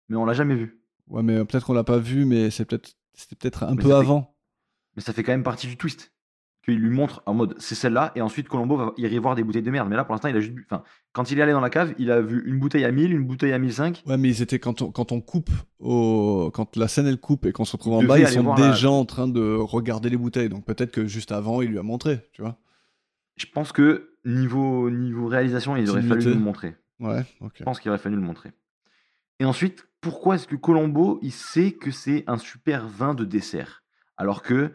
Speaker 3: mais on l'a jamais vu.
Speaker 4: Ouais, mais euh, peut-être qu'on l'a pas vu, mais c'est peut-être c'était peut-être un
Speaker 3: Mais ça
Speaker 4: peu
Speaker 3: fait-
Speaker 4: avant.
Speaker 3: Mais ça fait quand même partie du twist. Qu'il lui montre en mode c'est celle-là, et ensuite Colombo va y voir des bouteilles de merde. Mais là, pour l'instant, il a juste bu- Enfin, quand il est allé dans la cave, il a vu une bouteille à 1000, une bouteille à 1005.
Speaker 4: Ouais, mais ils étaient quand on, quand on coupe au quand la scène elle coupe et qu'on se retrouve en
Speaker 3: Ils
Speaker 4: bas,
Speaker 3: devaient
Speaker 4: ils
Speaker 3: aller
Speaker 4: sont
Speaker 3: voir la-
Speaker 4: déjà en train de regarder les bouteilles. Donc peut-être que juste avant, il lui a montré, tu vois.
Speaker 3: Je pense que niveau, niveau réalisation, il
Speaker 4: C'est
Speaker 3: aurait fallu
Speaker 4: limité.
Speaker 3: nous le montrer.
Speaker 4: Ouais, ok.
Speaker 3: Je pense qu'il aurait fallu le montrer. Et ensuite, pourquoi est-ce que Colombo, il sait que c'est un super vin de dessert Alors que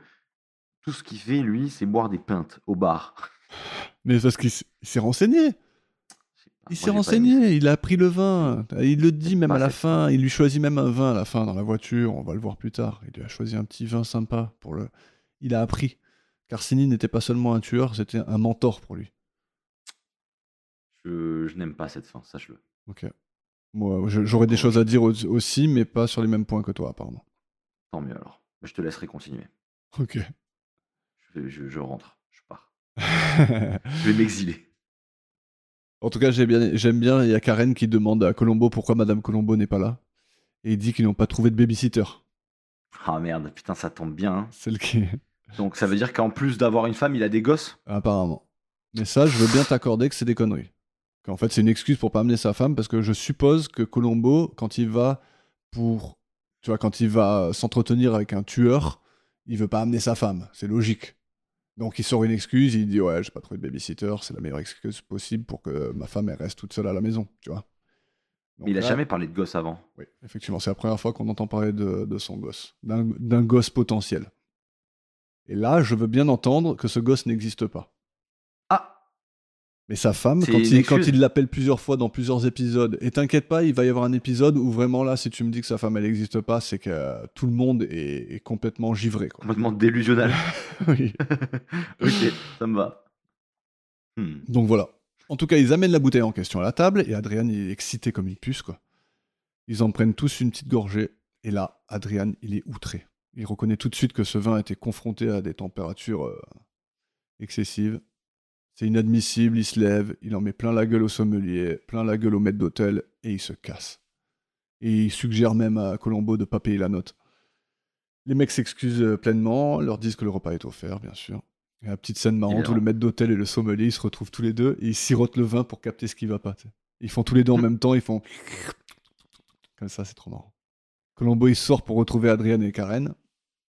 Speaker 3: tout ce qu'il fait, lui, c'est boire des pintes au bar. [laughs]
Speaker 4: Mais parce qu'il s- il s'est renseigné.
Speaker 3: Je sais Ah, pas, moi,
Speaker 4: Il
Speaker 3: j'ai
Speaker 4: s'est
Speaker 3: pas aimé ça.
Speaker 4: renseigné, il a appris le vin. Il le dit même
Speaker 3: Bah,
Speaker 4: à la
Speaker 3: c'est-
Speaker 4: fin, il lui choisit même un vin à la fin dans la voiture, on va le voir plus tard. Il lui a choisi un petit vin sympa pour le. Il a appris. Carcini n'était pas seulement un tueur, c'était un mentor pour lui.
Speaker 3: Je, je n'aime pas cette fin, sache-le.
Speaker 4: Ok. Moi, je- j'aurais des choses à dire au- aussi, mais pas sur les mêmes points que toi, apparemment.
Speaker 3: Tant mieux alors. Je te laisserai continuer.
Speaker 4: Ok.
Speaker 3: Je- je- je rentre, je pars. Je vais m'exiler.
Speaker 4: [laughs]
Speaker 3: [laughs]
Speaker 4: en tout cas, j'ai bien- j'aime bien. Il y a Karen qui demande à Colombo pourquoi Madame Colombo n'est pas là. Et il dit qu'ils n'ont pas trouvé de babysitter.
Speaker 3: Ah merde, putain, ça tombe bien. hein.
Speaker 4: Celle qui.
Speaker 3: Donc ça veut dire qu'en plus d'avoir une femme, il a des gosses
Speaker 4: Apparemment. Mais ça, je veux bien t'accorder que c'est des conneries. Qu'en fait, c'est une excuse pour pas amener sa femme, parce que je suppose que Colombo, quand il va pour, tu vois, quand il va s'entretenir avec un tueur, il veut pas amener sa femme. C'est logique. Donc il sort une excuse, il dit ouais, j'ai pas trouvé de babysitter, c'est la meilleure excuse possible pour que ma femme elle reste toute seule à la maison, tu vois.
Speaker 3: Mais il a
Speaker 4: Donc là-
Speaker 3: jamais parlé de gosses avant.
Speaker 4: oui, effectivement, c'est la première fois qu'on entend parler de, de son gosse, d'un d'un gosse potentiel. Et là, je veux bien entendre que ce gosse n'existe pas.
Speaker 3: Ah
Speaker 4: Mais sa femme,
Speaker 3: C'est
Speaker 4: quand
Speaker 3: une
Speaker 4: il, quand
Speaker 3: excuse.
Speaker 4: il l'appelle plusieurs fois dans plusieurs épisodes, et t'inquiète pas, il va y avoir un épisode où vraiment là, si tu me dis que sa femme, elle n'existe pas, c'est que euh, tout le monde est, est complètement
Speaker 3: [laughs]
Speaker 4: givré. Quoi.
Speaker 3: Complètement délusionnel.
Speaker 4: Oui.
Speaker 3: ok, ça me va. Hmm.
Speaker 4: Donc voilà. En tout cas, ils amènent la bouteille en question à la table et Adrian il est excité comme une puce quoi. Ils en prennent tous une petite gorgée et là, Adrian il est outré. Il reconnaît tout de suite que ce vin a été confronté à des températures euh, excessives. C'est inadmissible, il se lève, il en met plein la gueule au sommelier, plein la gueule au maître d'hôtel et il se casse. Et il suggère même à Colombo de pas payer la note. Les mecs s'excusent euh, pleinement, leur disent que le repas est offert, bien sûr. Et la petite scène marrante où
Speaker 3: Évidemment.
Speaker 4: le maître d'hôtel et le sommelier ils se retrouvent tous les deux et ils sirotent le vin pour capter ce qui va pas. tu sais. Ils font tous les deux en même temps, ils font comme ça, c'est trop marrant. Colombo il sort pour retrouver Adrienne et Karen.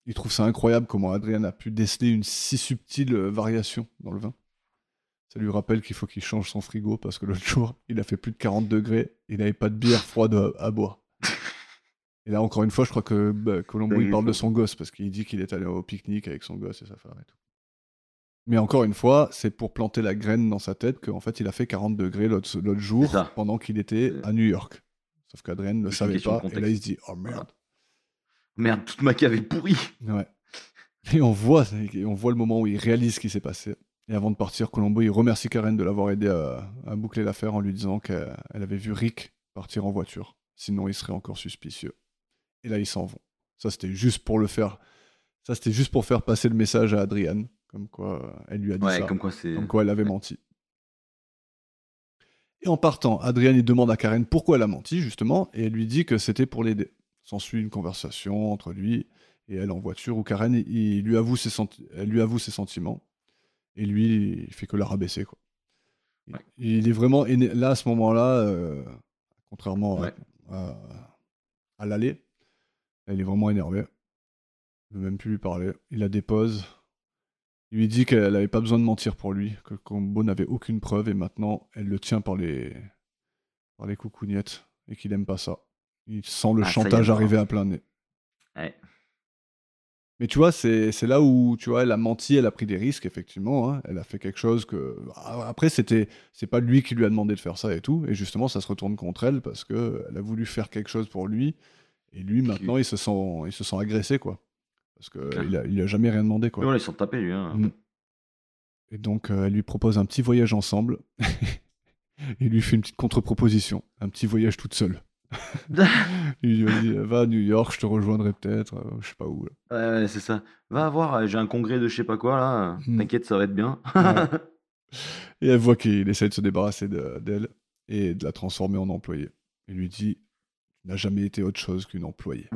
Speaker 4: Il trouve ça incroyable comment Adrienne a pu déceler une si subtile euh, variation dans le vin. Ça lui rappelle qu'il faut qu'il change son frigo parce que l'autre [laughs] jour, il a fait plus de 40 degrés et il n'avait pas de bière froide à, à boire. Et là, encore une fois, je crois que bah, Colombo, il
Speaker 3: Dingue,
Speaker 4: parle de
Speaker 3: quoi.
Speaker 4: son gosse parce qu'il dit qu'il est allé au pique-nique avec son gosse et sa femme et tout. Mais encore une fois, c'est pour planter la graine dans sa tête qu'en fait, il a fait 40 degrés l'autre l'autre jour
Speaker 3: C'est ça.
Speaker 4: pendant qu'il était
Speaker 3: Euh.
Speaker 4: à New York. Sauf qu'Adrien ne le
Speaker 3: Juste une
Speaker 4: savait
Speaker 3: question de
Speaker 4: pas. Et là,
Speaker 3: contexte.
Speaker 4: il se dit Oh merde.
Speaker 3: Merde, toute ma cave est pourrie.
Speaker 4: Ouais. Et on voit, et on voit le moment où il réalise ce qui s'est passé. Et avant de partir, Colombo, il remercie Karen de l'avoir aidé à, à boucler l'affaire en lui disant qu'elle elle avait vu Rick partir en voiture. Sinon, il serait encore suspicieux. Et là, ils s'en vont. Ça, c'était juste pour le faire. Ça, c'était juste pour faire passer le message à Adrian. Comme quoi, euh, elle lui a dit
Speaker 3: Ouais,
Speaker 4: ça.
Speaker 3: comme quoi c'est...
Speaker 4: Comme quoi elle avait menti. Et en partant, Adrienne il demande à Karen pourquoi elle a menti, justement, et elle lui dit que c'était pour l'aider. S'ensuit une conversation entre lui et elle en voiture, où Karen il- il lui avoue ses, senti- elle lui avoue ses sentiments, et lui, il fait que la rabaisser. Quoi. Il-
Speaker 3: Ouais.
Speaker 4: Il est vraiment éner- là, à ce moment-là, euh, contrairement à-
Speaker 3: Ouais.
Speaker 4: à, à l'aller, elle est vraiment énervée. Il ne veut même plus lui parler. Il la dépose. Il lui dit qu'elle n'avait pas besoin de mentir pour lui, que Combo n'avait aucune preuve et maintenant elle le tient par les, par les coucougnettes et qu'il aime pas ça. Il sent le
Speaker 3: Ah, ça y est,
Speaker 4: chantage
Speaker 3: alors.
Speaker 4: arriver à plein nez.
Speaker 3: Ouais.
Speaker 4: Mais tu vois, c'est c'est là où tu vois, elle a menti, elle a pris des risques, effectivement. hein. Elle a fait quelque chose que. Ah, Après, c'était c'est pas lui qui lui a demandé de faire ça et tout. Et justement, ça se retourne contre elle parce que elle a voulu faire quelque chose pour lui. Et lui, maintenant, il se sent, il se sent agressé, quoi. Parce
Speaker 3: Clair.
Speaker 4: qu'il a, il a jamais rien demandé, quoi.
Speaker 3: Ouais, ils sont tapés, lui. Hein.
Speaker 4: Mm. Et donc, euh, elle lui propose un petit voyage ensemble. [laughs] et lui fait une petite contre-proposition. Un petit voyage toute seule. il lui a dit Va à New York, je te rejoindrai peut-être. euh, je sais pas où. là.
Speaker 3: Ouais, ouais, c'est ça. Va voir, euh, j'ai un congrès de je sais pas quoi là.
Speaker 4: Mm.
Speaker 3: T'inquiète, ça va être bien. [laughs]
Speaker 4: Ouais. et elle voit qu'il essaie de se débarrasser de- d'elle et de la transformer en employée. Il lui dit Tu n'as jamais été autre chose qu'une employée.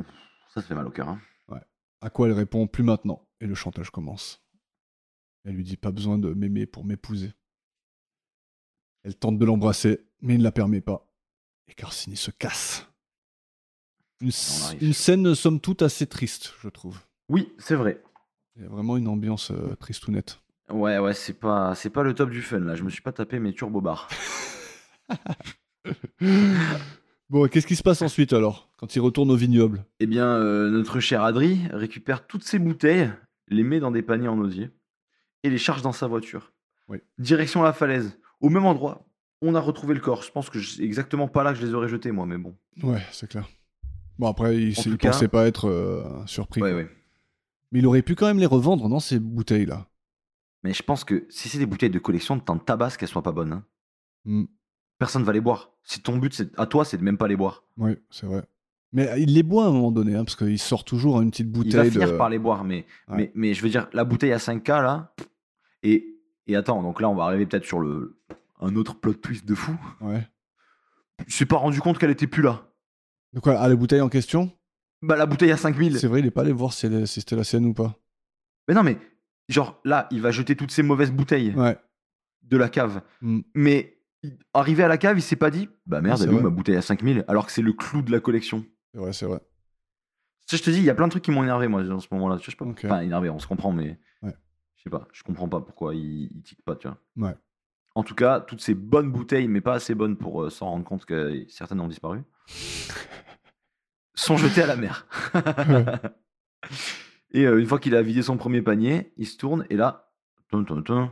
Speaker 3: Ça, ça fait mal au cœur. hein.
Speaker 4: À quoi elle répond Plus maintenant. Et le chantage commence. Elle lui dit Pas besoin de m'aimer pour m'épouser. Elle tente de l'embrasser, mais il ne la permet pas. Et Carcini se casse. Une, s-
Speaker 3: On arrive.
Speaker 4: une scène, somme toute, assez triste, je trouve.
Speaker 3: Oui, c'est vrai.
Speaker 4: Il y a vraiment une ambiance euh, tristounette.
Speaker 3: Ouais, ouais, c'est pas, c'est pas le top du fun là. Je me suis pas tapé mes turbobards.
Speaker 4: Bon, et qu'est-ce qui se passe ensuite alors, quand il retourne au vignoble
Speaker 3: Eh bien, euh, notre cher Adri récupère toutes ses bouteilles, les met dans des paniers en osier et les charge dans sa voiture.
Speaker 4: Oui.
Speaker 3: Direction la falaise, au même endroit. On a retrouvé le corps. Je pense que c'est exactement pas là que je les aurais jetés, moi, mais bon.
Speaker 4: Ouais, c'est clair. Bon, après, il,
Speaker 3: En
Speaker 4: s'est-
Speaker 3: tout
Speaker 4: il pensait
Speaker 3: cas-
Speaker 4: pas être euh, surpris.
Speaker 3: Ouais,
Speaker 4: quoi.
Speaker 3: ouais.
Speaker 4: Mais il aurait pu quand même les revendre, non, ces bouteilles-là
Speaker 3: Mais je pense que si c'est des bouteilles de collection, t'en tabasses qu'elles soient pas bonnes. hein.
Speaker 4: Mm.
Speaker 3: Personne va les boire. Si ton but, c'est- à toi, c'est de même pas les boire.
Speaker 4: Oui, c'est vrai. Mais euh, il les boit à un moment donné, hein, parce qu'il sort toujours une petite bouteille
Speaker 3: Il va finir
Speaker 4: de...
Speaker 3: par les boire, mais,
Speaker 4: Ouais.
Speaker 3: mais, mais je veux dire, la bouteille à 5K, là, et, et attends, donc là, on va arriver peut-être sur le, un autre plot twist de fou.
Speaker 4: Ouais.
Speaker 3: Je suis pas rendu compte qu'elle était plus là.
Speaker 4: De quoi Ah, les bouteilles en question
Speaker 3: Bah, la bouteille à
Speaker 4: C'est
Speaker 3: 5000.
Speaker 4: vrai, il est pas allé voir si, elle- si c'était la sienne ou pas.
Speaker 3: Mais non, mais, genre, là, il va jeter toutes ses mauvaises bouteilles
Speaker 4: Ouais.
Speaker 3: de la cave.
Speaker 4: Mm.
Speaker 3: Mais, il- arrivé à la cave, il s'est pas dit, bah merde,
Speaker 4: C'est
Speaker 3: elle est où
Speaker 4: vrai.
Speaker 3: ma bouteille à 5000 Alors que c'est le clou de la collection.
Speaker 4: C'est vrai, c'est vrai.
Speaker 3: Ça, je te dis, il y a plein de trucs qui m'ont énervé, moi, dans ce moment-là. Tu vois, je sais pas.
Speaker 4: Ok.
Speaker 3: Enfin, énervé, on se comprend, mais.
Speaker 4: Ouais.
Speaker 3: Je sais pas, je comprends pas pourquoi il, il tique pas, tu vois.
Speaker 4: Ouais.
Speaker 3: En tout cas, toutes ces bonnes bouteilles, mais pas assez bonnes pour euh, s'en rendre compte que certaines ont disparu, sont jetées à la mer. [laughs] et euh, une fois qu'il a vidé son premier panier, il se tourne et là, tum, tum, tum,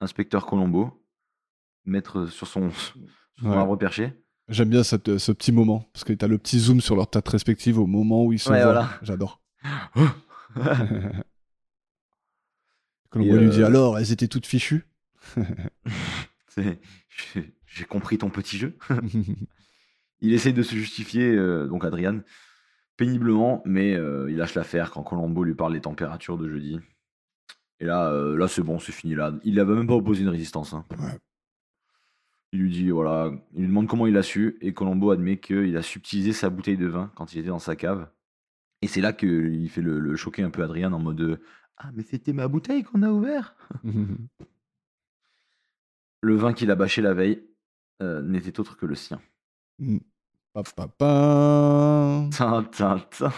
Speaker 3: inspecteur Colombo, mettre sur son, sur son
Speaker 4: Ouais.
Speaker 3: arbre perché.
Speaker 4: J'aime bien cette, euh, ce petit moment, parce que t'as le petit zoom sur leur tête respective au moment où ils se
Speaker 3: Ouais,
Speaker 4: voient.
Speaker 3: voilà.
Speaker 4: [laughs] J'adore.
Speaker 3: Et,
Speaker 4: Colombo lui dit
Speaker 3: euh,
Speaker 4: alors, elles étaient toutes [laughs] fichues
Speaker 3: C'est- j'ai- J'ai compris ton petit jeu. Il essaye de se justifier, euh, donc Adrian, péniblement, mais euh, il lâche l'affaire quand Colombo lui parle des températures de jeudi. Et là, euh, là c'est bon, c'est fini. Là, il n'avait même pas opposé une résistance. hein.
Speaker 4: Ouais.
Speaker 3: Il lui dit, voilà, il lui demande comment il a su, et Colombo admet qu'il a subtilisé sa bouteille de vin quand il était dans sa cave. Et c'est là qu'il fait le, le choquer un peu Adrian en mode euh, Ah, mais c'était ma bouteille qu'on a ouvert
Speaker 4: Mm.
Speaker 3: Le vin qu'il a bâché la veille euh, n'était autre que le sien.
Speaker 4: Pa, pa, pa.
Speaker 3: Tin, tin, tin.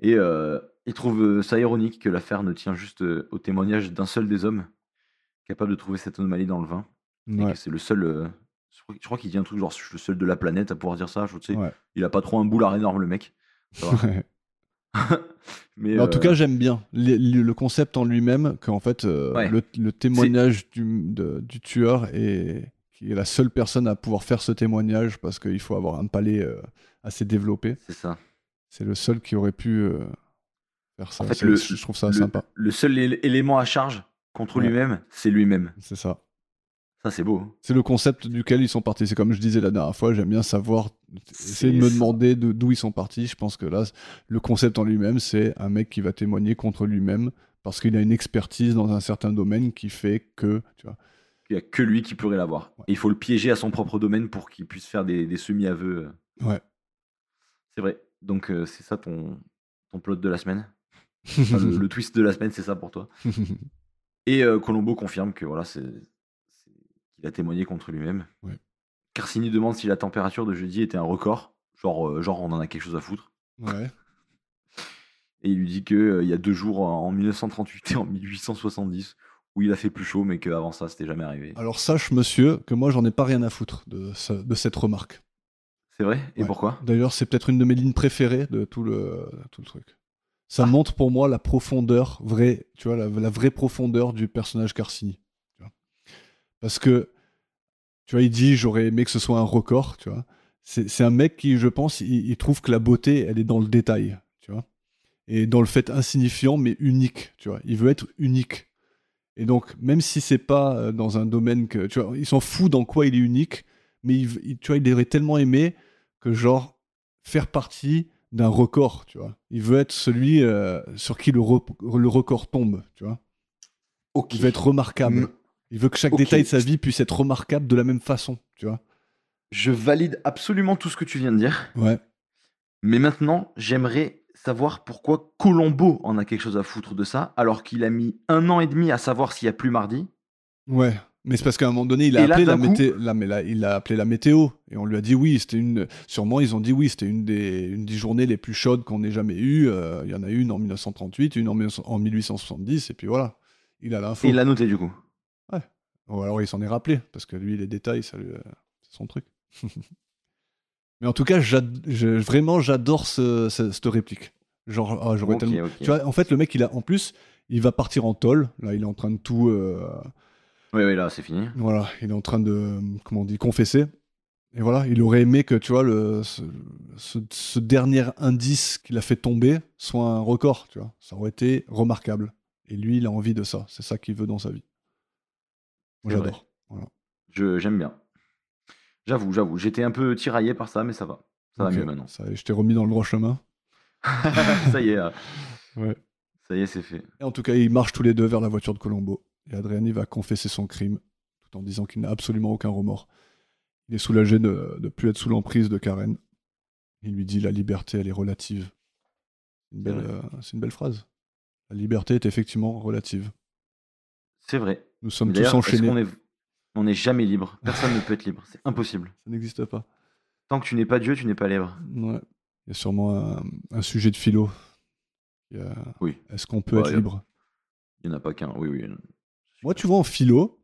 Speaker 3: Et euh, il trouve euh, ça ironique que l'affaire ne tient juste euh, au témoignage d'un seul des hommes capable de trouver cette anomalie dans le vin. Et
Speaker 4: Ouais.
Speaker 3: que C'est le seul. euh, je crois- je crois qu'il dit un truc genre je suis le seul de la planète à pouvoir dire ça. Je sais,
Speaker 4: Ouais.
Speaker 3: il a pas trop un boulard énorme le mec. Ça va. [laughs] Mais,
Speaker 4: Mais en tout
Speaker 3: euh,
Speaker 4: cas, j'aime bien le, le- le concept en lui-même, qu'en fait, euh,
Speaker 3: Ouais.
Speaker 4: le, le témoignage du, de- du tueur est, qui est la seule personne à pouvoir faire ce témoignage parce qu'il faut avoir un palais euh, assez développé.
Speaker 3: c'est ça.
Speaker 4: C'est le seul qui aurait pu euh, faire ça.
Speaker 3: En fait,
Speaker 4: C'est-
Speaker 3: le-
Speaker 4: je trouve ça
Speaker 3: le,
Speaker 4: sympa.
Speaker 3: le seul él- élément à charge contre
Speaker 4: Ouais.
Speaker 3: lui-même, c'est lui-même.
Speaker 4: C'est ça.
Speaker 3: Ça c'est beau. hein.
Speaker 4: C'est le concept duquel ils sont partis. C'est comme je disais la dernière fois, j'aime bien savoir, essayer de
Speaker 3: C'est
Speaker 4: me
Speaker 3: ça.
Speaker 4: demander de- d'où ils sont partis. Je pense que là, le concept en lui-même, c'est un mec qui va témoigner contre lui-même parce qu'il a une expertise dans un certain domaine qui fait que, tu vois.
Speaker 3: Il y a que lui qui pourrait l'avoir. Et il faut le piéger à son propre domaine pour qu'il puisse faire des, des semi-aveux. euh.
Speaker 4: Ouais.
Speaker 3: C'est vrai. Donc euh, c'est ça ton, ton plot de la semaine.
Speaker 4: [laughs]
Speaker 3: Enfin, le, le twist de la semaine, c'est ça pour toi. Et euh, Colombo confirme que voilà, c'est c'est- qu'il a témoigné contre lui-même.
Speaker 4: Ouais.
Speaker 3: Carcini demande si la température de jeudi était un record, genre euh, genre on en a quelque chose à foutre.
Speaker 4: ouais.
Speaker 3: Et il lui dit que euh, il y a deux jours en 1938 et en 1870 où il a fait plus chaud, mais qu'avant ça, c'était jamais arrivé.
Speaker 4: Alors sache, monsieur, que moi, j'en ai pas rien à foutre de, ce- de cette remarque.
Speaker 3: C'est vrai Et
Speaker 4: Ouais.
Speaker 3: pourquoi
Speaker 4: D'ailleurs, c'est peut-être une de mes lignes préférées de tout le, tout le truc. Ça montre pour moi la profondeur vraie, tu vois, la, la vraie profondeur du personnage Carcini. tu vois. Parce que, tu vois, il dit j'aurais aimé que ce soit un record, tu vois. C'est c'est un mec qui, je pense, il, il trouve que la beauté, elle est dans le détail, tu vois. Et dans le fait insignifiant, mais unique, tu vois. Il veut être unique. Et donc, même si c'est pas euh, dans un domaine que, tu vois, il s'en fout dans quoi il est unique, mais il, v- il- tu vois, il aurait tellement aimé que, genre, faire partie d'un record, tu vois. Il veut être celui euh, sur qui le, re- le record tombe, tu vois.
Speaker 7: Ok.
Speaker 4: Il veut être remarquable.
Speaker 7: Mm.
Speaker 4: Il veut que chaque
Speaker 7: Ok.
Speaker 4: détail de sa vie puisse être remarquable de la même façon, tu vois.
Speaker 3: Je valide absolument tout ce que tu viens de dire.
Speaker 4: Ouais.
Speaker 3: Mais maintenant, j'aimerais savoir pourquoi Colombo en a quelque chose à foutre de ça, alors qu'il a mis un an et demi à savoir s'il y a plus mardi.
Speaker 4: Ouais, mais c'est parce qu'à un moment donné, il a
Speaker 3: Et là,
Speaker 4: appelé la
Speaker 3: d'un coup-
Speaker 4: météo. Là, mais là, il a appelé la météo et on lui a dit oui, c'était une. Sûrement, ils ont dit oui, c'était une des une des journées les plus chaudes qu'on ait jamais eues. Euh, Il y en a eu une en 1938, une en, 19- en 1870 et puis voilà. Il a l'info.
Speaker 3: Et il l'a noté du coup.
Speaker 4: Ou alors il s'en est rappelé parce que lui, les détails, ça lui, euh, c'est son truc. [laughs] mais en tout cas, j'ad- je- vraiment, j'adore ce, ce- cette réplique. Genre, ah, j'aurais
Speaker 3: Ok,
Speaker 4: tellement.
Speaker 3: ok.
Speaker 4: Tu vois, en fait, le mec, il a en plus, il va partir en tôle. Là, il est en train de tout. euh,
Speaker 3: Oui, oui, là, c'est fini.
Speaker 4: voilà, il est en train de, euh, comment on dit, confesser. Et voilà, il aurait aimé que, tu vois, le, ce, ce- ce dernier indice qu'il a fait tomber soit un record, tu vois. Ça aurait été remarquable. Et lui, il a envie de ça. C'est ça qu'il veut dans sa vie. Moi,
Speaker 3: C'est vrai.
Speaker 4: j'adore.
Speaker 3: Je- J'aime bien. J'avoue, j'avoue. J'étais un peu tiraillé par ça, mais ça va. Ça
Speaker 4: Ok,
Speaker 3: va mieux
Speaker 4: [laughs]
Speaker 3: maintenant.
Speaker 4: ça y est, je t'ai remis dans le droit chemin.
Speaker 3: ça y est. euh,
Speaker 4: Ouais.
Speaker 3: Ça y est, c'est fait.
Speaker 4: Et en tout cas, ils marchent tous les deux vers la voiture de Colombo. Et Adriani va confesser son crime, tout en disant qu'il n'a absolument aucun remords. Il est soulagé de ne plus être sous l'emprise de Karen. Il lui dit la liberté, elle est relative. Une belle,
Speaker 3: vrai.
Speaker 4: euh, C'est une belle phrase. La liberté est effectivement relative.
Speaker 3: C'est vrai.
Speaker 4: Nous sommes tous
Speaker 3: D'ailleurs, est-ce
Speaker 4: enchaînés.
Speaker 3: qu'on est... On n'est jamais libre. Personne ne peut être libre. C'est impossible.
Speaker 4: Ça n'existe pas.
Speaker 3: Tant que tu n'es pas Dieu, tu n'es pas libre.
Speaker 4: Ouais. Il y a sûrement un, un sujet de philo. Il y a-
Speaker 3: Oui.
Speaker 4: Est-ce qu'on peut
Speaker 3: Ouais, il
Speaker 4: être
Speaker 3: y a-
Speaker 4: libre
Speaker 3: Il n'y en a pas qu'un. Oui, oui.
Speaker 4: Moi, tu vois, en philo,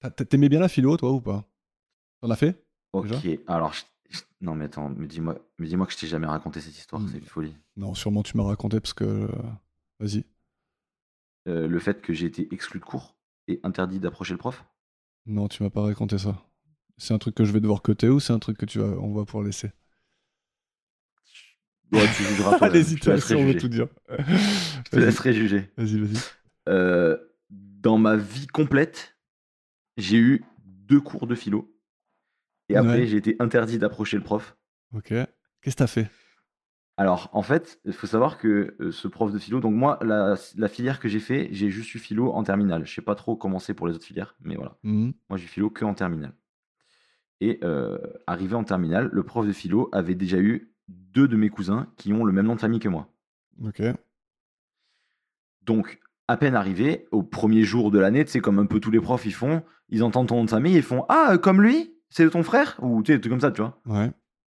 Speaker 4: t'as- t'aimais bien la philo, toi, ou pas T'en as fait
Speaker 3: Ok.
Speaker 4: Déjà
Speaker 3: Alors, je- je- non, mais attends. Mais dis-moi mais dis-moi que je t'ai jamais raconté cette histoire.
Speaker 4: Hmm.
Speaker 3: C'est une folie.
Speaker 4: Non, sûrement tu m'as raconté parce que. euh, Vas-y.
Speaker 3: Euh, le fait que j'ai été exclu de cours et interdit d'approcher le
Speaker 4: [laughs]
Speaker 3: prof
Speaker 4: Non, tu m'as pas raconté ça. C'est un truc que je vais devoir coter ou c'est un truc que tu vas, on va pouvoir laisser
Speaker 3: Ouais, tu jugeras toi.
Speaker 4: L'hésitation, on veut tout dire.
Speaker 3: [laughs] Je te
Speaker 4: Vas-y.
Speaker 3: laisserai juger.
Speaker 4: Vas-y, vas-y.
Speaker 3: Euh, dans ma vie complète, j'ai eu deux cours de philo. Et après,
Speaker 4: Ouais.
Speaker 3: j'ai été interdit d'approcher le prof.
Speaker 4: Ok. Qu'est-ce que t'as fait
Speaker 3: Alors, en fait, il faut savoir que euh, ce prof de philo, donc moi, la, la filière que j'ai fait, j'ai juste eu philo en terminale. Je sais pas trop comment c'est pour les autres filières, mais voilà.
Speaker 4: Mhm.
Speaker 3: Moi, j'ai philo que en terminale. Et euh, arrivé en terminale, le prof de philo avait déjà eu deux de mes cousins qui ont le même nom de famille que moi.
Speaker 4: Ok.
Speaker 3: Donc, à peine arrivé, au premier jour de l'année, tu sais, comme un peu tous les profs, ils font, ils entendent ton nom de famille, ils font Ah, euh, comme lui C'est ton frère Ou tu sais, des trucs comme ça, tu vois.
Speaker 4: Ouais.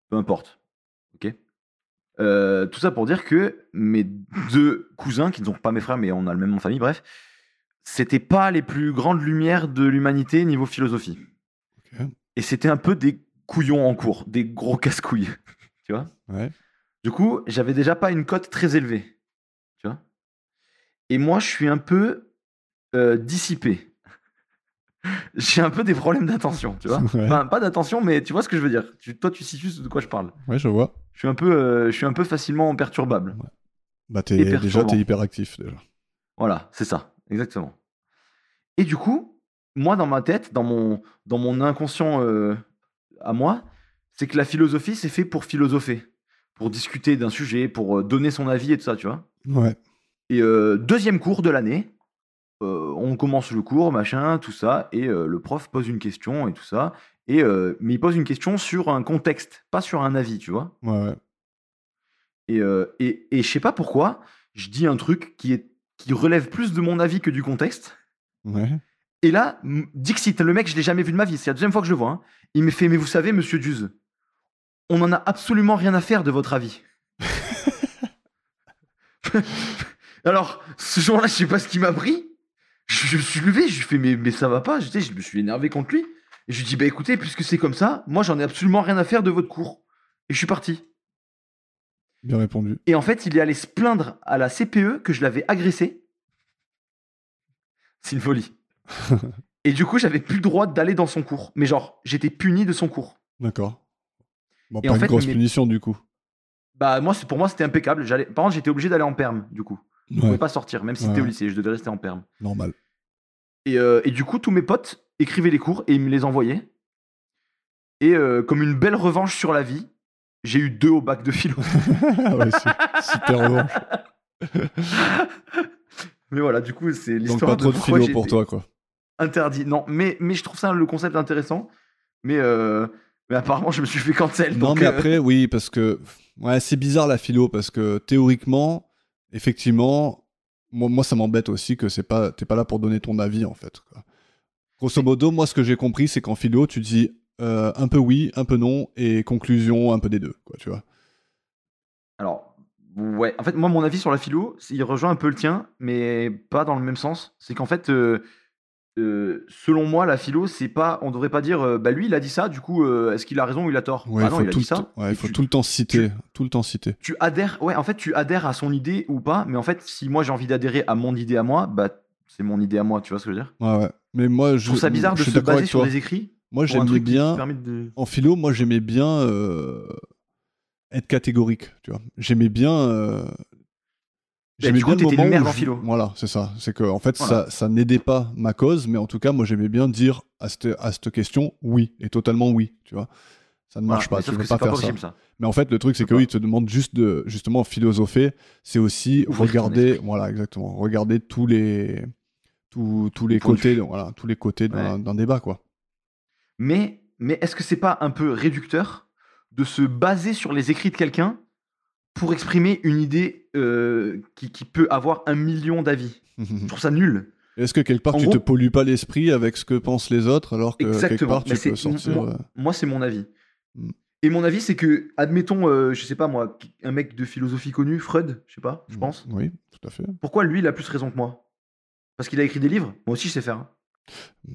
Speaker 3: Peu importe. Ok Euh, Tout ça pour dire que mes deux cousins, qui ne sont pas mes frères, mais on a le même nom de famille, bref, c'était pas les plus grandes lumières de l'humanité niveau philosophie.
Speaker 4: Ok.
Speaker 3: Et c'était un peu des couillons en cours, des gros casse-couilles. tu vois
Speaker 4: Ouais.
Speaker 3: du coup, j'avais déjà pas une cote très élevée. Tu vois Et moi, je suis un peu euh, dissipé. [laughs] J'ai un peu des problèmes d'attention, tu vois.
Speaker 4: [laughs] Ouais.
Speaker 3: Enfin, pas d'attention, mais tu vois ce que je veux dire. Tu- toi, tu situes de quoi je parle.
Speaker 4: Ouais, je vois.
Speaker 3: Je suis un peu, euh, je suis un peu facilement perturbable.
Speaker 4: Bah, t'es,
Speaker 3: Et
Speaker 4: déjà,
Speaker 3: perturbant.
Speaker 4: t'es hyperactif, déjà.
Speaker 3: Voilà, c'est ça, exactement. Et du coup, moi, dans ma tête, dans mon, dans mon inconscient euh, à moi, c'est que la philosophie, c'est fait pour philosopher, pour discuter d'un sujet, pour euh, donner son avis et tout ça, tu vois.
Speaker 4: Ouais.
Speaker 3: Et euh, deuxième cours de l'année, euh, on commence le cours, machin, tout ça, et euh, le prof pose une question et tout ça. Et, euh, mais il pose une question sur un contexte, pas sur un avis, tu vois.
Speaker 4: Ouais, ouais.
Speaker 3: Et, euh, et, et je sais pas pourquoi, je dis un truc qui, est, qui relève plus de mon avis que du contexte.
Speaker 4: Ouais.
Speaker 3: Et là, m- Dixit, le mec, je l'ai jamais vu de ma vie, c'est la deuxième fois que je le vois. hein. Il me fait, mais vous savez, monsieur Duse, on en a absolument rien à faire de votre avis. Alors, ce jour-là, je sais pas ce qui m'a pris. Je, je me suis levé, je lui fais, mais, mais ça va pas. J'étais, je me suis énervé contre lui. Et je lui dis, bah écoutez, puisque c'est comme ça, moi j'en ai absolument rien à faire de votre cours. Et je suis parti.
Speaker 4: Bien répondu.
Speaker 3: Et en fait, il est allé se plaindre à la CPE que je l'avais agressé. C'est une folie.
Speaker 4: [laughs]
Speaker 3: et du coup, j'avais plus le droit d'aller dans son cours. Mais genre, j'étais puni de son cours.
Speaker 4: D'accord. Bon,
Speaker 3: Et
Speaker 4: pas
Speaker 3: en
Speaker 4: une
Speaker 3: fait,
Speaker 4: grosse
Speaker 3: mais-
Speaker 4: punition du coup.
Speaker 3: Bah, moi, c'est- pour moi, c'était impeccable. J'allais- Par contre, j'étais obligé d'aller en perme, du coup. Je
Speaker 4: Ouais,
Speaker 3: pouvais pas sortir, même si
Speaker 4: Ouais,
Speaker 3: c'était au
Speaker 4: ouais.
Speaker 3: lycée, je devais rester en perme. [laughs]
Speaker 4: normal.
Speaker 3: Et, euh, et du coup, tous mes potes écrivaient les cours et ils me les envoyaient. Et euh, comme une belle revanche sur la vie, j'ai eu deux au bac de philo. [laughs]
Speaker 4: Ah ouais, c'est- super revanche.
Speaker 3: Mais voilà, du coup, c'est
Speaker 4: Donc
Speaker 3: l'histoire
Speaker 4: pas trop de
Speaker 3: pourquoi
Speaker 4: philo
Speaker 3: j'ai
Speaker 4: pour
Speaker 3: été
Speaker 4: toi, quoi.
Speaker 3: Interdit. Non, mais, mais je trouve ça le concept intéressant. Mais, euh, mais apparemment, je me suis fait cancel.
Speaker 4: non,
Speaker 3: donc,
Speaker 4: mais
Speaker 3: euh,
Speaker 4: après, oui, parce que. Ouais, c'est bizarre la philo, parce que théoriquement, effectivement, moi, moi ça m'embête aussi que c'est pas, t'es pas là pour donner ton avis, en fait. quoi. Grosso modo, moi, ce que j'ai compris, c'est qu'en philo, tu dis euh, un peu oui, un peu non, et conclusion, un peu des deux, quoi, tu vois.
Speaker 3: Alors, ouais. En fait, moi, mon avis sur la philo, c'est- il rejoint un peu le tien, mais pas dans le même sens. C'est qu'en fait, euh, euh, selon moi, la philo, c'est pas. On devrait pas dire, euh, bah lui, il a dit ça, du coup, euh, est-ce qu'il a raison ou il a tort Bah
Speaker 4: Ouais, il
Speaker 3: non,
Speaker 4: faut,
Speaker 3: il a
Speaker 4: tout,
Speaker 3: dit
Speaker 4: le
Speaker 3: ça.
Speaker 4: temps- ouais, il
Speaker 3: Et
Speaker 4: faut
Speaker 3: tu-
Speaker 4: tout le temps citer. Tout le temps citer.
Speaker 3: tu adhères ouais en fait tu adhères à son idée ou pas mais en fait si moi j'ai envie d'adhérer à mon idée à moi bah c'est mon idée à moi tu vois ce que je veux dire
Speaker 4: Ouais, ouais. Mais moi,
Speaker 3: je
Speaker 4: je.
Speaker 3: trouve ça bizarre
Speaker 4: je
Speaker 3: de
Speaker 4: suis
Speaker 3: se
Speaker 4: d'accord
Speaker 3: baser
Speaker 4: avec
Speaker 3: sur
Speaker 4: toi.
Speaker 3: des écrits pour
Speaker 4: Moi,
Speaker 3: un
Speaker 4: j'aimais
Speaker 3: truc qui- qui
Speaker 4: bien.
Speaker 3: permet de-
Speaker 4: en philo, moi j'aimais bien euh, être catégorique, tu vois. J'aimais bien. euh,
Speaker 3: du coup, t'étais une
Speaker 4: où
Speaker 3: merde en
Speaker 4: je-
Speaker 3: philo.
Speaker 4: Voilà, c'est ça. C'est que en fait,
Speaker 3: Voilà.
Speaker 4: ça, ça n'aidait pas ma cause, mais en tout cas, moi j'aimais bien dire à cette, à cette question oui et totalement oui, tu vois. Ça ne
Speaker 3: Voilà,
Speaker 4: marche
Speaker 3: mais
Speaker 4: pas,
Speaker 3: sauf
Speaker 4: tu
Speaker 3: que
Speaker 4: peux
Speaker 3: c'est
Speaker 4: pas faire
Speaker 3: possible,
Speaker 4: ça.
Speaker 3: ça
Speaker 4: Mais en fait, le truc, c'est
Speaker 3: peux
Speaker 4: que
Speaker 3: pas.
Speaker 4: oui, ils te demandent juste de justement philosopher. C'est aussi
Speaker 3: Ouvrir ton
Speaker 4: regarder,
Speaker 3: esprit.
Speaker 4: voilà, exactement, regarder tous les tous, tous les
Speaker 3: Points de
Speaker 4: côtés,
Speaker 3: vue.
Speaker 4: voilà, tous les côtés d'un
Speaker 3: Ouais.
Speaker 4: d'un débat, quoi. [laughs]
Speaker 3: mais mais est-ce que c'est pas un peu réducteur de se baser sur les écrits de quelqu'un pour exprimer une idée euh, qui, qui peut avoir un million d'avis je trouve ça
Speaker 4: Mmh.
Speaker 3: nul
Speaker 4: Est-ce que quelque part
Speaker 3: En
Speaker 4: tu te
Speaker 3: gros-
Speaker 4: pollues pas l'esprit avec ce que pensent les autres alors que quelque
Speaker 3: Exactement.
Speaker 4: part tu
Speaker 3: Mais
Speaker 4: peux
Speaker 3: c'est-
Speaker 4: sortir
Speaker 3: moi-
Speaker 4: euh,
Speaker 3: Moi, c'est mon avis.
Speaker 4: Mm.
Speaker 3: Et mon avis, c'est que, admettons, euh, je sais pas moi, un mec de philosophie connu, Freud, je sais pas,
Speaker 4: Mmh.
Speaker 3: je pense.
Speaker 4: Oui, tout à fait.
Speaker 3: Pourquoi lui, il a plus raison que moi Parce qu'il a écrit des livres Moi aussi, je sais faire. hein.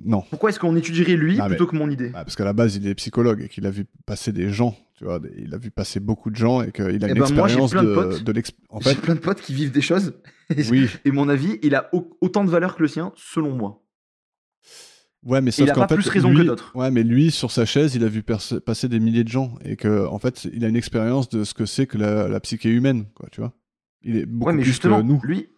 Speaker 4: Non,
Speaker 3: Pourquoi est-ce qu'on étudierait lui
Speaker 4: Ah, mais-
Speaker 3: plutôt que mon idée
Speaker 4: Ah, parce qu'à la base il est psychologue et qu'il a vu passer des gens, tu vois, des- il a vu passer beaucoup de gens et qu'il a une
Speaker 3: ben, moi, j'ai
Speaker 4: expérience
Speaker 3: plein de
Speaker 4: de,
Speaker 3: potes.
Speaker 4: de l'exp- En
Speaker 3: [laughs] J'ai
Speaker 4: fait,
Speaker 3: plein de potes qui vivent des choses. Et,
Speaker 4: oui.
Speaker 3: et mon avis, il a au- autant de valeur que le sien, selon moi.
Speaker 4: Ouais, mais sauf
Speaker 3: il a
Speaker 4: qu'en
Speaker 3: pas
Speaker 4: fait,
Speaker 3: plus raison
Speaker 4: lui-
Speaker 3: que d'autres.
Speaker 4: Ouais, mais lui sur sa chaise, il a vu perce- passer des milliers de gens et que en fait, il a une expérience de ce que c'est que la, la psyché humaine, quoi, tu vois. Il est beaucoup
Speaker 3: Ouais, mais
Speaker 4: plus
Speaker 3: justement,
Speaker 4: que nous.
Speaker 3: lui.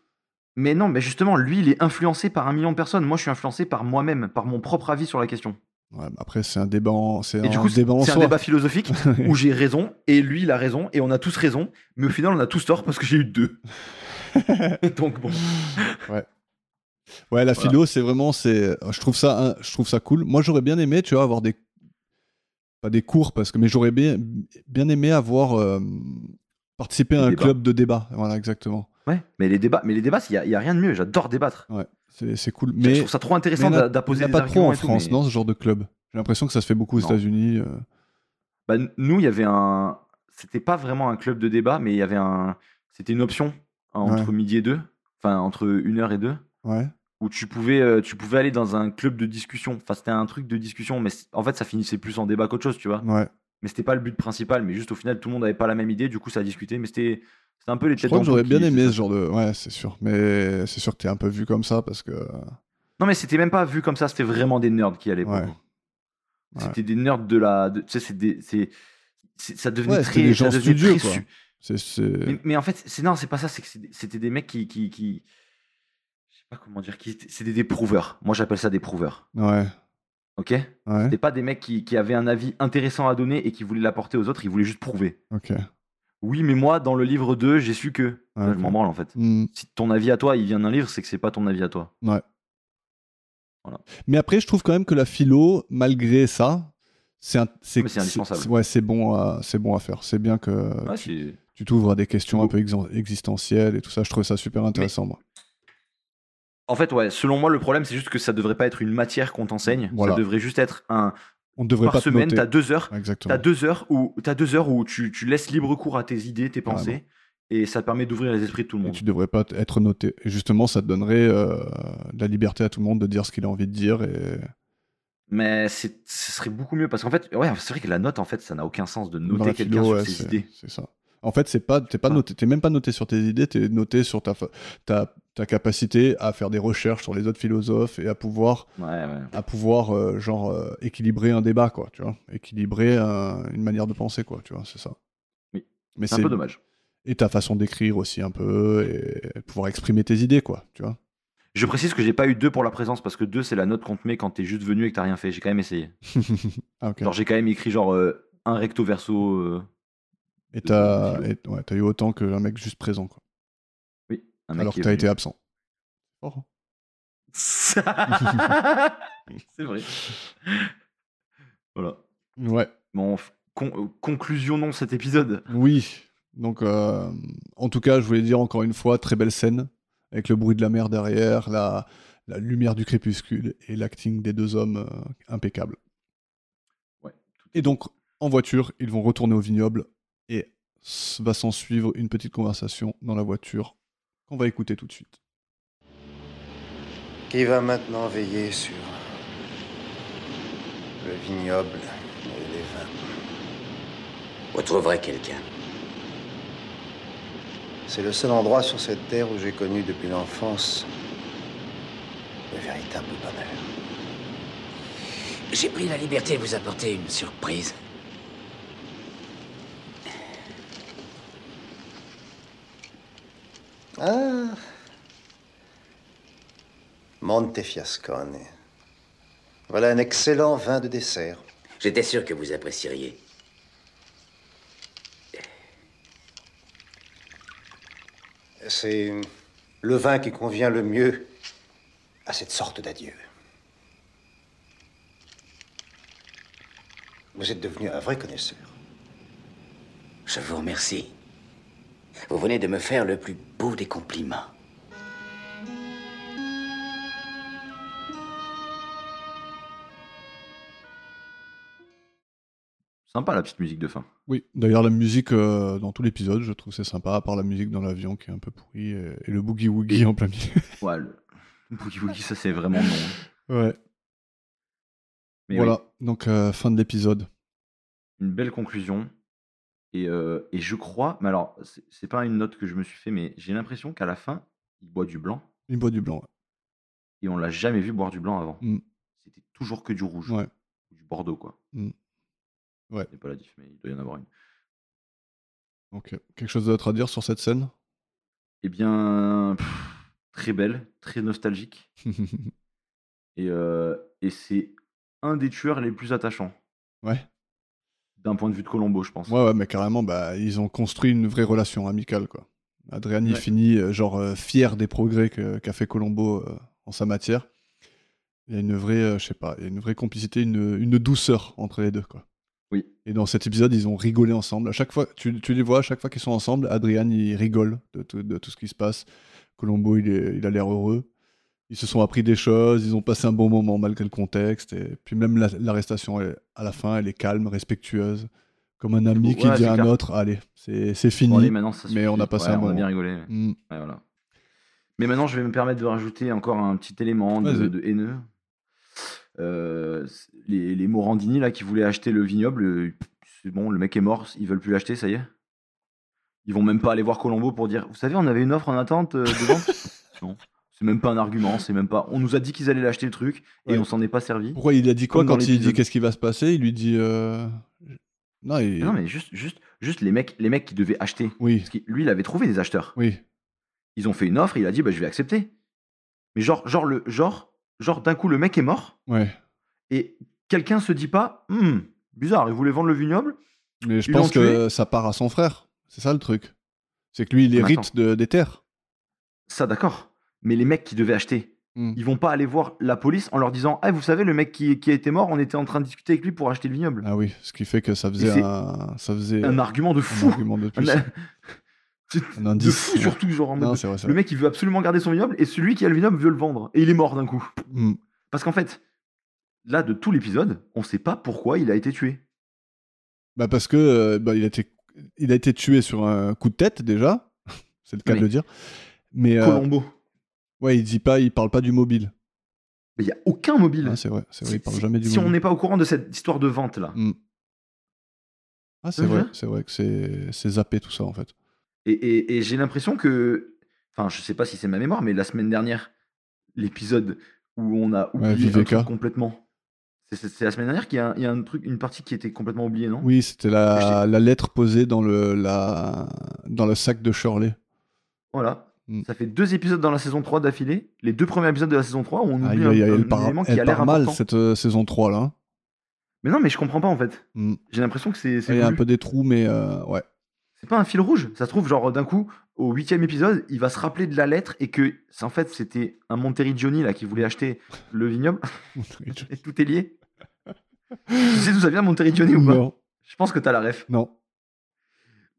Speaker 3: Mais non, mais justement, lui, il est influencé par un million de personnes. Moi, je suis influencé par moi-même, par mon propre avis sur la question.
Speaker 4: Ouais, mais après, c'est un débat, en... c'est
Speaker 3: Et du
Speaker 4: un
Speaker 3: coup, c'est
Speaker 4: débat en
Speaker 3: c'est un
Speaker 4: soi.
Speaker 3: débat philosophique
Speaker 4: [laughs]
Speaker 3: où j'ai raison et lui il a raison et on a tous raison, mais au final on a tous tort parce que j'ai eu
Speaker 4: [laughs]
Speaker 3: deux. Donc bon.
Speaker 4: Ouais, la
Speaker 3: Voilà.
Speaker 4: philo, c'est vraiment, c'est, je trouve ça, hein, je trouve ça cool. Moi, j'aurais bien aimé, tu vois, avoir des, pas des cours parce que, mais j'aurais bien, bien aimé avoir euh, participé à
Speaker 3: Des
Speaker 4: un
Speaker 3: débats.
Speaker 4: club de débat. Voilà, exactement.
Speaker 3: Ouais, mais les débats, mais les débats, il y, a- y a rien de mieux. J'adore débattre.
Speaker 4: Ouais, c'est, c'est cool.
Speaker 3: je
Speaker 4: Mais
Speaker 3: trouve ça trop
Speaker 4: mais
Speaker 3: intéressant
Speaker 4: il y en a-
Speaker 3: d'a- d'apposer
Speaker 4: il y en
Speaker 3: des
Speaker 4: a pas trop
Speaker 3: arguments
Speaker 4: en
Speaker 3: et tout,
Speaker 4: France,
Speaker 3: mais-
Speaker 4: non, ce genre de club. J'ai l'impression que ça se fait beaucoup aux
Speaker 3: Non.
Speaker 4: États-Unis. euh.
Speaker 3: Bah, nous, il y avait un. C'était pas vraiment un club de débat, mais il y avait un. C'était une option hein, entre midi et deux, enfin entre une heure et deux,
Speaker 4: Ouais.
Speaker 3: où tu pouvais, euh, tu pouvais aller dans un club de discussion. Enfin, c'était un truc de discussion, mais c- en fait, ça finissait plus en débat qu'autre chose, tu vois.
Speaker 4: Ouais.
Speaker 3: mais c'était pas le but principal mais juste au final tout le monde avait pas la même idée du coup ça a discuté mais c'était c'était un peu les
Speaker 4: Je
Speaker 3: têtes
Speaker 4: crois que
Speaker 3: d'ampoule
Speaker 4: j'aurais bien
Speaker 3: qui-
Speaker 4: aimé
Speaker 3: c'est
Speaker 4: ce
Speaker 3: ça.
Speaker 4: genre de. Ouais, c'est sûr. Mais c'est sûr que t'es un peu vu comme ça parce que.
Speaker 3: non mais c'était même pas vu comme ça c'était vraiment des nerds qui allaient
Speaker 4: Ouais.
Speaker 3: beaucoup. c'était des nerds de la de- tu sais c'est des c'est c'est- ça devenait
Speaker 4: Ouais, c'était
Speaker 3: très
Speaker 4: des gens
Speaker 3: ça devenait
Speaker 4: studieux,
Speaker 3: très
Speaker 4: quoi.
Speaker 3: su-
Speaker 4: C'est. c'est-
Speaker 3: mais, mais en fait c'est non c'est pas ça c'est que c'est des- c'était des mecs qui qui, qui- je sais pas comment dire qui étaient- c'était des prouveurs moi j'appelle ça des prouveurs
Speaker 4: Ouais.
Speaker 3: ok
Speaker 4: Ouais.
Speaker 3: c'était pas des mecs qui, qui avaient un avis intéressant à donner et qui voulaient l'apporter aux autres ils voulaient juste prouver
Speaker 4: Ok.
Speaker 3: oui mais moi dans le livre 2 j'ai su que
Speaker 4: Ah,
Speaker 3: je
Speaker 4: ok.
Speaker 3: m'en branle en fait
Speaker 4: Hmm.
Speaker 3: si ton avis à toi, il vient d'un livre, c'est que c'est pas ton avis à toi.
Speaker 4: Mais après, je trouve quand même que la philo, malgré ça, c'est un-
Speaker 3: Mais c'est indispensable.
Speaker 4: c'est- Ouais, c'est bon à c'est bon à faire. C'est bien que
Speaker 3: Ouais,
Speaker 4: tu-
Speaker 3: c'est-
Speaker 4: tu t'ouvres à des questions un peu exen- existentielles et tout ça. Je trouve ça super intéressant, moi.
Speaker 3: En fait, ouais, selon moi, le problème, c'est juste que ça devrait pas être une matière qu'on t'enseigne.
Speaker 4: Voilà.
Speaker 3: Ça devrait juste être un.
Speaker 4: On ne devrait
Speaker 3: Par
Speaker 4: pas te
Speaker 3: semaine,
Speaker 4: noter.
Speaker 3: t'as deux heures.
Speaker 4: Exactement.
Speaker 3: T'as deux heures où, t'as deux heures où tu, tu laisses libre cours à tes idées, tes pensées, et ça te permet d'ouvrir les esprits de tout le
Speaker 4: Et
Speaker 3: monde.
Speaker 4: tu devrais pas t- être noté. Et justement, ça te donnerait euh, de la liberté à tout le monde de dire ce qu'il a envie de dire. Et...
Speaker 3: Mais c'est- ce serait beaucoup mieux parce qu'en fait, ouais, c'est vrai que la note, en fait, ça n'a aucun sens de
Speaker 4: dans la
Speaker 3: noter quelqu'un
Speaker 4: philo,
Speaker 3: sur
Speaker 4: ouais,
Speaker 3: ses
Speaker 4: c'est-
Speaker 3: idées.
Speaker 4: C'est ça. En fait, c'est pas, t'es pas
Speaker 3: Ah.
Speaker 4: noté, t'es même pas noté sur tes idées, t'es noté sur ta, fa- ta, ta capacité à faire des recherches sur les autres philosophes et à pouvoir,
Speaker 3: Ouais, ouais.
Speaker 4: à pouvoir euh, genre euh, équilibrer un débat, quoi, tu vois, équilibrer un- une manière de penser, quoi, tu vois, c'est ça.
Speaker 3: Oui.
Speaker 4: Mais
Speaker 3: C'est un peu dommage.
Speaker 4: Et ta façon d'écrire aussi un peu et pouvoir exprimer tes idées, quoi, tu vois. [laughs]
Speaker 3: Je précise que j'ai pas eu 2 pour la présence parce que 2 c'est la note qu'on te met quand t'es juste venu et que t'as rien fait. J'ai quand même essayé.
Speaker 4: Ah, ok.
Speaker 3: Genre j'ai quand même écrit genre euh, un recto verso. euh,
Speaker 4: Et
Speaker 3: de-
Speaker 4: t'as
Speaker 3: de
Speaker 4: et- ouais, t'as eu autant qu'un mec juste présent, quoi.
Speaker 3: Oui. Un mec
Speaker 4: Alors
Speaker 3: qui
Speaker 4: que
Speaker 3: est
Speaker 4: t'as
Speaker 3: venu.
Speaker 4: été absent. Fort, hein.
Speaker 3: [laughs] c'est vrai. Voilà.
Speaker 4: Ouais.
Speaker 3: Bon, f- con- euh, conclusion non cet épisode.
Speaker 4: Oui. Donc, euh, en tout cas, je voulais dire encore une fois, très belle scène, avec le bruit de la mer derrière, la, la lumière du crépuscule et l'acting des deux hommes euh, impeccable.
Speaker 3: Ouais.
Speaker 4: Et donc, en voiture, ils vont retourner au vignoble et s- va s'en suivre une petite conversation dans la voiture qu'on va écouter tout de suite.
Speaker 5: Qui va maintenant veiller sur le vignoble et les vins
Speaker 2: Vous trouverez quelqu'un.
Speaker 5: C'est le seul endroit sur cette terre où j'ai connu depuis l'enfance le véritable bonheur.
Speaker 2: J'ai pris la liberté de vous apporter une surprise.
Speaker 5: Ah Montefiascone. Voilà un excellent vin de dessert.
Speaker 2: J'étais sûr que vous apprécieriez.
Speaker 5: C'est le vin qui convient le mieux à cette sorte d'adieu. Vous êtes devenu un vrai connaisseur.
Speaker 2: Je vous remercie. Vous venez de me faire le plus beau des compliments.
Speaker 3: Sympa la petite musique de fin.
Speaker 4: Oui, d'ailleurs, la musique euh, dans tout l'épisode, je trouve c'est sympa, à part la musique dans l'avion qui est un peu pourrie et, et le boogie-woogie en plein milieu.
Speaker 3: Ouais, le Boogie Woogie, ça c'est vraiment non.
Speaker 4: [laughs] ouais.
Speaker 3: Mais oui,
Speaker 4: voilà, donc euh, fin de l'épisode.
Speaker 3: une belle conclusion. Et, euh, et je crois, mais alors, c'est- c'est pas une note que je me suis fait, mais j'ai l'impression qu'à la fin, il boit du blanc
Speaker 4: Il boit du blanc. ouais.
Speaker 3: et on l'a jamais vu boire du blanc avant.
Speaker 4: Mm.
Speaker 3: C'était toujours que du rouge
Speaker 4: Ouais.
Speaker 3: ou du bordeaux, quoi.
Speaker 4: Mm. Ouais.
Speaker 3: C'est pas la diff, mais il doit y en avoir une.
Speaker 4: Ok. Quelque chose d'autre à dire sur cette scène
Speaker 3: Eh bien, pff, très belle, très
Speaker 4: [laughs]
Speaker 3: nostalgique. Et, euh, et c'est un des tueurs les plus attachants.
Speaker 4: Ouais.
Speaker 3: D'un point de vue de Colombo, je pense.
Speaker 4: Ouais, ouais, mais carrément, bah, ils ont construit une vraie relation amicale, quoi. Adriani
Speaker 3: Ouais.
Speaker 4: finit, euh, genre, euh, fier des progrès que- qu'a fait Colombo euh, en sa matière. Il y a une vraie, euh, je sais pas, il y a une vraie complicité, une, une douceur entre les deux, quoi.
Speaker 3: Oui.
Speaker 4: Et dans cet épisode, ils ont rigolé ensemble. À chaque fois, tu, tu les vois, à chaque fois qu'ils sont ensemble, Adrian, il rigole de, tout- de tout ce qui se passe. Colombo, il, est- il a l'air heureux. Ils se sont appris des choses, ils ont passé un bon moment malgré le contexte. Et puis même la- l'arrestation, elle- à la fin, elle est calme, respectueuse. Comme un ami qui
Speaker 3: Ouais,
Speaker 4: dit
Speaker 3: c'est
Speaker 4: à un
Speaker 3: clair.
Speaker 4: autre, allez, c'est c'est fini.
Speaker 3: Bon, allez, maintenant, ça
Speaker 4: mais on
Speaker 3: suffit.
Speaker 4: a passé
Speaker 3: Ouais,
Speaker 4: un
Speaker 3: On a
Speaker 4: moment.
Speaker 3: bien rigolé. ouais.
Speaker 4: Mm.
Speaker 3: Ouais, voilà. Mais maintenant, je vais me permettre de rajouter encore un petit élément de,
Speaker 4: Vas-y.
Speaker 3: de haineux. Euh, c- les, les Morandini là qui voulaient acheter le vignoble, euh, c'est bon, le mec est mort, ils veulent plus l'acheter, ça y est. Ils vont même pas aller voir Colombo pour dire, vous savez, on avait une offre en attente euh, de
Speaker 4: [laughs]
Speaker 3: vente. non, c'est même pas un argument, c'est même pas. On nous a dit qu'ils allaient l'acheter le truc et
Speaker 4: Ouais.
Speaker 3: on s'en est pas servi.
Speaker 4: Pourquoi il a dit quoi
Speaker 3: Comme dans
Speaker 4: quand il dit
Speaker 3: l'épisode.
Speaker 4: qu'est-ce qui va se passer Il lui dit. euh, Non, il-
Speaker 3: Non mais juste, juste, juste les mecs, les mecs qui devaient acheter.
Speaker 4: Oui,
Speaker 3: Parce que lui, il avait trouvé des acheteurs.
Speaker 4: oui.
Speaker 3: Ils ont fait une offre, il a dit, bah, je vais accepter. Mais genre, genre le, genre, genre d'un coup, le mec est mort.
Speaker 4: Ouais.
Speaker 3: et quelqu'un se dit pas Hmm, bizarre, il voulait vendre le vignoble
Speaker 4: Mais je
Speaker 3: Ils
Speaker 4: pense
Speaker 3: l'ont tué.
Speaker 4: que ça part à son frère. C'est ça le truc. C'est que lui, il
Speaker 3: Mais
Speaker 4: hérite
Speaker 3: attends.
Speaker 4: de, des terres.
Speaker 3: Ça, d'accord. Mais les mecs qui devaient acheter,
Speaker 4: Hmm.
Speaker 3: ils vont pas aller voir la police en leur disant Ah, vous savez, le mec qui, qui a été mort, on était en train de discuter avec lui pour acheter le vignoble.
Speaker 4: Ah oui, ce qui fait que ça faisait
Speaker 3: c'est
Speaker 4: un, ça faisait
Speaker 3: un
Speaker 4: un
Speaker 3: argument de fou
Speaker 4: argument de plus.
Speaker 3: Un a-
Speaker 4: Un
Speaker 3: De
Speaker 4: indice.
Speaker 3: fou, surtout, genre en mode,
Speaker 4: Non, c'est vrai, c'est
Speaker 3: Le
Speaker 4: vrai.
Speaker 3: mec, il veut absolument garder son vignoble et celui qui a le vignoble veut le vendre. Et il est mort d'un coup.
Speaker 4: Hmm.
Speaker 3: Parce qu'en fait, là, de tout l'épisode, on sait pas pourquoi il a été tué.
Speaker 4: Bah parce que euh, bah, il, a été, il a été tué sur un coup de tête déjà. [laughs] c'est le cas
Speaker 3: Oui.
Speaker 4: de le dire. Mais euh,
Speaker 3: Colombo.
Speaker 4: ouais, il dit pas, il parle pas du mobile.
Speaker 3: Mais il y a aucun mobile.
Speaker 4: Ah, c'est vrai, c'est vrai, il parle
Speaker 3: Si-
Speaker 4: jamais du
Speaker 3: si on
Speaker 4: mobile.
Speaker 3: n'est pas au courant de cette histoire de vente là,
Speaker 4: Hmm. Ah, c'est
Speaker 3: Mhm.
Speaker 4: vrai, c'est vrai que c'est c'est zappé tout ça en fait.
Speaker 3: Et, et- et j'ai l'impression que, enfin, je sais pas si c'est ma mémoire, mais la semaine dernière, l'épisode où on a oublié
Speaker 4: Ouais,
Speaker 3: un
Speaker 4: Viveka.
Speaker 3: truc complètement. C'est- C'est c'est la semaine dernière qu'il y a, un- il y a un truc, une partie qui était complètement oubliée, non
Speaker 4: Oui, c'était la, la lettre posée dans le, la, dans le sac de Shirley.
Speaker 3: Voilà.
Speaker 4: Mm.
Speaker 3: Ça fait deux épisodes dans la saison 3 d'affilée. Les deux premiers épisodes de la saison 3, on oublie
Speaker 4: Aïe,
Speaker 3: un,
Speaker 4: aïe, aïe,
Speaker 3: un
Speaker 4: elle part,
Speaker 3: élément qui a
Speaker 4: elle
Speaker 3: l'air
Speaker 4: part mal
Speaker 3: important.
Speaker 4: cette euh, saison 3 là. hein.
Speaker 3: Mais non, mais je comprends pas en fait.
Speaker 4: Mm.
Speaker 3: J'ai l'impression que c'est c'est
Speaker 4: Il y a un
Speaker 3: voulu.
Speaker 4: peu des trous, mais euh,
Speaker 3: [laughs]
Speaker 4: ouais.
Speaker 3: C'est pas un fil rouge. Ça se trouve, genre d'un coup, au huitième épisode, il va se rappeler de la lettre et que, c'est- en fait, c'était un Monterrey Johnny là qui voulait acheter le vignoble [laughs] et tout est lié. tu sais d'où ça vient Monterrey Johnny ou pas
Speaker 4: non,
Speaker 3: Je pense que t'as la ref.
Speaker 4: non.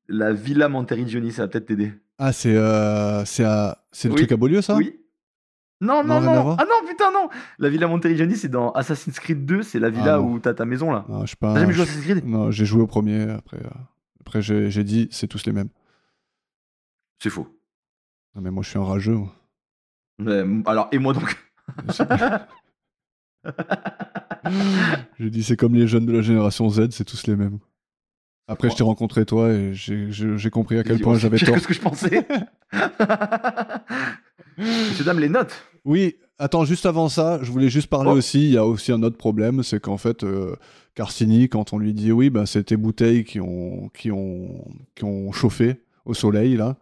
Speaker 3: La villa Monterrey Johnny, ça va peut-être t'aider.
Speaker 4: Ah, c'est euh, c'est à- c'est le
Speaker 3: Oui.
Speaker 4: truc à Beaulieu ça
Speaker 3: Oui. Non, non,
Speaker 4: Non, rien à
Speaker 3: non.
Speaker 4: voir
Speaker 3: Ah non, putain, non. La villa Monterrey Johnny, c'est dans Assassin's Creed 2, c'est la villa
Speaker 4: Ah, non. Ah
Speaker 3: où t'as ta maison là.
Speaker 4: Non, je suis pas.
Speaker 3: T'as jamais
Speaker 4: je-
Speaker 3: joué à Assassin's Creed
Speaker 4: Non, j'ai joué au premier. Après, euh, après j'ai j'ai dit, c'est tous les mêmes.
Speaker 3: C'est faux.
Speaker 4: Non, mais moi, je suis un rageux.
Speaker 3: [laughs]
Speaker 4: moi.
Speaker 3: Ouais, alors, et moi donc
Speaker 4: [laughs] J'ai dit, c'est comme les jeunes de la génération Z, c'est tous les mêmes. Après, je
Speaker 3: crois.
Speaker 4: t'ai rencontré, toi, et j'ai- j'ai j'ai compris à
Speaker 3: J'ai [laughs]
Speaker 4: quel
Speaker 3: dit,
Speaker 4: point
Speaker 3: oh,
Speaker 4: j'avais
Speaker 3: c'est
Speaker 4: tort.
Speaker 3: pire que ce que je
Speaker 4: [laughs]
Speaker 3: pensais. Monsieur, dame, les notes.
Speaker 4: Oui, attends, juste avant ça, je voulais juste parler
Speaker 3: Oh.
Speaker 4: aussi, il y a aussi un autre problème, c'est qu'en fait, euh, Carcini, quand on lui dit, oui, bah, c'est tes bouteilles qui ont, qui, ont, qui ont chauffé au soleil, là,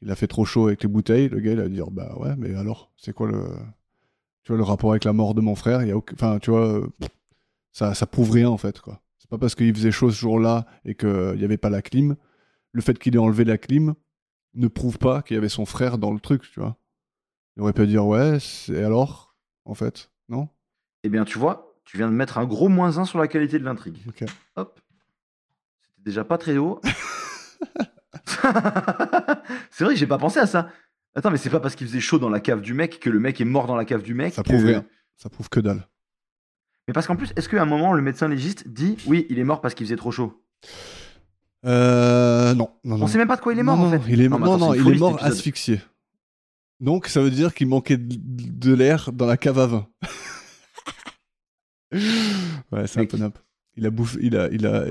Speaker 4: il a fait trop chaud avec les bouteilles, le gars, il va dire, bah ouais, mais alors, c'est quoi le, tu vois, le rapport avec la mort de mon frère Il y a aucun- Enfin, tu vois, euh, pff, ça, ça prouve rien, en fait, quoi. C'est pas parce qu'il faisait chaud ce jour-là et qu'il n'y avait pas la clim, le fait qu'il ait enlevé la clim ne prouve pas qu'il y avait son frère dans le truc, tu vois. Il aurait pu dire ouais, et alors En fait, non
Speaker 3: Eh bien, tu vois, tu viens de mettre un gros moins 1 sur la qualité de l'intrigue.
Speaker 4: Ok.
Speaker 3: Hop. C'était déjà pas très
Speaker 4: [laughs]
Speaker 3: haut. c'est vrai que j'ai pas pensé à ça. Attends, mais c'est pas parce qu'il faisait chaud dans la cave du mec que le mec est mort dans la cave du mec.
Speaker 4: Ça
Speaker 3: que-
Speaker 4: prouve rien. Ça prouve que dalle.
Speaker 3: Mais parce qu'en plus, est-ce qu'à un moment, le médecin légiste dit oui, il est mort parce qu'il faisait trop chaud
Speaker 4: Euh, non, non, non.
Speaker 3: On sait même pas de quoi il est mort
Speaker 4: non,
Speaker 3: en
Speaker 4: non,
Speaker 3: fait.
Speaker 4: Il est,
Speaker 3: Non, mais
Speaker 4: non,
Speaker 3: attends,
Speaker 4: non,
Speaker 3: c'est une
Speaker 4: il est
Speaker 3: folie, cet
Speaker 4: mort
Speaker 3: épisode.
Speaker 4: asphyxié. Donc ça veut dire qu'il manquait de, de l'air dans la cave à vin. [laughs] ouais, c'est un
Speaker 3: Mec.
Speaker 4: peu nappe. Il a bouffé, il a, il a,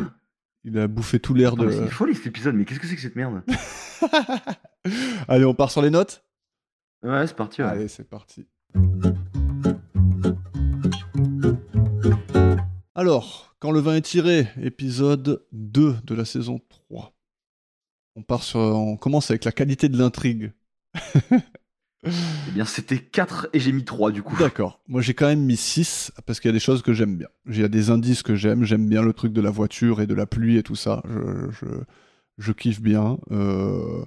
Speaker 4: il a bouffé tout l'air
Speaker 3: Attends, mais C'est
Speaker 4: de.
Speaker 3: une folie cet épisode, mais qu'est-ce que c'est que cette merde
Speaker 4: Allez, on part sur les notes.
Speaker 3: Ouais, c'est parti. ouais.
Speaker 4: Allez, c'est parti. Alors, quand le vin est tiré, épisode 2 de la saison 3. On part sur, on commence avec la qualité de l'intrigue.
Speaker 3: Eh bien, c'était 4 et j'ai mis 3 du coup.
Speaker 4: D'accord. Moi, j'ai quand même mis 6 parce qu'il y a des choses que j'aime bien. Il y a des indices que j'aime. J'aime bien le truc de la voiture et de la pluie et tout ça. Je, je, je kiffe bien. Euh,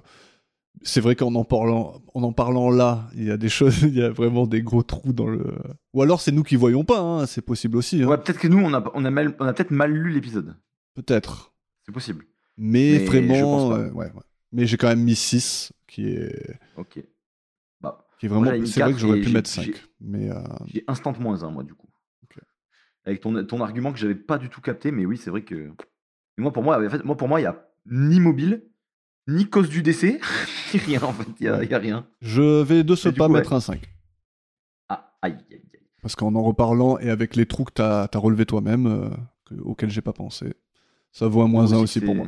Speaker 4: c'est vrai qu'en en parlant, en en parlant là, il y a des choses, [laughs] il y a vraiment des gros trous dans le. Ou alors c'est nous qui voyons pas. hein, c'est possible aussi. hein.
Speaker 3: Ouais, peut-être que nous, on a, on a, mal- on a peut-être mal lu l'épisode.
Speaker 4: Peut-être.
Speaker 3: C'est possible.
Speaker 4: Mais,
Speaker 3: Mais je
Speaker 4: vraiment,
Speaker 3: pense pas.
Speaker 4: euh, ouais, ouais. Mais j'ai quand même mis 6 qui est,
Speaker 3: Ok. Bah,
Speaker 4: qui est vraiment.
Speaker 3: j'avais mis
Speaker 4: C'est vrai
Speaker 3: quatre
Speaker 4: que j'aurais
Speaker 3: et
Speaker 4: pu
Speaker 3: j'ai-
Speaker 4: mettre
Speaker 3: j'ai-
Speaker 4: 5 Mais euh,
Speaker 3: j'ai instant moins 1, moi, du coup.
Speaker 4: Ok.
Speaker 3: Avec ton, ton argument que j'avais pas du tout capté, mais oui, c'est vrai que. Mais moi, pour moi, en fait, moi, pour moi, il y a ni mobile, ni cause du décès, [laughs] ni rien, en fait. Il y a, il y a rien.
Speaker 4: je vais de ce
Speaker 3: Et du
Speaker 4: pas
Speaker 3: coup,
Speaker 4: mettre un 5
Speaker 3: Ah, aïe, aïe, aïe.
Speaker 4: Parce qu'en en reparlant et avec les trous que t'as as relevé toi-même, euh, que- auxquels j'ai pas pensé, ça vaut un moins un
Speaker 3: Donc,
Speaker 4: aussi
Speaker 3: c'est-
Speaker 4: pour moi.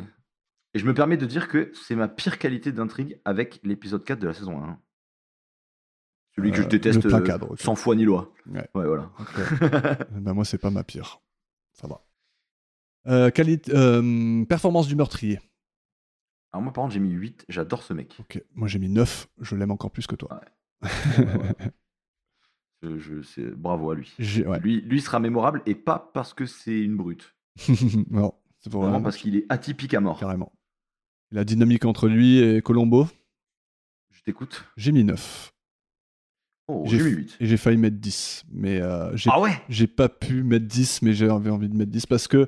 Speaker 3: Et je me permets de dire que c'est ma pire qualité d'intrigue avec l'épisode 4 de la saison 1. Celui que
Speaker 4: Euh,
Speaker 3: je déteste
Speaker 4: le plein
Speaker 3: euh,
Speaker 4: cadre, ok.
Speaker 3: 100 fois ni loi.
Speaker 4: Ouais.
Speaker 3: ouais voilà.
Speaker 4: Eh ben moi, c'est pas ma pire. Ça va. Euh, quali- euh, performance du meurtrier.
Speaker 3: Alors moi par contre j'ai mis 8, j'adore ce
Speaker 4: [laughs]
Speaker 3: mec.
Speaker 4: Ok, moi j'ai mis 9, je l'aime encore plus que toi.
Speaker 3: Je, je- c'est, bravo à lui.
Speaker 4: J'ai- ouais. [laughs]
Speaker 3: lui. Lui sera mémorable et pas parce que c'est une brute.
Speaker 4: non, c'est pour
Speaker 3: Vraiment
Speaker 4: vraiment
Speaker 3: Ah, parce qu'il est atypique à mort.
Speaker 4: carrément. La dynamique entre lui et Colombo,
Speaker 3: Je t'écoute.
Speaker 4: j'ai mis 9.
Speaker 3: Oh,
Speaker 4: J'ai
Speaker 3: j'ai mis
Speaker 4: f-
Speaker 3: 8.
Speaker 4: Et j'ai failli mettre 10. Mais euh, j'ai
Speaker 3: Ah ouais
Speaker 4: j'ai pas pu mettre 10, mais j'avais envie de mettre 10 parce que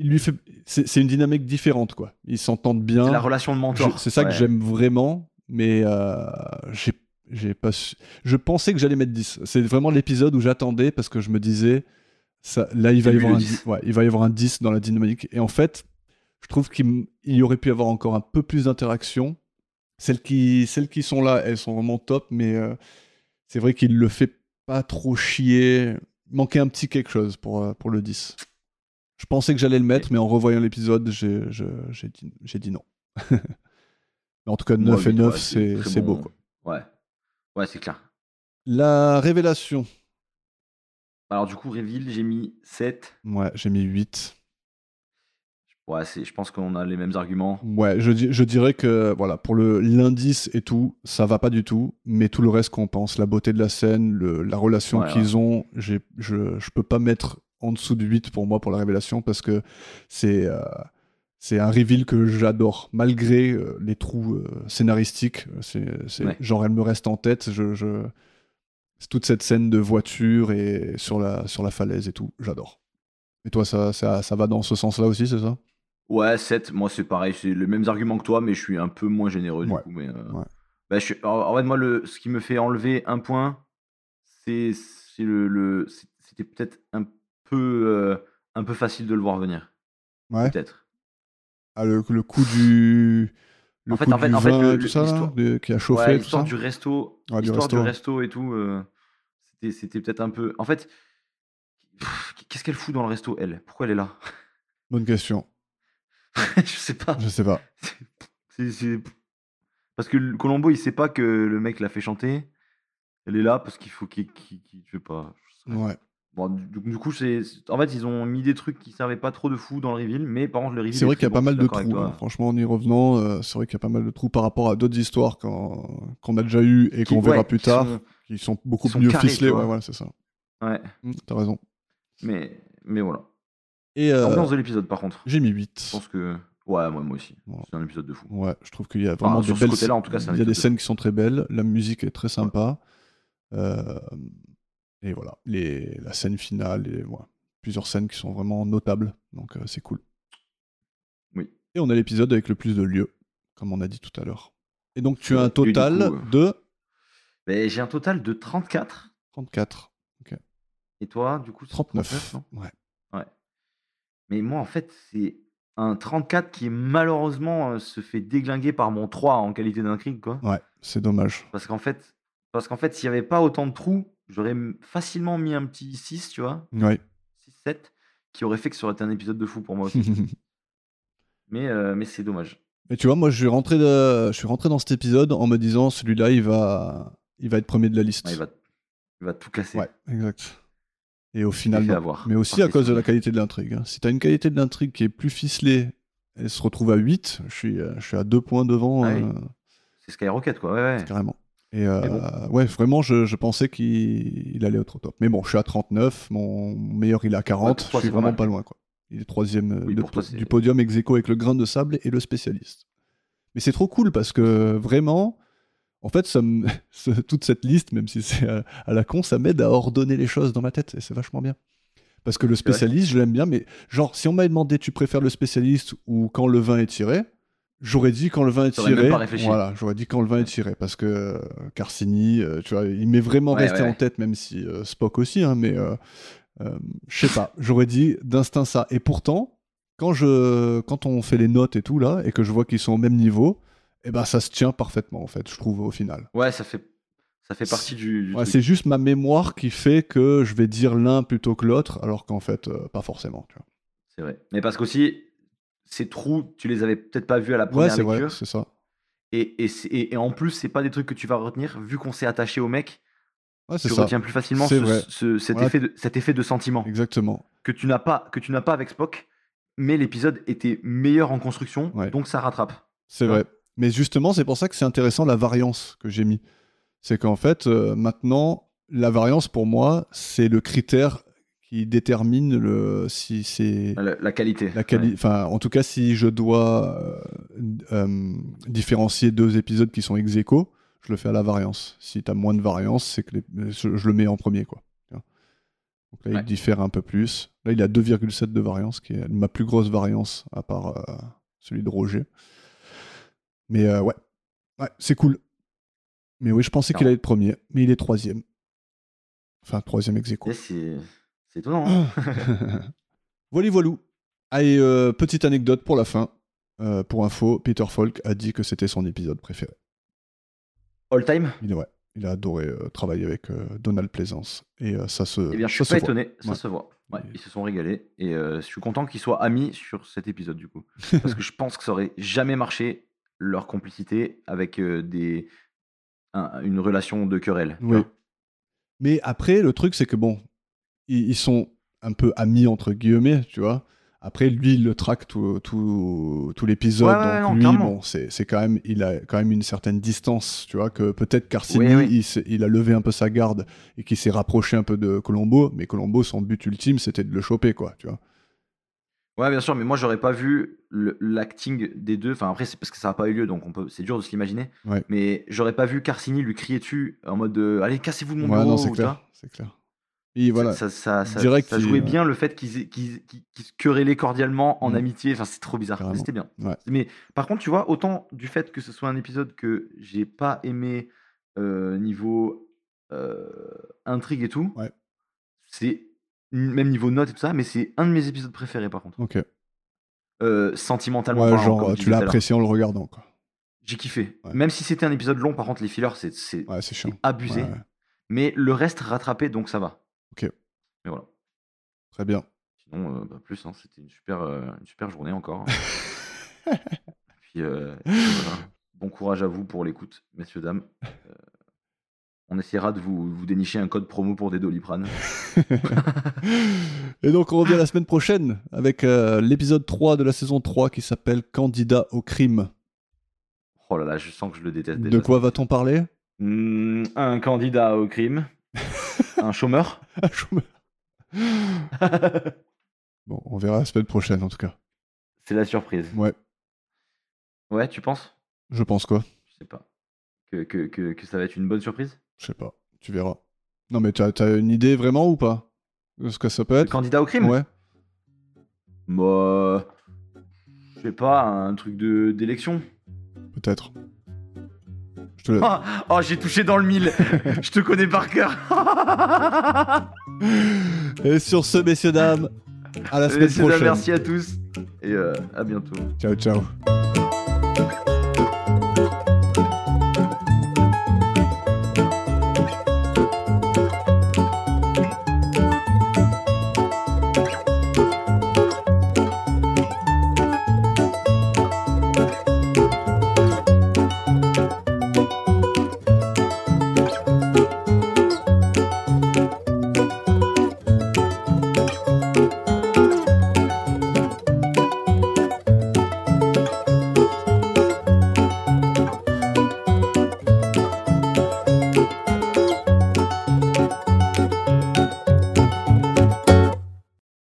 Speaker 4: il lui fait, c'est c'est une dynamique différente, quoi. Ils s'entendent
Speaker 3: C'est la
Speaker 4: bien.
Speaker 3: relation de
Speaker 4: Je-
Speaker 3: mentor.
Speaker 4: C'est ça que
Speaker 3: Ouais.
Speaker 4: j'aime vraiment, mais euh, j'ai j'ai pas su- Je pensais que j'allais mettre 10. C'est vraiment l'épisode où j'attendais parce que je me disais, ça, là, il va, y
Speaker 3: Début
Speaker 4: avoir un,
Speaker 3: le
Speaker 4: di-
Speaker 3: 10.
Speaker 4: ouais, il va y avoir un 10 dans la dynamique. Et en fait, je trouve qu'il m- il y aurait pu avoir encore un peu plus d'interaction. Celles qui, celles qui sont là, elles sont vraiment top, mais euh, c'est vrai qu'il le fait pas trop chier. Il manquait un petit quelque chose pour, euh, pour le 10. Je pensais que j'allais le mettre, mais en revoyant l'épisode, j'ai je- j'ai dit, j'ai dit non. [laughs] Mais en tout cas, 9 et 9, c'est c'est beau. quoi.
Speaker 3: Ouais. Ouais, c'est clair.
Speaker 4: La révélation.
Speaker 3: Alors, du coup, Reveal, j'ai mis 7.
Speaker 4: Ouais, j'ai mis 8.
Speaker 3: Ouais, c'est- je pense qu'on a les mêmes arguments.
Speaker 4: Ouais, je, di- je dirais que voilà, pour le l'indice et tout, ça va pas du tout, mais tout le reste qu'on pense, la beauté de la scène, le- la relation
Speaker 3: Ouais,
Speaker 4: qu'ils ont, j'ai- je, je peux pas mettre en dessous de 8 pour moi pour la révélation parce que c'est euh, c'est un reveal que j'adore, malgré euh, les trous euh, scénaristiques. C'est c'est-
Speaker 3: Ouais.
Speaker 4: Genre, elle me reste en tête, je, je- c'est toute cette scène de voiture et sur la, sur la falaise et tout, j'adore. Et toi, ça, ça, ça va dans ce sens-là aussi, c'est ça
Speaker 3: Ouais, 7, moi c'est pareil, c'est les mêmes arguments que toi, mais je suis un peu moins généreux du
Speaker 4: Ouais,
Speaker 3: coup. Mais, euh,
Speaker 4: ouais.
Speaker 3: bah, je suis- en, en fait, moi, le, ce qui me fait enlever un point, c'est c'est le, le- c'est- c'était peut-être un peu euh, un peu facile de le voir venir.
Speaker 4: Ouais.
Speaker 3: Peut-être.
Speaker 4: Ah, le, le coup du. Le
Speaker 3: En fait,
Speaker 4: coup
Speaker 3: en fait-
Speaker 4: du
Speaker 3: en fait,
Speaker 4: vin
Speaker 3: le-
Speaker 4: et
Speaker 3: le-
Speaker 4: tout ça, là,
Speaker 3: l'histoire-
Speaker 4: de- qui a chauffé,
Speaker 3: Ouais,
Speaker 4: tout ça.
Speaker 3: l'histoire du resto,
Speaker 4: Ouais, du
Speaker 3: l'histoire du
Speaker 4: resto.
Speaker 3: resto et tout, euh, c'était c'était peut-être un peu. En fait, pff, qu'est-ce qu'elle fout dans le resto, elle Pourquoi elle est là [laughs]
Speaker 4: Bonne question.
Speaker 3: Je sais pas.
Speaker 4: Je sais pas.
Speaker 3: C'est- c'est- Parce que le- Colombo, il sait pas que le mec l'a fait chanter. Elle est là parce qu'il faut qu'il. qu'il- qu'il- je sais pas. je sais pas.
Speaker 4: Ouais.
Speaker 3: Bon, du, du coup, c'est. c'est- En fait, ils ont mis des trucs qui servaient pas trop de fou dans le reveal, mais par contre, le reveal.
Speaker 4: C'est vrai qu'il y a pas mal de trous. hein.
Speaker 3: trous.
Speaker 4: Franchement, en y revenant, euh, c'est vrai qu'il y a pas mal de trous par rapport à d'autres histoires qu'on qu'on a déjà eues et qu'on verra plus tard, qui sont beaucoup
Speaker 3: qui sont
Speaker 4: mieux
Speaker 3: carrés,
Speaker 4: ficelés.
Speaker 3: tu vois.
Speaker 4: Ouais, voilà, c'est ça.
Speaker 3: Ouais,
Speaker 4: Mm, T'as raison.
Speaker 3: mais, mais voilà.
Speaker 4: Et euh,
Speaker 3: Ambiance de l'épisode, par contre. Je
Speaker 4: j'ai mis 8.
Speaker 3: pense que. Ouais, moi, moi aussi.
Speaker 4: Voilà.
Speaker 3: C'est un épisode de fou.
Speaker 4: Ouais, je trouve qu'il y a vraiment
Speaker 3: sur
Speaker 4: des
Speaker 3: ce
Speaker 4: belles
Speaker 3: côté-là, en tout cas, c'est un
Speaker 4: Il y a des
Speaker 3: épisode.
Speaker 4: scènes qui sont très belles, la musique est très sympa. euh, et voilà, les, la scène finale, et voilà, plusieurs scènes qui sont vraiment notables, donc euh, c'est cool.
Speaker 3: Oui.
Speaker 4: Et on a l'épisode avec le plus de lieux, comme on a dit tout à l'heure. Et donc tu as un
Speaker 3: Et du
Speaker 4: total
Speaker 3: coup, euh,
Speaker 4: de
Speaker 3: Mais J'ai un total de 34.
Speaker 4: 34,
Speaker 3: Et toi, du coup, c'est
Speaker 4: 39.
Speaker 3: non
Speaker 4: ouais.
Speaker 3: Mais moi, en fait, c'est un 34 qui, malheureusement, euh, se fait déglinguer par mon 3 en qualité d'intrigue, quoi.
Speaker 4: Ouais, c'est dommage.
Speaker 3: Parce qu'en fait, parce qu'en fait, s'il n'y avait pas autant de trous, j'aurais m- facilement mis un petit 6, tu vois,
Speaker 4: [laughs] Ouais.
Speaker 3: 6-7, qui aurait fait que ça aurait été un épisode de fou pour moi aussi.
Speaker 4: [laughs]
Speaker 3: mais euh, mais c'est dommage.
Speaker 4: Et tu vois, moi, je suis rentré, de- je suis rentré dans cet épisode en me disant, celui-là, il va, il va être premier de la liste.
Speaker 3: Ouais, il, va, il va tout casser.
Speaker 4: Ouais, exact. Et au
Speaker 3: Il
Speaker 4: final,
Speaker 3: fait
Speaker 4: non.
Speaker 3: avoir.
Speaker 4: mais aussi
Speaker 3: Par
Speaker 4: à cause de
Speaker 3: question.
Speaker 4: la qualité de l'intrigue. hein. Si t'as une qualité de l'intrigue qui est plus ficelée, elle se retrouve à 8, je suis, euh, je suis à 2 points devant,
Speaker 3: Ah oui.
Speaker 4: euh,
Speaker 3: C'est Skyrocket, quoi. Ouais, ouais.
Speaker 4: carrément. Et euh,
Speaker 3: Mais
Speaker 4: ouais, vraiment, je, je pensais qu'il il allait être au top. Mais bon, je suis à 39, mon meilleur il est à 40,
Speaker 3: Ouais, pour toi,
Speaker 4: je suis
Speaker 3: c'est pas
Speaker 4: vraiment
Speaker 3: mal.
Speaker 4: pas loin. quoi. Il est troisième euh,
Speaker 3: Oui,
Speaker 4: de-
Speaker 3: pour toi, c'est-
Speaker 4: du podium ex aequo avec le grain de sable et le spécialiste. Mais c'est trop cool parce que vraiment, en fait, ça me- [laughs] ce- toute cette liste, même si c'est à, à la con, ça m'aide à ordonner les choses dans ma tête et c'est vachement bien. Parce que le
Speaker 3: vrai.
Speaker 4: spécialiste, je l'aime bien, mais genre, si on m'avait demandé tu préfères le spécialiste ou quand le vin est tiré, j'aurais dit quand le vin est
Speaker 3: T'aurais même
Speaker 4: tiré.
Speaker 3: pas réfléchi.
Speaker 4: Voilà, j'aurais dit quand le vin est tiré parce que euh, Carcini, euh, tu vois, il m'est vraiment
Speaker 3: Ouais,
Speaker 4: resté
Speaker 3: ouais,
Speaker 4: en
Speaker 3: ouais.
Speaker 4: tête, même si euh, Spock aussi, hein, mais euh, euh, je sais pas, j'aurais dit d'instinct ça. Et pourtant, quand, je, quand on fait les notes et tout là, et que je vois qu'ils sont au même niveau, eh ben ça se tient parfaitement en fait, je trouve au final.
Speaker 3: Ouais, ça fait, ça fait partie du. du
Speaker 4: Ouais,
Speaker 3: truc.
Speaker 4: c'est juste ma mémoire qui fait que je vais dire l'un plutôt que l'autre, alors qu'en fait, euh, pas forcément. Tu vois.
Speaker 3: C'est vrai. Mais parce qu'aussi, ces trous, tu les avais peut-être pas vus à la
Speaker 4: Ouais,
Speaker 3: première
Speaker 4: c'est vrai,
Speaker 3: lecture.
Speaker 4: c'est ça.
Speaker 3: Et, et, c'est- et- et en plus, c'est pas des trucs que tu vas retenir, vu qu'on s'est attaché au mec,
Speaker 4: Ouais, c'est
Speaker 3: tu
Speaker 4: ça.
Speaker 3: retiens plus facilement
Speaker 4: C'est
Speaker 3: ce-
Speaker 4: vrai.
Speaker 3: ce- cet,
Speaker 4: Voilà.
Speaker 3: effet de, cet effet de sentiment
Speaker 4: Exactement.
Speaker 3: que tu n'as pas, que tu n'as pas avec Spock, mais l'épisode était meilleur en construction,
Speaker 4: Ouais.
Speaker 3: donc ça rattrape.
Speaker 4: C'est
Speaker 3: Ouais.
Speaker 4: vrai. Mais justement, c'est pour ça que c'est intéressant la variance que j'ai mis. C'est qu'en fait, euh, maintenant, la variance pour moi, c'est le critère qui détermine le, si c'est
Speaker 3: La, la qualité.
Speaker 4: la quali- Enfin, en tout cas, si je dois euh, euh, différencier deux épisodes qui sont ex aequo, je le fais à la variance. Si tu as moins de variance, c'est que les- je, je le mets en premier. Quoi. Tu vois. Donc là,
Speaker 3: Ouais.
Speaker 4: il diffère un peu plus. Là, il a 2,7 de variance, qui est ma plus grosse variance, à part euh, celui de Roger. Mais euh, ouais, ouais c'est cool. Mais oui, je pensais qu'il
Speaker 3: Clairement.
Speaker 4: allait être premier, mais il est troisième. Enfin, troisième ex aequo.
Speaker 3: Ouais. Et C'est c'est étonnant.
Speaker 4: [clears throat]
Speaker 3: hein.
Speaker 4: [laughs] Voili voilou. Ah, et euh, petite anecdote pour la fin. Euh, pour info, Peter Falk a dit que c'était son épisode préféré.
Speaker 3: All time
Speaker 4: Il, ouais, il a adoré euh, travailler avec euh, Donald Plaisance. Et euh, ça se.
Speaker 3: Eh bien, je suis
Speaker 4: ça se
Speaker 3: pas
Speaker 4: voit.
Speaker 3: étonné, ça
Speaker 4: Ouais.
Speaker 3: se voit. Ouais, ils se sont régalés et euh, je suis content qu'ils soient amis sur cet épisode du
Speaker 4: [laughs]
Speaker 3: coup. Parce que je pense que ça aurait jamais marché leur complicité avec euh, des, un- une relation de querelle. tu
Speaker 4: Oui.
Speaker 3: vois.
Speaker 4: Mais après, le truc, c'est que bon, ils, ils sont un peu amis entre guillemets, tu vois. Après, lui, il le traque tout, tout, tout l'épisode.
Speaker 3: Ouais, ouais, ouais,
Speaker 4: donc
Speaker 3: non,
Speaker 4: lui,
Speaker 3: clairement.
Speaker 4: bon, c'est c'est quand même, il a quand même une certaine distance, tu vois, que peut-être Carcini,
Speaker 3: Oui, oui.
Speaker 4: Il, s'est- il a levé un peu sa garde et qu'il s'est rapproché un peu de Colombo. Mais Colombo, son but ultime, c'était de le choper, quoi, tu vois.
Speaker 3: Ouais, bien sûr, mais moi j'aurais pas vu le- l'acting des deux. Enfin, après, c'est parce que ça n'a pas eu lieu, donc on peut... c'est dur de se l'imaginer.
Speaker 4: Ouais.
Speaker 3: Mais j'aurais pas vu Carcini lui crier dessus en mode euh, Allez, cassez-vous de mon
Speaker 4: Ouais,
Speaker 3: bureau.
Speaker 4: non, c'est
Speaker 3: tu
Speaker 4: clair,
Speaker 3: vois.
Speaker 4: c'est clair. Et voilà.
Speaker 3: Ça, ça, ça-
Speaker 4: Direct,
Speaker 3: ça
Speaker 4: il-
Speaker 3: jouait bien le fait qu'ils aient- qu'ils qu'ils- qu'ils se querellaient cordialement en
Speaker 4: Mm.
Speaker 3: amitié. Enfin, c'est trop bizarre.
Speaker 4: Carrément.
Speaker 3: mais C'était bien.
Speaker 4: Ouais.
Speaker 3: Mais par contre, tu vois, autant du fait que ce soit un épisode que j'ai pas aimé euh, niveau euh, intrigue et tout,
Speaker 4: Ouais.
Speaker 3: c'est même niveau notes et tout ça, mais c'est un de mes épisodes préférés par contre.
Speaker 4: Ok.
Speaker 3: Euh, sentimentalement.
Speaker 4: Ouais,
Speaker 3: parlant,
Speaker 4: genre,
Speaker 3: comme
Speaker 4: tu
Speaker 3: disais tout à l'heure.
Speaker 4: l'apprécies en le regardant, quoi.
Speaker 3: J'ai kiffé.
Speaker 4: Ouais.
Speaker 3: Même si c'était un épisode long, par contre, les fillers, c'est c'est
Speaker 4: Ouais, c'est chiant.
Speaker 3: abusé.
Speaker 4: Ouais, ouais.
Speaker 3: Mais le reste rattrapé, donc ça va.
Speaker 4: Ok.
Speaker 3: Mais voilà.
Speaker 4: Très bien.
Speaker 3: Sinon, euh, bah, plus, hein, c'était une super, euh, une super journée encore.
Speaker 4: [laughs]
Speaker 3: hein. Puis, euh, et puis, voilà. bon courage à vous pour l'écoute, messieurs, dames. Euh, on essaiera de vous, vous dénicher un code promo pour des Doliprane.
Speaker 4: Et donc on revient la semaine prochaine avec euh, l'épisode 3 de la saison 3 qui s'appelle Candidat au crime.
Speaker 3: Oh là là, je sens que je le déteste déjà.
Speaker 4: De quoi va-t-on
Speaker 3: [laughs]
Speaker 4: parler
Speaker 3: Hmm, Un candidat au crime.
Speaker 4: [laughs]
Speaker 3: un chômeur.
Speaker 4: Un chômeur. Bon, on verra la semaine prochaine en tout cas.
Speaker 3: C'est la surprise.
Speaker 4: Ouais,
Speaker 3: Ouais, tu penses
Speaker 4: je pense quoi
Speaker 3: Je sais pas. Que, que, que, que ça va être une bonne surprise
Speaker 4: Je sais pas, tu verras. Non mais t'as as une idée vraiment ou pas De ce que ça peut
Speaker 3: Le
Speaker 4: être
Speaker 3: candidat au crime
Speaker 4: Ouais,
Speaker 3: Bah. Je sais pas, un truc de- d'élection.
Speaker 4: peut-être. Je te le...
Speaker 3: Oh, oh, j'ai touché dans le
Speaker 4: [laughs]
Speaker 3: mille Je te connais par cœur
Speaker 4: Et sur ce, messieurs, dames, à la semaine
Speaker 3: Ah. Messieurs, dames,
Speaker 4: prochaine.
Speaker 3: Merci à tous et euh, à bientôt.
Speaker 4: Ciao, ciao.